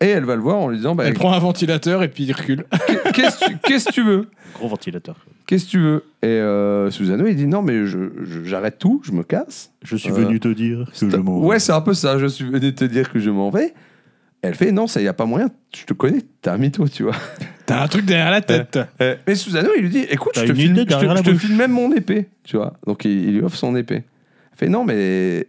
[SPEAKER 1] et elle va le voir en lui disant, bah,
[SPEAKER 4] Elle prend un ventilateur et puis il recule.
[SPEAKER 1] qu'est-ce que tu- qu'est-ce que tu veux
[SPEAKER 2] Gros ventilateur.
[SPEAKER 1] Qu'est-ce que tu veux Et euh, Susano, il dit, non, mais je- je- j'arrête tout, je me casse.
[SPEAKER 2] Je suis
[SPEAKER 1] Euh,
[SPEAKER 2] venu te dire que je m'en vais.
[SPEAKER 1] Ouais, c'est un peu ça. Je suis venu te dire que je m'en vais. Elle fait non, ça y a pas moyen. Je te connais, t'es un mytho, tu vois.
[SPEAKER 3] T'as un truc derrière la tête.
[SPEAKER 1] Euh, mais Susano, il lui dit écoute,
[SPEAKER 2] T'as
[SPEAKER 1] je te,
[SPEAKER 2] une
[SPEAKER 1] file,
[SPEAKER 2] idée
[SPEAKER 1] je te-
[SPEAKER 2] derrière la
[SPEAKER 1] je te
[SPEAKER 2] bouche.
[SPEAKER 1] file même mon épée, tu vois. Donc il, il lui offre son épée. Elle fait non, mais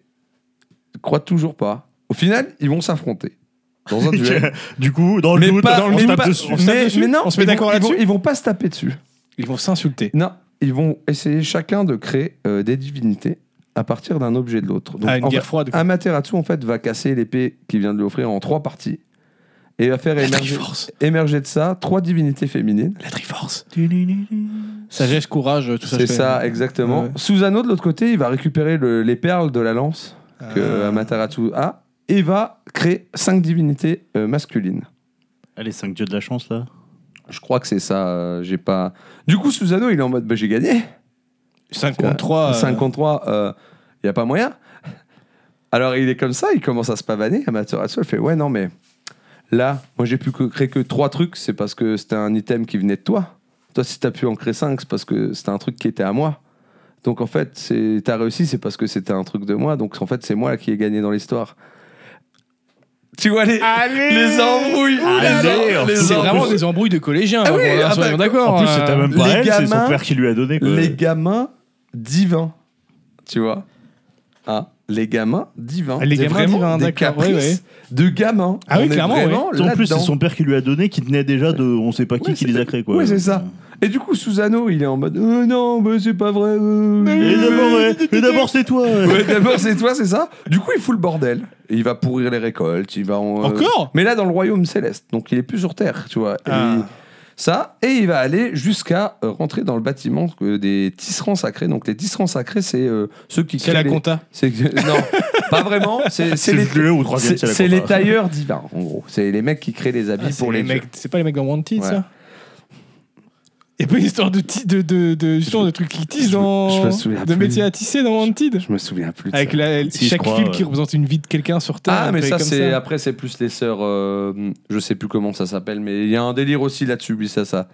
[SPEAKER 1] crois toujours pas. Au final, ils vont s'affronter dans un duel.
[SPEAKER 2] du coup, dans le
[SPEAKER 1] mais
[SPEAKER 2] doute,
[SPEAKER 1] pas-
[SPEAKER 2] on se
[SPEAKER 1] mais
[SPEAKER 2] tape
[SPEAKER 1] pas-
[SPEAKER 2] dessus.
[SPEAKER 1] mais-
[SPEAKER 3] se tape dessus
[SPEAKER 1] mais non,
[SPEAKER 3] On se met
[SPEAKER 1] ils vont-
[SPEAKER 3] d'accord
[SPEAKER 1] ils vont-
[SPEAKER 3] là-dessus
[SPEAKER 1] Ils vont pas se taper dessus.
[SPEAKER 3] Ils vont s'insulter.
[SPEAKER 1] Non, ils vont essayer chacun de créer euh, des divinités à partir d'un objet de l'autre. Donc,
[SPEAKER 3] Ah, une
[SPEAKER 1] en
[SPEAKER 3] guerre
[SPEAKER 1] fait,
[SPEAKER 3] froide. quoi.
[SPEAKER 1] Amaterasu, en fait, va casser l'épée qu'il vient de lui offrir en trois parties et va faire
[SPEAKER 3] La
[SPEAKER 1] émerger,
[SPEAKER 3] Triforce.
[SPEAKER 1] émerger de ça trois divinités féminines.
[SPEAKER 3] La Triforce. Sagesse, courage, tout ça.
[SPEAKER 1] C'est
[SPEAKER 3] je fais-
[SPEAKER 1] ça, exactement.
[SPEAKER 3] Ouais.
[SPEAKER 1] Susano, de l'autre côté, il va récupérer le- les perles de la lance que
[SPEAKER 3] Euh,
[SPEAKER 1] Amaterasu a et va créer cinq divinités euh, masculines.
[SPEAKER 2] Allez, 5 Ah, dieux de la chance là.
[SPEAKER 1] Je crois que c'est ça, euh, j'ai pas... Du coup, Susano, il est en mode, bah, j'ai gagné
[SPEAKER 3] 5 contre 3.
[SPEAKER 1] 5 contre 3, il n'y euh, a pas moyen. Alors il est comme ça, il commence à se pavaner. Amaterasu, elle fait Ouais, non, mais là, moi j'ai pu que- créer que 3 trucs, c'est parce que c'était un item qui venait de toi. Toi, si tu as pu en créer 5, c'est parce que c'était un truc qui était à moi. Donc en fait, c'est- t'as réussi, c'est parce que c'était un truc de moi. Donc en fait, c'est moi qui ai gagné dans l'histoire. Tu vois les,
[SPEAKER 3] Allez
[SPEAKER 1] les embrouilles
[SPEAKER 2] Allez, on
[SPEAKER 1] les
[SPEAKER 2] se-
[SPEAKER 3] C'est
[SPEAKER 1] embrouilles.
[SPEAKER 3] vraiment des embrouilles de collégiens.
[SPEAKER 1] Ah
[SPEAKER 3] là,
[SPEAKER 1] oui,
[SPEAKER 3] pour-
[SPEAKER 1] ah
[SPEAKER 3] soyons
[SPEAKER 1] bah,
[SPEAKER 3] d'accord.
[SPEAKER 2] en plus,
[SPEAKER 3] euh,
[SPEAKER 2] c'était même pas
[SPEAKER 1] les
[SPEAKER 2] elle, c'est son
[SPEAKER 1] gamins-
[SPEAKER 2] père qui lui a donné. quoi.
[SPEAKER 1] Les gamins divins. Tu vois Ah, les gamins divins.
[SPEAKER 3] Ah, Les
[SPEAKER 1] C'est
[SPEAKER 3] gamins
[SPEAKER 1] vraiment
[SPEAKER 3] divins,
[SPEAKER 1] des
[SPEAKER 3] d'accord, ouais,
[SPEAKER 1] caprices de gamins.
[SPEAKER 3] Ah
[SPEAKER 1] On
[SPEAKER 3] oui,
[SPEAKER 1] est
[SPEAKER 3] clairement,
[SPEAKER 1] vraiment
[SPEAKER 2] En plus, c'est
[SPEAKER 1] là-dedans.
[SPEAKER 2] son père qui lui a donné, qui tenait déjà de. On sait pas qui
[SPEAKER 1] Ouais,
[SPEAKER 2] qui les a
[SPEAKER 1] c'était-
[SPEAKER 2] créés quoi.
[SPEAKER 1] ouais, c'est ça. Et du coup, Susano, il est en mode Euh, Non, bah, c'est pas vrai. euh,
[SPEAKER 2] Et d'abord,
[SPEAKER 1] euh,
[SPEAKER 2] ouais, et d'abord, c'est toi. ouais.
[SPEAKER 1] Ouais, d'abord, c'est toi, c'est ça Du coup, il fout le bordel. Et il va pourrir les récoltes. Il va en, euh,
[SPEAKER 3] Encore
[SPEAKER 1] Mais là, dans le royaume céleste. Donc, il est plus sur Terre, tu vois. Et
[SPEAKER 3] Ah.
[SPEAKER 1] il- Ça, et il va aller jusqu'à euh, rentrer dans le bâtiment euh, des tisserands sacrés. Donc, les tisserands sacrés, c'est euh, ceux qui
[SPEAKER 3] C'est
[SPEAKER 1] créent
[SPEAKER 3] la
[SPEAKER 1] les-
[SPEAKER 3] compta.
[SPEAKER 1] C'est que- euh, non, pas vraiment. C'est c'est
[SPEAKER 2] C'est
[SPEAKER 1] les,
[SPEAKER 2] le jeu au troisième,
[SPEAKER 1] c'est-
[SPEAKER 2] c'est la
[SPEAKER 1] c'est les
[SPEAKER 2] compta.
[SPEAKER 1] tailleurs divins, en gros. C'est les mecs qui créent les habits
[SPEAKER 3] Ah, c'est
[SPEAKER 1] pour les,
[SPEAKER 3] les mecs-
[SPEAKER 1] dieux.
[SPEAKER 3] C'est pas les mecs dans Wanted,
[SPEAKER 1] Ouais.
[SPEAKER 3] ça Et pas une histoire de, ti- de, de, de, justement, de trucs qui tissent
[SPEAKER 1] je-
[SPEAKER 3] dans.
[SPEAKER 1] je me souviens
[SPEAKER 3] de
[SPEAKER 1] plus.
[SPEAKER 3] métier à tisser dans Wanted
[SPEAKER 1] Je me souviens plus. de
[SPEAKER 3] Avec
[SPEAKER 1] ça.
[SPEAKER 3] la,
[SPEAKER 2] Si, je
[SPEAKER 3] chaque
[SPEAKER 2] crois,
[SPEAKER 3] fil
[SPEAKER 2] ouais.
[SPEAKER 3] qui représente une vie de quelqu'un sur Terre.
[SPEAKER 1] Ah,
[SPEAKER 3] un
[SPEAKER 1] mais
[SPEAKER 3] truc
[SPEAKER 1] ça,
[SPEAKER 3] comme
[SPEAKER 1] c'est après, c'est plus les sœurs. euh, je sais plus comment ça s'appelle, mais il y a un délire aussi là-dessus, oui, ça, ça.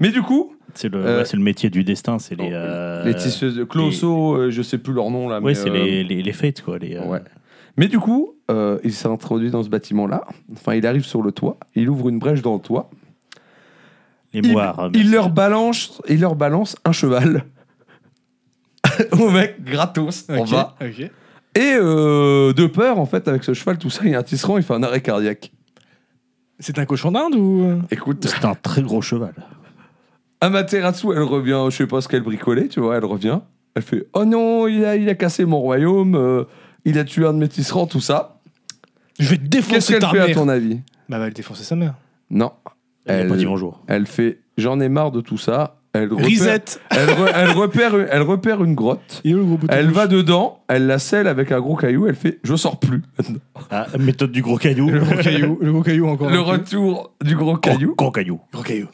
[SPEAKER 1] Mais du coup,
[SPEAKER 2] C'est le,
[SPEAKER 1] Euh,
[SPEAKER 2] ouais, c'est le métier du destin, c'est les.
[SPEAKER 1] oh,
[SPEAKER 2] euh,
[SPEAKER 1] les tisseuses de Closo, euh, je sais plus leur nom là.
[SPEAKER 2] Ouais,
[SPEAKER 1] mais,
[SPEAKER 2] c'est
[SPEAKER 1] euh,
[SPEAKER 2] les, les, les fêtes quoi. Les, euh,
[SPEAKER 1] Ouais. Mais du coup, euh, il s'est introduit dans ce bâtiment-là. Enfin, il arrive sur le toit. Il ouvre une brèche dans le toit.
[SPEAKER 2] Oh, les
[SPEAKER 1] Il-
[SPEAKER 2] moires.
[SPEAKER 1] Il leur balance, il leur balance un cheval. Au mec, gratos,
[SPEAKER 3] ça.
[SPEAKER 1] on
[SPEAKER 3] Ok,
[SPEAKER 1] va.
[SPEAKER 3] ok.
[SPEAKER 1] Et euh, de peur, en fait, avec ce cheval, tout ça, il y a un tisserand, il fait un arrêt cardiaque.
[SPEAKER 3] C'est un cochon d'Inde ou. euh,
[SPEAKER 1] Écoute,
[SPEAKER 2] C'est un très gros cheval.
[SPEAKER 1] Amaterasu, elle revient, je sais pas ce qu'elle bricolait, tu vois, elle revient. Elle fait Oh non, il a, il a cassé mon royaume, euh, il a tué un de mes tisserands, tout ça.
[SPEAKER 3] Je vais te
[SPEAKER 1] Qu'est-ce
[SPEAKER 3] défoncer
[SPEAKER 1] qu'elle
[SPEAKER 3] Oh, ta
[SPEAKER 1] fait à
[SPEAKER 3] mère
[SPEAKER 1] ton avis
[SPEAKER 3] Bah, va le défoncer sa mère.
[SPEAKER 1] Non,
[SPEAKER 2] Elle a
[SPEAKER 1] Elle-
[SPEAKER 2] pas dit bonjour.
[SPEAKER 1] elle fait J'en ai marre de tout ça. Elle repère-
[SPEAKER 3] Reset
[SPEAKER 1] elle re- elle repère, une- elle repère une grotte.
[SPEAKER 3] Il est où le gros bout de
[SPEAKER 1] Elle
[SPEAKER 3] gauche
[SPEAKER 1] va dedans, elle la scelle avec un gros caillou, elle fait je sors plus.
[SPEAKER 2] Ah, méthode du gros caillou.
[SPEAKER 3] Le gros caillou, le gros caillou encore.
[SPEAKER 1] Le
[SPEAKER 3] Ok.
[SPEAKER 1] retour du
[SPEAKER 3] Oh.
[SPEAKER 1] gros
[SPEAKER 2] Gros-
[SPEAKER 1] caillou.
[SPEAKER 2] Gros caillou.
[SPEAKER 3] Gros caillou.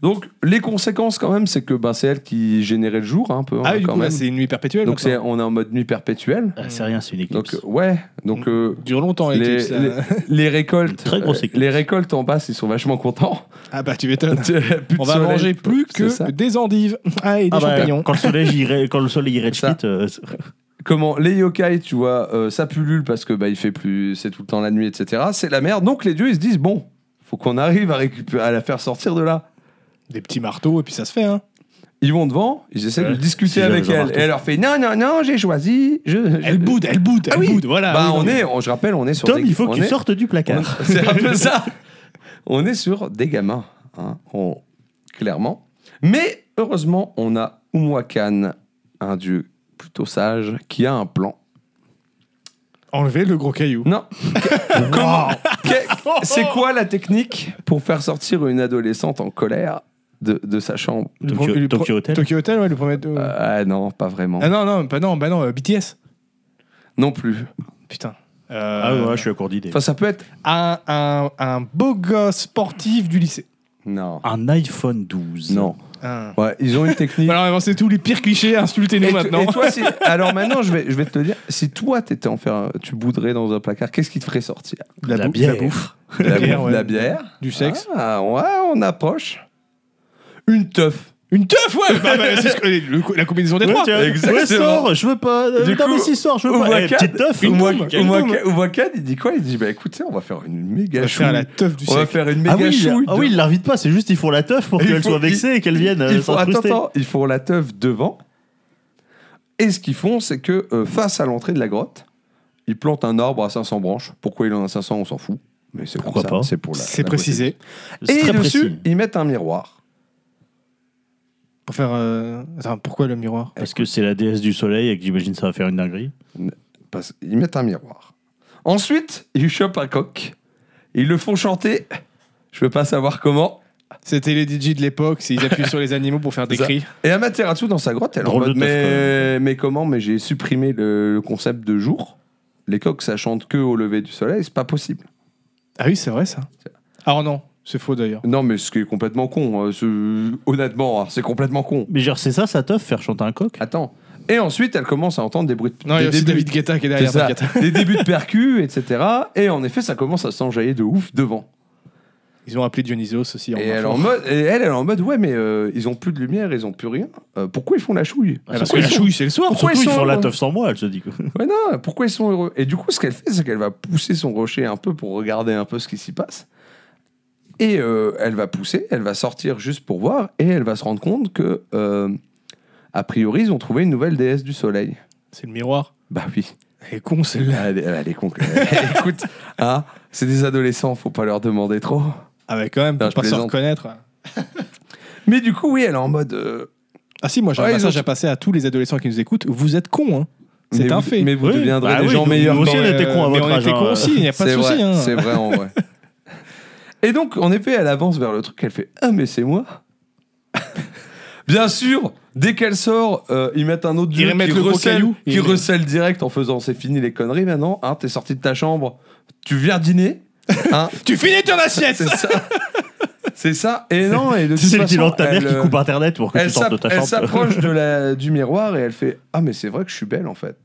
[SPEAKER 1] Donc les conséquences quand même, c'est que ben, c'est elle qui générait le jour hein, un peu hein,
[SPEAKER 3] Ah oui, du
[SPEAKER 1] quand
[SPEAKER 3] coup, là,
[SPEAKER 1] même.
[SPEAKER 3] c'est une nuit perpétuelle.
[SPEAKER 1] Donc c'est
[SPEAKER 3] maintenant.
[SPEAKER 1] on est en mode nuit perpétuelle.
[SPEAKER 2] Ah, c'est rien, c'est une
[SPEAKER 1] Donc
[SPEAKER 2] éclipse.
[SPEAKER 1] euh, ouais, donc euh,
[SPEAKER 3] Dure longtemps,
[SPEAKER 1] les,
[SPEAKER 3] l'éclipse.
[SPEAKER 1] les-
[SPEAKER 3] ça.
[SPEAKER 1] les récoltes, euh,
[SPEAKER 2] Très grosse éclipse.
[SPEAKER 1] les récoltes en basse, ils sont vachement contents.
[SPEAKER 3] Ah bah, tu m'étonnes.
[SPEAKER 1] Plus de
[SPEAKER 3] On va
[SPEAKER 1] soleil.
[SPEAKER 3] manger plus
[SPEAKER 1] C'est ça.
[SPEAKER 3] que des endives. Ah, et des
[SPEAKER 2] Ah bah,
[SPEAKER 3] champignons.
[SPEAKER 2] quand le soleil irait, quand le soleil irait
[SPEAKER 1] Ça.
[SPEAKER 2] shit, euh,
[SPEAKER 1] Comment les yokai, tu vois, euh, ça pullule parce que bah il fait plus, c'est tout le temps la nuit, etc. C'est la merde. Donc les dieux ils se disent bon, faut qu'on arrive à récupérer, à la faire sortir de là.
[SPEAKER 3] Des petits marteaux, et puis ça se fait, hein.
[SPEAKER 1] Ils vont devant, ils essaient
[SPEAKER 2] Ouais.
[SPEAKER 1] de discuter
[SPEAKER 2] Ils
[SPEAKER 1] avec
[SPEAKER 2] les
[SPEAKER 1] elle.
[SPEAKER 2] embarquent
[SPEAKER 1] Et elle leur fait non, non, non, j'ai choisi. Je, je-
[SPEAKER 3] Elle boude, elle boude, elle
[SPEAKER 1] Ah oui.
[SPEAKER 3] boude, voilà.
[SPEAKER 1] Bah,
[SPEAKER 3] Oui,
[SPEAKER 1] on
[SPEAKER 3] non,
[SPEAKER 1] est,
[SPEAKER 3] mais-
[SPEAKER 1] on- je rappelle, on est sur.
[SPEAKER 2] Tom,
[SPEAKER 1] des-
[SPEAKER 2] il faut que
[SPEAKER 1] on
[SPEAKER 2] tu
[SPEAKER 1] est-
[SPEAKER 2] sortes du
[SPEAKER 1] on-
[SPEAKER 2] placard.
[SPEAKER 1] C'est un peu ça. On est sur des gamins, hein, on- clairement. Mais heureusement, on a Umuakan, un dieu plutôt sage, qui a un plan.
[SPEAKER 3] Enlever le gros caillou.
[SPEAKER 1] Non. Comment que- C'est quoi la technique pour faire sortir une adolescente en colère de, de sa chambre
[SPEAKER 3] Le
[SPEAKER 2] Tokyo-
[SPEAKER 3] pro- le pro-
[SPEAKER 2] Tokyo Hotel
[SPEAKER 3] Tokyo Hotel, ouais, le premier.
[SPEAKER 1] Euh,
[SPEAKER 3] euh,
[SPEAKER 1] Ah non, pas vraiment.
[SPEAKER 3] Ah non, non, pas non, bah non, euh, BTS.
[SPEAKER 1] Non plus.
[SPEAKER 3] Putain. Euh,
[SPEAKER 2] Ah ouais, ouais, je suis à court d'idées.
[SPEAKER 1] Enfin, ça peut être.
[SPEAKER 3] un, un, un beau gosse sportif du lycée.
[SPEAKER 1] Non.
[SPEAKER 2] Un iPhone 12.
[SPEAKER 1] Non.
[SPEAKER 3] Un-
[SPEAKER 1] Ouais, ils ont une technique.
[SPEAKER 3] Alors, avancez tous les pires clichés, insultez-nous
[SPEAKER 1] Et,
[SPEAKER 3] maintenant.
[SPEAKER 1] et toi, si- alors maintenant, je vais, je vais te le dire. Si toi, t'étais en fer- tu bouderais dans un placard, qu'est-ce qui te ferait sortir
[SPEAKER 3] De
[SPEAKER 2] La,
[SPEAKER 3] bouffe, de
[SPEAKER 2] bière.
[SPEAKER 3] bouffe,
[SPEAKER 1] De la,
[SPEAKER 3] bière,
[SPEAKER 1] bouffe,
[SPEAKER 3] ouais.
[SPEAKER 1] de la bière.
[SPEAKER 3] du sexe.
[SPEAKER 1] Ah, ouais, on approche. Ah. Une teuf.
[SPEAKER 3] Une teuf, ouais bah, bah, c'est ce que- le co- La combinaison des
[SPEAKER 2] Ouais,
[SPEAKER 3] trois
[SPEAKER 2] tiens,
[SPEAKER 1] Exactement.
[SPEAKER 2] ouais, sors, je veux pas. euh,
[SPEAKER 1] Du
[SPEAKER 2] non,
[SPEAKER 1] coup,
[SPEAKER 2] mais si, sors, je veux
[SPEAKER 1] au
[SPEAKER 2] pas. Eh,
[SPEAKER 1] Wakan,
[SPEAKER 2] petite teuf,
[SPEAKER 1] Au
[SPEAKER 2] une
[SPEAKER 1] moins-
[SPEAKER 2] boum.
[SPEAKER 1] au moins
[SPEAKER 3] boum.
[SPEAKER 1] qu'à- au moins qu'à, il dit quoi Il dit bah écoutez, on va faire une
[SPEAKER 3] On
[SPEAKER 1] méga
[SPEAKER 3] va
[SPEAKER 1] chouille.
[SPEAKER 3] faire la teuf du
[SPEAKER 1] On va
[SPEAKER 3] sexe.
[SPEAKER 1] faire une
[SPEAKER 2] Ah
[SPEAKER 1] méga
[SPEAKER 2] oui, il-
[SPEAKER 1] chouille
[SPEAKER 2] ah oui,
[SPEAKER 1] de-
[SPEAKER 2] il l'invite pas, c'est juste ils font la teuf pour
[SPEAKER 1] Il
[SPEAKER 2] qu'elle
[SPEAKER 1] faut-
[SPEAKER 2] soit vexée et qu'elle vienne euh,
[SPEAKER 1] il faut, attends,
[SPEAKER 2] s'incruster.
[SPEAKER 1] attends, ils font la teuf devant. Et ce qu'ils font, c'est que euh, face à l'entrée de la grotte, Il plante un arbre à 500 branches. Pourquoi il en a 500, on s'en fout. Mais c'est comme
[SPEAKER 2] Pourquoi
[SPEAKER 1] ça,
[SPEAKER 2] pas
[SPEAKER 1] c'est pour la.
[SPEAKER 3] C'est
[SPEAKER 1] la
[SPEAKER 3] précisé.
[SPEAKER 1] beauté.
[SPEAKER 2] C'est
[SPEAKER 1] Et
[SPEAKER 2] très
[SPEAKER 1] dessus,
[SPEAKER 2] précis.
[SPEAKER 1] ils mettent un miroir.
[SPEAKER 3] Pour faire. euh, Attends, pourquoi le miroir
[SPEAKER 2] Parce que c'est la déesse du soleil et que j'imagine ça va faire une dinguerie.
[SPEAKER 1] Parce- Ils mettent un miroir. Ensuite, ils chopent un coq. Ils le font chanter. Je peux pas savoir comment.
[SPEAKER 3] C'était les DJ de l'époque, c'est- ils appuient sur les animaux pour faire des
[SPEAKER 1] Ça.
[SPEAKER 3] cris.
[SPEAKER 1] Et Amaterasu dans sa grotte, elle est en
[SPEAKER 2] Drôle de
[SPEAKER 1] mode
[SPEAKER 2] taf, quand
[SPEAKER 1] mais,
[SPEAKER 2] même.
[SPEAKER 1] mais comment Mais j'ai supprimé le, le concept de jour. Les coqs, ça chante que au lever du soleil, c'est pas possible.
[SPEAKER 3] Ah oui, c'est vrai ça. Ah non, c'est faux d'ailleurs.
[SPEAKER 1] Non, mais ce qui est complètement con, euh, ce- honnêtement, hein, c'est complètement con.
[SPEAKER 2] Mais genre, c'est ça, sa teuf, faire chanter un coq
[SPEAKER 1] Attends. Et ensuite, elle commence à entendre des bruits de
[SPEAKER 3] Non, il y a
[SPEAKER 1] des
[SPEAKER 3] aussi
[SPEAKER 1] débuts-
[SPEAKER 3] David Guetta qui est
[SPEAKER 1] c'est
[SPEAKER 3] derrière.
[SPEAKER 1] ça,
[SPEAKER 3] David Guetta.
[SPEAKER 1] des débuts de percus, etc. Et en effet, ça commence à s'enjailler de ouf devant.
[SPEAKER 3] Ils ont appelé Dionysos aussi. En
[SPEAKER 1] Et elle,
[SPEAKER 3] info.
[SPEAKER 1] en mode, et elle, elle est en mode, ouais, mais euh, ils ont plus de lumière, ils ont plus rien. Euh, pourquoi ils font la chouille
[SPEAKER 2] Ah,
[SPEAKER 3] Parce
[SPEAKER 2] Pourquoi
[SPEAKER 3] que la
[SPEAKER 2] ils sont-
[SPEAKER 3] chouille, c'est le soir.
[SPEAKER 1] Pourquoi
[SPEAKER 2] Surtout,
[SPEAKER 1] ils
[SPEAKER 2] ils
[SPEAKER 1] sont-
[SPEAKER 2] font la teuf sans moi, elle se dit. quoi.
[SPEAKER 1] Ouais, non, pourquoi ils sont heureux Et du coup, ce qu'elle fait, c'est qu'elle va pousser son rocher un peu pour regarder un peu ce qui s'y passe. Et euh, elle va pousser, elle va sortir juste pour voir, et elle va se rendre compte que, euh, a priori, ils ont trouvé une nouvelle déesse du soleil.
[SPEAKER 3] C'est le miroir.
[SPEAKER 1] Bah oui,
[SPEAKER 3] Elle est con celle-là.
[SPEAKER 1] elle, est- elle est con. quand même. Écoute, hein, c'est des adolescents, faut pas leur demander trop.
[SPEAKER 3] Ah ouais, quand même,
[SPEAKER 1] Non,
[SPEAKER 3] pour
[SPEAKER 1] je
[SPEAKER 3] pas se
[SPEAKER 1] plaisante.
[SPEAKER 3] reconnaître.
[SPEAKER 1] Mais du coup, oui, elle est en mode. euh,
[SPEAKER 3] Ah si, moi j'ai
[SPEAKER 1] Ouais,
[SPEAKER 3] un
[SPEAKER 1] ils
[SPEAKER 3] message
[SPEAKER 1] ont-
[SPEAKER 3] à passer à tous les adolescents qui nous écoutent. Vous êtes cons, hein. C'est
[SPEAKER 1] mais
[SPEAKER 3] un
[SPEAKER 1] vous-
[SPEAKER 3] fait.
[SPEAKER 1] Mais vous
[SPEAKER 2] Oui.
[SPEAKER 1] deviendrez
[SPEAKER 2] Bah
[SPEAKER 1] des
[SPEAKER 2] oui,
[SPEAKER 1] gens
[SPEAKER 2] donc
[SPEAKER 1] meilleurs.
[SPEAKER 2] vous aussi, on
[SPEAKER 1] euh,
[SPEAKER 2] était cons à
[SPEAKER 3] mais
[SPEAKER 2] votre
[SPEAKER 3] on
[SPEAKER 2] âge,
[SPEAKER 3] était cons
[SPEAKER 2] hein.
[SPEAKER 3] aussi, il n'y a pas de
[SPEAKER 1] C'est vrai,
[SPEAKER 3] souci. hein.
[SPEAKER 1] c'est vrai en vrai. Et donc, en effet, elle avance vers le truc, elle fait Ah, mais c'est moi Bien sûr, dès qu'elle sort, euh, ils mettent un autre
[SPEAKER 3] Ils
[SPEAKER 1] jeu
[SPEAKER 3] remettent
[SPEAKER 1] qui
[SPEAKER 3] le gros
[SPEAKER 1] recèle-
[SPEAKER 3] caillou.
[SPEAKER 1] qui
[SPEAKER 3] Ils-
[SPEAKER 1] recèle direct en faisant C'est fini les conneries maintenant, hein, t'es sorti de ta chambre, tu viens dîner. hein,
[SPEAKER 3] Tu finis ton assiette
[SPEAKER 1] c'est ça. C'est ça. Et non, et de
[SPEAKER 2] C'est
[SPEAKER 1] toute
[SPEAKER 2] le
[SPEAKER 1] façon,
[SPEAKER 2] bilan de ta mère
[SPEAKER 1] elle,
[SPEAKER 2] qui
[SPEAKER 1] euh,
[SPEAKER 2] coupe Internet pour que tu
[SPEAKER 1] elle
[SPEAKER 2] sortes de
[SPEAKER 1] s'app-
[SPEAKER 2] ta
[SPEAKER 1] elle
[SPEAKER 2] chambre.
[SPEAKER 1] s'approche de la- du miroir et elle fait Ah, mais c'est vrai que je suis belle en fait.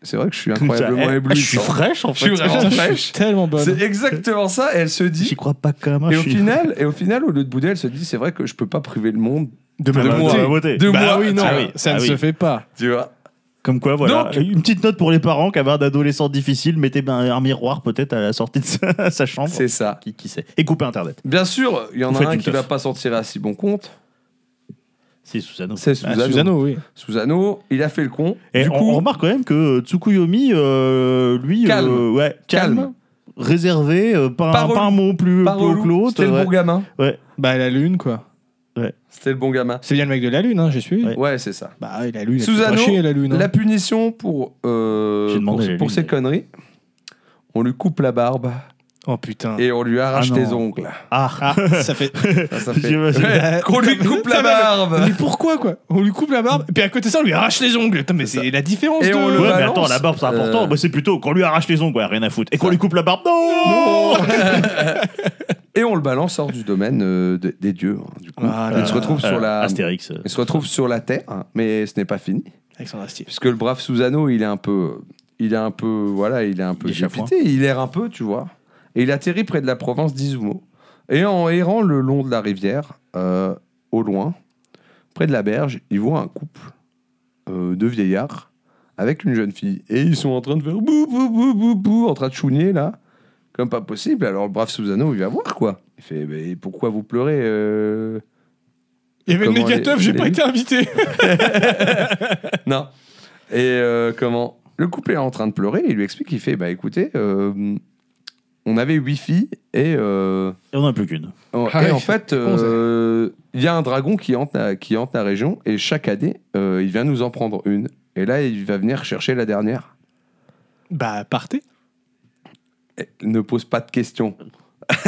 [SPEAKER 1] C'est vrai que je suis
[SPEAKER 2] Comme ça,
[SPEAKER 1] incroyablement
[SPEAKER 2] elle- Ah,
[SPEAKER 1] éblouie.
[SPEAKER 2] Je suis fraîche en
[SPEAKER 1] Je suis
[SPEAKER 2] fait.
[SPEAKER 1] vraiment
[SPEAKER 3] Putain, je
[SPEAKER 1] fraîche.
[SPEAKER 3] suis tellement bonne.
[SPEAKER 1] C'est exactement ça. Et elle se dit.
[SPEAKER 2] J'y crois pas quand même.
[SPEAKER 1] Et
[SPEAKER 2] je
[SPEAKER 1] au
[SPEAKER 2] suis-
[SPEAKER 1] final, et au final, au lieu de bouder, elle se dit c'est vrai que je peux pas priver le monde.
[SPEAKER 2] de
[SPEAKER 1] ma beauté.
[SPEAKER 2] beauté.
[SPEAKER 1] De
[SPEAKER 3] Bah
[SPEAKER 1] moi,
[SPEAKER 3] oui, non,
[SPEAKER 2] Ah oui,
[SPEAKER 3] ça
[SPEAKER 2] ah
[SPEAKER 3] ne
[SPEAKER 2] oui.
[SPEAKER 3] se fait pas.
[SPEAKER 1] Tu vois.
[SPEAKER 2] Comme quoi, voilà.
[SPEAKER 1] Donc-
[SPEAKER 2] une petite note pour les parents qui avaient un adolescent difficile, mettez un, un miroir peut-être à la sortie de sa, à sa chambre.
[SPEAKER 1] C'est ça.
[SPEAKER 2] Qui, qui sait Et coupez Internet.
[SPEAKER 1] Bien sûr, il y en
[SPEAKER 2] Vous
[SPEAKER 1] a
[SPEAKER 2] faites
[SPEAKER 1] un
[SPEAKER 2] une
[SPEAKER 1] qui
[SPEAKER 2] teuf.
[SPEAKER 1] va pas s'en tirer à si bon compte.
[SPEAKER 2] C'est Susano.
[SPEAKER 1] C'est
[SPEAKER 3] Ah,
[SPEAKER 1] Susano. Susano.
[SPEAKER 3] Susano, oui.
[SPEAKER 1] il a fait le con.
[SPEAKER 2] Et
[SPEAKER 1] du
[SPEAKER 2] on,
[SPEAKER 1] coup,
[SPEAKER 2] on remarque quand même que euh, Tsukuyomi, euh, lui,
[SPEAKER 1] Calme.
[SPEAKER 2] euh, ouais, calme,
[SPEAKER 1] Calme.
[SPEAKER 2] réservé, euh, pas,
[SPEAKER 1] Pas
[SPEAKER 2] un, pas un mot plus,
[SPEAKER 1] par
[SPEAKER 2] plus haut que
[SPEAKER 1] relou,
[SPEAKER 2] l'autre.
[SPEAKER 1] c'était le
[SPEAKER 2] ouais.
[SPEAKER 1] bon gamin.
[SPEAKER 3] Bah la lune, quoi.
[SPEAKER 1] C'était le bon gamin.
[SPEAKER 3] C'est bien le mec de la lune, hein, j'ai suivi.
[SPEAKER 2] Ouais.
[SPEAKER 1] Ouais, c'est ça.
[SPEAKER 3] Bah la lune, elle
[SPEAKER 1] Susano,
[SPEAKER 3] fait pas chier, la lune. hein.
[SPEAKER 1] La punition pour euh,
[SPEAKER 2] J'ai demandé
[SPEAKER 1] pour,
[SPEAKER 2] la
[SPEAKER 1] pour
[SPEAKER 2] lune,
[SPEAKER 1] ses
[SPEAKER 2] mais-
[SPEAKER 1] conneries, on lui coupe la barbe
[SPEAKER 3] Oh putain.
[SPEAKER 1] et on lui arrache
[SPEAKER 2] Ah non.
[SPEAKER 1] les ongles.
[SPEAKER 2] Ah,
[SPEAKER 3] ça fait...
[SPEAKER 1] Ça, ça fait-
[SPEAKER 2] Je-
[SPEAKER 1] Ouais, Qu'on lui coupe la
[SPEAKER 3] Ça va,
[SPEAKER 1] barbe.
[SPEAKER 3] Mais pourquoi quoi On lui coupe la barbe, et puis à côté de ça, on lui arrache les ongles. Putain, mais
[SPEAKER 1] C'est
[SPEAKER 3] c'est la différence
[SPEAKER 1] Et
[SPEAKER 3] de...
[SPEAKER 1] on le
[SPEAKER 2] Ouais, mais
[SPEAKER 1] balance,
[SPEAKER 2] attends, la barbe c'est important.
[SPEAKER 1] euh,
[SPEAKER 2] Bah, c'est plutôt qu'on lui arrache les ongles, ouais, rien à foutre. Et qu'on lui coupe la barbe. Non,
[SPEAKER 1] Non Et on le balance hors du domaine euh, de- des dieux. hein, du coup,
[SPEAKER 3] Ah là
[SPEAKER 1] il se retrouve
[SPEAKER 2] Euh,
[SPEAKER 1] sur la,
[SPEAKER 2] Astérix. euh,
[SPEAKER 1] il se retrouve sur la terre, hein, mais ce n'est pas fini,
[SPEAKER 3] Alexandre Astier.
[SPEAKER 1] puisque le brave Susano, il est un peu, il est un peu, voilà, il est un peu
[SPEAKER 2] Il est chafouin.
[SPEAKER 1] dépité, il erre un peu, tu vois. Et il atterrit près de la province d'Izumo. Et en errant le long de la rivière, euh, au loin, près de la berge, il voit un couple euh, de vieillards avec une jeune fille. Et ils sont en train de faire bou bou bou bou bou, en train de chouiner là, comme pas possible. Alors le brave Susano, il va voir quoi. Il fait, mais pourquoi vous pleurez euh
[SPEAKER 3] Il y avait une
[SPEAKER 1] Comment
[SPEAKER 3] méga
[SPEAKER 1] les-
[SPEAKER 3] teuf, j'ai
[SPEAKER 1] les
[SPEAKER 3] pas
[SPEAKER 1] lunes
[SPEAKER 3] été invité.
[SPEAKER 1] Non. Et euh, comment Le couple est en train de pleurer. Il lui explique il fait Bah écoutez, euh, on avait huit filles et, euh,
[SPEAKER 2] Et on en a plus qu'une.
[SPEAKER 1] en-
[SPEAKER 3] Ah
[SPEAKER 1] et
[SPEAKER 3] oui,
[SPEAKER 1] en fait,
[SPEAKER 3] con, ça.
[SPEAKER 1] euh, il y a un dragon qui hante la, qui hante la région et chaque année, euh, il vient nous en prendre une. Et là, il va venir chercher la dernière.
[SPEAKER 3] Bah partez.
[SPEAKER 1] Et ne pose pas de questions.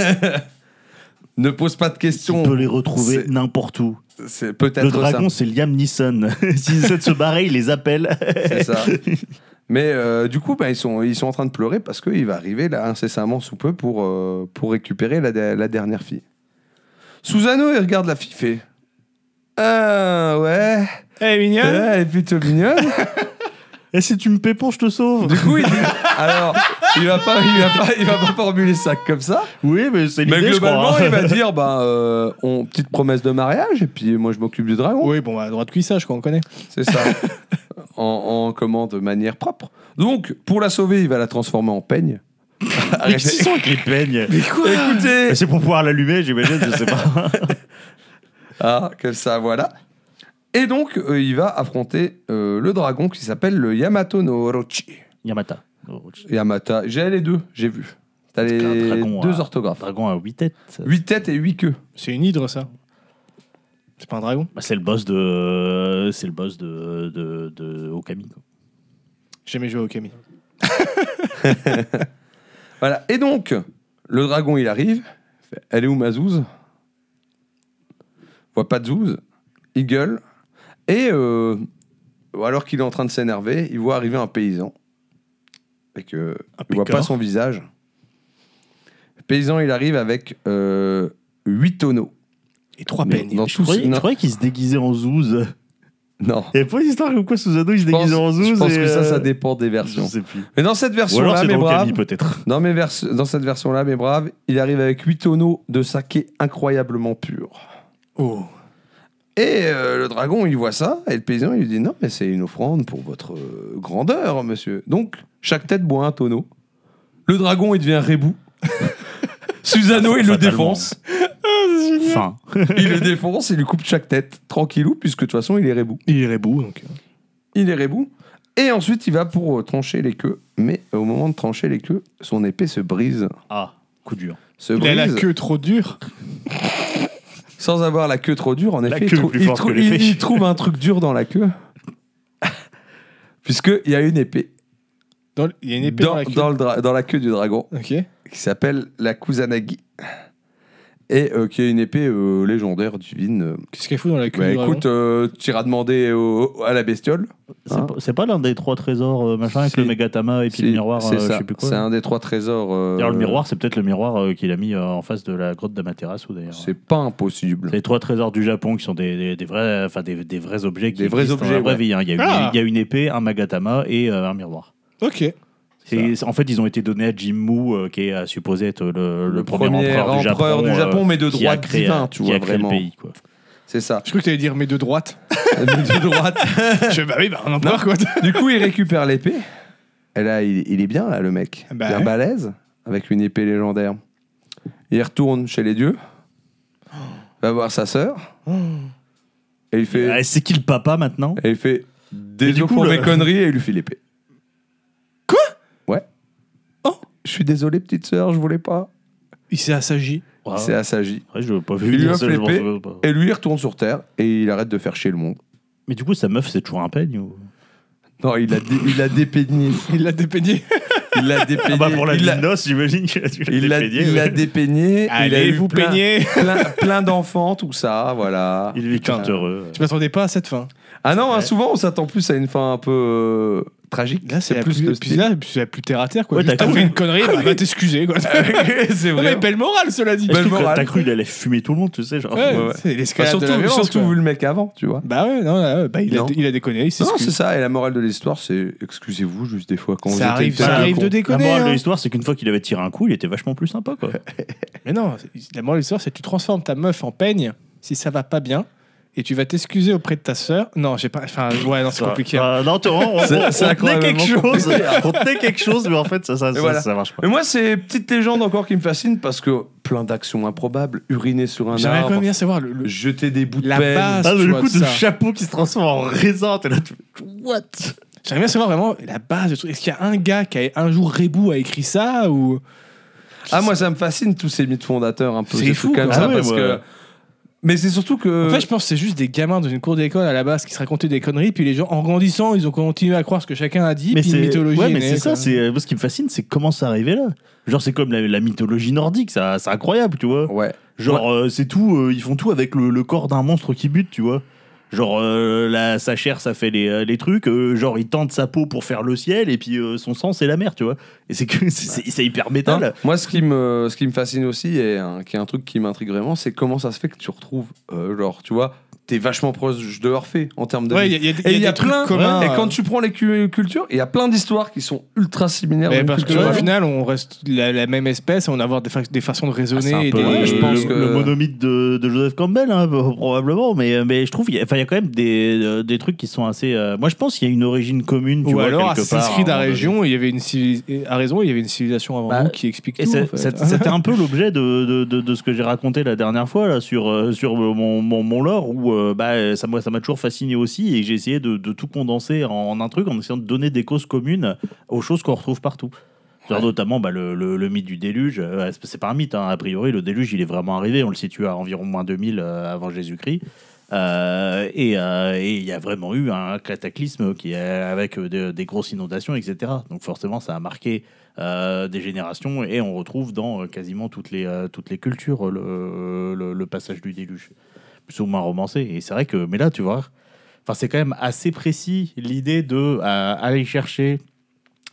[SPEAKER 1] ne pose pas de
[SPEAKER 2] On
[SPEAKER 1] questions.
[SPEAKER 2] peut les retrouver
[SPEAKER 1] c'est-
[SPEAKER 2] n'importe où.
[SPEAKER 1] C'est
[SPEAKER 2] Le
[SPEAKER 1] peut-être ça.
[SPEAKER 2] dragon, c'est Liam Neeson. S'ils essaient de se barrer, il les appelle.
[SPEAKER 1] C'est ça. Mais euh, du coup, bah, ils, sont, ils sont en train de pleurer parce qu'il va arriver là, incessamment sous peu pour, euh, pour récupérer la, de- la dernière fille. Susano, il regarde la fille, il fait Ah ouais,
[SPEAKER 3] Eh
[SPEAKER 2] Ah.
[SPEAKER 3] mignonne.
[SPEAKER 1] elle est plutôt mignonne.
[SPEAKER 2] Et si tu me paies pour, je te sauve.
[SPEAKER 1] du coup, il dit Alors, il va pas, il va pas, il va pas formuler ça comme ça.
[SPEAKER 2] Oui, mais c'est
[SPEAKER 1] Mais
[SPEAKER 2] l'idée, je
[SPEAKER 1] globalement,
[SPEAKER 2] crois. hein.
[SPEAKER 1] il va dire bah, euh, on, Petite promesse de mariage, et puis moi je m'occupe du dragon.
[SPEAKER 3] Oui, bon, à droite cuissage, quoi, on connaît.
[SPEAKER 1] C'est ça. en, en comment de manière propre. Donc, pour la sauver, il va la transformer en peigne.
[SPEAKER 2] Mais qui sont avec les peignes
[SPEAKER 1] Écoutez,
[SPEAKER 2] Et C'est pour pouvoir l'allumer, j'imagine, je sais pas.
[SPEAKER 1] Ah, que ça, voilà. Et donc, euh, il va affronter euh, le dragon qui s'appelle le Yamato no Orochi.
[SPEAKER 2] Yamata. Oh,
[SPEAKER 1] Yamata. J'ai les deux, j'ai vu. T'as les
[SPEAKER 2] C'est un dragon,
[SPEAKER 1] deux
[SPEAKER 2] euh,
[SPEAKER 1] orthographes.
[SPEAKER 2] Dragon à 8 têtes.
[SPEAKER 1] Huit têtes et huit queues.
[SPEAKER 3] C'est une hydre, ça. C'est pas un dragon
[SPEAKER 2] Bah, c'est le boss de. C'est le boss de, de, de Okami. quoi.
[SPEAKER 3] J'ai jamais joué au Kami.
[SPEAKER 1] Voilà. Et donc, le dragon, il arrive. Il fait, Elle est où ma zouze Voit pas de zouze. Il gueule. Et euh, alors qu'il est en train de s'énerver, il voit arriver un paysan. Et que
[SPEAKER 3] Un
[SPEAKER 1] il voit
[SPEAKER 3] pécor.
[SPEAKER 1] pas son visage. Le paysan, il arrive avec euh, huit tonneaux.
[SPEAKER 3] Et trois
[SPEAKER 1] Mais
[SPEAKER 3] peignes.
[SPEAKER 1] dans
[SPEAKER 2] Je
[SPEAKER 1] tous
[SPEAKER 2] croyais,
[SPEAKER 1] ces-
[SPEAKER 2] je
[SPEAKER 1] non,
[SPEAKER 2] croyais qu'il se déguisait en Zouz.
[SPEAKER 1] non.
[SPEAKER 2] Il n'y a pas une histoire comme quoi Susano il se
[SPEAKER 1] Je pense,
[SPEAKER 2] déguisait en Zouz.
[SPEAKER 1] je pense
[SPEAKER 2] et,
[SPEAKER 1] que ça, ça
[SPEAKER 2] euh,
[SPEAKER 1] dépend des versions.
[SPEAKER 2] Je sais plus.
[SPEAKER 1] Mais dans cette
[SPEAKER 2] Ou alors
[SPEAKER 1] version-là,
[SPEAKER 2] c'est
[SPEAKER 1] mes
[SPEAKER 2] dans
[SPEAKER 1] braves,
[SPEAKER 2] Okami peut-être.
[SPEAKER 1] dans, mes vers- dans cette version-là, mes braves, il arrive avec huit tonneaux de saké incroyablement pur.
[SPEAKER 3] Oh.
[SPEAKER 1] Et euh, le dragon, il voit ça, et le paysan, il lui dit Non, mais c'est une offrande pour votre euh, grandeur, monsieur. Donc, chaque tête boit un tonneau. Le dragon, il devient rebou. Susano, il le
[SPEAKER 2] Fatalement.
[SPEAKER 1] défonce. Mmh.
[SPEAKER 2] Fin.
[SPEAKER 1] Il le défonce, il lui coupe chaque tête. Tranquillou, puisque de toute façon, il est rebou.
[SPEAKER 3] Il est rebou, donc. euh.
[SPEAKER 1] Il est rebou. Et ensuite, il va pour euh, trancher les queues. Mais euh, au moment de trancher les queues, son épée se brise.
[SPEAKER 2] Ah, coup dur.
[SPEAKER 1] Se
[SPEAKER 3] Il a
[SPEAKER 1] brise
[SPEAKER 3] la queue trop dure.
[SPEAKER 1] sans avoir la queue trop dure. En
[SPEAKER 2] La
[SPEAKER 1] effet, il
[SPEAKER 2] queue
[SPEAKER 1] trou-
[SPEAKER 2] plus
[SPEAKER 1] il,
[SPEAKER 2] forte
[SPEAKER 1] trou-
[SPEAKER 2] que l'épée.
[SPEAKER 1] il- il trouve un truc dur dans la queue. Puisqu'il y a une épée
[SPEAKER 3] Dans le- Il y a une épée dans,
[SPEAKER 1] dans,
[SPEAKER 3] la queue.
[SPEAKER 1] dans le dra- dans la queue du dragon
[SPEAKER 3] Ok.
[SPEAKER 1] qui s'appelle la Kusanagi. Et euh, qui est une épée euh, légendaire, divine. euh.
[SPEAKER 3] Qu'est-ce qu'elle fout dans la queue
[SPEAKER 1] Bah,
[SPEAKER 3] du dragon
[SPEAKER 1] écoute, euh, tu iras demander au- à la bestiole.
[SPEAKER 2] C'est
[SPEAKER 1] Hein
[SPEAKER 2] pas- c'est pas l'un des trois trésors euh, machin avec
[SPEAKER 1] Si.
[SPEAKER 2] le Megatama et puis
[SPEAKER 1] C'est-
[SPEAKER 2] le miroir,
[SPEAKER 1] c'est
[SPEAKER 2] euh, je
[SPEAKER 1] ça.
[SPEAKER 2] sais plus quoi.
[SPEAKER 1] C'est un des trois trésors. euh,
[SPEAKER 2] D'ailleurs, le miroir, c'est peut-être le miroir euh, qu'il a mis euh, en face de la grotte d'Amaterasu d'ailleurs.
[SPEAKER 1] C'est
[SPEAKER 2] C'est
[SPEAKER 1] pas impossible.
[SPEAKER 2] les trois trésors du Japon qui sont des, des, des vrais, enfin des, des vrais objets qui
[SPEAKER 1] Des vrais
[SPEAKER 2] existent dans
[SPEAKER 1] objets,
[SPEAKER 2] la vraie
[SPEAKER 1] ouais.
[SPEAKER 2] vie, hein. Il, y a une,
[SPEAKER 3] Ah.
[SPEAKER 2] il y a une épée, un Magatama et euh, un miroir.
[SPEAKER 3] Ok.
[SPEAKER 2] C'est- En fait, ils ont été donnés à Jim Moo, euh, qui est euh, supposé être le, le premier, empereur, du Japon,
[SPEAKER 1] empereur du
[SPEAKER 2] euh,
[SPEAKER 1] Japon, mais de
[SPEAKER 2] qui a
[SPEAKER 1] droite
[SPEAKER 2] créé, euh,
[SPEAKER 1] divin, tu
[SPEAKER 2] qui
[SPEAKER 1] vois,
[SPEAKER 2] a créé
[SPEAKER 1] vraiment.
[SPEAKER 2] le pays. Quoi.
[SPEAKER 1] C'est ça.
[SPEAKER 3] Je crois que t'allais dire mes deux droites.
[SPEAKER 1] de droite.
[SPEAKER 3] Je- bah oui, bah un empereur, quoi.
[SPEAKER 1] Du coup, il récupère l'épée. Et là, il, il est bien, là, le mec.
[SPEAKER 3] Bah
[SPEAKER 1] bien
[SPEAKER 3] ouais.
[SPEAKER 1] balèze, avec une épée légendaire. Il retourne chez les dieux, va voir sa sœur, et il fait,
[SPEAKER 2] Ah, C'est qui le papa maintenant
[SPEAKER 1] et il fait
[SPEAKER 2] Mais
[SPEAKER 1] désolé
[SPEAKER 2] du coup,
[SPEAKER 1] pour
[SPEAKER 2] le-
[SPEAKER 1] mes conneries, et il lui file l'épée.
[SPEAKER 3] Quoi
[SPEAKER 1] Ouais.
[SPEAKER 3] Oh.
[SPEAKER 1] Je suis désolé, petite sœur, je voulais pas.
[SPEAKER 3] Il s'est assagi.
[SPEAKER 2] Wow.
[SPEAKER 1] C'est assagi.
[SPEAKER 2] Ouais, je l'ai pas vu
[SPEAKER 1] Il lui
[SPEAKER 2] venir,
[SPEAKER 1] a
[SPEAKER 2] ça, je m'en
[SPEAKER 1] flippé.
[SPEAKER 2] souviens pas.
[SPEAKER 1] Et lui, il retourne sur Terre, et il arrête de faire chier le monde.
[SPEAKER 2] Mais du coup, sa meuf, c'est toujours un peigne ou...
[SPEAKER 1] Non, il a, dé- il a dépeigné.
[SPEAKER 3] Il l'a dépeigné.
[SPEAKER 1] Il l'a
[SPEAKER 2] Ah
[SPEAKER 1] dépeigné.
[SPEAKER 2] bah
[SPEAKER 1] il l'a-
[SPEAKER 2] noce, j'imagine qu'il a dû
[SPEAKER 1] il l'a il l'a dépeigné. Ah, il a
[SPEAKER 3] Allez,
[SPEAKER 1] eu
[SPEAKER 3] vous
[SPEAKER 1] plein-
[SPEAKER 3] peignez.
[SPEAKER 1] plein, plein d'enfants, tout ça, voilà.
[SPEAKER 2] Il vit
[SPEAKER 3] Putain.
[SPEAKER 2] tout heureux.
[SPEAKER 3] Je m'attendais pas à cette fin.
[SPEAKER 1] Ah non, hein,
[SPEAKER 2] Ouais.
[SPEAKER 1] souvent on s'attend plus à une fin un peu euh, tragique.
[SPEAKER 3] Là, c'est la
[SPEAKER 1] plus
[SPEAKER 3] plus,
[SPEAKER 1] le
[SPEAKER 3] puis
[SPEAKER 1] style.
[SPEAKER 3] là, c'est la plus terre à terre, quoi.
[SPEAKER 2] Ouais,
[SPEAKER 3] Juste,
[SPEAKER 2] t'as
[SPEAKER 3] T'as
[SPEAKER 2] cru-
[SPEAKER 3] fait une connerie, bah, va t'excuser, quoi.
[SPEAKER 1] c'est
[SPEAKER 3] Non,
[SPEAKER 1] vrai. hein.
[SPEAKER 3] mais belle morale, cela dit.
[SPEAKER 1] Belle
[SPEAKER 2] Est-ce que
[SPEAKER 1] morale.
[SPEAKER 2] t'as cru qu'il allait fumer tout le monde, tu sais genre,
[SPEAKER 3] Ouais,
[SPEAKER 1] ouais.
[SPEAKER 3] c'est
[SPEAKER 1] Bah,
[SPEAKER 3] l'escalade de la
[SPEAKER 1] surtout
[SPEAKER 3] violence,
[SPEAKER 1] surtout
[SPEAKER 3] quoi.
[SPEAKER 1] vu le mec avant, tu vois.
[SPEAKER 3] Bah ouais, non, là, bah, il,
[SPEAKER 1] Non.
[SPEAKER 3] A, il a déconné, il s'est
[SPEAKER 1] Non, c'est ça. Et la morale de l'histoire, c'est excusez-vous juste des fois quand vous
[SPEAKER 3] Ça
[SPEAKER 1] êtes
[SPEAKER 3] arrive,
[SPEAKER 1] une
[SPEAKER 3] ça
[SPEAKER 1] tête
[SPEAKER 3] arrive
[SPEAKER 1] con.
[SPEAKER 3] de
[SPEAKER 2] La
[SPEAKER 3] déconner.
[SPEAKER 2] morale
[SPEAKER 3] hein.
[SPEAKER 2] de l'histoire, c'est qu'une fois qu'il avait tiré un coup, il était vachement plus sympa, quoi.
[SPEAKER 3] Mais non, c'est- la morale de l'histoire, c'est que tu transformes ta meuf en peigne si ça va pas bien et tu vas t'excuser auprès de ta sœur. Non, j'ai pas. Enfin, ouais, non, c'est
[SPEAKER 2] Ça-
[SPEAKER 3] compliqué. hein.
[SPEAKER 2] Ah, non, t'as- on, on,
[SPEAKER 1] C'est-
[SPEAKER 2] on
[SPEAKER 1] c'est
[SPEAKER 2] tenait quelque
[SPEAKER 1] incroyablement
[SPEAKER 2] chose, on tenait quelque chose, mais en fait, ça, ça, ça,
[SPEAKER 1] voilà.
[SPEAKER 2] ça marche pas.
[SPEAKER 1] Mais moi, c'est petite légende encore qui me fascine parce que plein d'actions improbables, uriner sur un
[SPEAKER 3] J'aimerais quand
[SPEAKER 1] arbre,
[SPEAKER 3] même bien savoir le. le-
[SPEAKER 1] jeter des bouts de
[SPEAKER 3] La
[SPEAKER 1] pelle.
[SPEAKER 3] base.
[SPEAKER 2] Ah, mais
[SPEAKER 3] tu
[SPEAKER 2] le
[SPEAKER 3] vois,
[SPEAKER 2] coup de
[SPEAKER 3] ça.
[SPEAKER 2] chapeau qui se transforme en raisin, t'es là, tu... what
[SPEAKER 3] J'aimerais bien savoir vraiment la base du truc. Est-ce qu'il y a un gars qui a un jour Rebou a écrit ça ou.
[SPEAKER 1] Ah moi, ça me fascine tous ces mythes fondateurs un peu.
[SPEAKER 3] C'est
[SPEAKER 1] ces
[SPEAKER 3] fou,
[SPEAKER 1] trucs comme
[SPEAKER 2] quoi.
[SPEAKER 1] ça
[SPEAKER 2] Ah ouais,
[SPEAKER 1] parce
[SPEAKER 2] ouais.
[SPEAKER 1] que. Mais c'est surtout que.
[SPEAKER 3] En fait, je pense que c'est juste des gamins dans une cour d'école à la base qui se racontaient des conneries, puis les gens, en grandissant, ils ont continué à croire ce que chacun a dit, puis une mythologie.
[SPEAKER 2] ouais,
[SPEAKER 3] est
[SPEAKER 2] mais
[SPEAKER 3] née,
[SPEAKER 2] c'est ça.
[SPEAKER 3] quoi.
[SPEAKER 2] C'est euh, moi, ce qui me fascine, c'est comment ça arrivé là. Genre c'est comme la, la mythologie nordique, ça, c'est incroyable, tu vois.
[SPEAKER 1] Ouais.
[SPEAKER 2] Genre euh, c'est tout, euh, ils font tout avec le, le corps d'un monstre qui bute, tu vois. Genre euh, la- sa chair, ça fait les, euh, les trucs. euh, genre ils tendent sa peau pour faire le ciel et puis euh, son sang, c'est la mer, tu vois. Et c'est que c'est- c'est c'est hyper
[SPEAKER 1] Hein
[SPEAKER 3] Ah,
[SPEAKER 2] métal.
[SPEAKER 1] Moi, ce qui me, ce qui me fascine aussi et hein, qui est un truc qui m'intrigue vraiment, c'est comment ça se fait que tu retrouves, euh, genre, tu vois, t'es vachement proche de Orphée en termes de.
[SPEAKER 3] Ouais, il
[SPEAKER 1] vie.
[SPEAKER 3] y a, il y a des-
[SPEAKER 1] et
[SPEAKER 3] il y a des trucs
[SPEAKER 1] plein.
[SPEAKER 3] communs,
[SPEAKER 1] et quand
[SPEAKER 3] euh.
[SPEAKER 1] tu prends les cu- cultures, il y a plein d'histoires qui sont ultra similaires.
[SPEAKER 3] Mais
[SPEAKER 1] d'une
[SPEAKER 3] parce
[SPEAKER 1] culture à
[SPEAKER 3] qu'au
[SPEAKER 1] l'autre.
[SPEAKER 3] final, on reste la, la même espèce et on va avoir des, fa- des façons de raisonner.
[SPEAKER 1] Ah, c'est un
[SPEAKER 3] et
[SPEAKER 1] peu,
[SPEAKER 3] des-
[SPEAKER 1] ouais, je
[SPEAKER 2] le-
[SPEAKER 1] pense
[SPEAKER 2] le,
[SPEAKER 1] que-
[SPEAKER 2] le monomythe de, de Joseph Campbell, hein, p- probablement, mais, euh, mais je trouve qu'il y, a- enfin, il y a quand même des, euh, des trucs qui sont assez. euh, moi, je pense qu'il y a une origine commune. Tu
[SPEAKER 3] Ou
[SPEAKER 2] vois,
[SPEAKER 3] alors,
[SPEAKER 2] quelque
[SPEAKER 3] Assassin's
[SPEAKER 2] part,
[SPEAKER 3] Creed
[SPEAKER 2] à un
[SPEAKER 3] à
[SPEAKER 2] moment donné.
[SPEAKER 3] région, il y avait une civilis- à raison, il y avait une civilisation avant
[SPEAKER 2] Bah,
[SPEAKER 3] nous qui explique
[SPEAKER 2] Et
[SPEAKER 3] tout.
[SPEAKER 2] c'est-
[SPEAKER 3] en fait.
[SPEAKER 2] c'est- c'était un peu l'objet de, de, de- de ce que j'ai raconté la dernière fois là, sur, euh, sur euh, mon, mon, mon lore où euh, bah, ça m'a ça m'a toujours fasciné aussi et j'ai essayé de, de tout condenser en, en un truc en essayant de donner des causes communes aux choses qu'on retrouve partout. Genre Notamment bah, le, le- le mythe du déluge, euh, c'est- c'est pas un mythe, hein, a priori le déluge il est vraiment arrivé, on le situe à environ moins 2000 euh, avant Jésus-Christ. Euh, et euh, et il y a vraiment eu un cataclysme qui est avec euh, des- des grosses inondations, etc. Donc forcément ça a marqué euh, des générations et on retrouve dans euh, quasiment toutes les, euh, toutes les cultures le, le- le passage du déluge, plus ou moins romancé. Et c'est vrai que, mais là, tu vois, enfin, c'est quand même assez précis l'idée de euh, aller chercher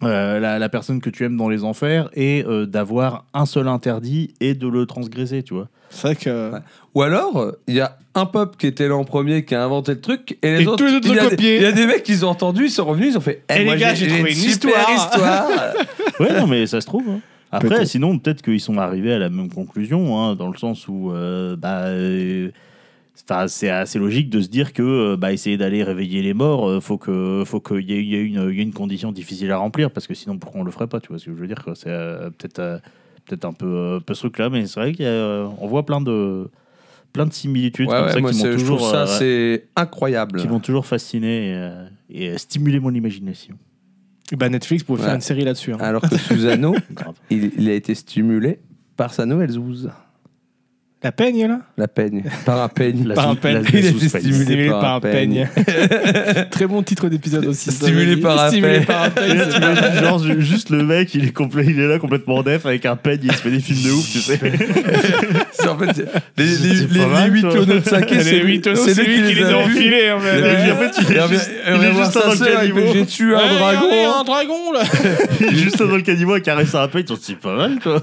[SPEAKER 2] euh, la, la personne que tu aimes dans les enfers et euh, d'avoir un seul interdit et de le transgresser, tu vois.
[SPEAKER 3] C'est vrai que.
[SPEAKER 1] Ou alors, il y a un peuple qui était là en premier qui a inventé le truc et les
[SPEAKER 3] Et
[SPEAKER 1] autres.
[SPEAKER 3] tous les autres
[SPEAKER 1] il, y
[SPEAKER 3] ont
[SPEAKER 1] a des-
[SPEAKER 3] copié.
[SPEAKER 1] il y a des mecs qui ont entendu, ils sont revenus, ils ont fait. Eh,
[SPEAKER 3] Eh,
[SPEAKER 1] moi,
[SPEAKER 3] les gars, j'ai trouvé une
[SPEAKER 1] super
[SPEAKER 3] histoire.
[SPEAKER 1] histoire.
[SPEAKER 2] Ouais, non, mais ça se trouve. hein. Après,
[SPEAKER 3] Peut-être.
[SPEAKER 2] sinon, peut-être qu'ils sont arrivés à la même conclusion, hein, dans le sens où euh, bah, euh, enfin, c'est assez logique de se dire que euh, bah, essayer d'aller réveiller les morts, euh, faut que faut qu'il y, ait- il y ait une, il y ait une condition difficile à remplir, parce que sinon, pourquoi on le ferait pas Tu vois ce que je veux dire quoi. C'est euh, peut-être euh, peut-être un peu, euh, peu ce truc-là, mais c'est vrai qu'on euh, voit plein de plein de similitudes
[SPEAKER 1] Ouais,
[SPEAKER 2] comme
[SPEAKER 1] ouais,
[SPEAKER 2] ça
[SPEAKER 1] moi,
[SPEAKER 2] qui m'ont
[SPEAKER 1] c'est- je trouve
[SPEAKER 2] toujours
[SPEAKER 1] ça,
[SPEAKER 2] euh,
[SPEAKER 1] c'est incroyable.
[SPEAKER 2] qui m'ont toujours fasciné et, euh, et, euh, stimulé mon imagination.
[SPEAKER 3] Bah, Netflix pouvait faire
[SPEAKER 1] Ouais.
[SPEAKER 3] une série là-dessus. hein.
[SPEAKER 1] Ah Alors que Susano,
[SPEAKER 2] Grave.
[SPEAKER 1] il, il a été stimulé par sa nouvelle zouze,
[SPEAKER 3] La peigne, là
[SPEAKER 1] la peigne. Par un peigne.
[SPEAKER 2] La
[SPEAKER 3] Par un
[SPEAKER 2] sous- la-
[SPEAKER 3] peigne.
[SPEAKER 2] la
[SPEAKER 1] Il a été
[SPEAKER 2] sous-space.
[SPEAKER 1] stimulé
[SPEAKER 3] Stimulé
[SPEAKER 1] par
[SPEAKER 3] par
[SPEAKER 1] un
[SPEAKER 3] un peigne. Très bon titre d'épisode aussi. ça,
[SPEAKER 1] Stimulé
[SPEAKER 3] vas-y.
[SPEAKER 1] par un
[SPEAKER 3] Stimulé
[SPEAKER 1] peigne.
[SPEAKER 3] par un
[SPEAKER 2] Et là,
[SPEAKER 3] peigne.
[SPEAKER 2] t'imagines, genre, ju- juste le mec, il est, complet, il est là complètement def avec un peigne, il se fait des films de ouf, tu sais.
[SPEAKER 1] C'est en fait, les, les,
[SPEAKER 2] C'est pas
[SPEAKER 1] les-
[SPEAKER 2] mal,
[SPEAKER 1] les huit
[SPEAKER 2] toi.
[SPEAKER 1] tonneaux de saké, c'est lui, c'est lui qui les a vus.
[SPEAKER 3] en
[SPEAKER 1] Et
[SPEAKER 2] Et
[SPEAKER 1] puis,
[SPEAKER 2] en fait, il
[SPEAKER 1] Et
[SPEAKER 2] est
[SPEAKER 1] on vient-
[SPEAKER 2] juste,
[SPEAKER 1] on
[SPEAKER 2] il
[SPEAKER 1] vient
[SPEAKER 2] est
[SPEAKER 1] voir
[SPEAKER 2] juste un
[SPEAKER 1] sa
[SPEAKER 2] dans le
[SPEAKER 1] sœur, il fait,
[SPEAKER 2] caniveau.
[SPEAKER 1] J'ai tué un dragon.
[SPEAKER 3] un dragon là
[SPEAKER 2] Il est juste un dans le caniveau à caresser un peigne, on se dit pas mal, quoi.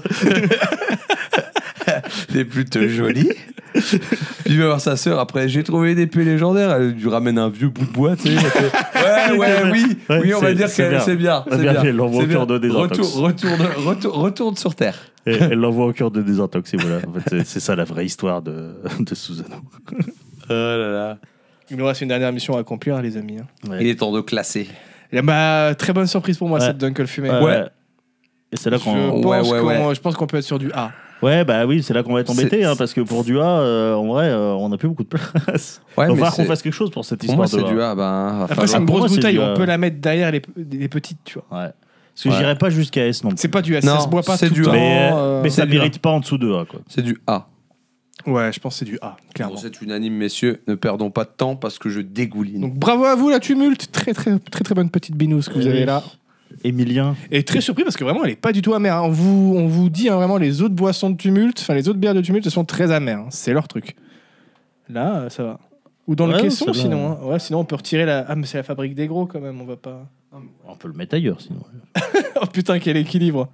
[SPEAKER 1] T'es plutôt joli. Puis il va voir sa sœur après. J'ai trouvé une épée légendaire. Elle lui ramène un vieux bout de bois. tu sais. Elle fait, Ouais, ouais, oui.
[SPEAKER 2] Ouais,
[SPEAKER 1] oui, on va
[SPEAKER 2] c'est-
[SPEAKER 1] dire
[SPEAKER 2] c'est
[SPEAKER 1] que
[SPEAKER 2] bien.
[SPEAKER 1] c'est bien.
[SPEAKER 2] C'est
[SPEAKER 1] C'est
[SPEAKER 2] bien,
[SPEAKER 1] bien.
[SPEAKER 2] elle l'envoie
[SPEAKER 1] c'est
[SPEAKER 2] au cœur de désintox.
[SPEAKER 1] Retour- Retourne, retourne, retourne sur Terre.
[SPEAKER 2] Et elle l'envoie au cœur de désintox, et voilà. En fait, c'est- c'est ça la vraie histoire de, de Susano.
[SPEAKER 1] Oh là là.
[SPEAKER 3] Il nous reste une dernière mission à accomplir, les amis. hein.
[SPEAKER 1] Il est temps de classer.
[SPEAKER 3] Et bah, très bonne surprise pour moi,
[SPEAKER 2] Ouais.
[SPEAKER 3] cette Dunkel Fumée.
[SPEAKER 2] Euh,
[SPEAKER 1] Ouais.
[SPEAKER 2] Et c'est là
[SPEAKER 3] Je,
[SPEAKER 2] qu'on.
[SPEAKER 3] pense
[SPEAKER 1] Ouais, ouais,
[SPEAKER 3] qu'on- je pense qu'on peut être sur du A.
[SPEAKER 2] Ouais, bah oui, c'est là qu'on va être embêté,
[SPEAKER 1] C'est-
[SPEAKER 2] hein, parce que pour Dua, euh, en vrai, euh, on n'a plus beaucoup de place.
[SPEAKER 1] Ouais,
[SPEAKER 2] Il va
[SPEAKER 1] mais
[SPEAKER 2] falloir qu'on
[SPEAKER 1] c'est-
[SPEAKER 2] fasse quelque chose pour cette
[SPEAKER 1] pour
[SPEAKER 2] histoire
[SPEAKER 1] moi,
[SPEAKER 2] de
[SPEAKER 1] c'est
[SPEAKER 2] Dua.
[SPEAKER 1] du ah, ben, va
[SPEAKER 3] Après,
[SPEAKER 1] falloir-
[SPEAKER 3] c'est une
[SPEAKER 2] pour moi,
[SPEAKER 3] grosse
[SPEAKER 2] c'est
[SPEAKER 3] bouteille,
[SPEAKER 2] du,
[SPEAKER 3] on
[SPEAKER 2] euh,
[SPEAKER 3] peut la mettre derrière les, les petites, tu vois.
[SPEAKER 2] Ouais. Parce que
[SPEAKER 1] Ouais.
[SPEAKER 2] j'irai pas jusqu'à S non plus.
[SPEAKER 3] C'est pas du A,
[SPEAKER 1] Non,
[SPEAKER 3] ça se boit pas tout
[SPEAKER 1] c'est du
[SPEAKER 3] le
[SPEAKER 1] A.
[SPEAKER 3] temps.
[SPEAKER 2] Mais,
[SPEAKER 3] euh,
[SPEAKER 2] mais ça
[SPEAKER 3] c'est du A.
[SPEAKER 2] mérite pas en dessous de A, quoi.
[SPEAKER 1] C'est du A.
[SPEAKER 3] Ouais, je pense que c'est du A, clairement.
[SPEAKER 1] Bon, c'est unanime, messieurs. Ne perdons pas de temps parce que je dégouline.
[SPEAKER 3] Donc bravo à vous la tumulte, très très très très bonne petite binousse que vous
[SPEAKER 2] Eh
[SPEAKER 3] avez là.
[SPEAKER 2] Emilien.
[SPEAKER 3] Et très surpris parce que vraiment elle est pas du tout amère. hein. On vous on vous dit hein, vraiment les autres boissons de tumulte, enfin les autres bières de tumulte elles sont très amères, hein. c'est leur truc. Là euh, ça va. Ou dans
[SPEAKER 2] Ouais,
[SPEAKER 3] le caisson
[SPEAKER 2] ça va.
[SPEAKER 3] sinon. hein. Ouais, sinon on peut retirer la ah mais c'est la fabrique des gros quand même, on va pas.
[SPEAKER 2] On peut le mettre ailleurs, sinon.
[SPEAKER 3] oh putain quel équilibre.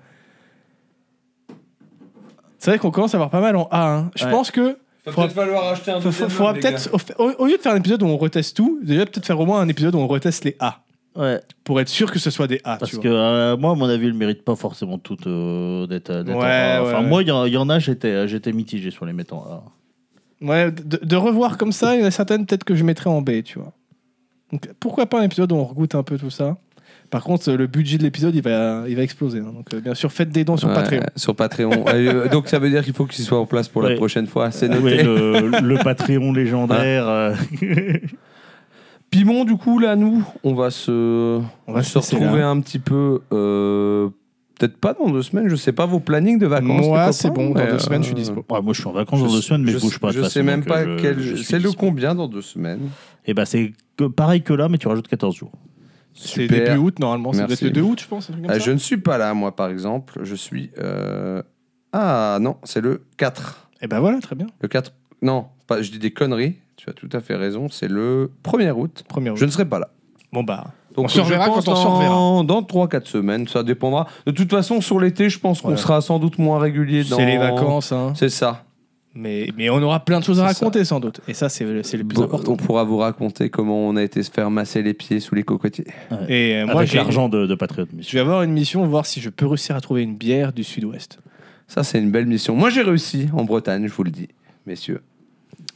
[SPEAKER 3] C'est vrai qu'on commence à avoir pas mal en A. hein. Je
[SPEAKER 2] Ouais.
[SPEAKER 3] pense que faudra-
[SPEAKER 1] falloir acheter un
[SPEAKER 3] Faut- faut- faudra peut-être, au, au- au lieu de faire un épisode où on reteste tout, déjà peut-être faire au moins un épisode où on reteste les A,
[SPEAKER 2] Ouais.
[SPEAKER 3] pour être sûr que ce soit des A.
[SPEAKER 2] Parce
[SPEAKER 3] Ah, tu vois.
[SPEAKER 2] que euh, moi, à mon avis, le mérite pas forcément tout d'être. d'être
[SPEAKER 3] Ouais,
[SPEAKER 2] en A.
[SPEAKER 3] ouais,
[SPEAKER 2] enfin,
[SPEAKER 3] ouais.
[SPEAKER 2] moi, il y, en- il y en a, j'étais, j'étais mitigé sur les mettant A.
[SPEAKER 3] Ouais, de, de revoir comme ça, il y en a certaines peut-être que je mettrais en B, tu vois. Donc pourquoi pas un épisode où on regoute un peu tout ça. Par contre, le budget de l'épisode, il va, il va exploser. hein. Donc euh, bien sûr, faites des dons sur
[SPEAKER 1] Ouais,
[SPEAKER 3] Patreon.
[SPEAKER 1] Sur Patreon. Et, euh, donc ça veut dire qu'il faut qu'il soit en place pour
[SPEAKER 2] Ouais.
[SPEAKER 1] la prochaine fois. C'est
[SPEAKER 2] Ah
[SPEAKER 1] noté.
[SPEAKER 2] ouais, le, le Patreon légendaire. euh,
[SPEAKER 1] Piment, du coup, là, nous, on va se, on va se
[SPEAKER 3] laisser là.
[SPEAKER 1] retrouver un petit peu. euh, Peut-être pas dans deux semaines, je sais pas vos plannings de vacances. les
[SPEAKER 3] Moi,
[SPEAKER 1] copains,
[SPEAKER 3] c'est bon,
[SPEAKER 1] mais,
[SPEAKER 3] dans deux
[SPEAKER 1] euh,
[SPEAKER 3] semaines, je suis dispo.
[SPEAKER 2] ouais, moi, je suis en vacances dans deux semaines, mais je, bouge pas. de
[SPEAKER 1] Je
[SPEAKER 2] toute
[SPEAKER 1] sais
[SPEAKER 2] façon,
[SPEAKER 1] même
[SPEAKER 2] donc,
[SPEAKER 1] pas
[SPEAKER 2] euh, je-
[SPEAKER 1] quel.
[SPEAKER 2] je suis
[SPEAKER 1] C'est le
[SPEAKER 2] dispo.
[SPEAKER 1] combien dans deux semaines
[SPEAKER 2] Eh ben, c'est que- pareil que là, mais tu rajoutes 14 jours.
[SPEAKER 3] C'est
[SPEAKER 1] Super.
[SPEAKER 3] début août normalement, c'est
[SPEAKER 1] Merci.
[SPEAKER 3] le 2 août, je pense. un truc comme
[SPEAKER 1] Ah,
[SPEAKER 3] ça.
[SPEAKER 1] Je ne suis pas là, moi, par exemple. Je suis. euh, Ah non, c'est le 4.
[SPEAKER 3] Et ben voilà, très bien.
[SPEAKER 1] Le 4. Non, pas, je dis des conneries. Tu as tout à fait raison. C'est le 1er août.
[SPEAKER 3] Première août.
[SPEAKER 1] Je ne serai pas là.
[SPEAKER 3] Bon bah,
[SPEAKER 1] Donc,
[SPEAKER 3] On se reverra
[SPEAKER 1] je pense
[SPEAKER 3] quand on se
[SPEAKER 1] dans-
[SPEAKER 3] reverra.
[SPEAKER 1] Dans 3-4 semaines, ça dépendra. De toute façon, sur l'été, je pense qu'on
[SPEAKER 3] Ouais.
[SPEAKER 1] sera sans doute moins régulier. dans-
[SPEAKER 3] c'est les vacances, hein.
[SPEAKER 1] C'est ça.
[SPEAKER 3] Mais, mais on aura plein de choses à
[SPEAKER 1] C'est ça.
[SPEAKER 3] raconter sans doute. Et ça, c'est c'est le plus
[SPEAKER 1] Bon,
[SPEAKER 3] important.
[SPEAKER 1] On pourra vous raconter comment on a été se faire masser les pieds sous les cocotiers.
[SPEAKER 3] Et euh, moi,
[SPEAKER 2] avec
[SPEAKER 3] j'ai-
[SPEAKER 2] l'argent de, de Patreon.
[SPEAKER 3] je
[SPEAKER 2] monsieur.
[SPEAKER 3] vais avoir une mission, voir si je peux réussir à trouver une bière du sud-ouest.
[SPEAKER 1] Ça, c'est une belle mission. Moi, j'ai réussi en Bretagne, je vous le dis, messieurs.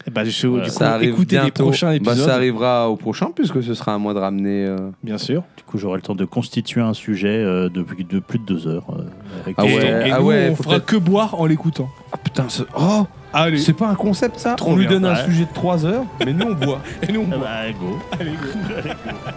[SPEAKER 3] Et bah, je,
[SPEAKER 2] Ouais,
[SPEAKER 3] du coup,
[SPEAKER 1] ça arrive
[SPEAKER 3] écoutez les
[SPEAKER 1] bientôt.
[SPEAKER 3] prochains
[SPEAKER 1] Bah,
[SPEAKER 3] épisodes.
[SPEAKER 1] ça arrivera au prochain, puisque ce sera à moi de ramener. euh,
[SPEAKER 3] Bien sûr.
[SPEAKER 2] Du coup, j'aurai le temps de constituer un sujet euh, de, de plus de deux heures. euh, avec
[SPEAKER 1] Ah
[SPEAKER 2] tout
[SPEAKER 3] et,
[SPEAKER 2] ce
[SPEAKER 1] ouais,
[SPEAKER 2] temps.
[SPEAKER 3] et
[SPEAKER 1] ah
[SPEAKER 3] nous,
[SPEAKER 1] ouais,
[SPEAKER 3] on
[SPEAKER 1] faut
[SPEAKER 3] fera
[SPEAKER 1] peut-être-
[SPEAKER 3] que boire en l'écoutant.
[SPEAKER 1] Ah putain, ce- oh
[SPEAKER 3] Allez.
[SPEAKER 1] C'est pas un concept ça
[SPEAKER 2] Trop
[SPEAKER 1] On lui
[SPEAKER 2] bien,
[SPEAKER 1] donne un
[SPEAKER 2] ouais.
[SPEAKER 1] sujet de 3 heures, mais nous on boit.
[SPEAKER 3] Et nous, on
[SPEAKER 2] Ah bah, go.
[SPEAKER 3] Allez, go.